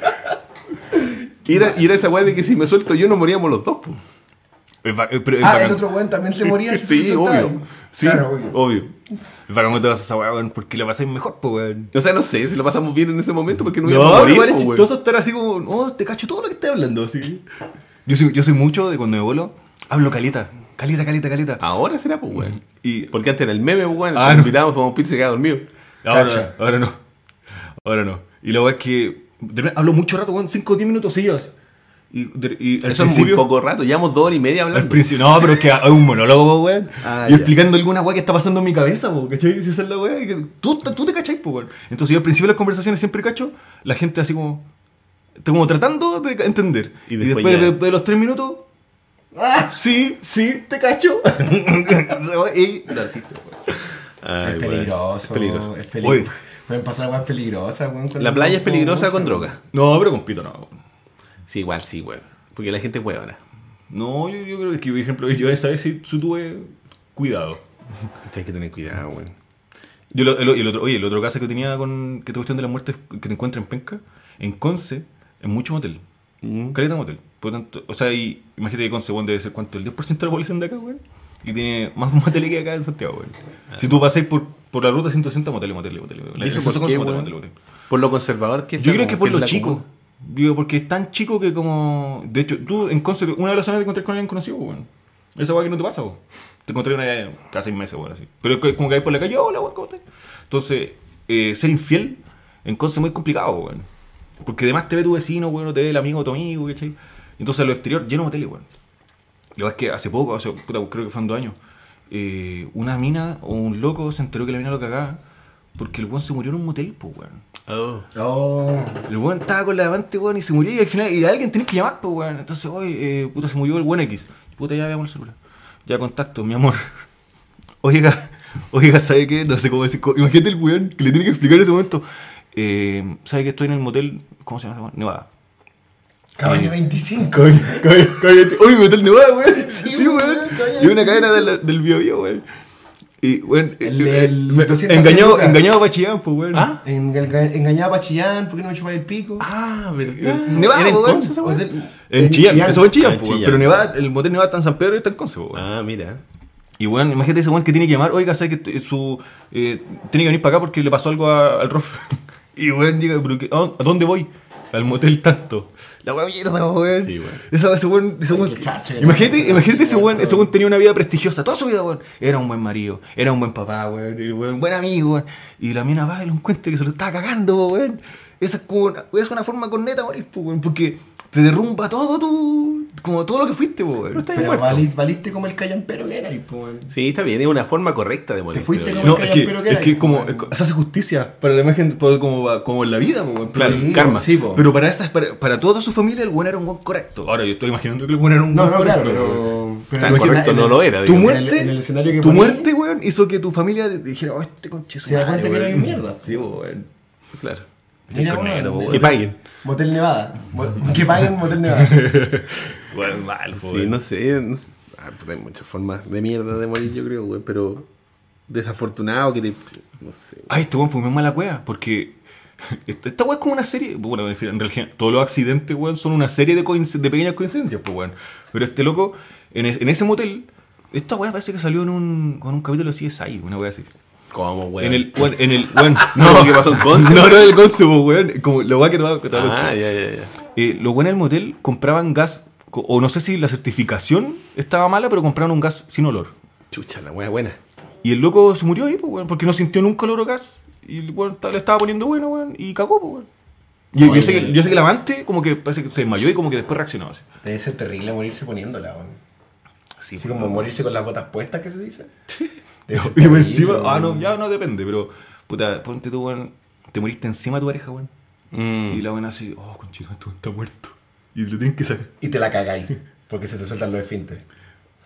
S1: Y era, y era esa weá de que si me suelto yo nos moríamos los dos. po.
S2: Es ba- eh, pero es
S4: Ah,
S2: bacán.
S4: el otro weón también se moría. si
S1: Sí,
S4: se soltaba.
S1: obvio. Sí,
S4: Claro,
S1: obvio.
S4: obvio.
S2: Es bacán que te vas a esa weá, weón, porque la pasáis mejor, po, weón.
S1: O sea, no sé, si lo pasamos bien en ese momento porque no
S2: No,
S1: íbamos a morir,
S2: igual
S1: po,
S2: es
S1: weón.
S2: chistoso estar así como, no, te cacho todo lo que estás hablando, así. Yo soy, yo soy mucho de cuando me vuelo, hablo caleta, caleta, caleta, caleta.
S1: Ahora será, pues, weón.
S2: Y-
S1: Porque antes era el meme, weón.
S2: Ah,
S1: lo
S2: no.
S1: invitábamos, como pizza y se quedaba dormido.
S2: Ahora,
S4: Cacha.
S2: ahora no. Ahora no. Y la weá es que de verdad, hablo mucho rato, weón, 5 o 10 minutos seguidos. Y, de- y al
S1: Eso es muy
S2: principio-
S1: poco rato, llevamos dos horas y media
S2: Al
S1: hablando.
S2: principio, no, pero es que hay un monólogo, weón.
S1: Ah,
S2: y
S1: ya.
S2: explicando alguna weá que está pasando en mi cabeza, po, ¿cachai? Si esa es la weá, que tú, tú te cachai, po, weón. Entonces yo al principio de las conversaciones siempre cacho, la gente así como, como tratando de entender.
S1: Y
S2: Y después,
S1: después ya.
S2: de, de los tres minutos, ah, sí, sí, te cacho. y lo así, weón.
S1: Ay, weón.
S3: es peligroso.
S1: Es peligroso.
S3: Es
S2: Oye.
S3: peligroso. Pueden pasar aguas peligrosas, weón. cuando
S1: La playa es
S3: uno
S1: peligrosa
S3: mucho.
S1: con droga.
S2: No, pero con pito no. weón.
S1: Sí, igual, sí, weón. Porque la gente es huevona.
S2: No, yo, yo creo que, por ejemplo, yo esa vez sí sí tuve cuidado.
S1: Tienes que tener cuidado, weón.
S2: Yo lo- el, el otro, oye, el otro caso que tenía con que esta cuestión de las muertes que te encuentras en Penca, en Conce, en mucho motel.
S1: Mm.
S2: Caleta motel. Por lo tanto, o sea, y, imagínate que Conce, weón, debe ser cuánto, el 10% de la población de acá, weón. Y tiene más moteles que acá en Santiago, weón. Si tú pasáis por, por la ruta 160, moteles, moteles, moteles. weón. La
S1: Ah. ¿Y eso
S2: Conce,
S1: por
S2: Conce,
S1: qué,
S2: motel,
S1: weón?
S2: motel, motel.
S1: Por lo conservador que está,
S2: Yo creo
S1: como
S2: que por
S1: es
S2: lo
S1: la
S2: chico.
S1: comuna.
S2: Digo, porque es tan chico que como... De hecho, tú en Conce, una de las zonas de encontrar con alguien conocido, weón. Esa weá que no te pasa, weón. Te encontré una vez cada seis meses, weón, así. Pero es que- como que hay por la calle, hola, weón, ¿cómo estás? Entonces, eh, ser infiel en Conce es muy complicado, weón. Porque además te ve tu vecino, weón, o te ve el amigo de tu amigo, ¿cachai? Entonces, a lo exterior, lleno de moteles, weón. Lo que es que hace poco, hace, puta, creo que fue en dos años, eh, una mina o un loco se enteró que la mina lo cagaba porque el weón se murió en un motel, pues, weón.
S1: Oh.
S3: Oh,
S2: El weón estaba con la amante, weón, y se murió y al final, y a alguien tenés que llamar, pues, weón. Entonces, oye, eh, puta, se murió el buen X. Puta, ya veamos el celular. Ya contacto, mi amor. Oiga, oiga, ¿sabe qué? No sé cómo decir. co- Imagínate el weón que le tiene que explicar en ese momento. Eh, ¿Sabe que estoy en el motel? ¿Cómo se llama ese weón? Nevada.
S3: caballo 25.
S2: Oye, me motel Nevada, weón. Sí,
S3: Sí,
S2: weón.
S3: weón, cállate.
S2: Y una cadena de la- del bio bio, weón. Y, weón,
S3: El-
S2: eh,
S3: el
S2: me-
S3: 200
S2: engañado,
S3: lucas.
S2: engañado a Pachillán, pues, weón.
S1: Ah,
S3: Enga- Engañaba a Pachillán, ¿por qué no me chupaba el pico?
S1: Ah,
S2: Eh,
S1: verdad.
S2: Nevada,
S1: ¿Era en
S2: weón.
S1: Conce esa weá?
S3: Hotel-
S2: En Chillán, eso fue en Chillán,
S1: Ah, en
S2: po, weón.
S1: Chillán.
S2: pero Nevada, el motel Nevada está en San Pedro y está en Conce, po, weón.
S1: Ah, mira.
S2: Y bueno, imagínate ese weón que tiene que llamar, oiga, ¿sabes que t- su, eh, tiene que venir para acá porque le pasó algo a- al Rof? y weón llega, pero ¿qué- ¿a dónde- a dónde voy? Al motel tanto. La weón mierda, weón.
S1: Sí, weón.
S2: Esa- ese weón, ese
S3: Ay,
S2: weón-
S3: qué chacha, era.
S2: imagínate, imagínate ese weón,
S3: Muerto.
S2: ese weón tenía una vida prestigiosa, toda su vida, weón. Era un buen marido, era un buen papá, weón, y weón, buen amigo, weón. Y la mina va y lo encuentra que se lo estaba cagando, po, weón. Esa es como una, es una forma con neta, morir, po, weón, porque te derrumba todo tu, como todo lo que fuiste, po, weón.
S3: Pero valiste, valiste como el callampero que era, y pues.
S1: Sí, está bien, es una forma correcta de morir.
S3: fuiste
S1: creo
S3: con-
S1: yo.
S2: No,
S3: que
S2: es
S3: hayan
S2: que,
S3: pero que
S2: es
S3: hay,
S2: que como,
S3: weón.
S2: es co- se hace justicia para la imagen, por- como, va- como en la vida, po, weón.
S1: Claro,
S2: Pero-
S1: karma.
S3: Sí, po.
S2: Pero para, esas, para, para toda su familia, el buen era un buen correcto. Ahora, yo estoy imaginando que el buen era un
S3: No,
S2: buen
S3: no,
S2: correcto.
S3: claro, pero. pero
S1: Tan
S3: en el
S1: correcto
S3: escena-
S1: no
S3: en
S1: lo
S3: el-
S1: era,
S2: Tu
S1: digo.
S2: muerte,
S3: en el escenario que
S2: tu
S3: poní,
S2: muerte, weón, hizo que tu familia te- dijera, oh, este conche su
S3: Se da
S2: madre,
S3: cuenta que
S2: weón".
S3: era mi mierda.
S2: Sí, po, weón.
S1: Claro.
S3: Mira,
S2: Con
S3: weón,
S2: negro, po,
S3: mira.
S1: Que
S2: weón.
S1: paguen.
S3: Motel Nevada. Mo- Que paguen Motel Nevada.
S2: Weón, mal, po,
S1: Sí,
S2: weón.
S1: no sé. no sé. Ah, puta, hay muchas formas de mierda de morir, yo creo, güey. Pero desafortunado que te. No sé.
S2: Ay, este weón fue muy mala cueva, porque esta, esta weá es como una serie. Bueno, en fin, en realidad, todos los accidentes, weón, son una serie de, coinc- de pequeñas coincidencias, pues, weón. Pero este loco, en, es- en ese motel, esta weá parece que salió en un, con un capítulo de CSI, una weá así.
S1: ¿Cómo, güey?
S2: En el, weón, en el, weón.
S1: No, ¿qué pasó en Conce?
S2: No, no, el Conce, pues, weón. Como la weá que te va que te va a
S1: Ah,
S2: contar.
S1: ya, ya, ya.
S2: Eh, los weones del motel compraban gas, co- o no sé si la certificación estaba mala, pero compraron un gas sin olor.
S1: Chucha, la wea buena.
S2: Y el loco se murió ahí, pues, weón, porque no sintió nunca el olor a gas. Y el weón ta- le estaba poniendo bueno, weón, y cagó, pues, weón. Y yo,
S1: Oye.
S2: sé que, yo sé que el amante, como que parece que se desmayó y como que después reaccionó así.
S3: Debe ser terrible morirse poniéndola, weón. Así
S2: Así, pues,
S3: como
S2: weón.
S3: morirse con las botas puestas, ¿qué se dice? Debe ser
S2: Y luego
S3: terrible,
S2: encima,
S3: weón.
S2: ah, no, ya no depende, pero, puta, ponte tú, weón, te moriste encima de tu pareja, weón. Y la buena así, oh, conchito, este weón está muerto. Y lo tienen que sacar.
S3: Y te la cagáis. Porque se te sueltan los esfínteres.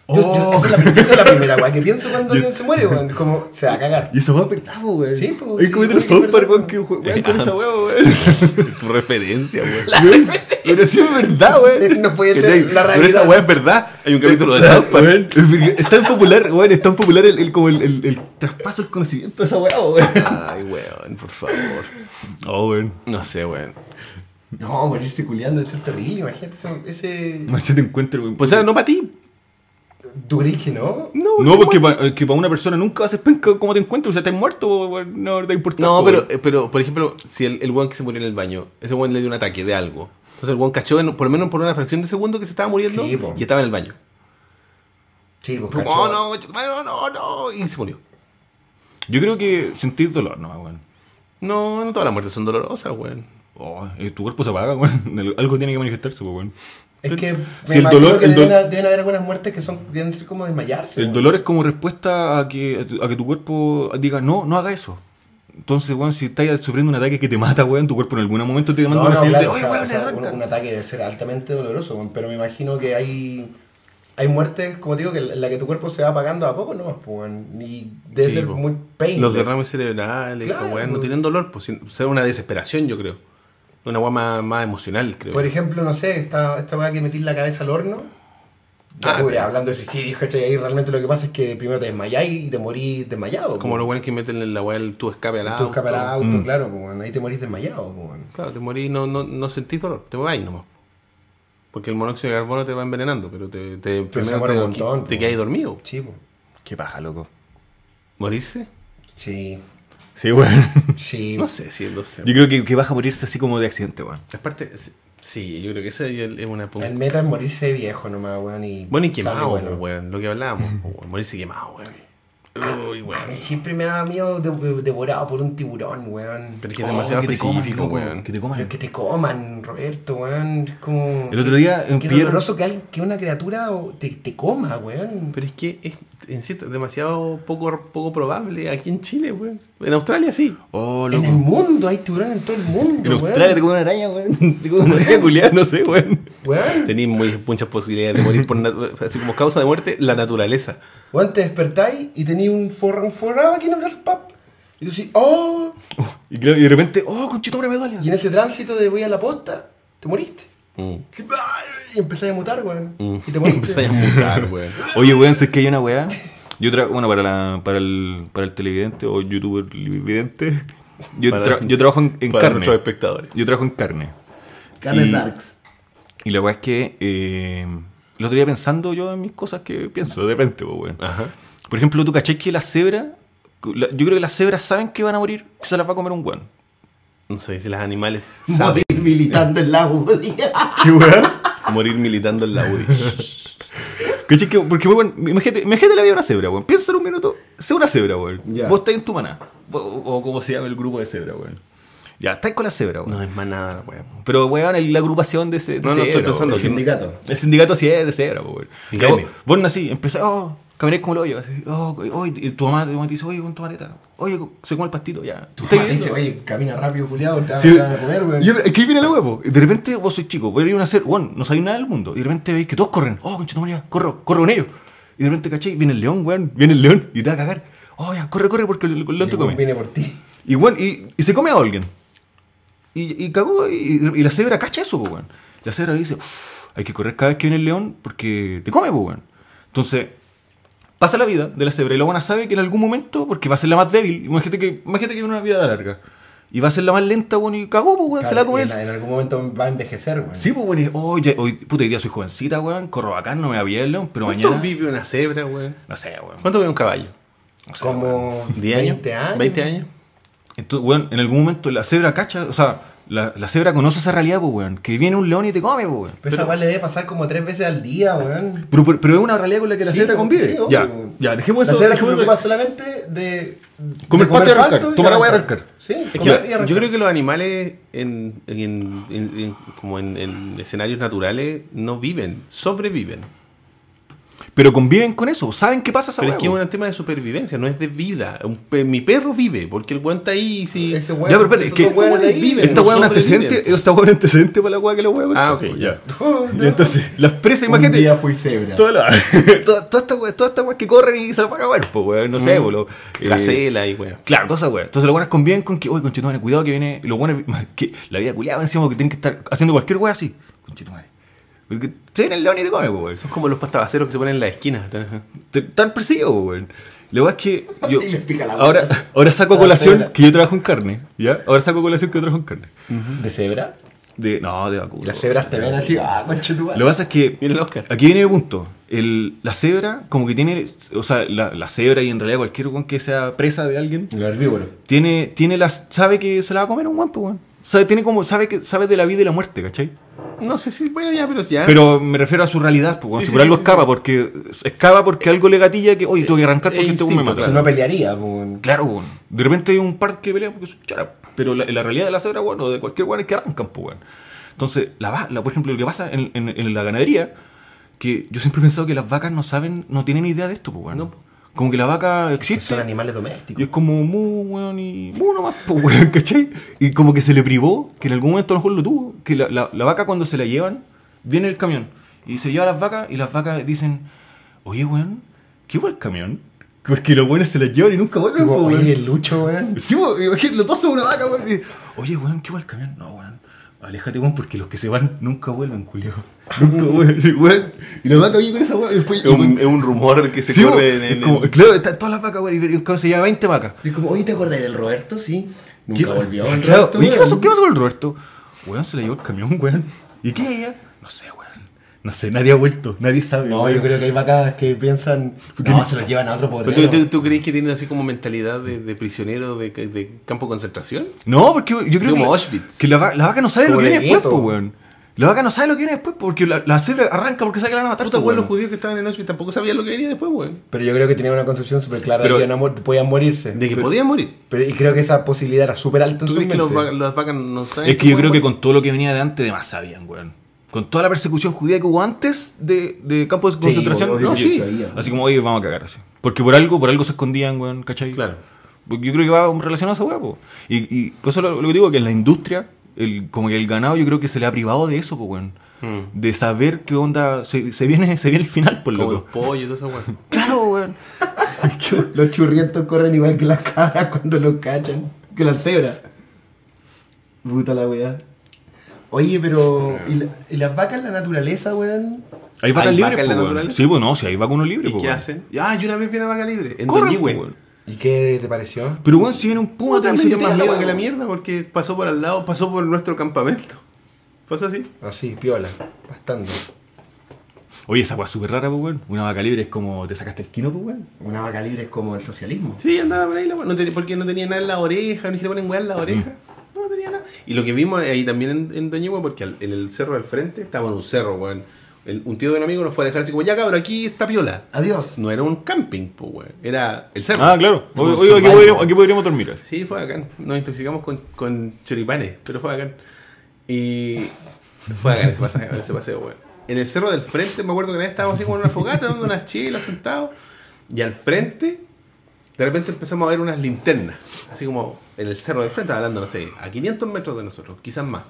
S3: Yo- yo-
S2: Oh.
S3: esa es la, pri- esa es la primera weá que pienso cuando alguien se muere, weón. Como se va a cagar.
S2: Y esa weá pensaba, weón.
S3: Sí, pues,
S2: Hay
S3: sí,
S2: como otro
S3: sí,
S2: South
S3: verdad,
S2: Park, weón,
S3: weón.
S2: que weón con esa weá, weón.
S1: Tu referencia, weón.
S2: Weón, Pero sí es verdad, weón.
S3: No puede
S1: ¿Cachai?
S3: ser la
S1: Pero esa
S3: realidad.
S1: weá es verdad. Hay un capítulo de South Park.
S2: Weón, Es tan popular, weón, es tan popular el, el- como el, el- el traspaso del conocimiento de esa weá, weón.
S1: Ay, weón, por favor.
S2: Oh, weón.
S1: No sé, weón.
S3: No, morirse culiando debe ser terrible, imagínate ese- ese.
S2: Imagínate te encuentro, weón.
S1: Pues o sea, no para ti.
S3: ¿Tú crees que no?
S1: No,
S2: No,
S1: weón.
S2: porque para una persona nunca haces penca como te encuentras, o sea, estás muerto, weón, no te importa.
S1: No,
S2: weón.
S1: pero, eh, pero por ejemplo, si el, el weón que se murió en el baño, ese weón le dio un ataque de algo. Entonces el weón cachó en- por lo menos por una fracción de segundo que se estaba muriendo
S3: Sí, po.
S1: y estaba en el baño.
S3: Sí, pues
S1: Como,
S3: cacho.
S1: Oh, no, ch- no, no, no. Y se murió.
S2: Yo creo que sentir dolor, no, weón.
S1: No, no todas las muertes son dolorosas, weón.
S2: Oh, eh, tu cuerpo se apaga, weón. Algo tiene que manifestarse, pues, weón.
S3: Es que me
S2: Si el
S3: imagino
S2: dolor-
S3: que
S2: el
S3: deben,
S2: dolor-
S3: deben haber algunas muertes que son, deben ser como desmayarse.
S2: El
S3: ¿no?
S2: dolor es como respuesta a que, a tu- a que tu cuerpo diga, no, no haga eso. Entonces, weón, si estás sufriendo un ataque que te mata, weón, tu cuerpo en algún momento te manda
S3: No,
S2: una
S3: no,
S2: señal
S3: claro,
S2: de,
S3: o
S2: oye,
S3: sea,
S2: weón,
S3: o sea, un,
S2: levanta".
S3: un ataque debe ser altamente doloroso, weón, pero me imagino que hay hay muertes, como digo, que en la que tu cuerpo se va apagando a poco nomás, pues, weón, y debe
S1: Sí,
S3: ser
S1: po.
S3: muy painless.
S1: Los derrames cerebrales, esa
S3: Claro,
S1: weá, no
S3: po.
S1: tienen dolor, pues sino- o sea, una desesperación, yo creo. Una weá más, más emocional, creo.
S3: Por ejemplo, no sé, esta, esta weá que metís la cabeza al horno. Ya,
S1: Ah,
S3: weón,
S1: claro.
S3: hablando de suicidios, ¿cachai? Ahí realmente lo que pasa es que primero te desmayáis y te morís desmayado.
S1: Como mm. los weones que meten en la weá el tubo escape al
S3: Tú
S1: lado.
S3: escapas al auto, claro, pues, weón, ahí te morís desmayado. pues, weón.
S1: Claro, te morís, no, no, no sentís dolor, te vas nomás. Porque el monóxido de carbono te va envenenando, pero te, te,
S3: se muere
S1: te,
S3: un montón,
S1: te
S3: po.
S1: quedas dormido.
S3: Sí, pues.
S2: Qué paja, loco.
S1: ¿Morirse?
S3: Sí,
S2: Sí, weón.
S3: sí.
S1: No sé si no sé.
S2: Yo creo que, que vas a morirse así como de accidente, weón.
S1: Aparte, sí, yo creo que esa es es una...
S3: El meta es morirse de viejo nomás, weón. Y
S1: Bueno, y
S3: sale
S1: quemado, weón, lo que hablábamos. po, weón, morirse quemado, weón. Uy,
S3: A mí
S1: weón.
S3: siempre me daba miedo de- de- devorado por un tiburón, weón.
S1: Pero es que es
S2: Oh,
S1: demasiado específico, weón.
S2: Que te coman.
S3: Pero que te coman, Roberto, weón. Es como.
S2: El otro día en
S3: Qué
S2: Pier-
S3: doloroso que, alguien- que una criatura o- te, te coma, weón.
S1: Pero es que es, en cierto, es demasiado poco, poco probable aquí en Chile, weón. En Australia sí.
S2: Oh,
S3: En
S2: loco.
S3: el mundo hay tiburones en todo el mundo,
S2: En Australia
S3: weón.
S2: te como una araña, weón. Te como una araña culiada, no sé, weón.
S3: Weón,
S1: Tenéis muy- muchas posibilidades de morir por nat- así como causa de muerte, la naturaleza.
S3: weón, te despertáis y tenéis un, forra- un forrado aquí en el brazo, pap. Y tú decís, oh,
S2: Y, claro, y de repente, oh, conchito, ahora me duele.
S3: y en ese tránsito de voy a la posta, te moriste.
S1: Mm.
S3: Y empezáis a mutar, weón.
S1: Mm.
S3: Y te moriste.
S1: Empezáis a mutar, weón.
S2: Oye, weón, sé que hay una weá. Yo tra- bueno, para, la, para, el, para el televidente o youtuber vidente, yo,
S1: Para-
S2: tra- yo trabajo en, en
S1: Para
S2: carne.
S1: nuestros espectadores.
S2: Yo trabajo en carne.
S6: Carnes
S2: Y-
S6: Darks.
S2: Y la weá es que eh, el otro día pensando yo en mis cosas que pienso de repente, pues, weón.
S1: Ajá.
S2: Por ejemplo, tú caché que las cebras, la- yo creo que las cebras saben que van a morir, que se las va a comer un weón.
S1: No sé si los animales saben
S6: Morir militando en la UDI.
S2: ¿Qué weón?
S1: morir militando en la UDI.
S2: ¿Cachai? Que, porque, weón, imagínate, imagínate la vida de una cebra, weón. Piensa en un minuto, sé una cebra, weón.
S6: Ya.
S2: Vos estás en tu maná, o, o como se llama el grupo de cebra, weón. Ya, estás con la cebra, weón.
S1: No es más nada, la weón.
S2: Pero, weón, el- la agrupación de, ce- de
S1: No, no, estoy
S2: cebra,
S1: pensando
S2: weón.
S1: que-
S6: Sindicato.
S2: El sindicato sí es de cebra, po, weón.
S1: El
S2: Que Vos,
S1: gremio.
S2: vos nací, empezás, oh, camináis como el hoyo, así, oh, oh, y tu mamá, tu mamá te dice, oye, con tomateta, oye, se come el pastito, ya.
S3: Tu
S2: Estás
S3: mamá te
S2: viviendo.
S3: dice, oye, camina rápido, culiado, te van
S2: Sí.
S3: te van a comer, weón.
S2: Yo, es que ahí viene la huevo. De repente vos sois chico, voy a ir a una hacer, weón, no sabéis nada del mundo. Y de repente veis que todos corren, oh, conchito María, corro, corro con ellos. Y de repente, ¿cachai? Viene el león, weón, viene el león y te va a cagar. Oh, ya, corre, corre, porque el, el león te come.
S3: Viene por ti.
S2: Y, weón, y, y se come a alguien. Y, y cagó, y, y la cebra cacha eso, po, weón. La cebra dice, "Uf, hay que correr cada vez que viene el león porque te come, po, weón. Entonces, pasa la vida de la cebra y la buena sabe que en algún momento, porque va a ser la más débil, imagínate que, imagínate que viene una vida larga. Y va a ser la más lenta, weón, y cagó, po, weón, se la
S3: Claro,
S2: come
S3: y
S2: él.
S3: en, en algún momento va a envejecer, weón.
S2: Sí, pues, weón, y, oh, ya- hoy, puta, hoy día soy jovencita, weón, corro bacán, no me va a pillar el león, pero
S1: ¿Cuánto
S2: mañana...
S1: vive una cebra, weón?
S2: No sé, weón.
S1: ¿Cuánto vive un caballo?
S2: No sé, weón.
S3: Como
S1: ¿10 años?
S3: 20 años.
S1: ¿20 años?
S2: Entonces, weón, en algún momento la cebra cacha, o sea, la, la cebra conoce esa realidad, pues, weón, que viene un león y te come, pues, weón.
S3: Pues esa weá le debe pasar como tres veces al día, weón.
S2: Pero, pero, pero es una realidad con la que la
S3: Sí,
S2: cebra convive.
S3: sí, obvio,
S2: ya,
S3: weón.
S2: ya, dejemos
S3: La
S2: eso.
S3: cebra se
S2: dejemos
S3: preocupa
S2: eso.
S3: solamente de. de
S2: Comer pasto y arrancar.
S3: pasto
S2: Tomar agua y arrancar.
S3: Sí,
S1: Es que
S3: comer y
S1: yo,
S3: arrancar.
S1: yo creo que los animales en, en- en- en- como en, en escenarios naturales no viven, sobreviven.
S2: Pero conviven con eso, saben qué pasa esa
S1: Pero es
S2: weá,
S1: que es
S2: weón.
S1: un tema de supervivencia, no es de vida. Un pe- mi perro vive, porque el weón está ahí y si.
S3: Ese weón.
S2: Ya, pero espérate, es que
S3: esos dos weones
S1: viven.
S3: viven.
S2: Esta weá es un
S1: no sobreviven.
S2: antecedente, esta weá es un antecedente para la weá que la weá.
S1: Ah,
S2: cuenta,
S1: ok,
S2: weón. Y entonces, las
S6: Un
S2: presas, imagínate,
S6: día fui cebra.
S2: todas las- todas- todas estas weas- todas estas weas que corren y se las van a ver, pues weón, no sé,
S1: Mm.
S2: weón. lo- eh,
S1: Gacela y weón.
S2: Claro, todas esas weas. Entonces los buenos conviven con que, oye, conchetumare, cuidado que viene. Y los buenos, que la vida culiada encima que tienen que estar haciendo cualquier wea así. Conchetumare. Porque te viene el león y te come, pues, weón.
S1: Son como los pastabaceros que se ponen en la esquina.
S2: Te- Están perseguidos, pues, weón. La wea es que yo.
S3: Y les pica la boca.
S2: ahora, ahora saco a
S3: La
S2: colación
S3: cebra.
S2: que yo trabajo en carne, ¿ya? Ahora saco a colación que yo trabajo en carne.
S3: ¿De cebra?
S2: De, no, de
S3: Y
S2: vacuna.
S3: las cebras te ven así, ah, conchetumare.
S2: Lo que pasa es que.
S1: Mira el Oscar.
S2: Aquí viene el punto. El- la cebra, como que tiene. O sea, la, la cebra y en realidad cualquier weón que sea presa de alguien,
S3: Lo herbívoro.
S2: tiene, tiene las, sabe que se la va a comer un guampo, weón. Sabe, tiene como, sabe, que, sabe de la vida y la muerte, ¿cachai?
S3: ¿Eh?
S1: No sé si, bueno, ya, pero ya.
S2: Pero me refiero a su realidad, pues, weón.
S1: Sí,
S2: si
S1: sí,
S2: por
S1: sí,
S2: algo
S1: sí,
S2: escapa, porque escapa porque algo le gatilla que, oye, tengo que arrancar porque
S1: es
S2: este weón me
S1: instinto,
S2: mata.
S3: Si no pelearía, pues.
S2: Claro, weón. De repente hay un par que pelea porque es un chara. Pero la, la realidad de la cebra, bueno, de cualquier weón es que arrancan, pues, weón. Entonces, la, va- la- por ejemplo, lo que pasa en, en- en la ganadería, que yo siempre he pensado que las vacas no saben, no tienen idea de esto, pues, weón. Como que la vaca existe.
S3: Son animales
S2: Y
S3: domésticos.
S2: es como mu, weón, y mu nomás, pues, weón, ¿cachai? Y como que se le privó, que en algún momento a lo mejor lo tuvo, que la, la- la vaca cuando se la llevan, viene el camión y se lleva a las vacas y las vacas dicen, oye, weón, ¿qué hubo el camión? Porque los buenos se las llevan y nunca vuelven,
S3: Tipo,
S2: po, weón.
S3: oye, el lucho, weón.
S2: Sí, weón, imagínate, los dos son una vaca, weón. y, Oye, weón, ¿qué va el camión? No, weón. Aléjate, weón, porque los que se van nunca vuelven, culio. Nunca vuelven, weón.
S4: Y la vaca vive con esa weá. y Después,
S1: es, un, es un rumor que se
S2: Sí,
S1: corre
S2: weón,
S1: en
S2: es
S1: el.
S2: como- Claro, están todas las vacas, weón, y el camión se lleva 20 vacas.
S3: Y es como, oye, ¿te acordáis del Roberto? Sí. Nunca volvió.
S2: Claro,
S3: el Roberto,
S2: oye, ¿qué
S3: weón.
S2: pasó, ¿Qué pasó con el Roberto? Weón, se le llevó el camión, weón. ¿Y qué ella? No sé, weón. No sé, nadie ha vuelto, nadie sabe.
S3: No,
S2: weón.
S3: yo creo que hay vacas que piensan, no, se los llevan a otro
S1: Pero ¿Tú, tú,
S3: pobre.
S1: tú crees que tienen así como mentalidad de, de prisionero de, de campo de concentración?
S2: No, porque yo creo
S1: como
S2: que, la-
S1: Auschwitz.
S2: que la, va- la vaca no sabe lo
S3: Como
S2: que viene
S3: el
S2: después,
S3: gueto.
S2: po, weón. La vaca no sabe lo que viene después porque la, la cebra arranca porque sabe que la van a matar.
S1: Puta,
S2: po,
S1: weón, los
S2: weón.
S1: judíos que estaban en Auschwitz tampoco sabían lo que venía después, weón.
S3: Pero yo creo que tenían una concepción súper clara
S2: Pero-
S3: de que iban a mu- podían morirse.
S1: De que podían morir.
S3: Pero, y creo que esa posibilidad era súper alta en
S1: ¿Tú
S3: su
S1: crees que
S3: mente.
S1: los va- las vacas no saben?
S2: Es que yo
S1: pueden
S2: creo que
S1: morir?
S2: con todo lo que venía de antes, de más sabían, weón. Con toda la persecución judía que hubo antes de, de campos de
S3: Sí,
S2: concentración,
S3: obvio
S2: no,
S3: que
S2: sí.
S3: sabían.
S2: Así como, oye, vamos a cagar así. Porque por algo, por algo se escondían, weón, ¿cachai?
S1: Claro.
S2: Porque Yo creo que va relacionado a esa weá, po. Y, y por eso lo, lo que digo, que en la industria, el, como que el ganado, yo creo que se le ha privado de eso, po, weón.
S1: Mm.
S2: De saber qué onda, se, se viene, se viene el final, por
S1: Como los
S2: loco.
S1: pollos y todo eso, weón.
S2: Claro, weón.
S3: Los churrientos corren igual que las cabras cuando los cachan. Que las cebras. Puta la weá. Oye, pero. ¿Y, la- y las vacas en la naturaleza, weón?
S2: Hay vacas
S1: ¿Hay
S2: libres,
S1: vaca en
S2: po,
S1: la
S2: weón.
S1: naturaleza?
S2: Sí, bueno, si hay vacuno libre, po,
S1: ¿Y qué
S2: pues, weón.
S1: hacen? Ah, yo una vez vi una vaca libre. En
S2: Corren, po,
S1: Doñihue.
S2: weón.
S3: ¿Y qué te pareció?
S2: Pero, weón, si viene un puma,
S1: Puta,
S2: te
S1: me
S2: dice
S1: dio más miedo que la
S2: mierda.
S1: mierda porque pasó por al lado, pasó por nuestro campamento. Pasó así.
S3: Así, Ah, piola. Bastante.
S2: Oye, esa weá es súper rara, pues, weón. Una vaca libre es como te sacaste el quino, pues, weón.
S3: Una vaca libre es como el socialismo.
S1: Sí, andaba por ahí la no tenía, porque no tenía nada en la oreja, no se le ponen weá en
S2: Mm.
S1: la oreja. No tenía nada. Y lo que vimos ahí también en, en Doñihue, porque al- en el cerro del frente estaba en un cerro, weón. El- un tío de un amigo nos fue a dejar así como, ya cabrón, aquí está piola.
S3: Adiós.
S1: No era un camping, pues, weón. Era el cerro.
S2: Ah, claro. Oye,
S3: Un
S2: oye, aquí,
S3: survival.
S2: podríamos, aquí podríamos dormir. así.
S1: Sí, fue bacán. Nos intoxicamos con, con choripanes, pero fue bacán. Y fue bacán ese paseo, ese paseo, weón. En el cerro del frente, me acuerdo que una vez estábamos así como en una fogata, dando unas chelas, sentados. Y al frente, de repente empezamos a ver unas linternas. Así como en el cerro del frente, hablando, no sé, a 500 metros de nosotros, quizás más.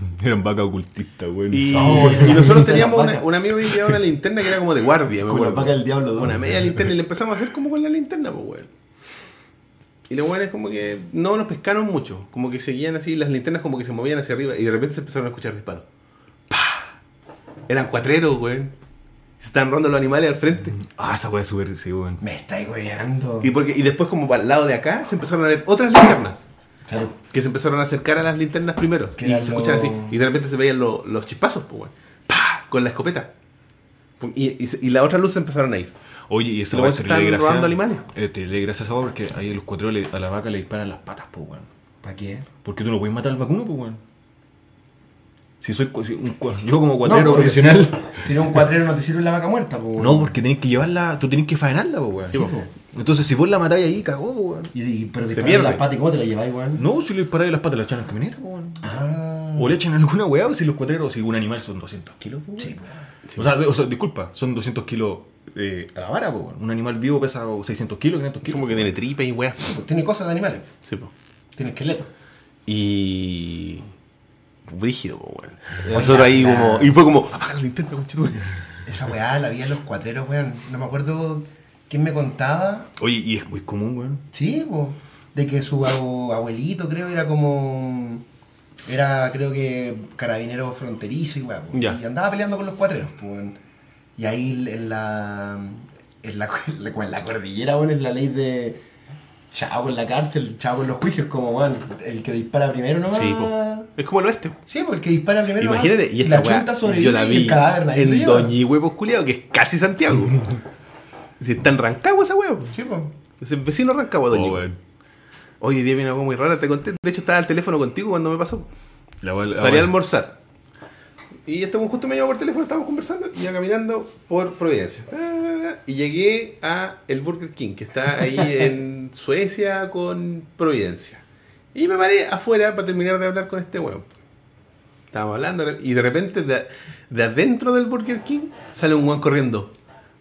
S2: Eran vacas ocultistas, weón.
S1: Y,
S3: Oh,
S1: y nosotros teníamos
S3: la vaca.
S1: una, un amigo que llevaba una linterna que era como de guardia, me
S6: Como la
S1: acuerdo.
S6: vaca del diablo, ¿no?
S1: Una media linterna y le empezamos a hacer como con la linterna, pues, weón. Y los weones como que no nos pescaron mucho. Como que seguían así, las linternas como que se movían hacia arriba y de repente se empezaron a escuchar disparos. ¡Pah! Eran cuatreros, weón. Se estaban rondando los animales al frente.
S2: Ah, esa weá es súper, sí, weón.
S3: Me estáis weyando.
S1: Y, porque, y después como para el lado de acá se empezaron a ver otras linternas. Que se empezaron a acercar a las linternas primero.
S3: Que
S1: y se
S3: eran
S1: escuchan
S3: los-
S1: así. Y de repente se veían lo- los chispazos, pues, weón. ¡Pah! Con la escopeta. Pum, Y, y, se- y la otra luz se empezaron a ir.
S2: Oye, y esa
S1: Luego
S2: weá es
S1: se
S2: terrible
S1: pues están robando
S2: gracia.
S1: animales.
S2: Eh, terrible gracia esa weá porque ahí los cuatro le- a la vaca le disparan las patas, pues, weón.
S3: ¿Para qué?
S2: Porque tú no puedes matar al vacuno, pues, weón. Si soy cu- si un cua- yo como cuatrero
S3: porque
S2: profesional.
S3: Si, si no, un cuatrero no te sirve la vaca muerta, pues.
S2: No, porque tenés que llevarla, tú tenés que faenarla, pues, weón.
S1: Sí, pues.
S2: Entonces, si vos la matáis ahí, cagó, pues, weón.
S3: Y, y- pero
S1: Se
S3: te
S1: pierde.
S3: las patas y cómo te las lleváis, weón.
S2: No, si le disparáis las patas, la echan en la camioneta, pues, weón.
S3: Ah.
S2: O O le echan alguna weá, pues si los cuatreros, si un animal son 200 kilos, pues, weón. O, sea, de- o sea, disculpa, son 200 kilos eh, a la vara, pues, weón. Un animal vivo pesa 600 kilos, 500
S1: Es
S2: kilos.
S1: como que tiene tripa y weas.
S3: Pues tiene cosas de animales,
S1: Sí, po.
S3: tiene esqueleto.
S1: Y. Brígido, po, weón. Nosotros ahí
S3: la-
S1: como. Y fue como,
S3: Ah,
S1: apaga la linterna, conchetumare.
S3: Esa weá la vi en los cuatreros, weón. No me acuerdo quién me contaba.
S2: Oye, y es muy común, weón.
S3: Sí, po, de que su abu- abuelito, creo, era como. Era, creo que, carabinero fronterizo y weá. po.
S1: Ya.
S3: Y andaba peleando con los cuatreros, po, weón. Y ahí en la. En la, en la- en la cordillera, weón, en la ley de. Chavo en la cárcel, chavo en los juicios, como, weón. El que dispara primero nomás.
S1: Sí, po. Es como el oeste. po.
S3: Sí, porque dispara primero. nomás,
S1: Imagínate, y esta
S3: la
S1: weá,
S3: chunta sobrevive
S1: yo la
S3: y
S1: vi
S3: el cadáver nadie lo
S1: en
S3: lleva.
S1: Doñihuevos culiado, que es casi Santiago. Si está en Rancagua esa weá. po.
S3: Sí, po.
S1: Es el vecino Rancagua,
S2: Oh,
S1: Doñihuevos.
S2: weón.
S1: Hoy día viene algo muy raro, te conté. De hecho, estaba al teléfono contigo cuando me pasó.
S2: La weá- la
S1: Salí
S2: weá-
S1: a almorzar. Y este weón justo me llamó por teléfono, estábamos conversando, y iba caminando por Providencia. Ta, ta, ta, Y llegué a el Burger King, que está ahí en Suecia con Providencia. Y me paré afuera para terminar de hablar con este weón. Estábamos hablando, y de repente, de, de adentro del Burger King, sale un weón corriendo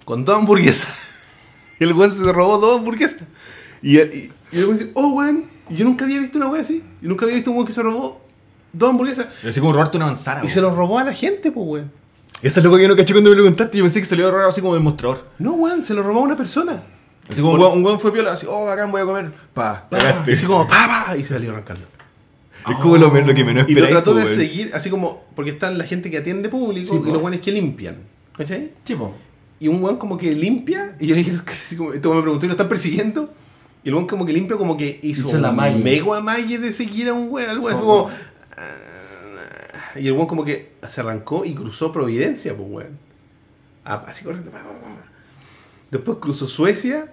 S1: con dos hamburguesas. Y el weón se robó dos hamburguesas. Y, y, y el weón dice, oh weón, y yo nunca había visto una wea así. Y nunca había visto un weón que se robó dos hamburguesas.
S2: Es así como robarte una
S1: Y
S2: manzana, weón.
S1: se los robó a la gente, pues weón.
S2: Esa es lo que yo no caché cuando me lo contaste. Yo pensé que salió raro así como del mostrador.
S1: No, weón, se lo robó a una persona.
S2: Así como un weón- un weón fue piola, así, oh, acá voy a comer. Pa,
S1: Y
S2: cagaste.
S1: así como, pa, pa, y salió arrancando.
S2: Es como lo, men- lo que menos
S1: Y lo
S2: esperáis,
S1: trató
S2: po,
S1: de
S2: pues, weón.
S1: seguir, así como, porque están la gente que atiende público
S3: Sí,
S1: y
S3: po.
S1: los weones que limpian. ¿Cachai?
S3: Sí, po.
S1: Y un weón como que limpia, y yo le dije, así como, esto me preguntó, ¿y lo están persiguiendo? Y el weón como que limpia, como que hizo,
S6: Hizo la
S1: un
S6: malla.
S1: mega malla de seguir a un weón. Al weón, fue
S3: Ojo.
S1: como, "Ah". y el weón como que se arrancó y cruzó Providencia, pues weón. Ah, Así corriendo. pa, pa, pa, pa. Después cruzó Suecia,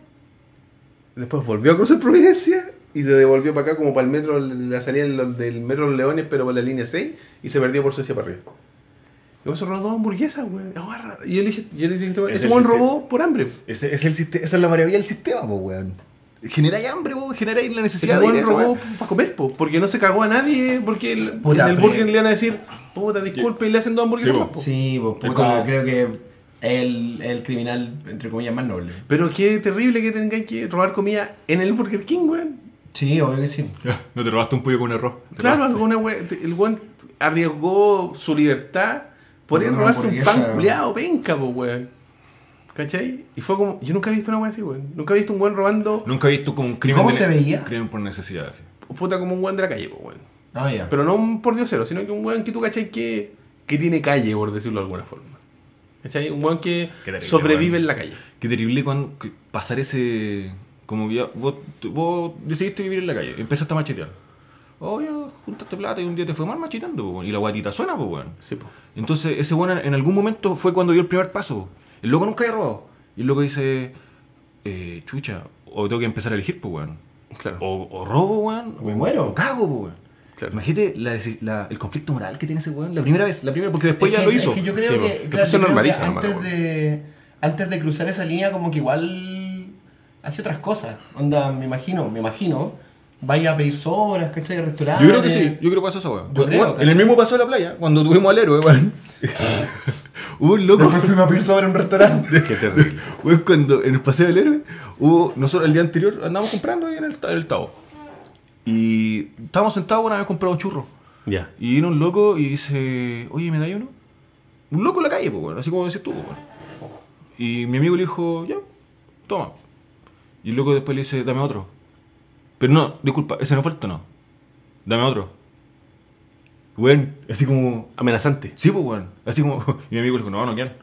S1: después volvió a cruzar Providencia y se devolvió para acá como para el metro, la salida del, del metro Los Leones, pero por la línea 6 y se perdió por Suecia para arriba. Y se robó dos hamburguesas, güey. Agarra. Y yo le dije, yo le dije, a este güey,
S2: Es
S1: ese
S2: el
S1: güey
S2: sistema.
S1: robó por hambre.
S2: Ese- es el siste- esa es la maravilla del sistema, po, weón. Generáis hambre, po, generáis la
S1: Ese
S2: necesidad de ir a
S1: güey
S2: esa
S1: robó
S2: weá.
S1: para comer, po, porque no se cagó a nadie, porque el,
S3: Puta,
S1: en el
S3: pero-
S1: burger le van a decir, puta, disculpe, y le hacen dos hamburguesas
S2: Sí, po.
S1: más, po.
S3: Sí, pues
S2: Es
S3: puta,
S2: como-
S3: creo que el, el criminal, entre comillas, más noble.
S1: Pero qué terrible que tengan que robar comida en el Burger King, güey.
S3: Sí, obvio que sí.
S2: No te robaste un pollo con arroz. Te
S1: Claro,
S2: robaste-
S1: alguna güey, el güey arriesgó su libertad por ir a
S3: Una
S1: robarse un
S3: hamburguesa.
S1: pan culeado, penca, po, güey. ¿Cachai? Y fue como, yo nunca he visto una güey así, güey. Nunca he visto un güey robando,
S2: Nunca he visto como un crimen.
S3: ¿Cómo
S2: de-
S3: se veía?
S2: un crimen por necesidad. así.
S1: puta, como un güey de la calle, po, güey.
S3: Ah, ya.
S1: Pero no un por diosero, sino que un weón que tú cachai que, que tiene calle, por decirlo de alguna forma. ¿Cachai? Un weón que
S2: Qué terrible,
S1: sobrevive
S2: weón.
S1: en la calle.
S2: Qué terrible cuando que pasar ese. Como que ya, vos, tú- vos decidiste vivir en la calle, empezaste a machetear. Oye, juntaste plata y un día te fue mal macheteando, po, weón. Y la guatita suena, pues, weón.
S1: Sí, po.
S2: Entonces, ese bueno en algún momento fue cuando dio el primer paso. El loco nunca había robado. Y el loco dice, eh, chucha, o tengo que empezar a elegir, pues, weón.
S1: Claro.
S2: O, o robo, weón.
S3: Me muero.
S2: O cago, pues, weón.
S1: Claro.
S2: Imagínate la deci- la- el conflicto moral que tiene ese weón. La primera vez, la primera, porque después
S3: Es
S2: ya
S3: que-
S2: lo hizo.
S3: Es que yo creo
S1: Sí,
S3: que,
S1: po.
S3: claro,
S1: Después se
S3: yo creo que
S1: normaliza nomás,
S3: antes,
S1: po.
S3: de, antes de cruzar esa línea, como que igual hace otras cosas. Onda, me imagino, me imagino. Vaya a pedir sobras, ¿cachai? A restaurantes.
S2: Yo creo que sí, yo creo que pasó esa weón.
S3: Yo creo,
S2: Weón, En el
S3: ¿cachai?
S2: mismo paso de la playa, cuando tuvimos al héroe, weón. Hubo un loco.
S3: Después fuimos a pedir sobra en un restaurante.
S1: Qué terrible.
S2: Weón, cuando en el paseo del héroe, hubo, nosotros el día anterior andábamos comprando ahí en el, ta- en el Tao. Y estábamos sentados una vez comprado un churro.
S1: ya.
S2: Y viene un loco y dice, oye, ¿me dais uno? Un loco en la calle, pues, weón, así como decís tú, pues, weón. Y mi amigo le dijo, ya, toma. Y el loco después le dice, dame otro. Pero no, disculpa, ese no fue el tono. Dame otro. Weón, así como,
S1: Amenazante.
S2: Sí, pues, weón. Así como. Y mi amigo le dijo, no, no quieren.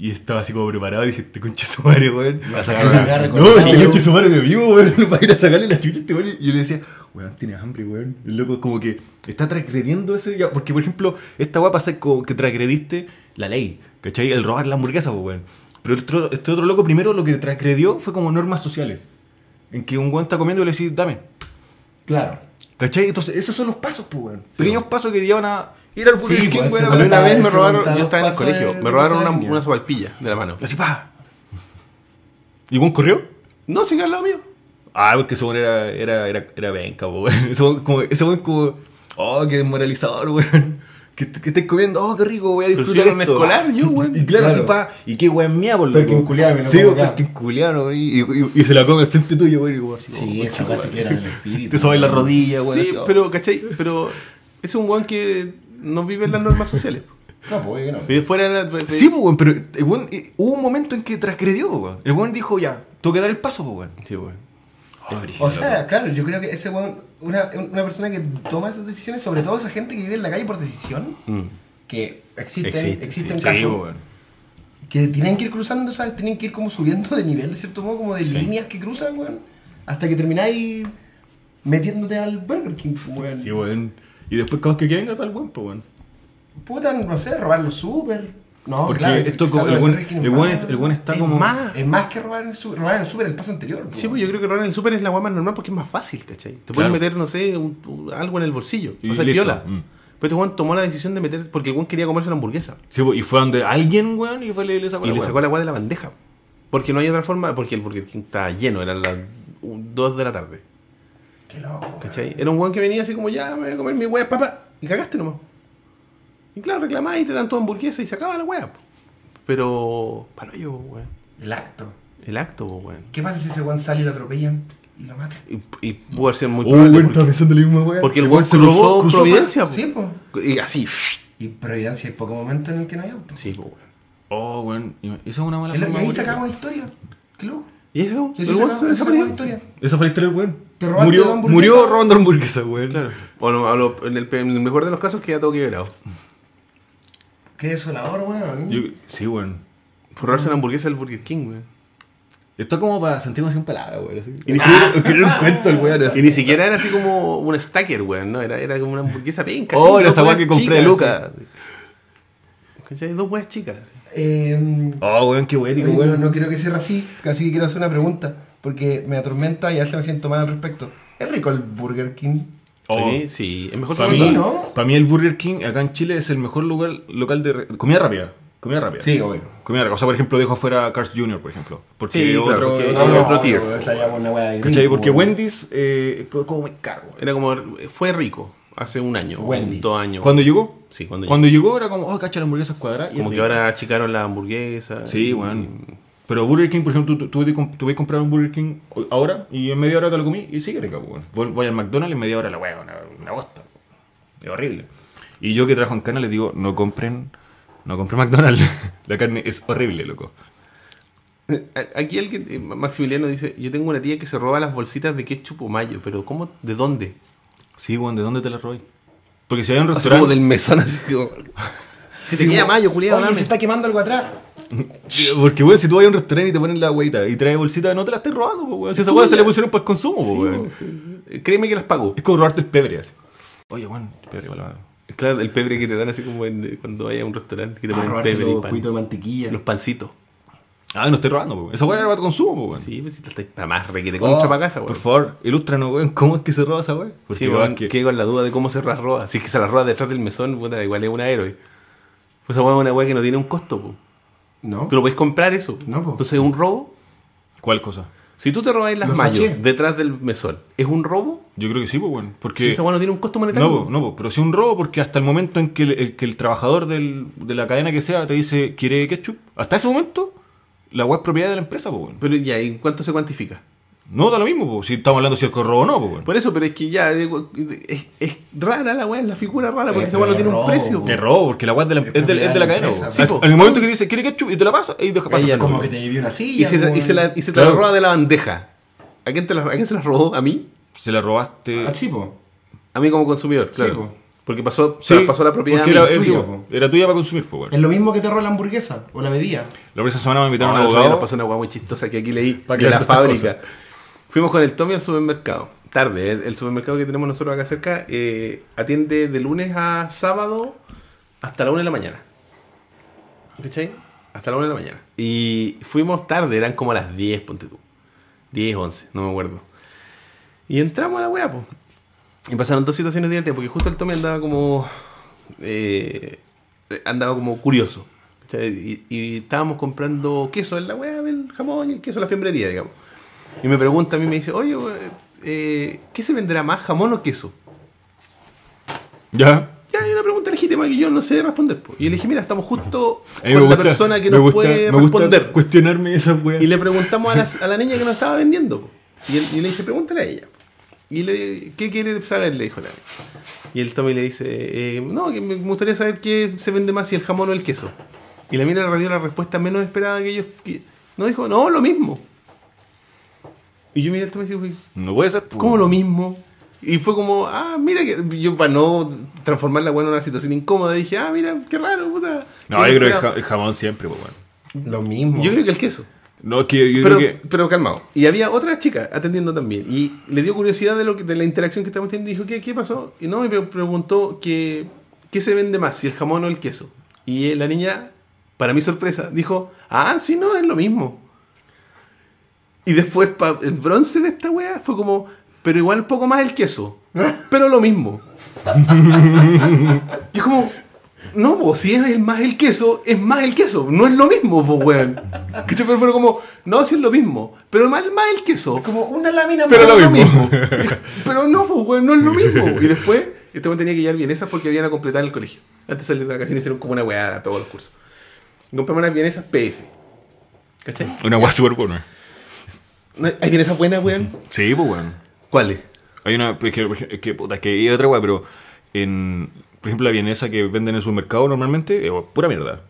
S2: Y estaba así como preparado y dije, este concha su madre, weón.
S3: Va a sacar una garra con
S2: No,
S3: el
S2: este
S3: cuchillo.
S2: concha su madre me vio, weón. No va a ir a sacarle la chucha a este weón. Y yo le decía, weón, tiene hambre, weón. El loco como que está transgrediendo ese. ya, Porque, por ejemplo, esta weá pasa como que transgrediste la ley, ¿cachai? El robar la hamburguesa, pues, weón. Pero el otro- este otro loco primero lo que transgredió fue como normas sociales. En que un weón está comiendo y le decís, dame.
S3: Claro.
S2: ¿Cachai? Entonces, esos son los pasos, pues, weón. Pequeños pasos que llevan a ir al Burger
S3: Sí,
S2: King,
S3: pues,
S2: weón, a
S1: A mí una
S3: Está
S1: vez me
S3: ese
S1: robaron,
S3: montado
S1: yo estaba en el
S3: paso
S1: colegio,
S3: de-
S1: me robaron
S3: de
S1: una,
S3: línea.
S1: una sopaipilla de la mano.
S2: Así, pa. ¿Y Juan corrió?
S1: No, sí, que al lado mío.
S2: Ah, porque ese weón era, era, era, era venca, po, weón. Ese weón como, ese weón como,
S4: Oh, qué desmoralizador, weón. Que, que estés comiendo, oh, qué rico, voy a
S1: Pero si
S4: disfrutar
S1: yo era un
S4: esto.
S1: escolar, yo, weón.
S4: Y claro,
S3: Claro.
S4: así pa, y qué weón mía, por
S3: Pero que
S4: loco.
S3: un culiado me lo
S4: Sí,
S3: como acá.
S4: porque culiano, weón. Y, y- y se la come al frente tuyo, weón. y como así,
S6: Sí,
S4: oh,
S6: esa
S4: chico,
S6: weá te
S4: weón.
S6: quiebra el espíritu.
S4: Te sobáis la rodilla, weón.
S1: Sí,
S4: así, oh.
S1: pero, ¿cachai? Pero es un weón que no vive en las normas sociales.
S3: No, pues, que no.
S1: Si fuera la-
S2: Sí, pues, weón, pero el weón, eh, hubo un momento en que transgredió, pues, weón. El weón dijo, ya, tengo que dar el paso, pues, weón.
S1: Sí, weón.
S4: Oh,
S3: O sea, claro, yo creo que ese weón, una, una persona que toma esas decisiones, sobre todo esa gente que vive en la calle por decisión,
S4: Mm.
S3: que existen,
S1: Existe,
S3: existen
S2: Sí,
S3: casos
S2: weón.
S3: que tienen que ir cruzando, ¿sabes? Tienen que ir como subiendo de nivel, de cierto modo, como de líneas que cruzan, weón, hasta que termináis metiéndote al Burger King, weón.
S2: Sí, weón. Y después, ¿cómo es que venga para el weón, pues, weón?
S3: Puta, no sé, robar los super. No,
S2: Porque
S3: claro,
S2: esto
S3: quizá
S2: como-
S3: lo
S2: el
S3: del
S2: weón-
S3: Burger King es
S2: el weón
S3: más-
S2: es- el weón está
S3: es
S2: como-
S3: Más, es más que robar el super, robar el super el paso anterior.
S1: Sí,
S3: weón.
S1: pues yo creo que robar en el súper es la weá más normal porque es más fácil, ¿cachai? Te pueden
S2: Claro.
S1: meter, no sé, un- un- algo en el bolsillo.
S2: Y
S1: O sea,
S2: listo.
S1: piola.
S2: Mm.
S1: Pero este weón tomó la decisión de meter, porque el weón quería comerse una hamburguesa.
S2: Sí, pues, y fue donde alguien, weón, y fue le, le sacó
S1: Y
S2: la
S1: le
S2: weá.
S1: sacó la weá de la bandeja. Porque no hay otra forma, porque el Burger King estaba lleno, eran las 2 de la tarde.
S3: Qué loco. weón.
S1: ¿Cachai? Era un weón que venía así como, ya me voy a comer mi weá, papá. Y cagaste nomás. Y claro, reclamás y te dan tu hamburguesa y se acaba la weá. po. Pero, para yo, weón.
S3: El acto.
S1: El acto, po, weón.
S3: ¿Qué pasa si ese weón sale y lo atropellan y lo matan?
S1: Y, y pudo ser muy
S4: Oh, weón,
S1: probable.
S4: estaba
S1: porque,
S4: pensando en la misma weón.
S1: porque el weón cruzó, Providencia. po.
S3: Sí, po.
S1: Y así.
S3: Y Providencia hay poco momento en el que no hay auto.
S1: Sí, po, weón.
S2: Oh, weón. y- Esa es una mala
S3: Qué lo- y
S2: forma de
S3: ahí
S2: morir,
S3: se acaba
S2: weón.
S3: una historia. Qué loco.
S1: Y eso,
S3: Y
S1: el
S3: así se
S1: weón se
S3: acaba se acaba
S1: desapareció.
S3: una historia.
S2: Esa fue la historia del weón.
S3: Te robaste dos
S2: murió,
S3: hamburguesas.
S2: murió robando hamburguesas, weón. Claro.
S1: O no, a lo- en, el, pe- en el mejor de los casos queda todo quebrado.
S3: Qué desolador, weón.
S2: sí, weón.
S1: Forrarse una hamburguesa del Burger King, weón.
S2: Está como para sentirme sin palabras, weón. así. Ah. Y ni siquiera que era un cuento el weón. así.
S1: Y ni siquiera era así como un stacker, weón, ¿no? Era, era como una hamburguesa penca. así,
S2: Oh, era
S1: dos
S2: esa weá
S1: weas
S2: que compré de
S1: chicas,
S2: Luca.
S1: así. ¿Cachai? Dos weas chicas. así.
S3: Eh,
S2: Oh, weón, qué
S3: oye,
S2: bueno,
S3: no,
S2: weón.
S3: no quiero que cierre así, así que quiero hacer una pregunta. Porque me atormenta y hace me siento mal al respecto. ¿Es rico el Burger King?
S2: Oh.
S1: Sí, sí. Es mejor
S2: Para,
S1: que
S3: Sí,
S2: mí,
S3: ¿no?
S2: para mí el Burger King acá en Chile es el mejor lugar local de re- comida rápida. Comida rápida.
S3: obvio.
S2: Comida rápida. O sea, por ejemplo, dejo afuera Cars Jr., por ejemplo. Porque
S1: Sí, claro,
S2: otro,
S1: porque-
S2: otro-
S1: No, no, otro tier.
S3: obvio, esa ya una weá de
S2: ¿Cachai?
S3: gringo,
S2: Porque
S3: weón.
S2: Wendy's eh, co- como muy caro. weón.
S1: Era como. Fue rico hace un año.
S3: Wendy's.
S1: Dos años.
S2: ¿Cuándo llegó?
S1: Sí, cuando llegó.
S2: Cuando llegó era como, oh, cacha, la hamburguesa es cuadrada. y es
S1: Como que
S2: rica.
S1: ahora achicaron la hamburguesa.
S2: Sí,
S1: y-
S2: weón. Pero Burger King, por ejemplo, tú, tú, tú, tú vas a comprar un Burger King hoy- ahora y en media hora te lo comí y sigue rica, weón. Voy, voy al McDonald's y en media hora la weá, una, una bosta. weón. Es horrible. Y yo que trabajo en Cana les digo, no compren, no compren McDonald's. la carne es horrible, loco.
S1: A- Aquí el que. eh, Maximiliano dice: Yo tengo una tía que se roba las bolsitas de ketchup o mayo, pero ¿cómo? ¿De dónde?
S2: Sí, weón, ¿de dónde te la robé? Porque si hay un
S1: Así como
S2: restaurante...
S1: del mesón, así como. "Ah, Si te queda mayo, culiado,
S3: Oye,
S1: dame.
S3: se está quemando algo atrás.
S2: Porque, weón, si tú vas a un restaurante y te ponen la agüita y traes bolsita, no te la estés robando, po, weón. Si esa
S1: Es
S2: weá se
S1: tuya.
S2: le pusieron para el consumo, po,
S1: Sí,
S2: weón.
S1: Eh, Créeme que las pago.
S2: Es como robarte el pebre, así. Oye,
S3: ah,
S2: weón, el pebre, vale, vale.
S1: Claro, el pebre que te dan así como en- eh, cuando vayas a un restaurante, que te
S3: Ah,
S1: ponen
S3: robarte
S1: pebre y
S3: los
S1: pan.
S3: cubitos de mantequilla.
S1: Los pancitos.
S2: Ah, no estoy robando, po, weón. Esa weá era para consumo, po, weón.
S1: Sí, pues si te está- está más re que te contra
S2: Oh,
S1: para casa, weón.
S2: Por favor, ilústranos, weón, cómo es que se roba esa weón. Porque,
S1: Sí,
S2: weón,
S1: weón,
S2: que-
S1: quedé con la duda de cómo se las roba. Si es que se las roba detrás del mesón, puta, igual es una héroe. Pues esa weá es una weá que no tiene un costo, po.
S3: No.
S1: Tú lo puedes comprar eso.
S3: No, po.
S1: Entonces es un robo.
S2: ¿Cuál cosa?
S1: Si tú te robas las
S3: Los
S1: mayos
S3: sachets.
S1: detrás del mesón, ¿es un robo?
S2: Yo creo que sí, pues, weón. Porque.
S1: Si esa weá no tiene un costo monetario.
S2: no, po, no, po, pero sí un robo, porque hasta el momento en que el, el- que el trabajador del- de la cadena que sea te dice, ¿quiere ketchup? Hasta ese momento, la weá es propiedad de la empresa, pues, weón.
S1: Pero ya, ¿y cuánto se cuantifica?
S2: No da lo mismo, pues, si estamos hablando si es robo o no, pues, weón.
S1: Por eso, pero es que ya, eh, es, es rara la weá, es la figura rara, porque
S3: Eh,
S1: esa weá no
S3: eh,
S1: tiene un
S3: robo,
S1: precio.
S3: po.
S2: Te robo, porque la weá es de la, es del- es de,
S3: propiedad
S2: la
S3: de la
S2: cadena,
S3: empresa,
S2: pues.
S3: sí,
S2: Al-
S1: po.
S2: En el momento que dice, ¿quiere ketchup? Y te la pasa, y deja pasar.
S1: Ella
S2: esa
S1: no,
S3: Como
S2: weá.
S3: que te vivió una silla.
S1: Y se, te-
S3: weón.
S1: y se la, y se te
S2: Claro.
S1: la roba de la bandeja. ¿A quién, te la, ¿A quién se la robó? ¿A mí?
S2: Se la robaste.
S3: Ah, sí, po.
S1: A mí como consumidor, claro.
S3: po.
S1: Porque pasó,
S2: Sí,
S1: pasó la propiedad a
S2: porque
S1: mí.
S2: era,
S3: es
S2: era
S3: tuya,
S2: tuya,
S3: po.
S2: era tuya para consumir, pues, weón.
S3: Es lo mismo que te roba la hamburguesa o la bebida.
S2: La próxima semana me invitaron
S1: No,
S2: a
S1: el
S2: un
S1: otro día nos
S2: abogado.
S1: pasó una guagua muy chistosa que aquí leí
S2: Para
S1: de
S2: crear
S1: la
S2: estas
S1: fábrica. Fuimos con el Tommy al supermercado. Tarde, eh, el, el supermercado que tenemos nosotros acá cerca eh, atiende de lunes a sábado hasta la 1 de la mañana. ¿Cachai? Hasta la 1 de la mañana. Y fuimos tarde, eran como a las 10, ponte tú. 10, 11, no me acuerdo. Y entramos a la wea, pues. Y pasaron dos situaciones divertidas, porque justo el Tommy andaba como. eh, andaba como curioso. ¿cachai? Y, y estábamos comprando queso en la wea del jamón y el queso en la fiambrería, digamos. Y me pregunta a mí, me dice, oye, eh, ¿qué se venderá más, jamón o queso?
S2: Ya.
S1: Ya hay una pregunta legítima que yo no sé responder. po. Y le dije, mira, estamos justo
S2: A
S1: con
S2: mí me
S1: la
S2: gusta-
S1: persona que
S2: me
S1: nos
S2: gusta-
S1: puede
S2: me gusta
S1: responder.
S2: cuestionarme esa weá.
S1: Y le preguntamos a la, a la niña que nos estaba vendiendo. po. Y, él- y le dije, pregúntale a ella. Y le ¿qué quiere saber? Le dijo la niña. Y el Tommy le dice, eh, no, que me gustaría saber qué se vende más, si el jamón o el queso. Y la mina le dio la respuesta menos esperada que ellos. que- no dijo, no, lo mismo. Y yo miré al Tommy y dije,
S2: No puede ser. pues.
S1: ¿Cómo lo mismo? Y fue como, ah, mira, que yo para no transformar la weá en una situación incómoda, dije, ah, mira, qué raro, puta.
S2: No, yo creo que el, ja-
S1: Era-
S2: el jamón siempre, pues, weón.
S3: Lo mismo.
S1: Yo creo que el queso.
S2: No, es que yo
S1: Pero,
S2: creo que.
S1: pero calmado. Y había otra chica atendiendo también. Y le dio curiosidad de lo que, de la interacción que estábamos teniendo. Dijo, ¿qué, qué pasó? Y no, me pre- preguntó que, qué se vende más, si el jamón o el queso. Y eh, la niña, para mi sorpresa, dijo, ah, sí, no, es lo mismo. Y después pa- el bronce de esta wea fue como, pero igual un poco más el queso. Pero lo mismo. y es como, no, po, si es el más el queso, es más el queso. No es lo mismo, po, weón. ¿Cachai? Pero fue como, no, si es lo mismo. Pero más, más el queso.
S3: Como una lámina
S2: Pero
S3: más.
S2: lo mismo.
S1: Pero no, po, weón, no es lo mismo. Y después, este weón tenía que llevar bienesas porque habían a completar el colegio. Antes de salir de vacaciones hicieron como una weá a todos los cursos. Y Compramos unas bienesas PF. ¿Cachai?
S2: Una weá súper buena.
S1: ¿Hay bienesas buenas, weón?
S2: Sí, pues, weón.
S1: ¿Cuáles?
S2: Hay una, por ejemplo, es que, puta, es que hay otra weá, pero en, por ejemplo, la vienesa que venden en el supermercado normalmente es pura mierda.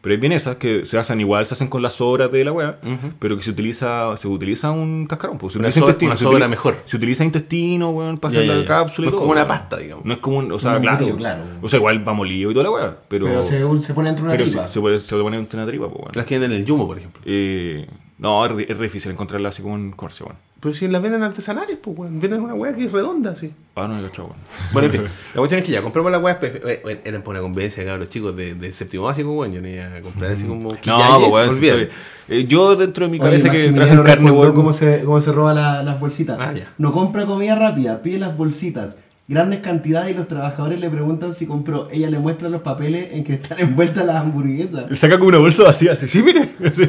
S2: Pero hay vienesas que se hacen igual, se hacen con las sobras de la weá, pero que se utiliza, se utiliza un cascarón, pues, se
S1: Una
S2: utiliza
S1: sobra-
S2: intestino.
S1: una
S2: se
S1: sobra
S2: utiliza-
S1: mejor.
S2: Se utiliza intestino, weón, para
S1: Ya,
S2: hacer
S1: ya,
S2: la
S1: ya.
S2: cápsula y
S1: No es
S2: todo,
S1: como una
S2: weón.
S1: pasta, digamos.
S2: No es como un, o sea,
S6: Un
S2: claro,
S6: embutido, claro.
S2: O sea, igual va molido y toda la weá, pero.
S6: Pero se, se pone dentro de una
S2: pero
S6: tripa.
S2: se, se pone, se lo pone entre una tripa, pues, weón.
S1: Las que venden en el Jumbo, por ejemplo.
S2: Eh, no, es, di- es difícil encontrarla así como en comercio, weón.
S1: Pero si las venden artesanales, pues, weón. Venden una weá que es redonda, así.
S2: Ah, no, he cachado, weón.
S1: Bueno, en fin, la cuestión es que ya compramos la weá. pues, eh, eh, Eran por una conveniencia, cabrón, los chicos de, de séptimo básico, weón. Yo ni a comprar así como.
S2: No,
S1: quillayes,
S2: pues, weón,
S1: olvídate.
S2: sí, estoy- eh, yo dentro de mi cabeza
S6: Oye,
S2: que traje
S6: Maximiliano
S2: carne,
S6: recordó
S2: weón.
S6: cómo se, cómo se roba la- las bolsitas.
S1: Ah, ya.
S6: No compra comida rápida, pide las bolsitas. Grandes cantidades y los trabajadores le preguntan si compró. Ella le muestra los papeles en que están envueltas las hamburguesas.
S2: Saca como una bolsa vacía, así, sí, mire. así.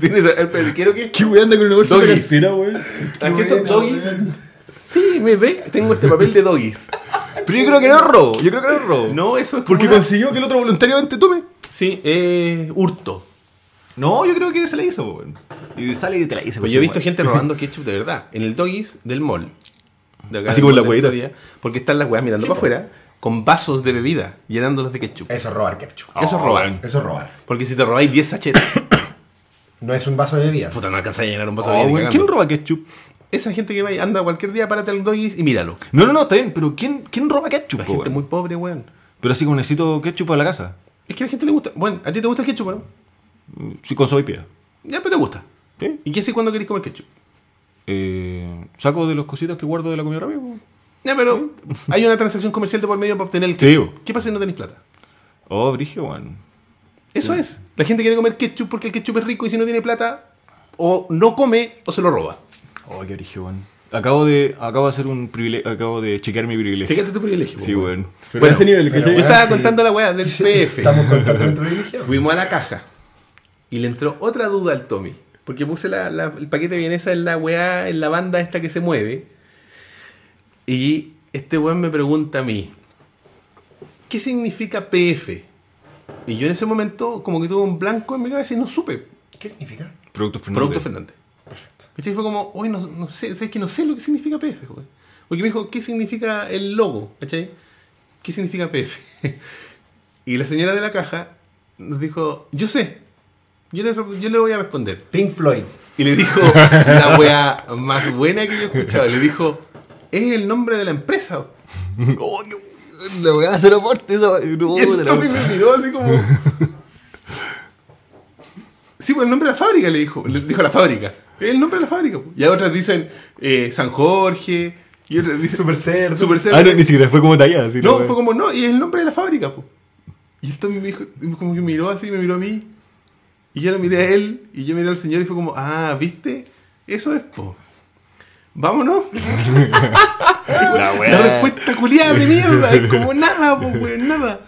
S1: Tienes el periquero que.
S4: ¿Qué weón anda con una bolsa de
S1: Doggies.
S4: cantina,
S1: Aquí estos
S6: buena,
S1: doggies.
S6: weón.
S1: Sí, me ve, tengo este papel de doggies.
S2: Pero yo creo que no es robo, yo creo que no es robo.
S1: No, eso es. como
S2: Porque
S1: una-
S2: consiguió que el otro voluntariamente tome.
S1: Sí, eh, hurto.
S2: No, yo creo que se la hizo, pues, weón. Y sale y te la hizo.
S1: Pues yo he visto gente robando ketchup de verdad. En el doggies del mall. de acá del
S2: Así como
S1: mall
S2: la
S1: de
S2: huevita.
S1: Florida, Porque están las weas mirando para afuera con vasos de bebida llenándolos de ketchup.
S3: Eso es robar, Kepchu.
S1: Eso
S2: Oh,
S1: es robar.
S3: Eso es robar.
S1: Porque si te robáis 10 sachets,
S3: No es un vaso de bebida.
S1: puta, no alcanzas a llenar un vaso de
S2: Oh,
S1: bebida. ni
S2: weón,
S1: cagando.
S2: ¿Quién roba ketchup?
S1: Esa gente que va y anda cualquier día, párate al doggies y míralo.
S2: No, no, no, está bien, pero ¿quién, quién roba ketchup?
S1: La
S2: po,
S1: gente
S2: weón?
S1: muy pobre, weón.
S2: Pero así como necesito ketchup para la casa.
S1: Es que a la gente le gusta. Bueno, a ti te gusta el ketchup, ¿no?
S2: Sí, con sopa y pida.
S1: Ya, pero te gusta.
S2: ¿Sí?
S1: ¿Y qué haces cuando querés comer ketchup?
S2: Eh, saco de los cositas que guardo de la comida rápida, pues. weón.
S1: Ya, pero hay una transacción comercial de por medio para obtener el
S2: Sí,
S1: ketchup.
S2: bo.
S1: ¿Qué pasa si no tenés plata?
S2: Oh, brigio, weón.
S1: Eso
S3: Mm.
S1: es. La gente quiere comer ketchup porque el ketchup es rico y si no tiene plata, o no come o se lo roba.
S2: Oh, qué brigio, weón. Acabo de, acabo de hacer un privilegio, acabo de chequear mi privilegio.
S1: Fíjate tu privilegio. pues,
S2: Sí,
S1: po,
S2: weón.
S4: Pero a ese nivel,
S3: pero
S4: ¿cachai?
S1: Yo
S3: weón.
S1: estaba
S3: sí.
S1: contando la weá del PF.
S3: Estamos contando dentro de religión.
S1: Fuimos a la caja y le entró otra duda al Tommy. Porque puse la- la- el paquete de vienesa en la weá, en la banda esta que se mueve. Y este weón me pregunta a mí, ¿qué significa PF? Y yo en ese momento como que tuve un blanco en mi cabeza y no supe.
S3: ¿Qué significa?
S2: Productos Fernández.
S1: Producto Fernández. Perfecto. Fue como, hoy no, no sé, ¿sabes que no sé lo que significa PF, güey? Porque me dijo, ¿qué significa el logo? ¿Cachai? ¿Qué significa PF? y la señora de la caja nos dijo, yo sé, yo le, yo le voy a responder.
S3: Pink Floyd.
S1: Y le dijo la wea más buena que yo he escuchado. Le dijo, es el nombre de la empresa.
S2: Oh, qué weón.
S4: La weá hace la aporte, esa weá. No,
S1: Y
S2: Uh,
S1: el
S4: la
S1: Tommy
S4: weá.
S1: me miró así como... Sí, pues el nombre de la fábrica le dijo, le dijo la fábrica. El nombre de la fábrica. pues. Y a otras dicen eh, San Jorge, y otras dicen
S3: Super Cerdo.
S1: Super Cerdo.
S2: Ah, no, ni siquiera fue como tallada, así.
S1: no, fue como no, y es el nombre de la fábrica. po. Y el Tommy me dijo, como que miró así, me miró a mí, y yo lo miré a él, y yo miré al señor y fue como, ah, ¿viste? Eso es, po. Vámonos.
S2: La
S1: La
S2: weá.
S3: Eh.
S1: respuesta culiada de mierda. Es como nada, po, weón, nada.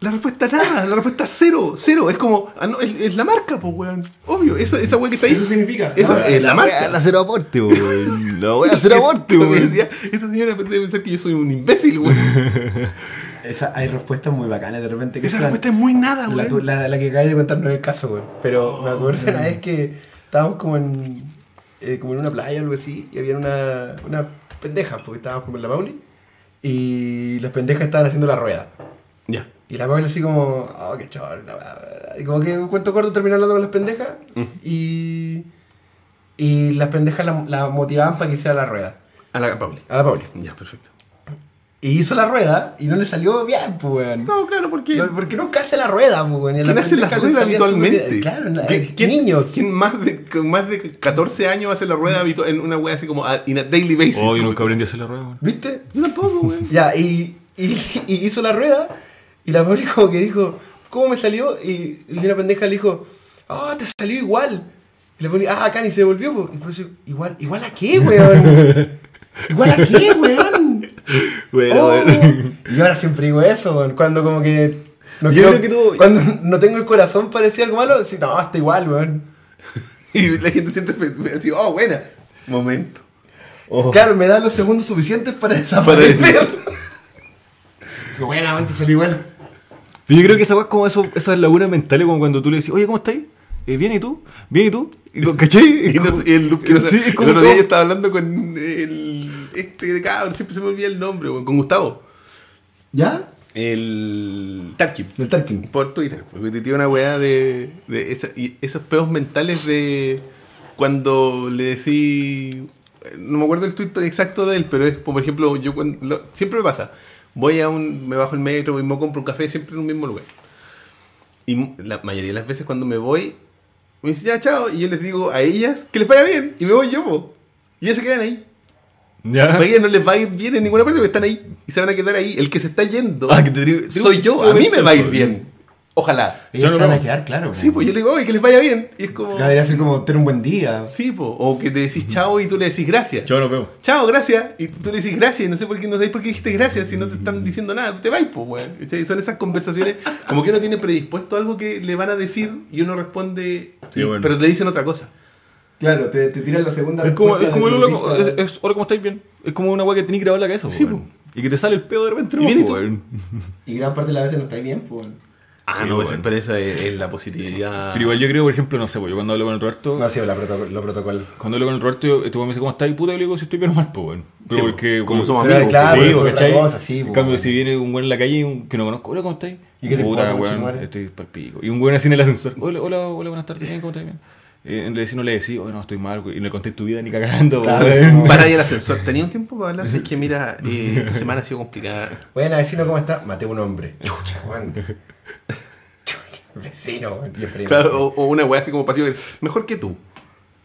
S1: La respuesta nada, la respuesta cero, cero. Es como, ah, no, es, es la marca, pues, weón. Obvio, esa, esa weón que está ahí.
S3: Eso significa.
S1: Eso
S3: Ahora,
S1: es eh, la marca.
S2: Voy a hacer aporte, weón. La voy a hacer aporte,
S1: Como
S2: weón.
S1: decía, esta señora debe pensar que yo soy un imbécil, weón.
S3: Esa, hay respuestas muy bacanas de repente. Que
S1: Esa
S3: son-
S1: respuesta es muy nada,
S3: La, tu-
S1: weón.
S3: la- la que acabas de contar no es el caso, güey. Pero me acuerdo una vez que estábamos como en, eh, como en una playa o algo así y había una, una pendeja, porque estábamos como en la Pauli, y las pendejas estaban haciendo la rueda.
S1: Ya.
S3: Y la Pauli así como, oh, qué chorro. Y como que un cuento corto terminó hablando con las pendejas y, y las pendejas la, la motivaban para que hiciera la rueda.
S1: A la Pauli.
S3: A la Pauli.
S1: Ya, perfecto.
S3: Y hizo la rueda y no le salió bien, pues, weón.
S1: No, claro, porque.
S3: No, porque nunca hace la rueda, pues, weón. Y a
S1: ¿Quién hace la
S3: pendeja le
S1: rueda
S3: salía súper bien.
S1: habitualmente?
S3: Claro, la-
S1: ¿Qui-
S3: niños.
S1: ¿Quién más de, con más de 14 años hace la rueda habitu- en una wea así como a- in a daily basis?
S2: Oh, yo
S1: como-
S2: nunca aprendí a hacer la rueda, weón.
S3: ¿Viste?
S1: Yo tampoco, weón.
S3: Ya, y, y, y hizo la rueda y la pobre como que dijo, ¿cómo me salió? Y, y una pendeja le dijo, ah, te salió igual. Y la pone, ah, Cani se devolvió. po". Y pues, igual, igual a qué, weón. Igual a qué, weón.
S2: Bueno,
S3: Oh.
S2: bueno.
S3: Y yo ahora siempre digo eso, weón. Cuando como que... No
S2: Yo
S3: quiero-
S2: creo que tú-
S3: Cuando no tengo el corazón para decir algo malo, sí, no, está igual, weón.
S1: Y la gente siente fe- fe- así, oh, buena. Momento.
S3: Claro, me da los segundos suficientes para desaparecer.
S1: decir.
S3: Digo, bueno, antes salió igual.
S2: Pero yo creo que esa weá es como eso, esas lagunas mentales, como cuando tú le decís, oye, ¿cómo estás? Eh, bien, ¿y tú? Bien, ¿y tú? Y lo- ¿Cachai?
S1: Y,
S2: Es
S1: no
S2: como-
S1: sé, el loop que no sé-
S2: Sí, es
S1: el
S2: como-
S1: otro día yo estaba hablando con el, este cabrón, siempre se me olvida el nombre, weón, con Gustavo.
S6: ¿Ya?
S1: El Tarkin.
S6: Del Tarkin.
S1: por Twitter. Porque te tiene una weá de, de esa- y esos peos mentales de cuando le decís. No me acuerdo el tweet exacto de él, pero es como, por ejemplo, yo cuando- lo- siempre me pasa. Voy a un. Me bajo el metro y me compro un café siempre en un mismo lugar. Y mu- la mayoría de las veces cuando me voy, me dicen ya chao. Y yo les digo a ellas que les vaya bien. Y me voy yo, po. Y ellas se quedan ahí.
S2: Ya.
S1: A ellas no les va a ir bien en ninguna parte porque están ahí. Y se van a quedar ahí. El que se está yendo
S2: Ah, que te digo-
S1: soy yo. A mí me va a ir bien. Ojalá.
S3: Ellos
S2: no
S3: se van a
S2: vamos.
S3: quedar, claro.
S1: Sí, pues yo le digo, oye, que les vaya bien. Y es como.
S3: Ya debería ser como tener un buen día.
S1: Sí, pues. O que te decís chao y tú le decís gracias.
S2: Chao, nos vemos.
S1: Chao, gracias. Y tú le decís gracias. Y no sé por qué, no sabéis por qué dijiste gracias si no te están diciendo nada. Te vais, pues, weón. ¿Cachai? Son esas conversaciones como que uno tiene predispuesto algo que le van a decir y uno responde.
S2: Sí,
S1: y-
S2: bueno.
S1: Pero le dicen otra cosa.
S3: Claro, te, te tiran la segunda
S2: Es como, es
S3: respuesta
S2: como el
S3: del
S2: hola, como-
S3: dentista.
S2: es, es hola, ¿cómo estáis? Bien. Es como una weá que tenéis grabada en la cabeza,
S1: Sí,
S2: weón. Y que te sale el pedo de repente,
S1: Y viene tú.
S2: weón.
S3: Y gran parte de las veces no estáis bien, pues.
S1: Ah,
S2: Sí,
S1: no,
S2: bueno.
S1: esa- pero esa es, es la positividad.
S2: Pero igual yo creo, por ejemplo, no sé, pues, yo cuando hablo con el Roberto,
S3: No ha sido la proto- lo protocolo.
S2: cuando hablo con el Roberto, yo- este weón me dice, ¿cómo estás? Y puta, yo le digo, si estoy bien o mal, pues, weón. Pero
S1: Sí, pues,
S2: porque,
S1: como
S2: weón,
S1: somos
S3: Pero
S1: amigos,
S3: claro,
S2: sí,
S3: pero
S2: pues,
S3: otra
S2: ¿cachai?
S3: cosa, sí,
S2: en
S3: pues,
S2: cambio,
S3: weón.
S2: si viene un weón en la calle y un- que no conozco, hola, ¿cómo estáis?
S3: ¿Y qué te
S2: Puta,
S3: importa,
S2: weón,
S3: conchetumare?
S2: estoy pa'l pico. Y un weón así en el ascensor, hola, hola, hola buenas tardes, bien, ¿cómo estás? Bien. Eh, le decís, no le decís, oh, no, estoy mal, weón. y no le conté tu vida ni cagando,
S3: Claro,
S2: weón.
S3: no.
S1: Para ahí el ascensor. Tenía un tiempo para hablar. Es que mira, eh, esta semana ha sido complicada.
S3: Bueno, vecino, ¿cómo está? Maté a un hombre. Chucha, weón. Chucha, Vecino, weón. Y es frío.
S1: Claro, o, o una weá así como pasivo. Mejor que tú.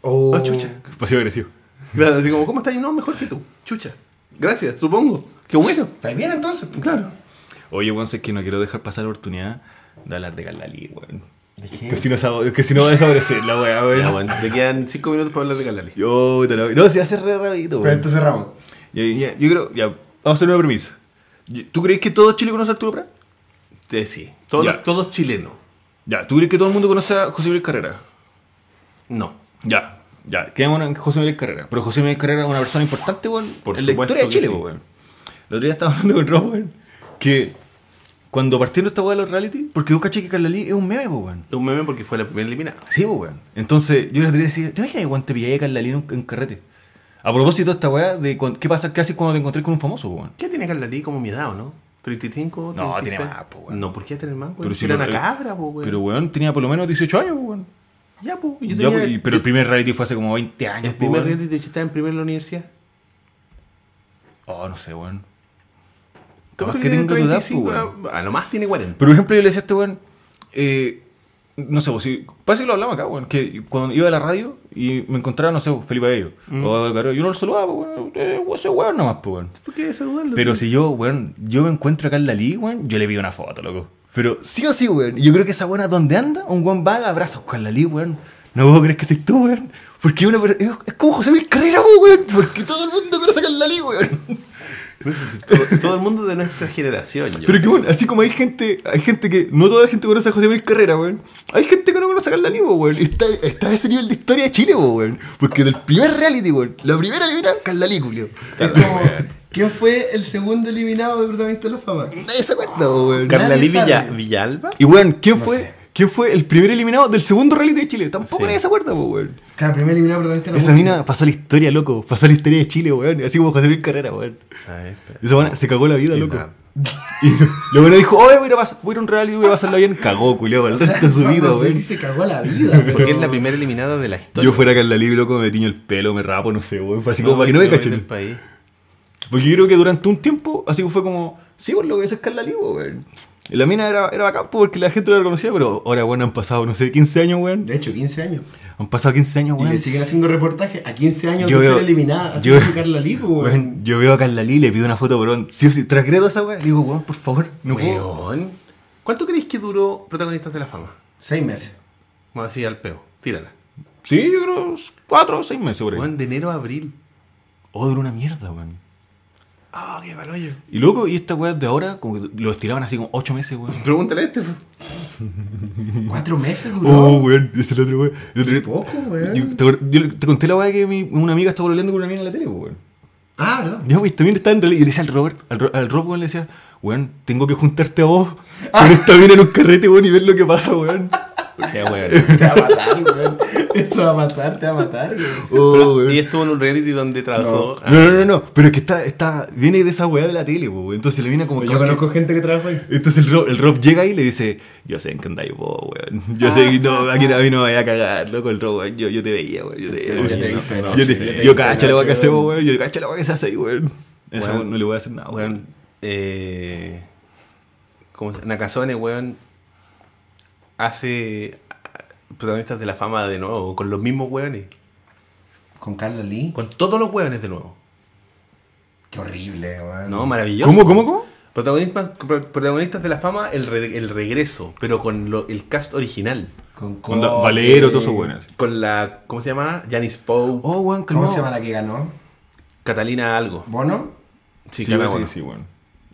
S3: Oh,
S1: Oh, chucha.
S2: Pasivo agresivo.
S1: Claro, así como, ¿cómo estás? No, mejor que tú. Chucha. Gracias, supongo. Qué bueno.
S3: ¿Estáis bien entonces?
S1: Claro.
S2: Oye, weón, es que no quiero dejar pasar la oportunidad de hablar de Galali, weón.
S3: ¿De
S2: Que si, no, sabo- que si no va a desaparecer la weá, weón.
S1: Ya, Ah, bueno, te quedan 5 minutos para hablar de Calali.
S2: Yo te la- No, si hace re rabito,
S3: Con
S2: weón.
S3: esto cerramos.
S2: Ya, ya, yo creo, ya, vamos a hacer una premisa. Yo- ¿Tú crees que todo Chile conoce a Arturo Prat?
S1: Te sí. Todo-
S2: Ya.
S1: Todos chilenos.
S2: Ya, ¿tú crees que todo el mundo conoce a José Miguel Carrera?
S1: No.
S2: Ya, ya, quedémonos en José Miguel Carrera. Pero José Miguel Carrera es una persona importante, weón,
S1: Por
S2: en la
S1: supuesto
S2: historia de
S1: que
S2: Chile,
S1: sí.
S2: weón. El otro día estaba hablando con Rob, weón, que cuando partieron esta weá de los reality, porque tú caché que Carlalí es un meme, po, weón.
S1: Es un meme porque fue la primera eliminada.
S2: Sí, pues, weón. Entonces, yo les diría decir, ¿te imaginas que weón, te pillé a Carlalí en un en carrete? A propósito de esta weá, de cuan- ¿qué pasa? ¿Qué haces cuando te encontrás con un famoso, weón?
S1: ¿Qué tiene Calali como mi edad o no? ¿35?
S2: No,
S1: 36?
S2: tiene más, po, weón.
S1: No, ¿por qué tener más, güey?
S2: Pero si
S1: era
S2: lo-
S1: una cabra, po, güey.
S2: Pero, weón, tenía por lo menos 18 años, weón.
S1: Ya, po. Yo
S2: Ya,
S1: tenía,
S2: pues, y- pero el primer reality fue hace como 20 años,
S1: el primer
S2: weón.
S1: reality de hecho, estaba en primero en la universidad.
S2: Oh, no sé, weón.
S1: ¿Cómo
S2: Capaz
S1: que
S2: que
S1: tiene
S2: tengo tu edad,
S1: 35?
S2: po,
S1: a,
S2: weón.
S1: a lo más tiene 40.
S2: Pero, por ejemplo, yo le decía a este weón, eh, no sé, pues, si, parece que lo hablamos acá, weón, que cuando iba a la radio y me encontraba, no sé, pues, Felipe Bello, o Eduardo Carrillo, yo no lo saludaba, pues, weón, eh, ese weón nomás, pues, weón.
S1: ¿Por qué saludarlo?
S2: Pero si yo, weón, yo me encuentro acá en la Lee, weón, yo le pido una foto, loco. Pero sí o sí, weón. Yo creo que esa buena donde anda, un weón va, la abraza con la Lee, weón. No puedo creer que soy tú, weón. pues, Porque una, per- es, es como José Miguel Carrera, weón. Porque todo el mundo conoce a la Lee, weón.
S1: No sé si todo, todo el mundo de nuestra generación. yo
S2: Pero que bueno, así como hay gente, hay gente que, no toda la gente conoce a José Miguel Carrera, weón. Hay gente que no conoce a Carla Libo, weón. Está, está ese nivel de historia de Chile, pues, weón. Porque del primer reality, weón, la primera libra, Carla Libo, weón.
S6: Es como, ¿quién fue el segundo eliminado de protagonista de la fama?
S2: Nadie se acuerda, pues, weón.
S1: Carla
S6: nadie
S1: Lee Villa-
S6: sabe.
S1: Villalba.
S2: Y weón, ¿quién
S3: No
S2: fue?
S3: sé.
S2: ¿Quién fue el primer eliminado del segundo reality de Chile? Tampoco
S1: Sí.
S2: nadie se acuerda, po, weón.
S6: Claro, primer eliminado protagonista de la
S2: Esa
S6: música.
S2: mina pasó la historia, loco. Pasó la historia de Chile, weón. Así como José Miguel Carrera, weón.
S1: Ah, espera.
S2: Esa buena se cagó la vida,
S1: Y
S2: loco.
S1: nada.
S2: Y lo bueno dijo, oye, voy a ir a pas- voy a ir a un reality, voy a pasarla bien. Cagó, culiao, el resto de su
S6: no,
S2: vida,
S6: no sé
S2: weón.
S6: si se cagó la vida. pero-
S1: Porque es la primera eliminada de la historia.
S2: Yo fuera Carla Libre, loco, me tiño el pelo, me rapo, no sé, weón. Fue así como para que no me
S1: del
S2: cachen.
S1: país.
S2: Porque yo creo que durante un tiempo, así fue como, sí, por lo que eso es Carla Libre, weón. Y La mina era, era bacán po, porque la gente la reconocía, pero ahora, weón, han pasado, no sé, 15 años, weón.
S6: De hecho, 15 años.
S2: Han pasado 15 años,
S6: Y
S2: weón.
S6: le siguen haciendo reportajes a 15 años
S2: Yo
S6: de
S2: veo-
S6: ser eliminada. Así
S2: yo-
S6: que Carla pues, Lipo,
S2: Weón, yo veo a Carla Lee, le pido una foto, weón. Sí o sí, transgredo esa weón. Digo, weón, por favor, no puedo.
S1: Weón. ¿Cuánto creéis que duró Protagonistas de la Fama?
S6: 6 meses.
S1: Vamos así al peo. Tírala.
S2: Sí, yo creo 4 o 6 meses, por ahí.
S1: Weón, de enero a abril.
S2: Oh, duró una mierda, weón.
S1: Ah, qué palollo.
S2: Y loco, y estas weas de ahora, como que lo estiraban así como 8 meses, weón.
S1: Pregúntale a este. po.
S6: 4 meses duró.
S2: Oh, weón, ese es el otro weón. El otro-
S6: Poco, weón.
S2: Yo, te, acuer- yo te conté la weá que mi- una amiga estaba volviendo con una mina en la tele, weón.
S6: Ah, ¿verdad?
S2: Ya, weón, también estaba en realidad. Y le decía al Robert, al, Ro- al Rob, weón, le decía, weón, tengo que juntarte a vos con esta mina en un carrete, weón, y ver lo que pasa, weón.
S1: Ya, weón.
S6: Te va a matar, weón. Eso va a pasar, te va a matar, weón.
S2: Oh, weón.
S1: Y estuvo en un reality donde trabajó. Ah,
S2: No, no, no, no, pero es que está, está, viene de esa weá de la tele, weón. Entonces le viene como.
S6: Yo conozco gente que trabaja ahí.
S2: Entonces el Rob, el Rob llega ahí y le dice, yo sé en qué andáis vos, weón. Yo sé que no, aquí a mí no me vaya a cagar, loco, el Rob, weón. Yo, yo te veía, weón. Yo te
S6: Yo te vi,
S2: veía.
S6: te
S2: Yo,
S6: conocí,
S2: te,
S6: te
S2: yo
S6: vi,
S2: cacho
S6: te
S2: la weá que
S6: cacho,
S2: hacemos,
S6: weón.
S2: weón. Yo cacho la weá que se hace ahí, weón. Esa
S1: Weón.
S2: weón no le voy a hacer nada, weón.
S1: Ah, Weón, eh, ¿cómo se- Nakazone, weón, hace protagonistas de la fama de nuevo, con los mismos weones,
S6: Con Carla Lee.
S1: con todos los weones de nuevo.
S6: Qué horrible, weón.
S1: No, maravilloso.
S2: ¿Cómo, cómo, cómo?
S1: Protagonistas, pro- protagonistas de la fama, el, re- el regreso, pero con lo- el cast original.
S6: Con eh,
S2: Onda,
S6: Coque.
S2: Valero, todo eso, weón.
S1: Con la, ¿cómo se llama? Janice Poe,
S2: Oh, weón,
S6: ¿Cómo se llama
S2: calmado.
S6: la que ganó?
S1: Catalina algo.
S6: ¿Bono?
S1: Sí,
S2: Sí,
S1: Cana,
S2: sí,
S1: bueno.
S2: sí, weón.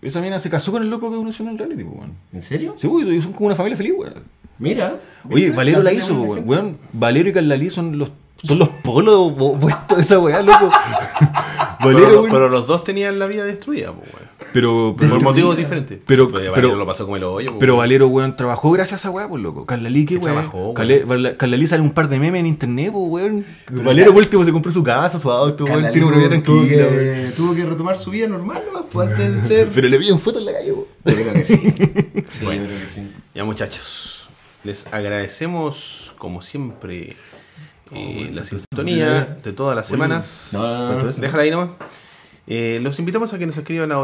S2: Esa mina se casó con el loco que conoció en el reality, weón.
S6: ¿En serio?
S2: Sí, weón, son como una familia feliz, weón.
S6: Mira.
S2: Oye,
S6: ¿viste?
S2: Valero la
S6: También
S2: hizo,
S6: buena
S2: weón.
S6: gente.
S2: Weón, Valero y Carlalí son los, son los polos po- puestos de esa weá, loco.
S1: pero,
S2: Valero, weón.
S1: pero los dos tenían la vida destruida, po, weón.
S2: Pero,
S1: por
S2: pero,
S1: motivos diferentes.
S2: pero-
S1: Valero
S2: pero-
S1: lo pasó como el hoyo. po,
S2: pero
S1: weón.
S2: Valero, weón, trabajó gracias a esa weá, pues loco. Carlalí, qué
S1: Que trabajó,
S2: weón.
S1: weón.
S2: Carle- Val- Carlalí sale un par de memes en internet, pues weón.
S6: Pero
S2: Valero,
S6: la-
S2: por último, se compró su casa, su auto, weón.
S6: Carla
S2: Tiene una vida
S6: Lee tuvo
S2: tranquila, weón.
S6: que, tuvo que retomar su vida normal, ¿no? Pues antes de ser.
S2: Pero le piden fotos en la calle, weón.
S6: Yo creo que sí. Sí, yo creo que sí.
S1: Ya muchachos, les agradecemos como siempre eh, la sintonía de todas las semanas.
S6: No, no, no, no.
S1: Déjala ahí nomás. Eh, los invitamos a que nos escriban a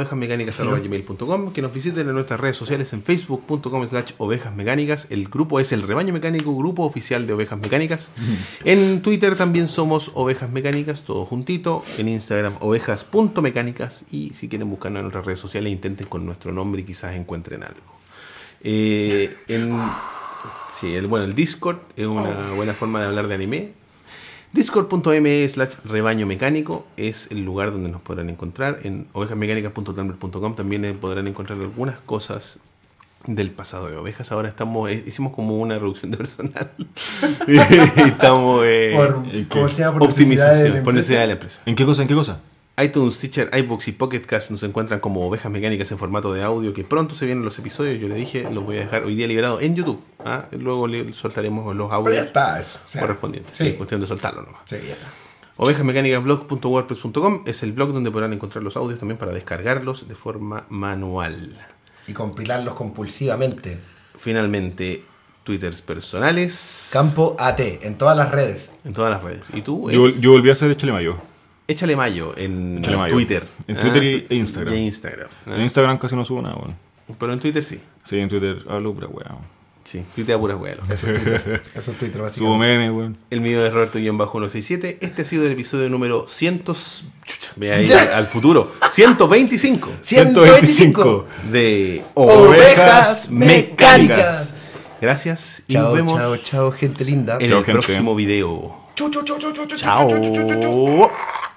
S1: ovejasmecánicas.com, que nos visiten en nuestras redes sociales en facebook.com slash ovejasmecánicas. El grupo es el rebaño mecánico, grupo oficial de ovejas mecánicas. En Twitter también somos ovejas mecánicas, todo juntito. En Instagram ovejas.mecánicas. Y si quieren buscarnos en nuestras redes sociales, intenten con nuestro nombre y quizás encuentren algo. Eh, en, sí, el, bueno, el Discord es una buena forma de hablar de anime. Discord.me slash rebaño mecánico es el lugar donde nos podrán encontrar. En ovejasmecánicas.tumblr.com también eh, podrán encontrar algunas cosas del pasado de ovejas. Ahora estamos eh, hicimos como una reducción de personal. Y estamos eh,
S6: Por, ¿Cómo se llama? Por necesidad de
S1: optimización
S6: la
S1: por
S6: empresa.
S1: necesidad de la empresa
S2: ¿En qué cosa, en qué cosa?
S1: iTunes, Teacher, iBooks y Pocket Cast nos encuentran como ovejas mecánicas en formato de audio que pronto se vienen los episodios. Yo le dije, los voy a dejar hoy día liberado en YouTube. ¿ah? Luego le soltaremos
S6: Pero
S1: los
S6: ya
S1: audios
S6: está eso. o sea,
S1: correspondientes.
S6: Sí.
S1: Sí, cuestión de soltarlo nomás.
S6: Sí, ya está.
S1: Ovejasmecánicasblog.wordpress.com es el blog donde podrán encontrar los audios también para descargarlos de forma manual.
S6: Y compilarlos compulsivamente.
S1: Finalmente, twitters personales.
S6: Campo AT, en todas las redes.
S1: En todas las redes. Y tú,
S2: Yo,
S1: es-
S6: Pues
S2: yo volví a hacer Chalemayo.
S1: échale mayo en
S2: Échale mayo.
S1: Twitter.
S2: En Twitter y- e Instagram.
S1: Y Instagram. ¿ah?
S2: En Instagram casi no subo nada, weón.
S1: Pero en Twitter sí.
S2: Sí, en Twitter hablo pura weón.
S1: Sí, tuitea puras weas. loco.
S6: Eso es Twitter. Eso es Twitter,
S2: Subo
S6: básicamente.
S2: memes, weón.
S1: El mío es Roberto-167. Este ha sido el episodio número 100. chucha, Ve ahí al futuro. 125
S2: 125.
S1: de
S2: Ovejas
S1: Ovejas
S2: Mecánicas.
S1: Mecánicas. Gracias y
S6: Chao,
S1: nos vemos
S6: chao, chao, gente linda.
S1: en
S2: Chao,
S1: el
S2: gente.
S1: próximo video.
S6: Chau, chau, chau, chau, chau, chau, chau, chau, chau, chau, chau.
S1: Chao.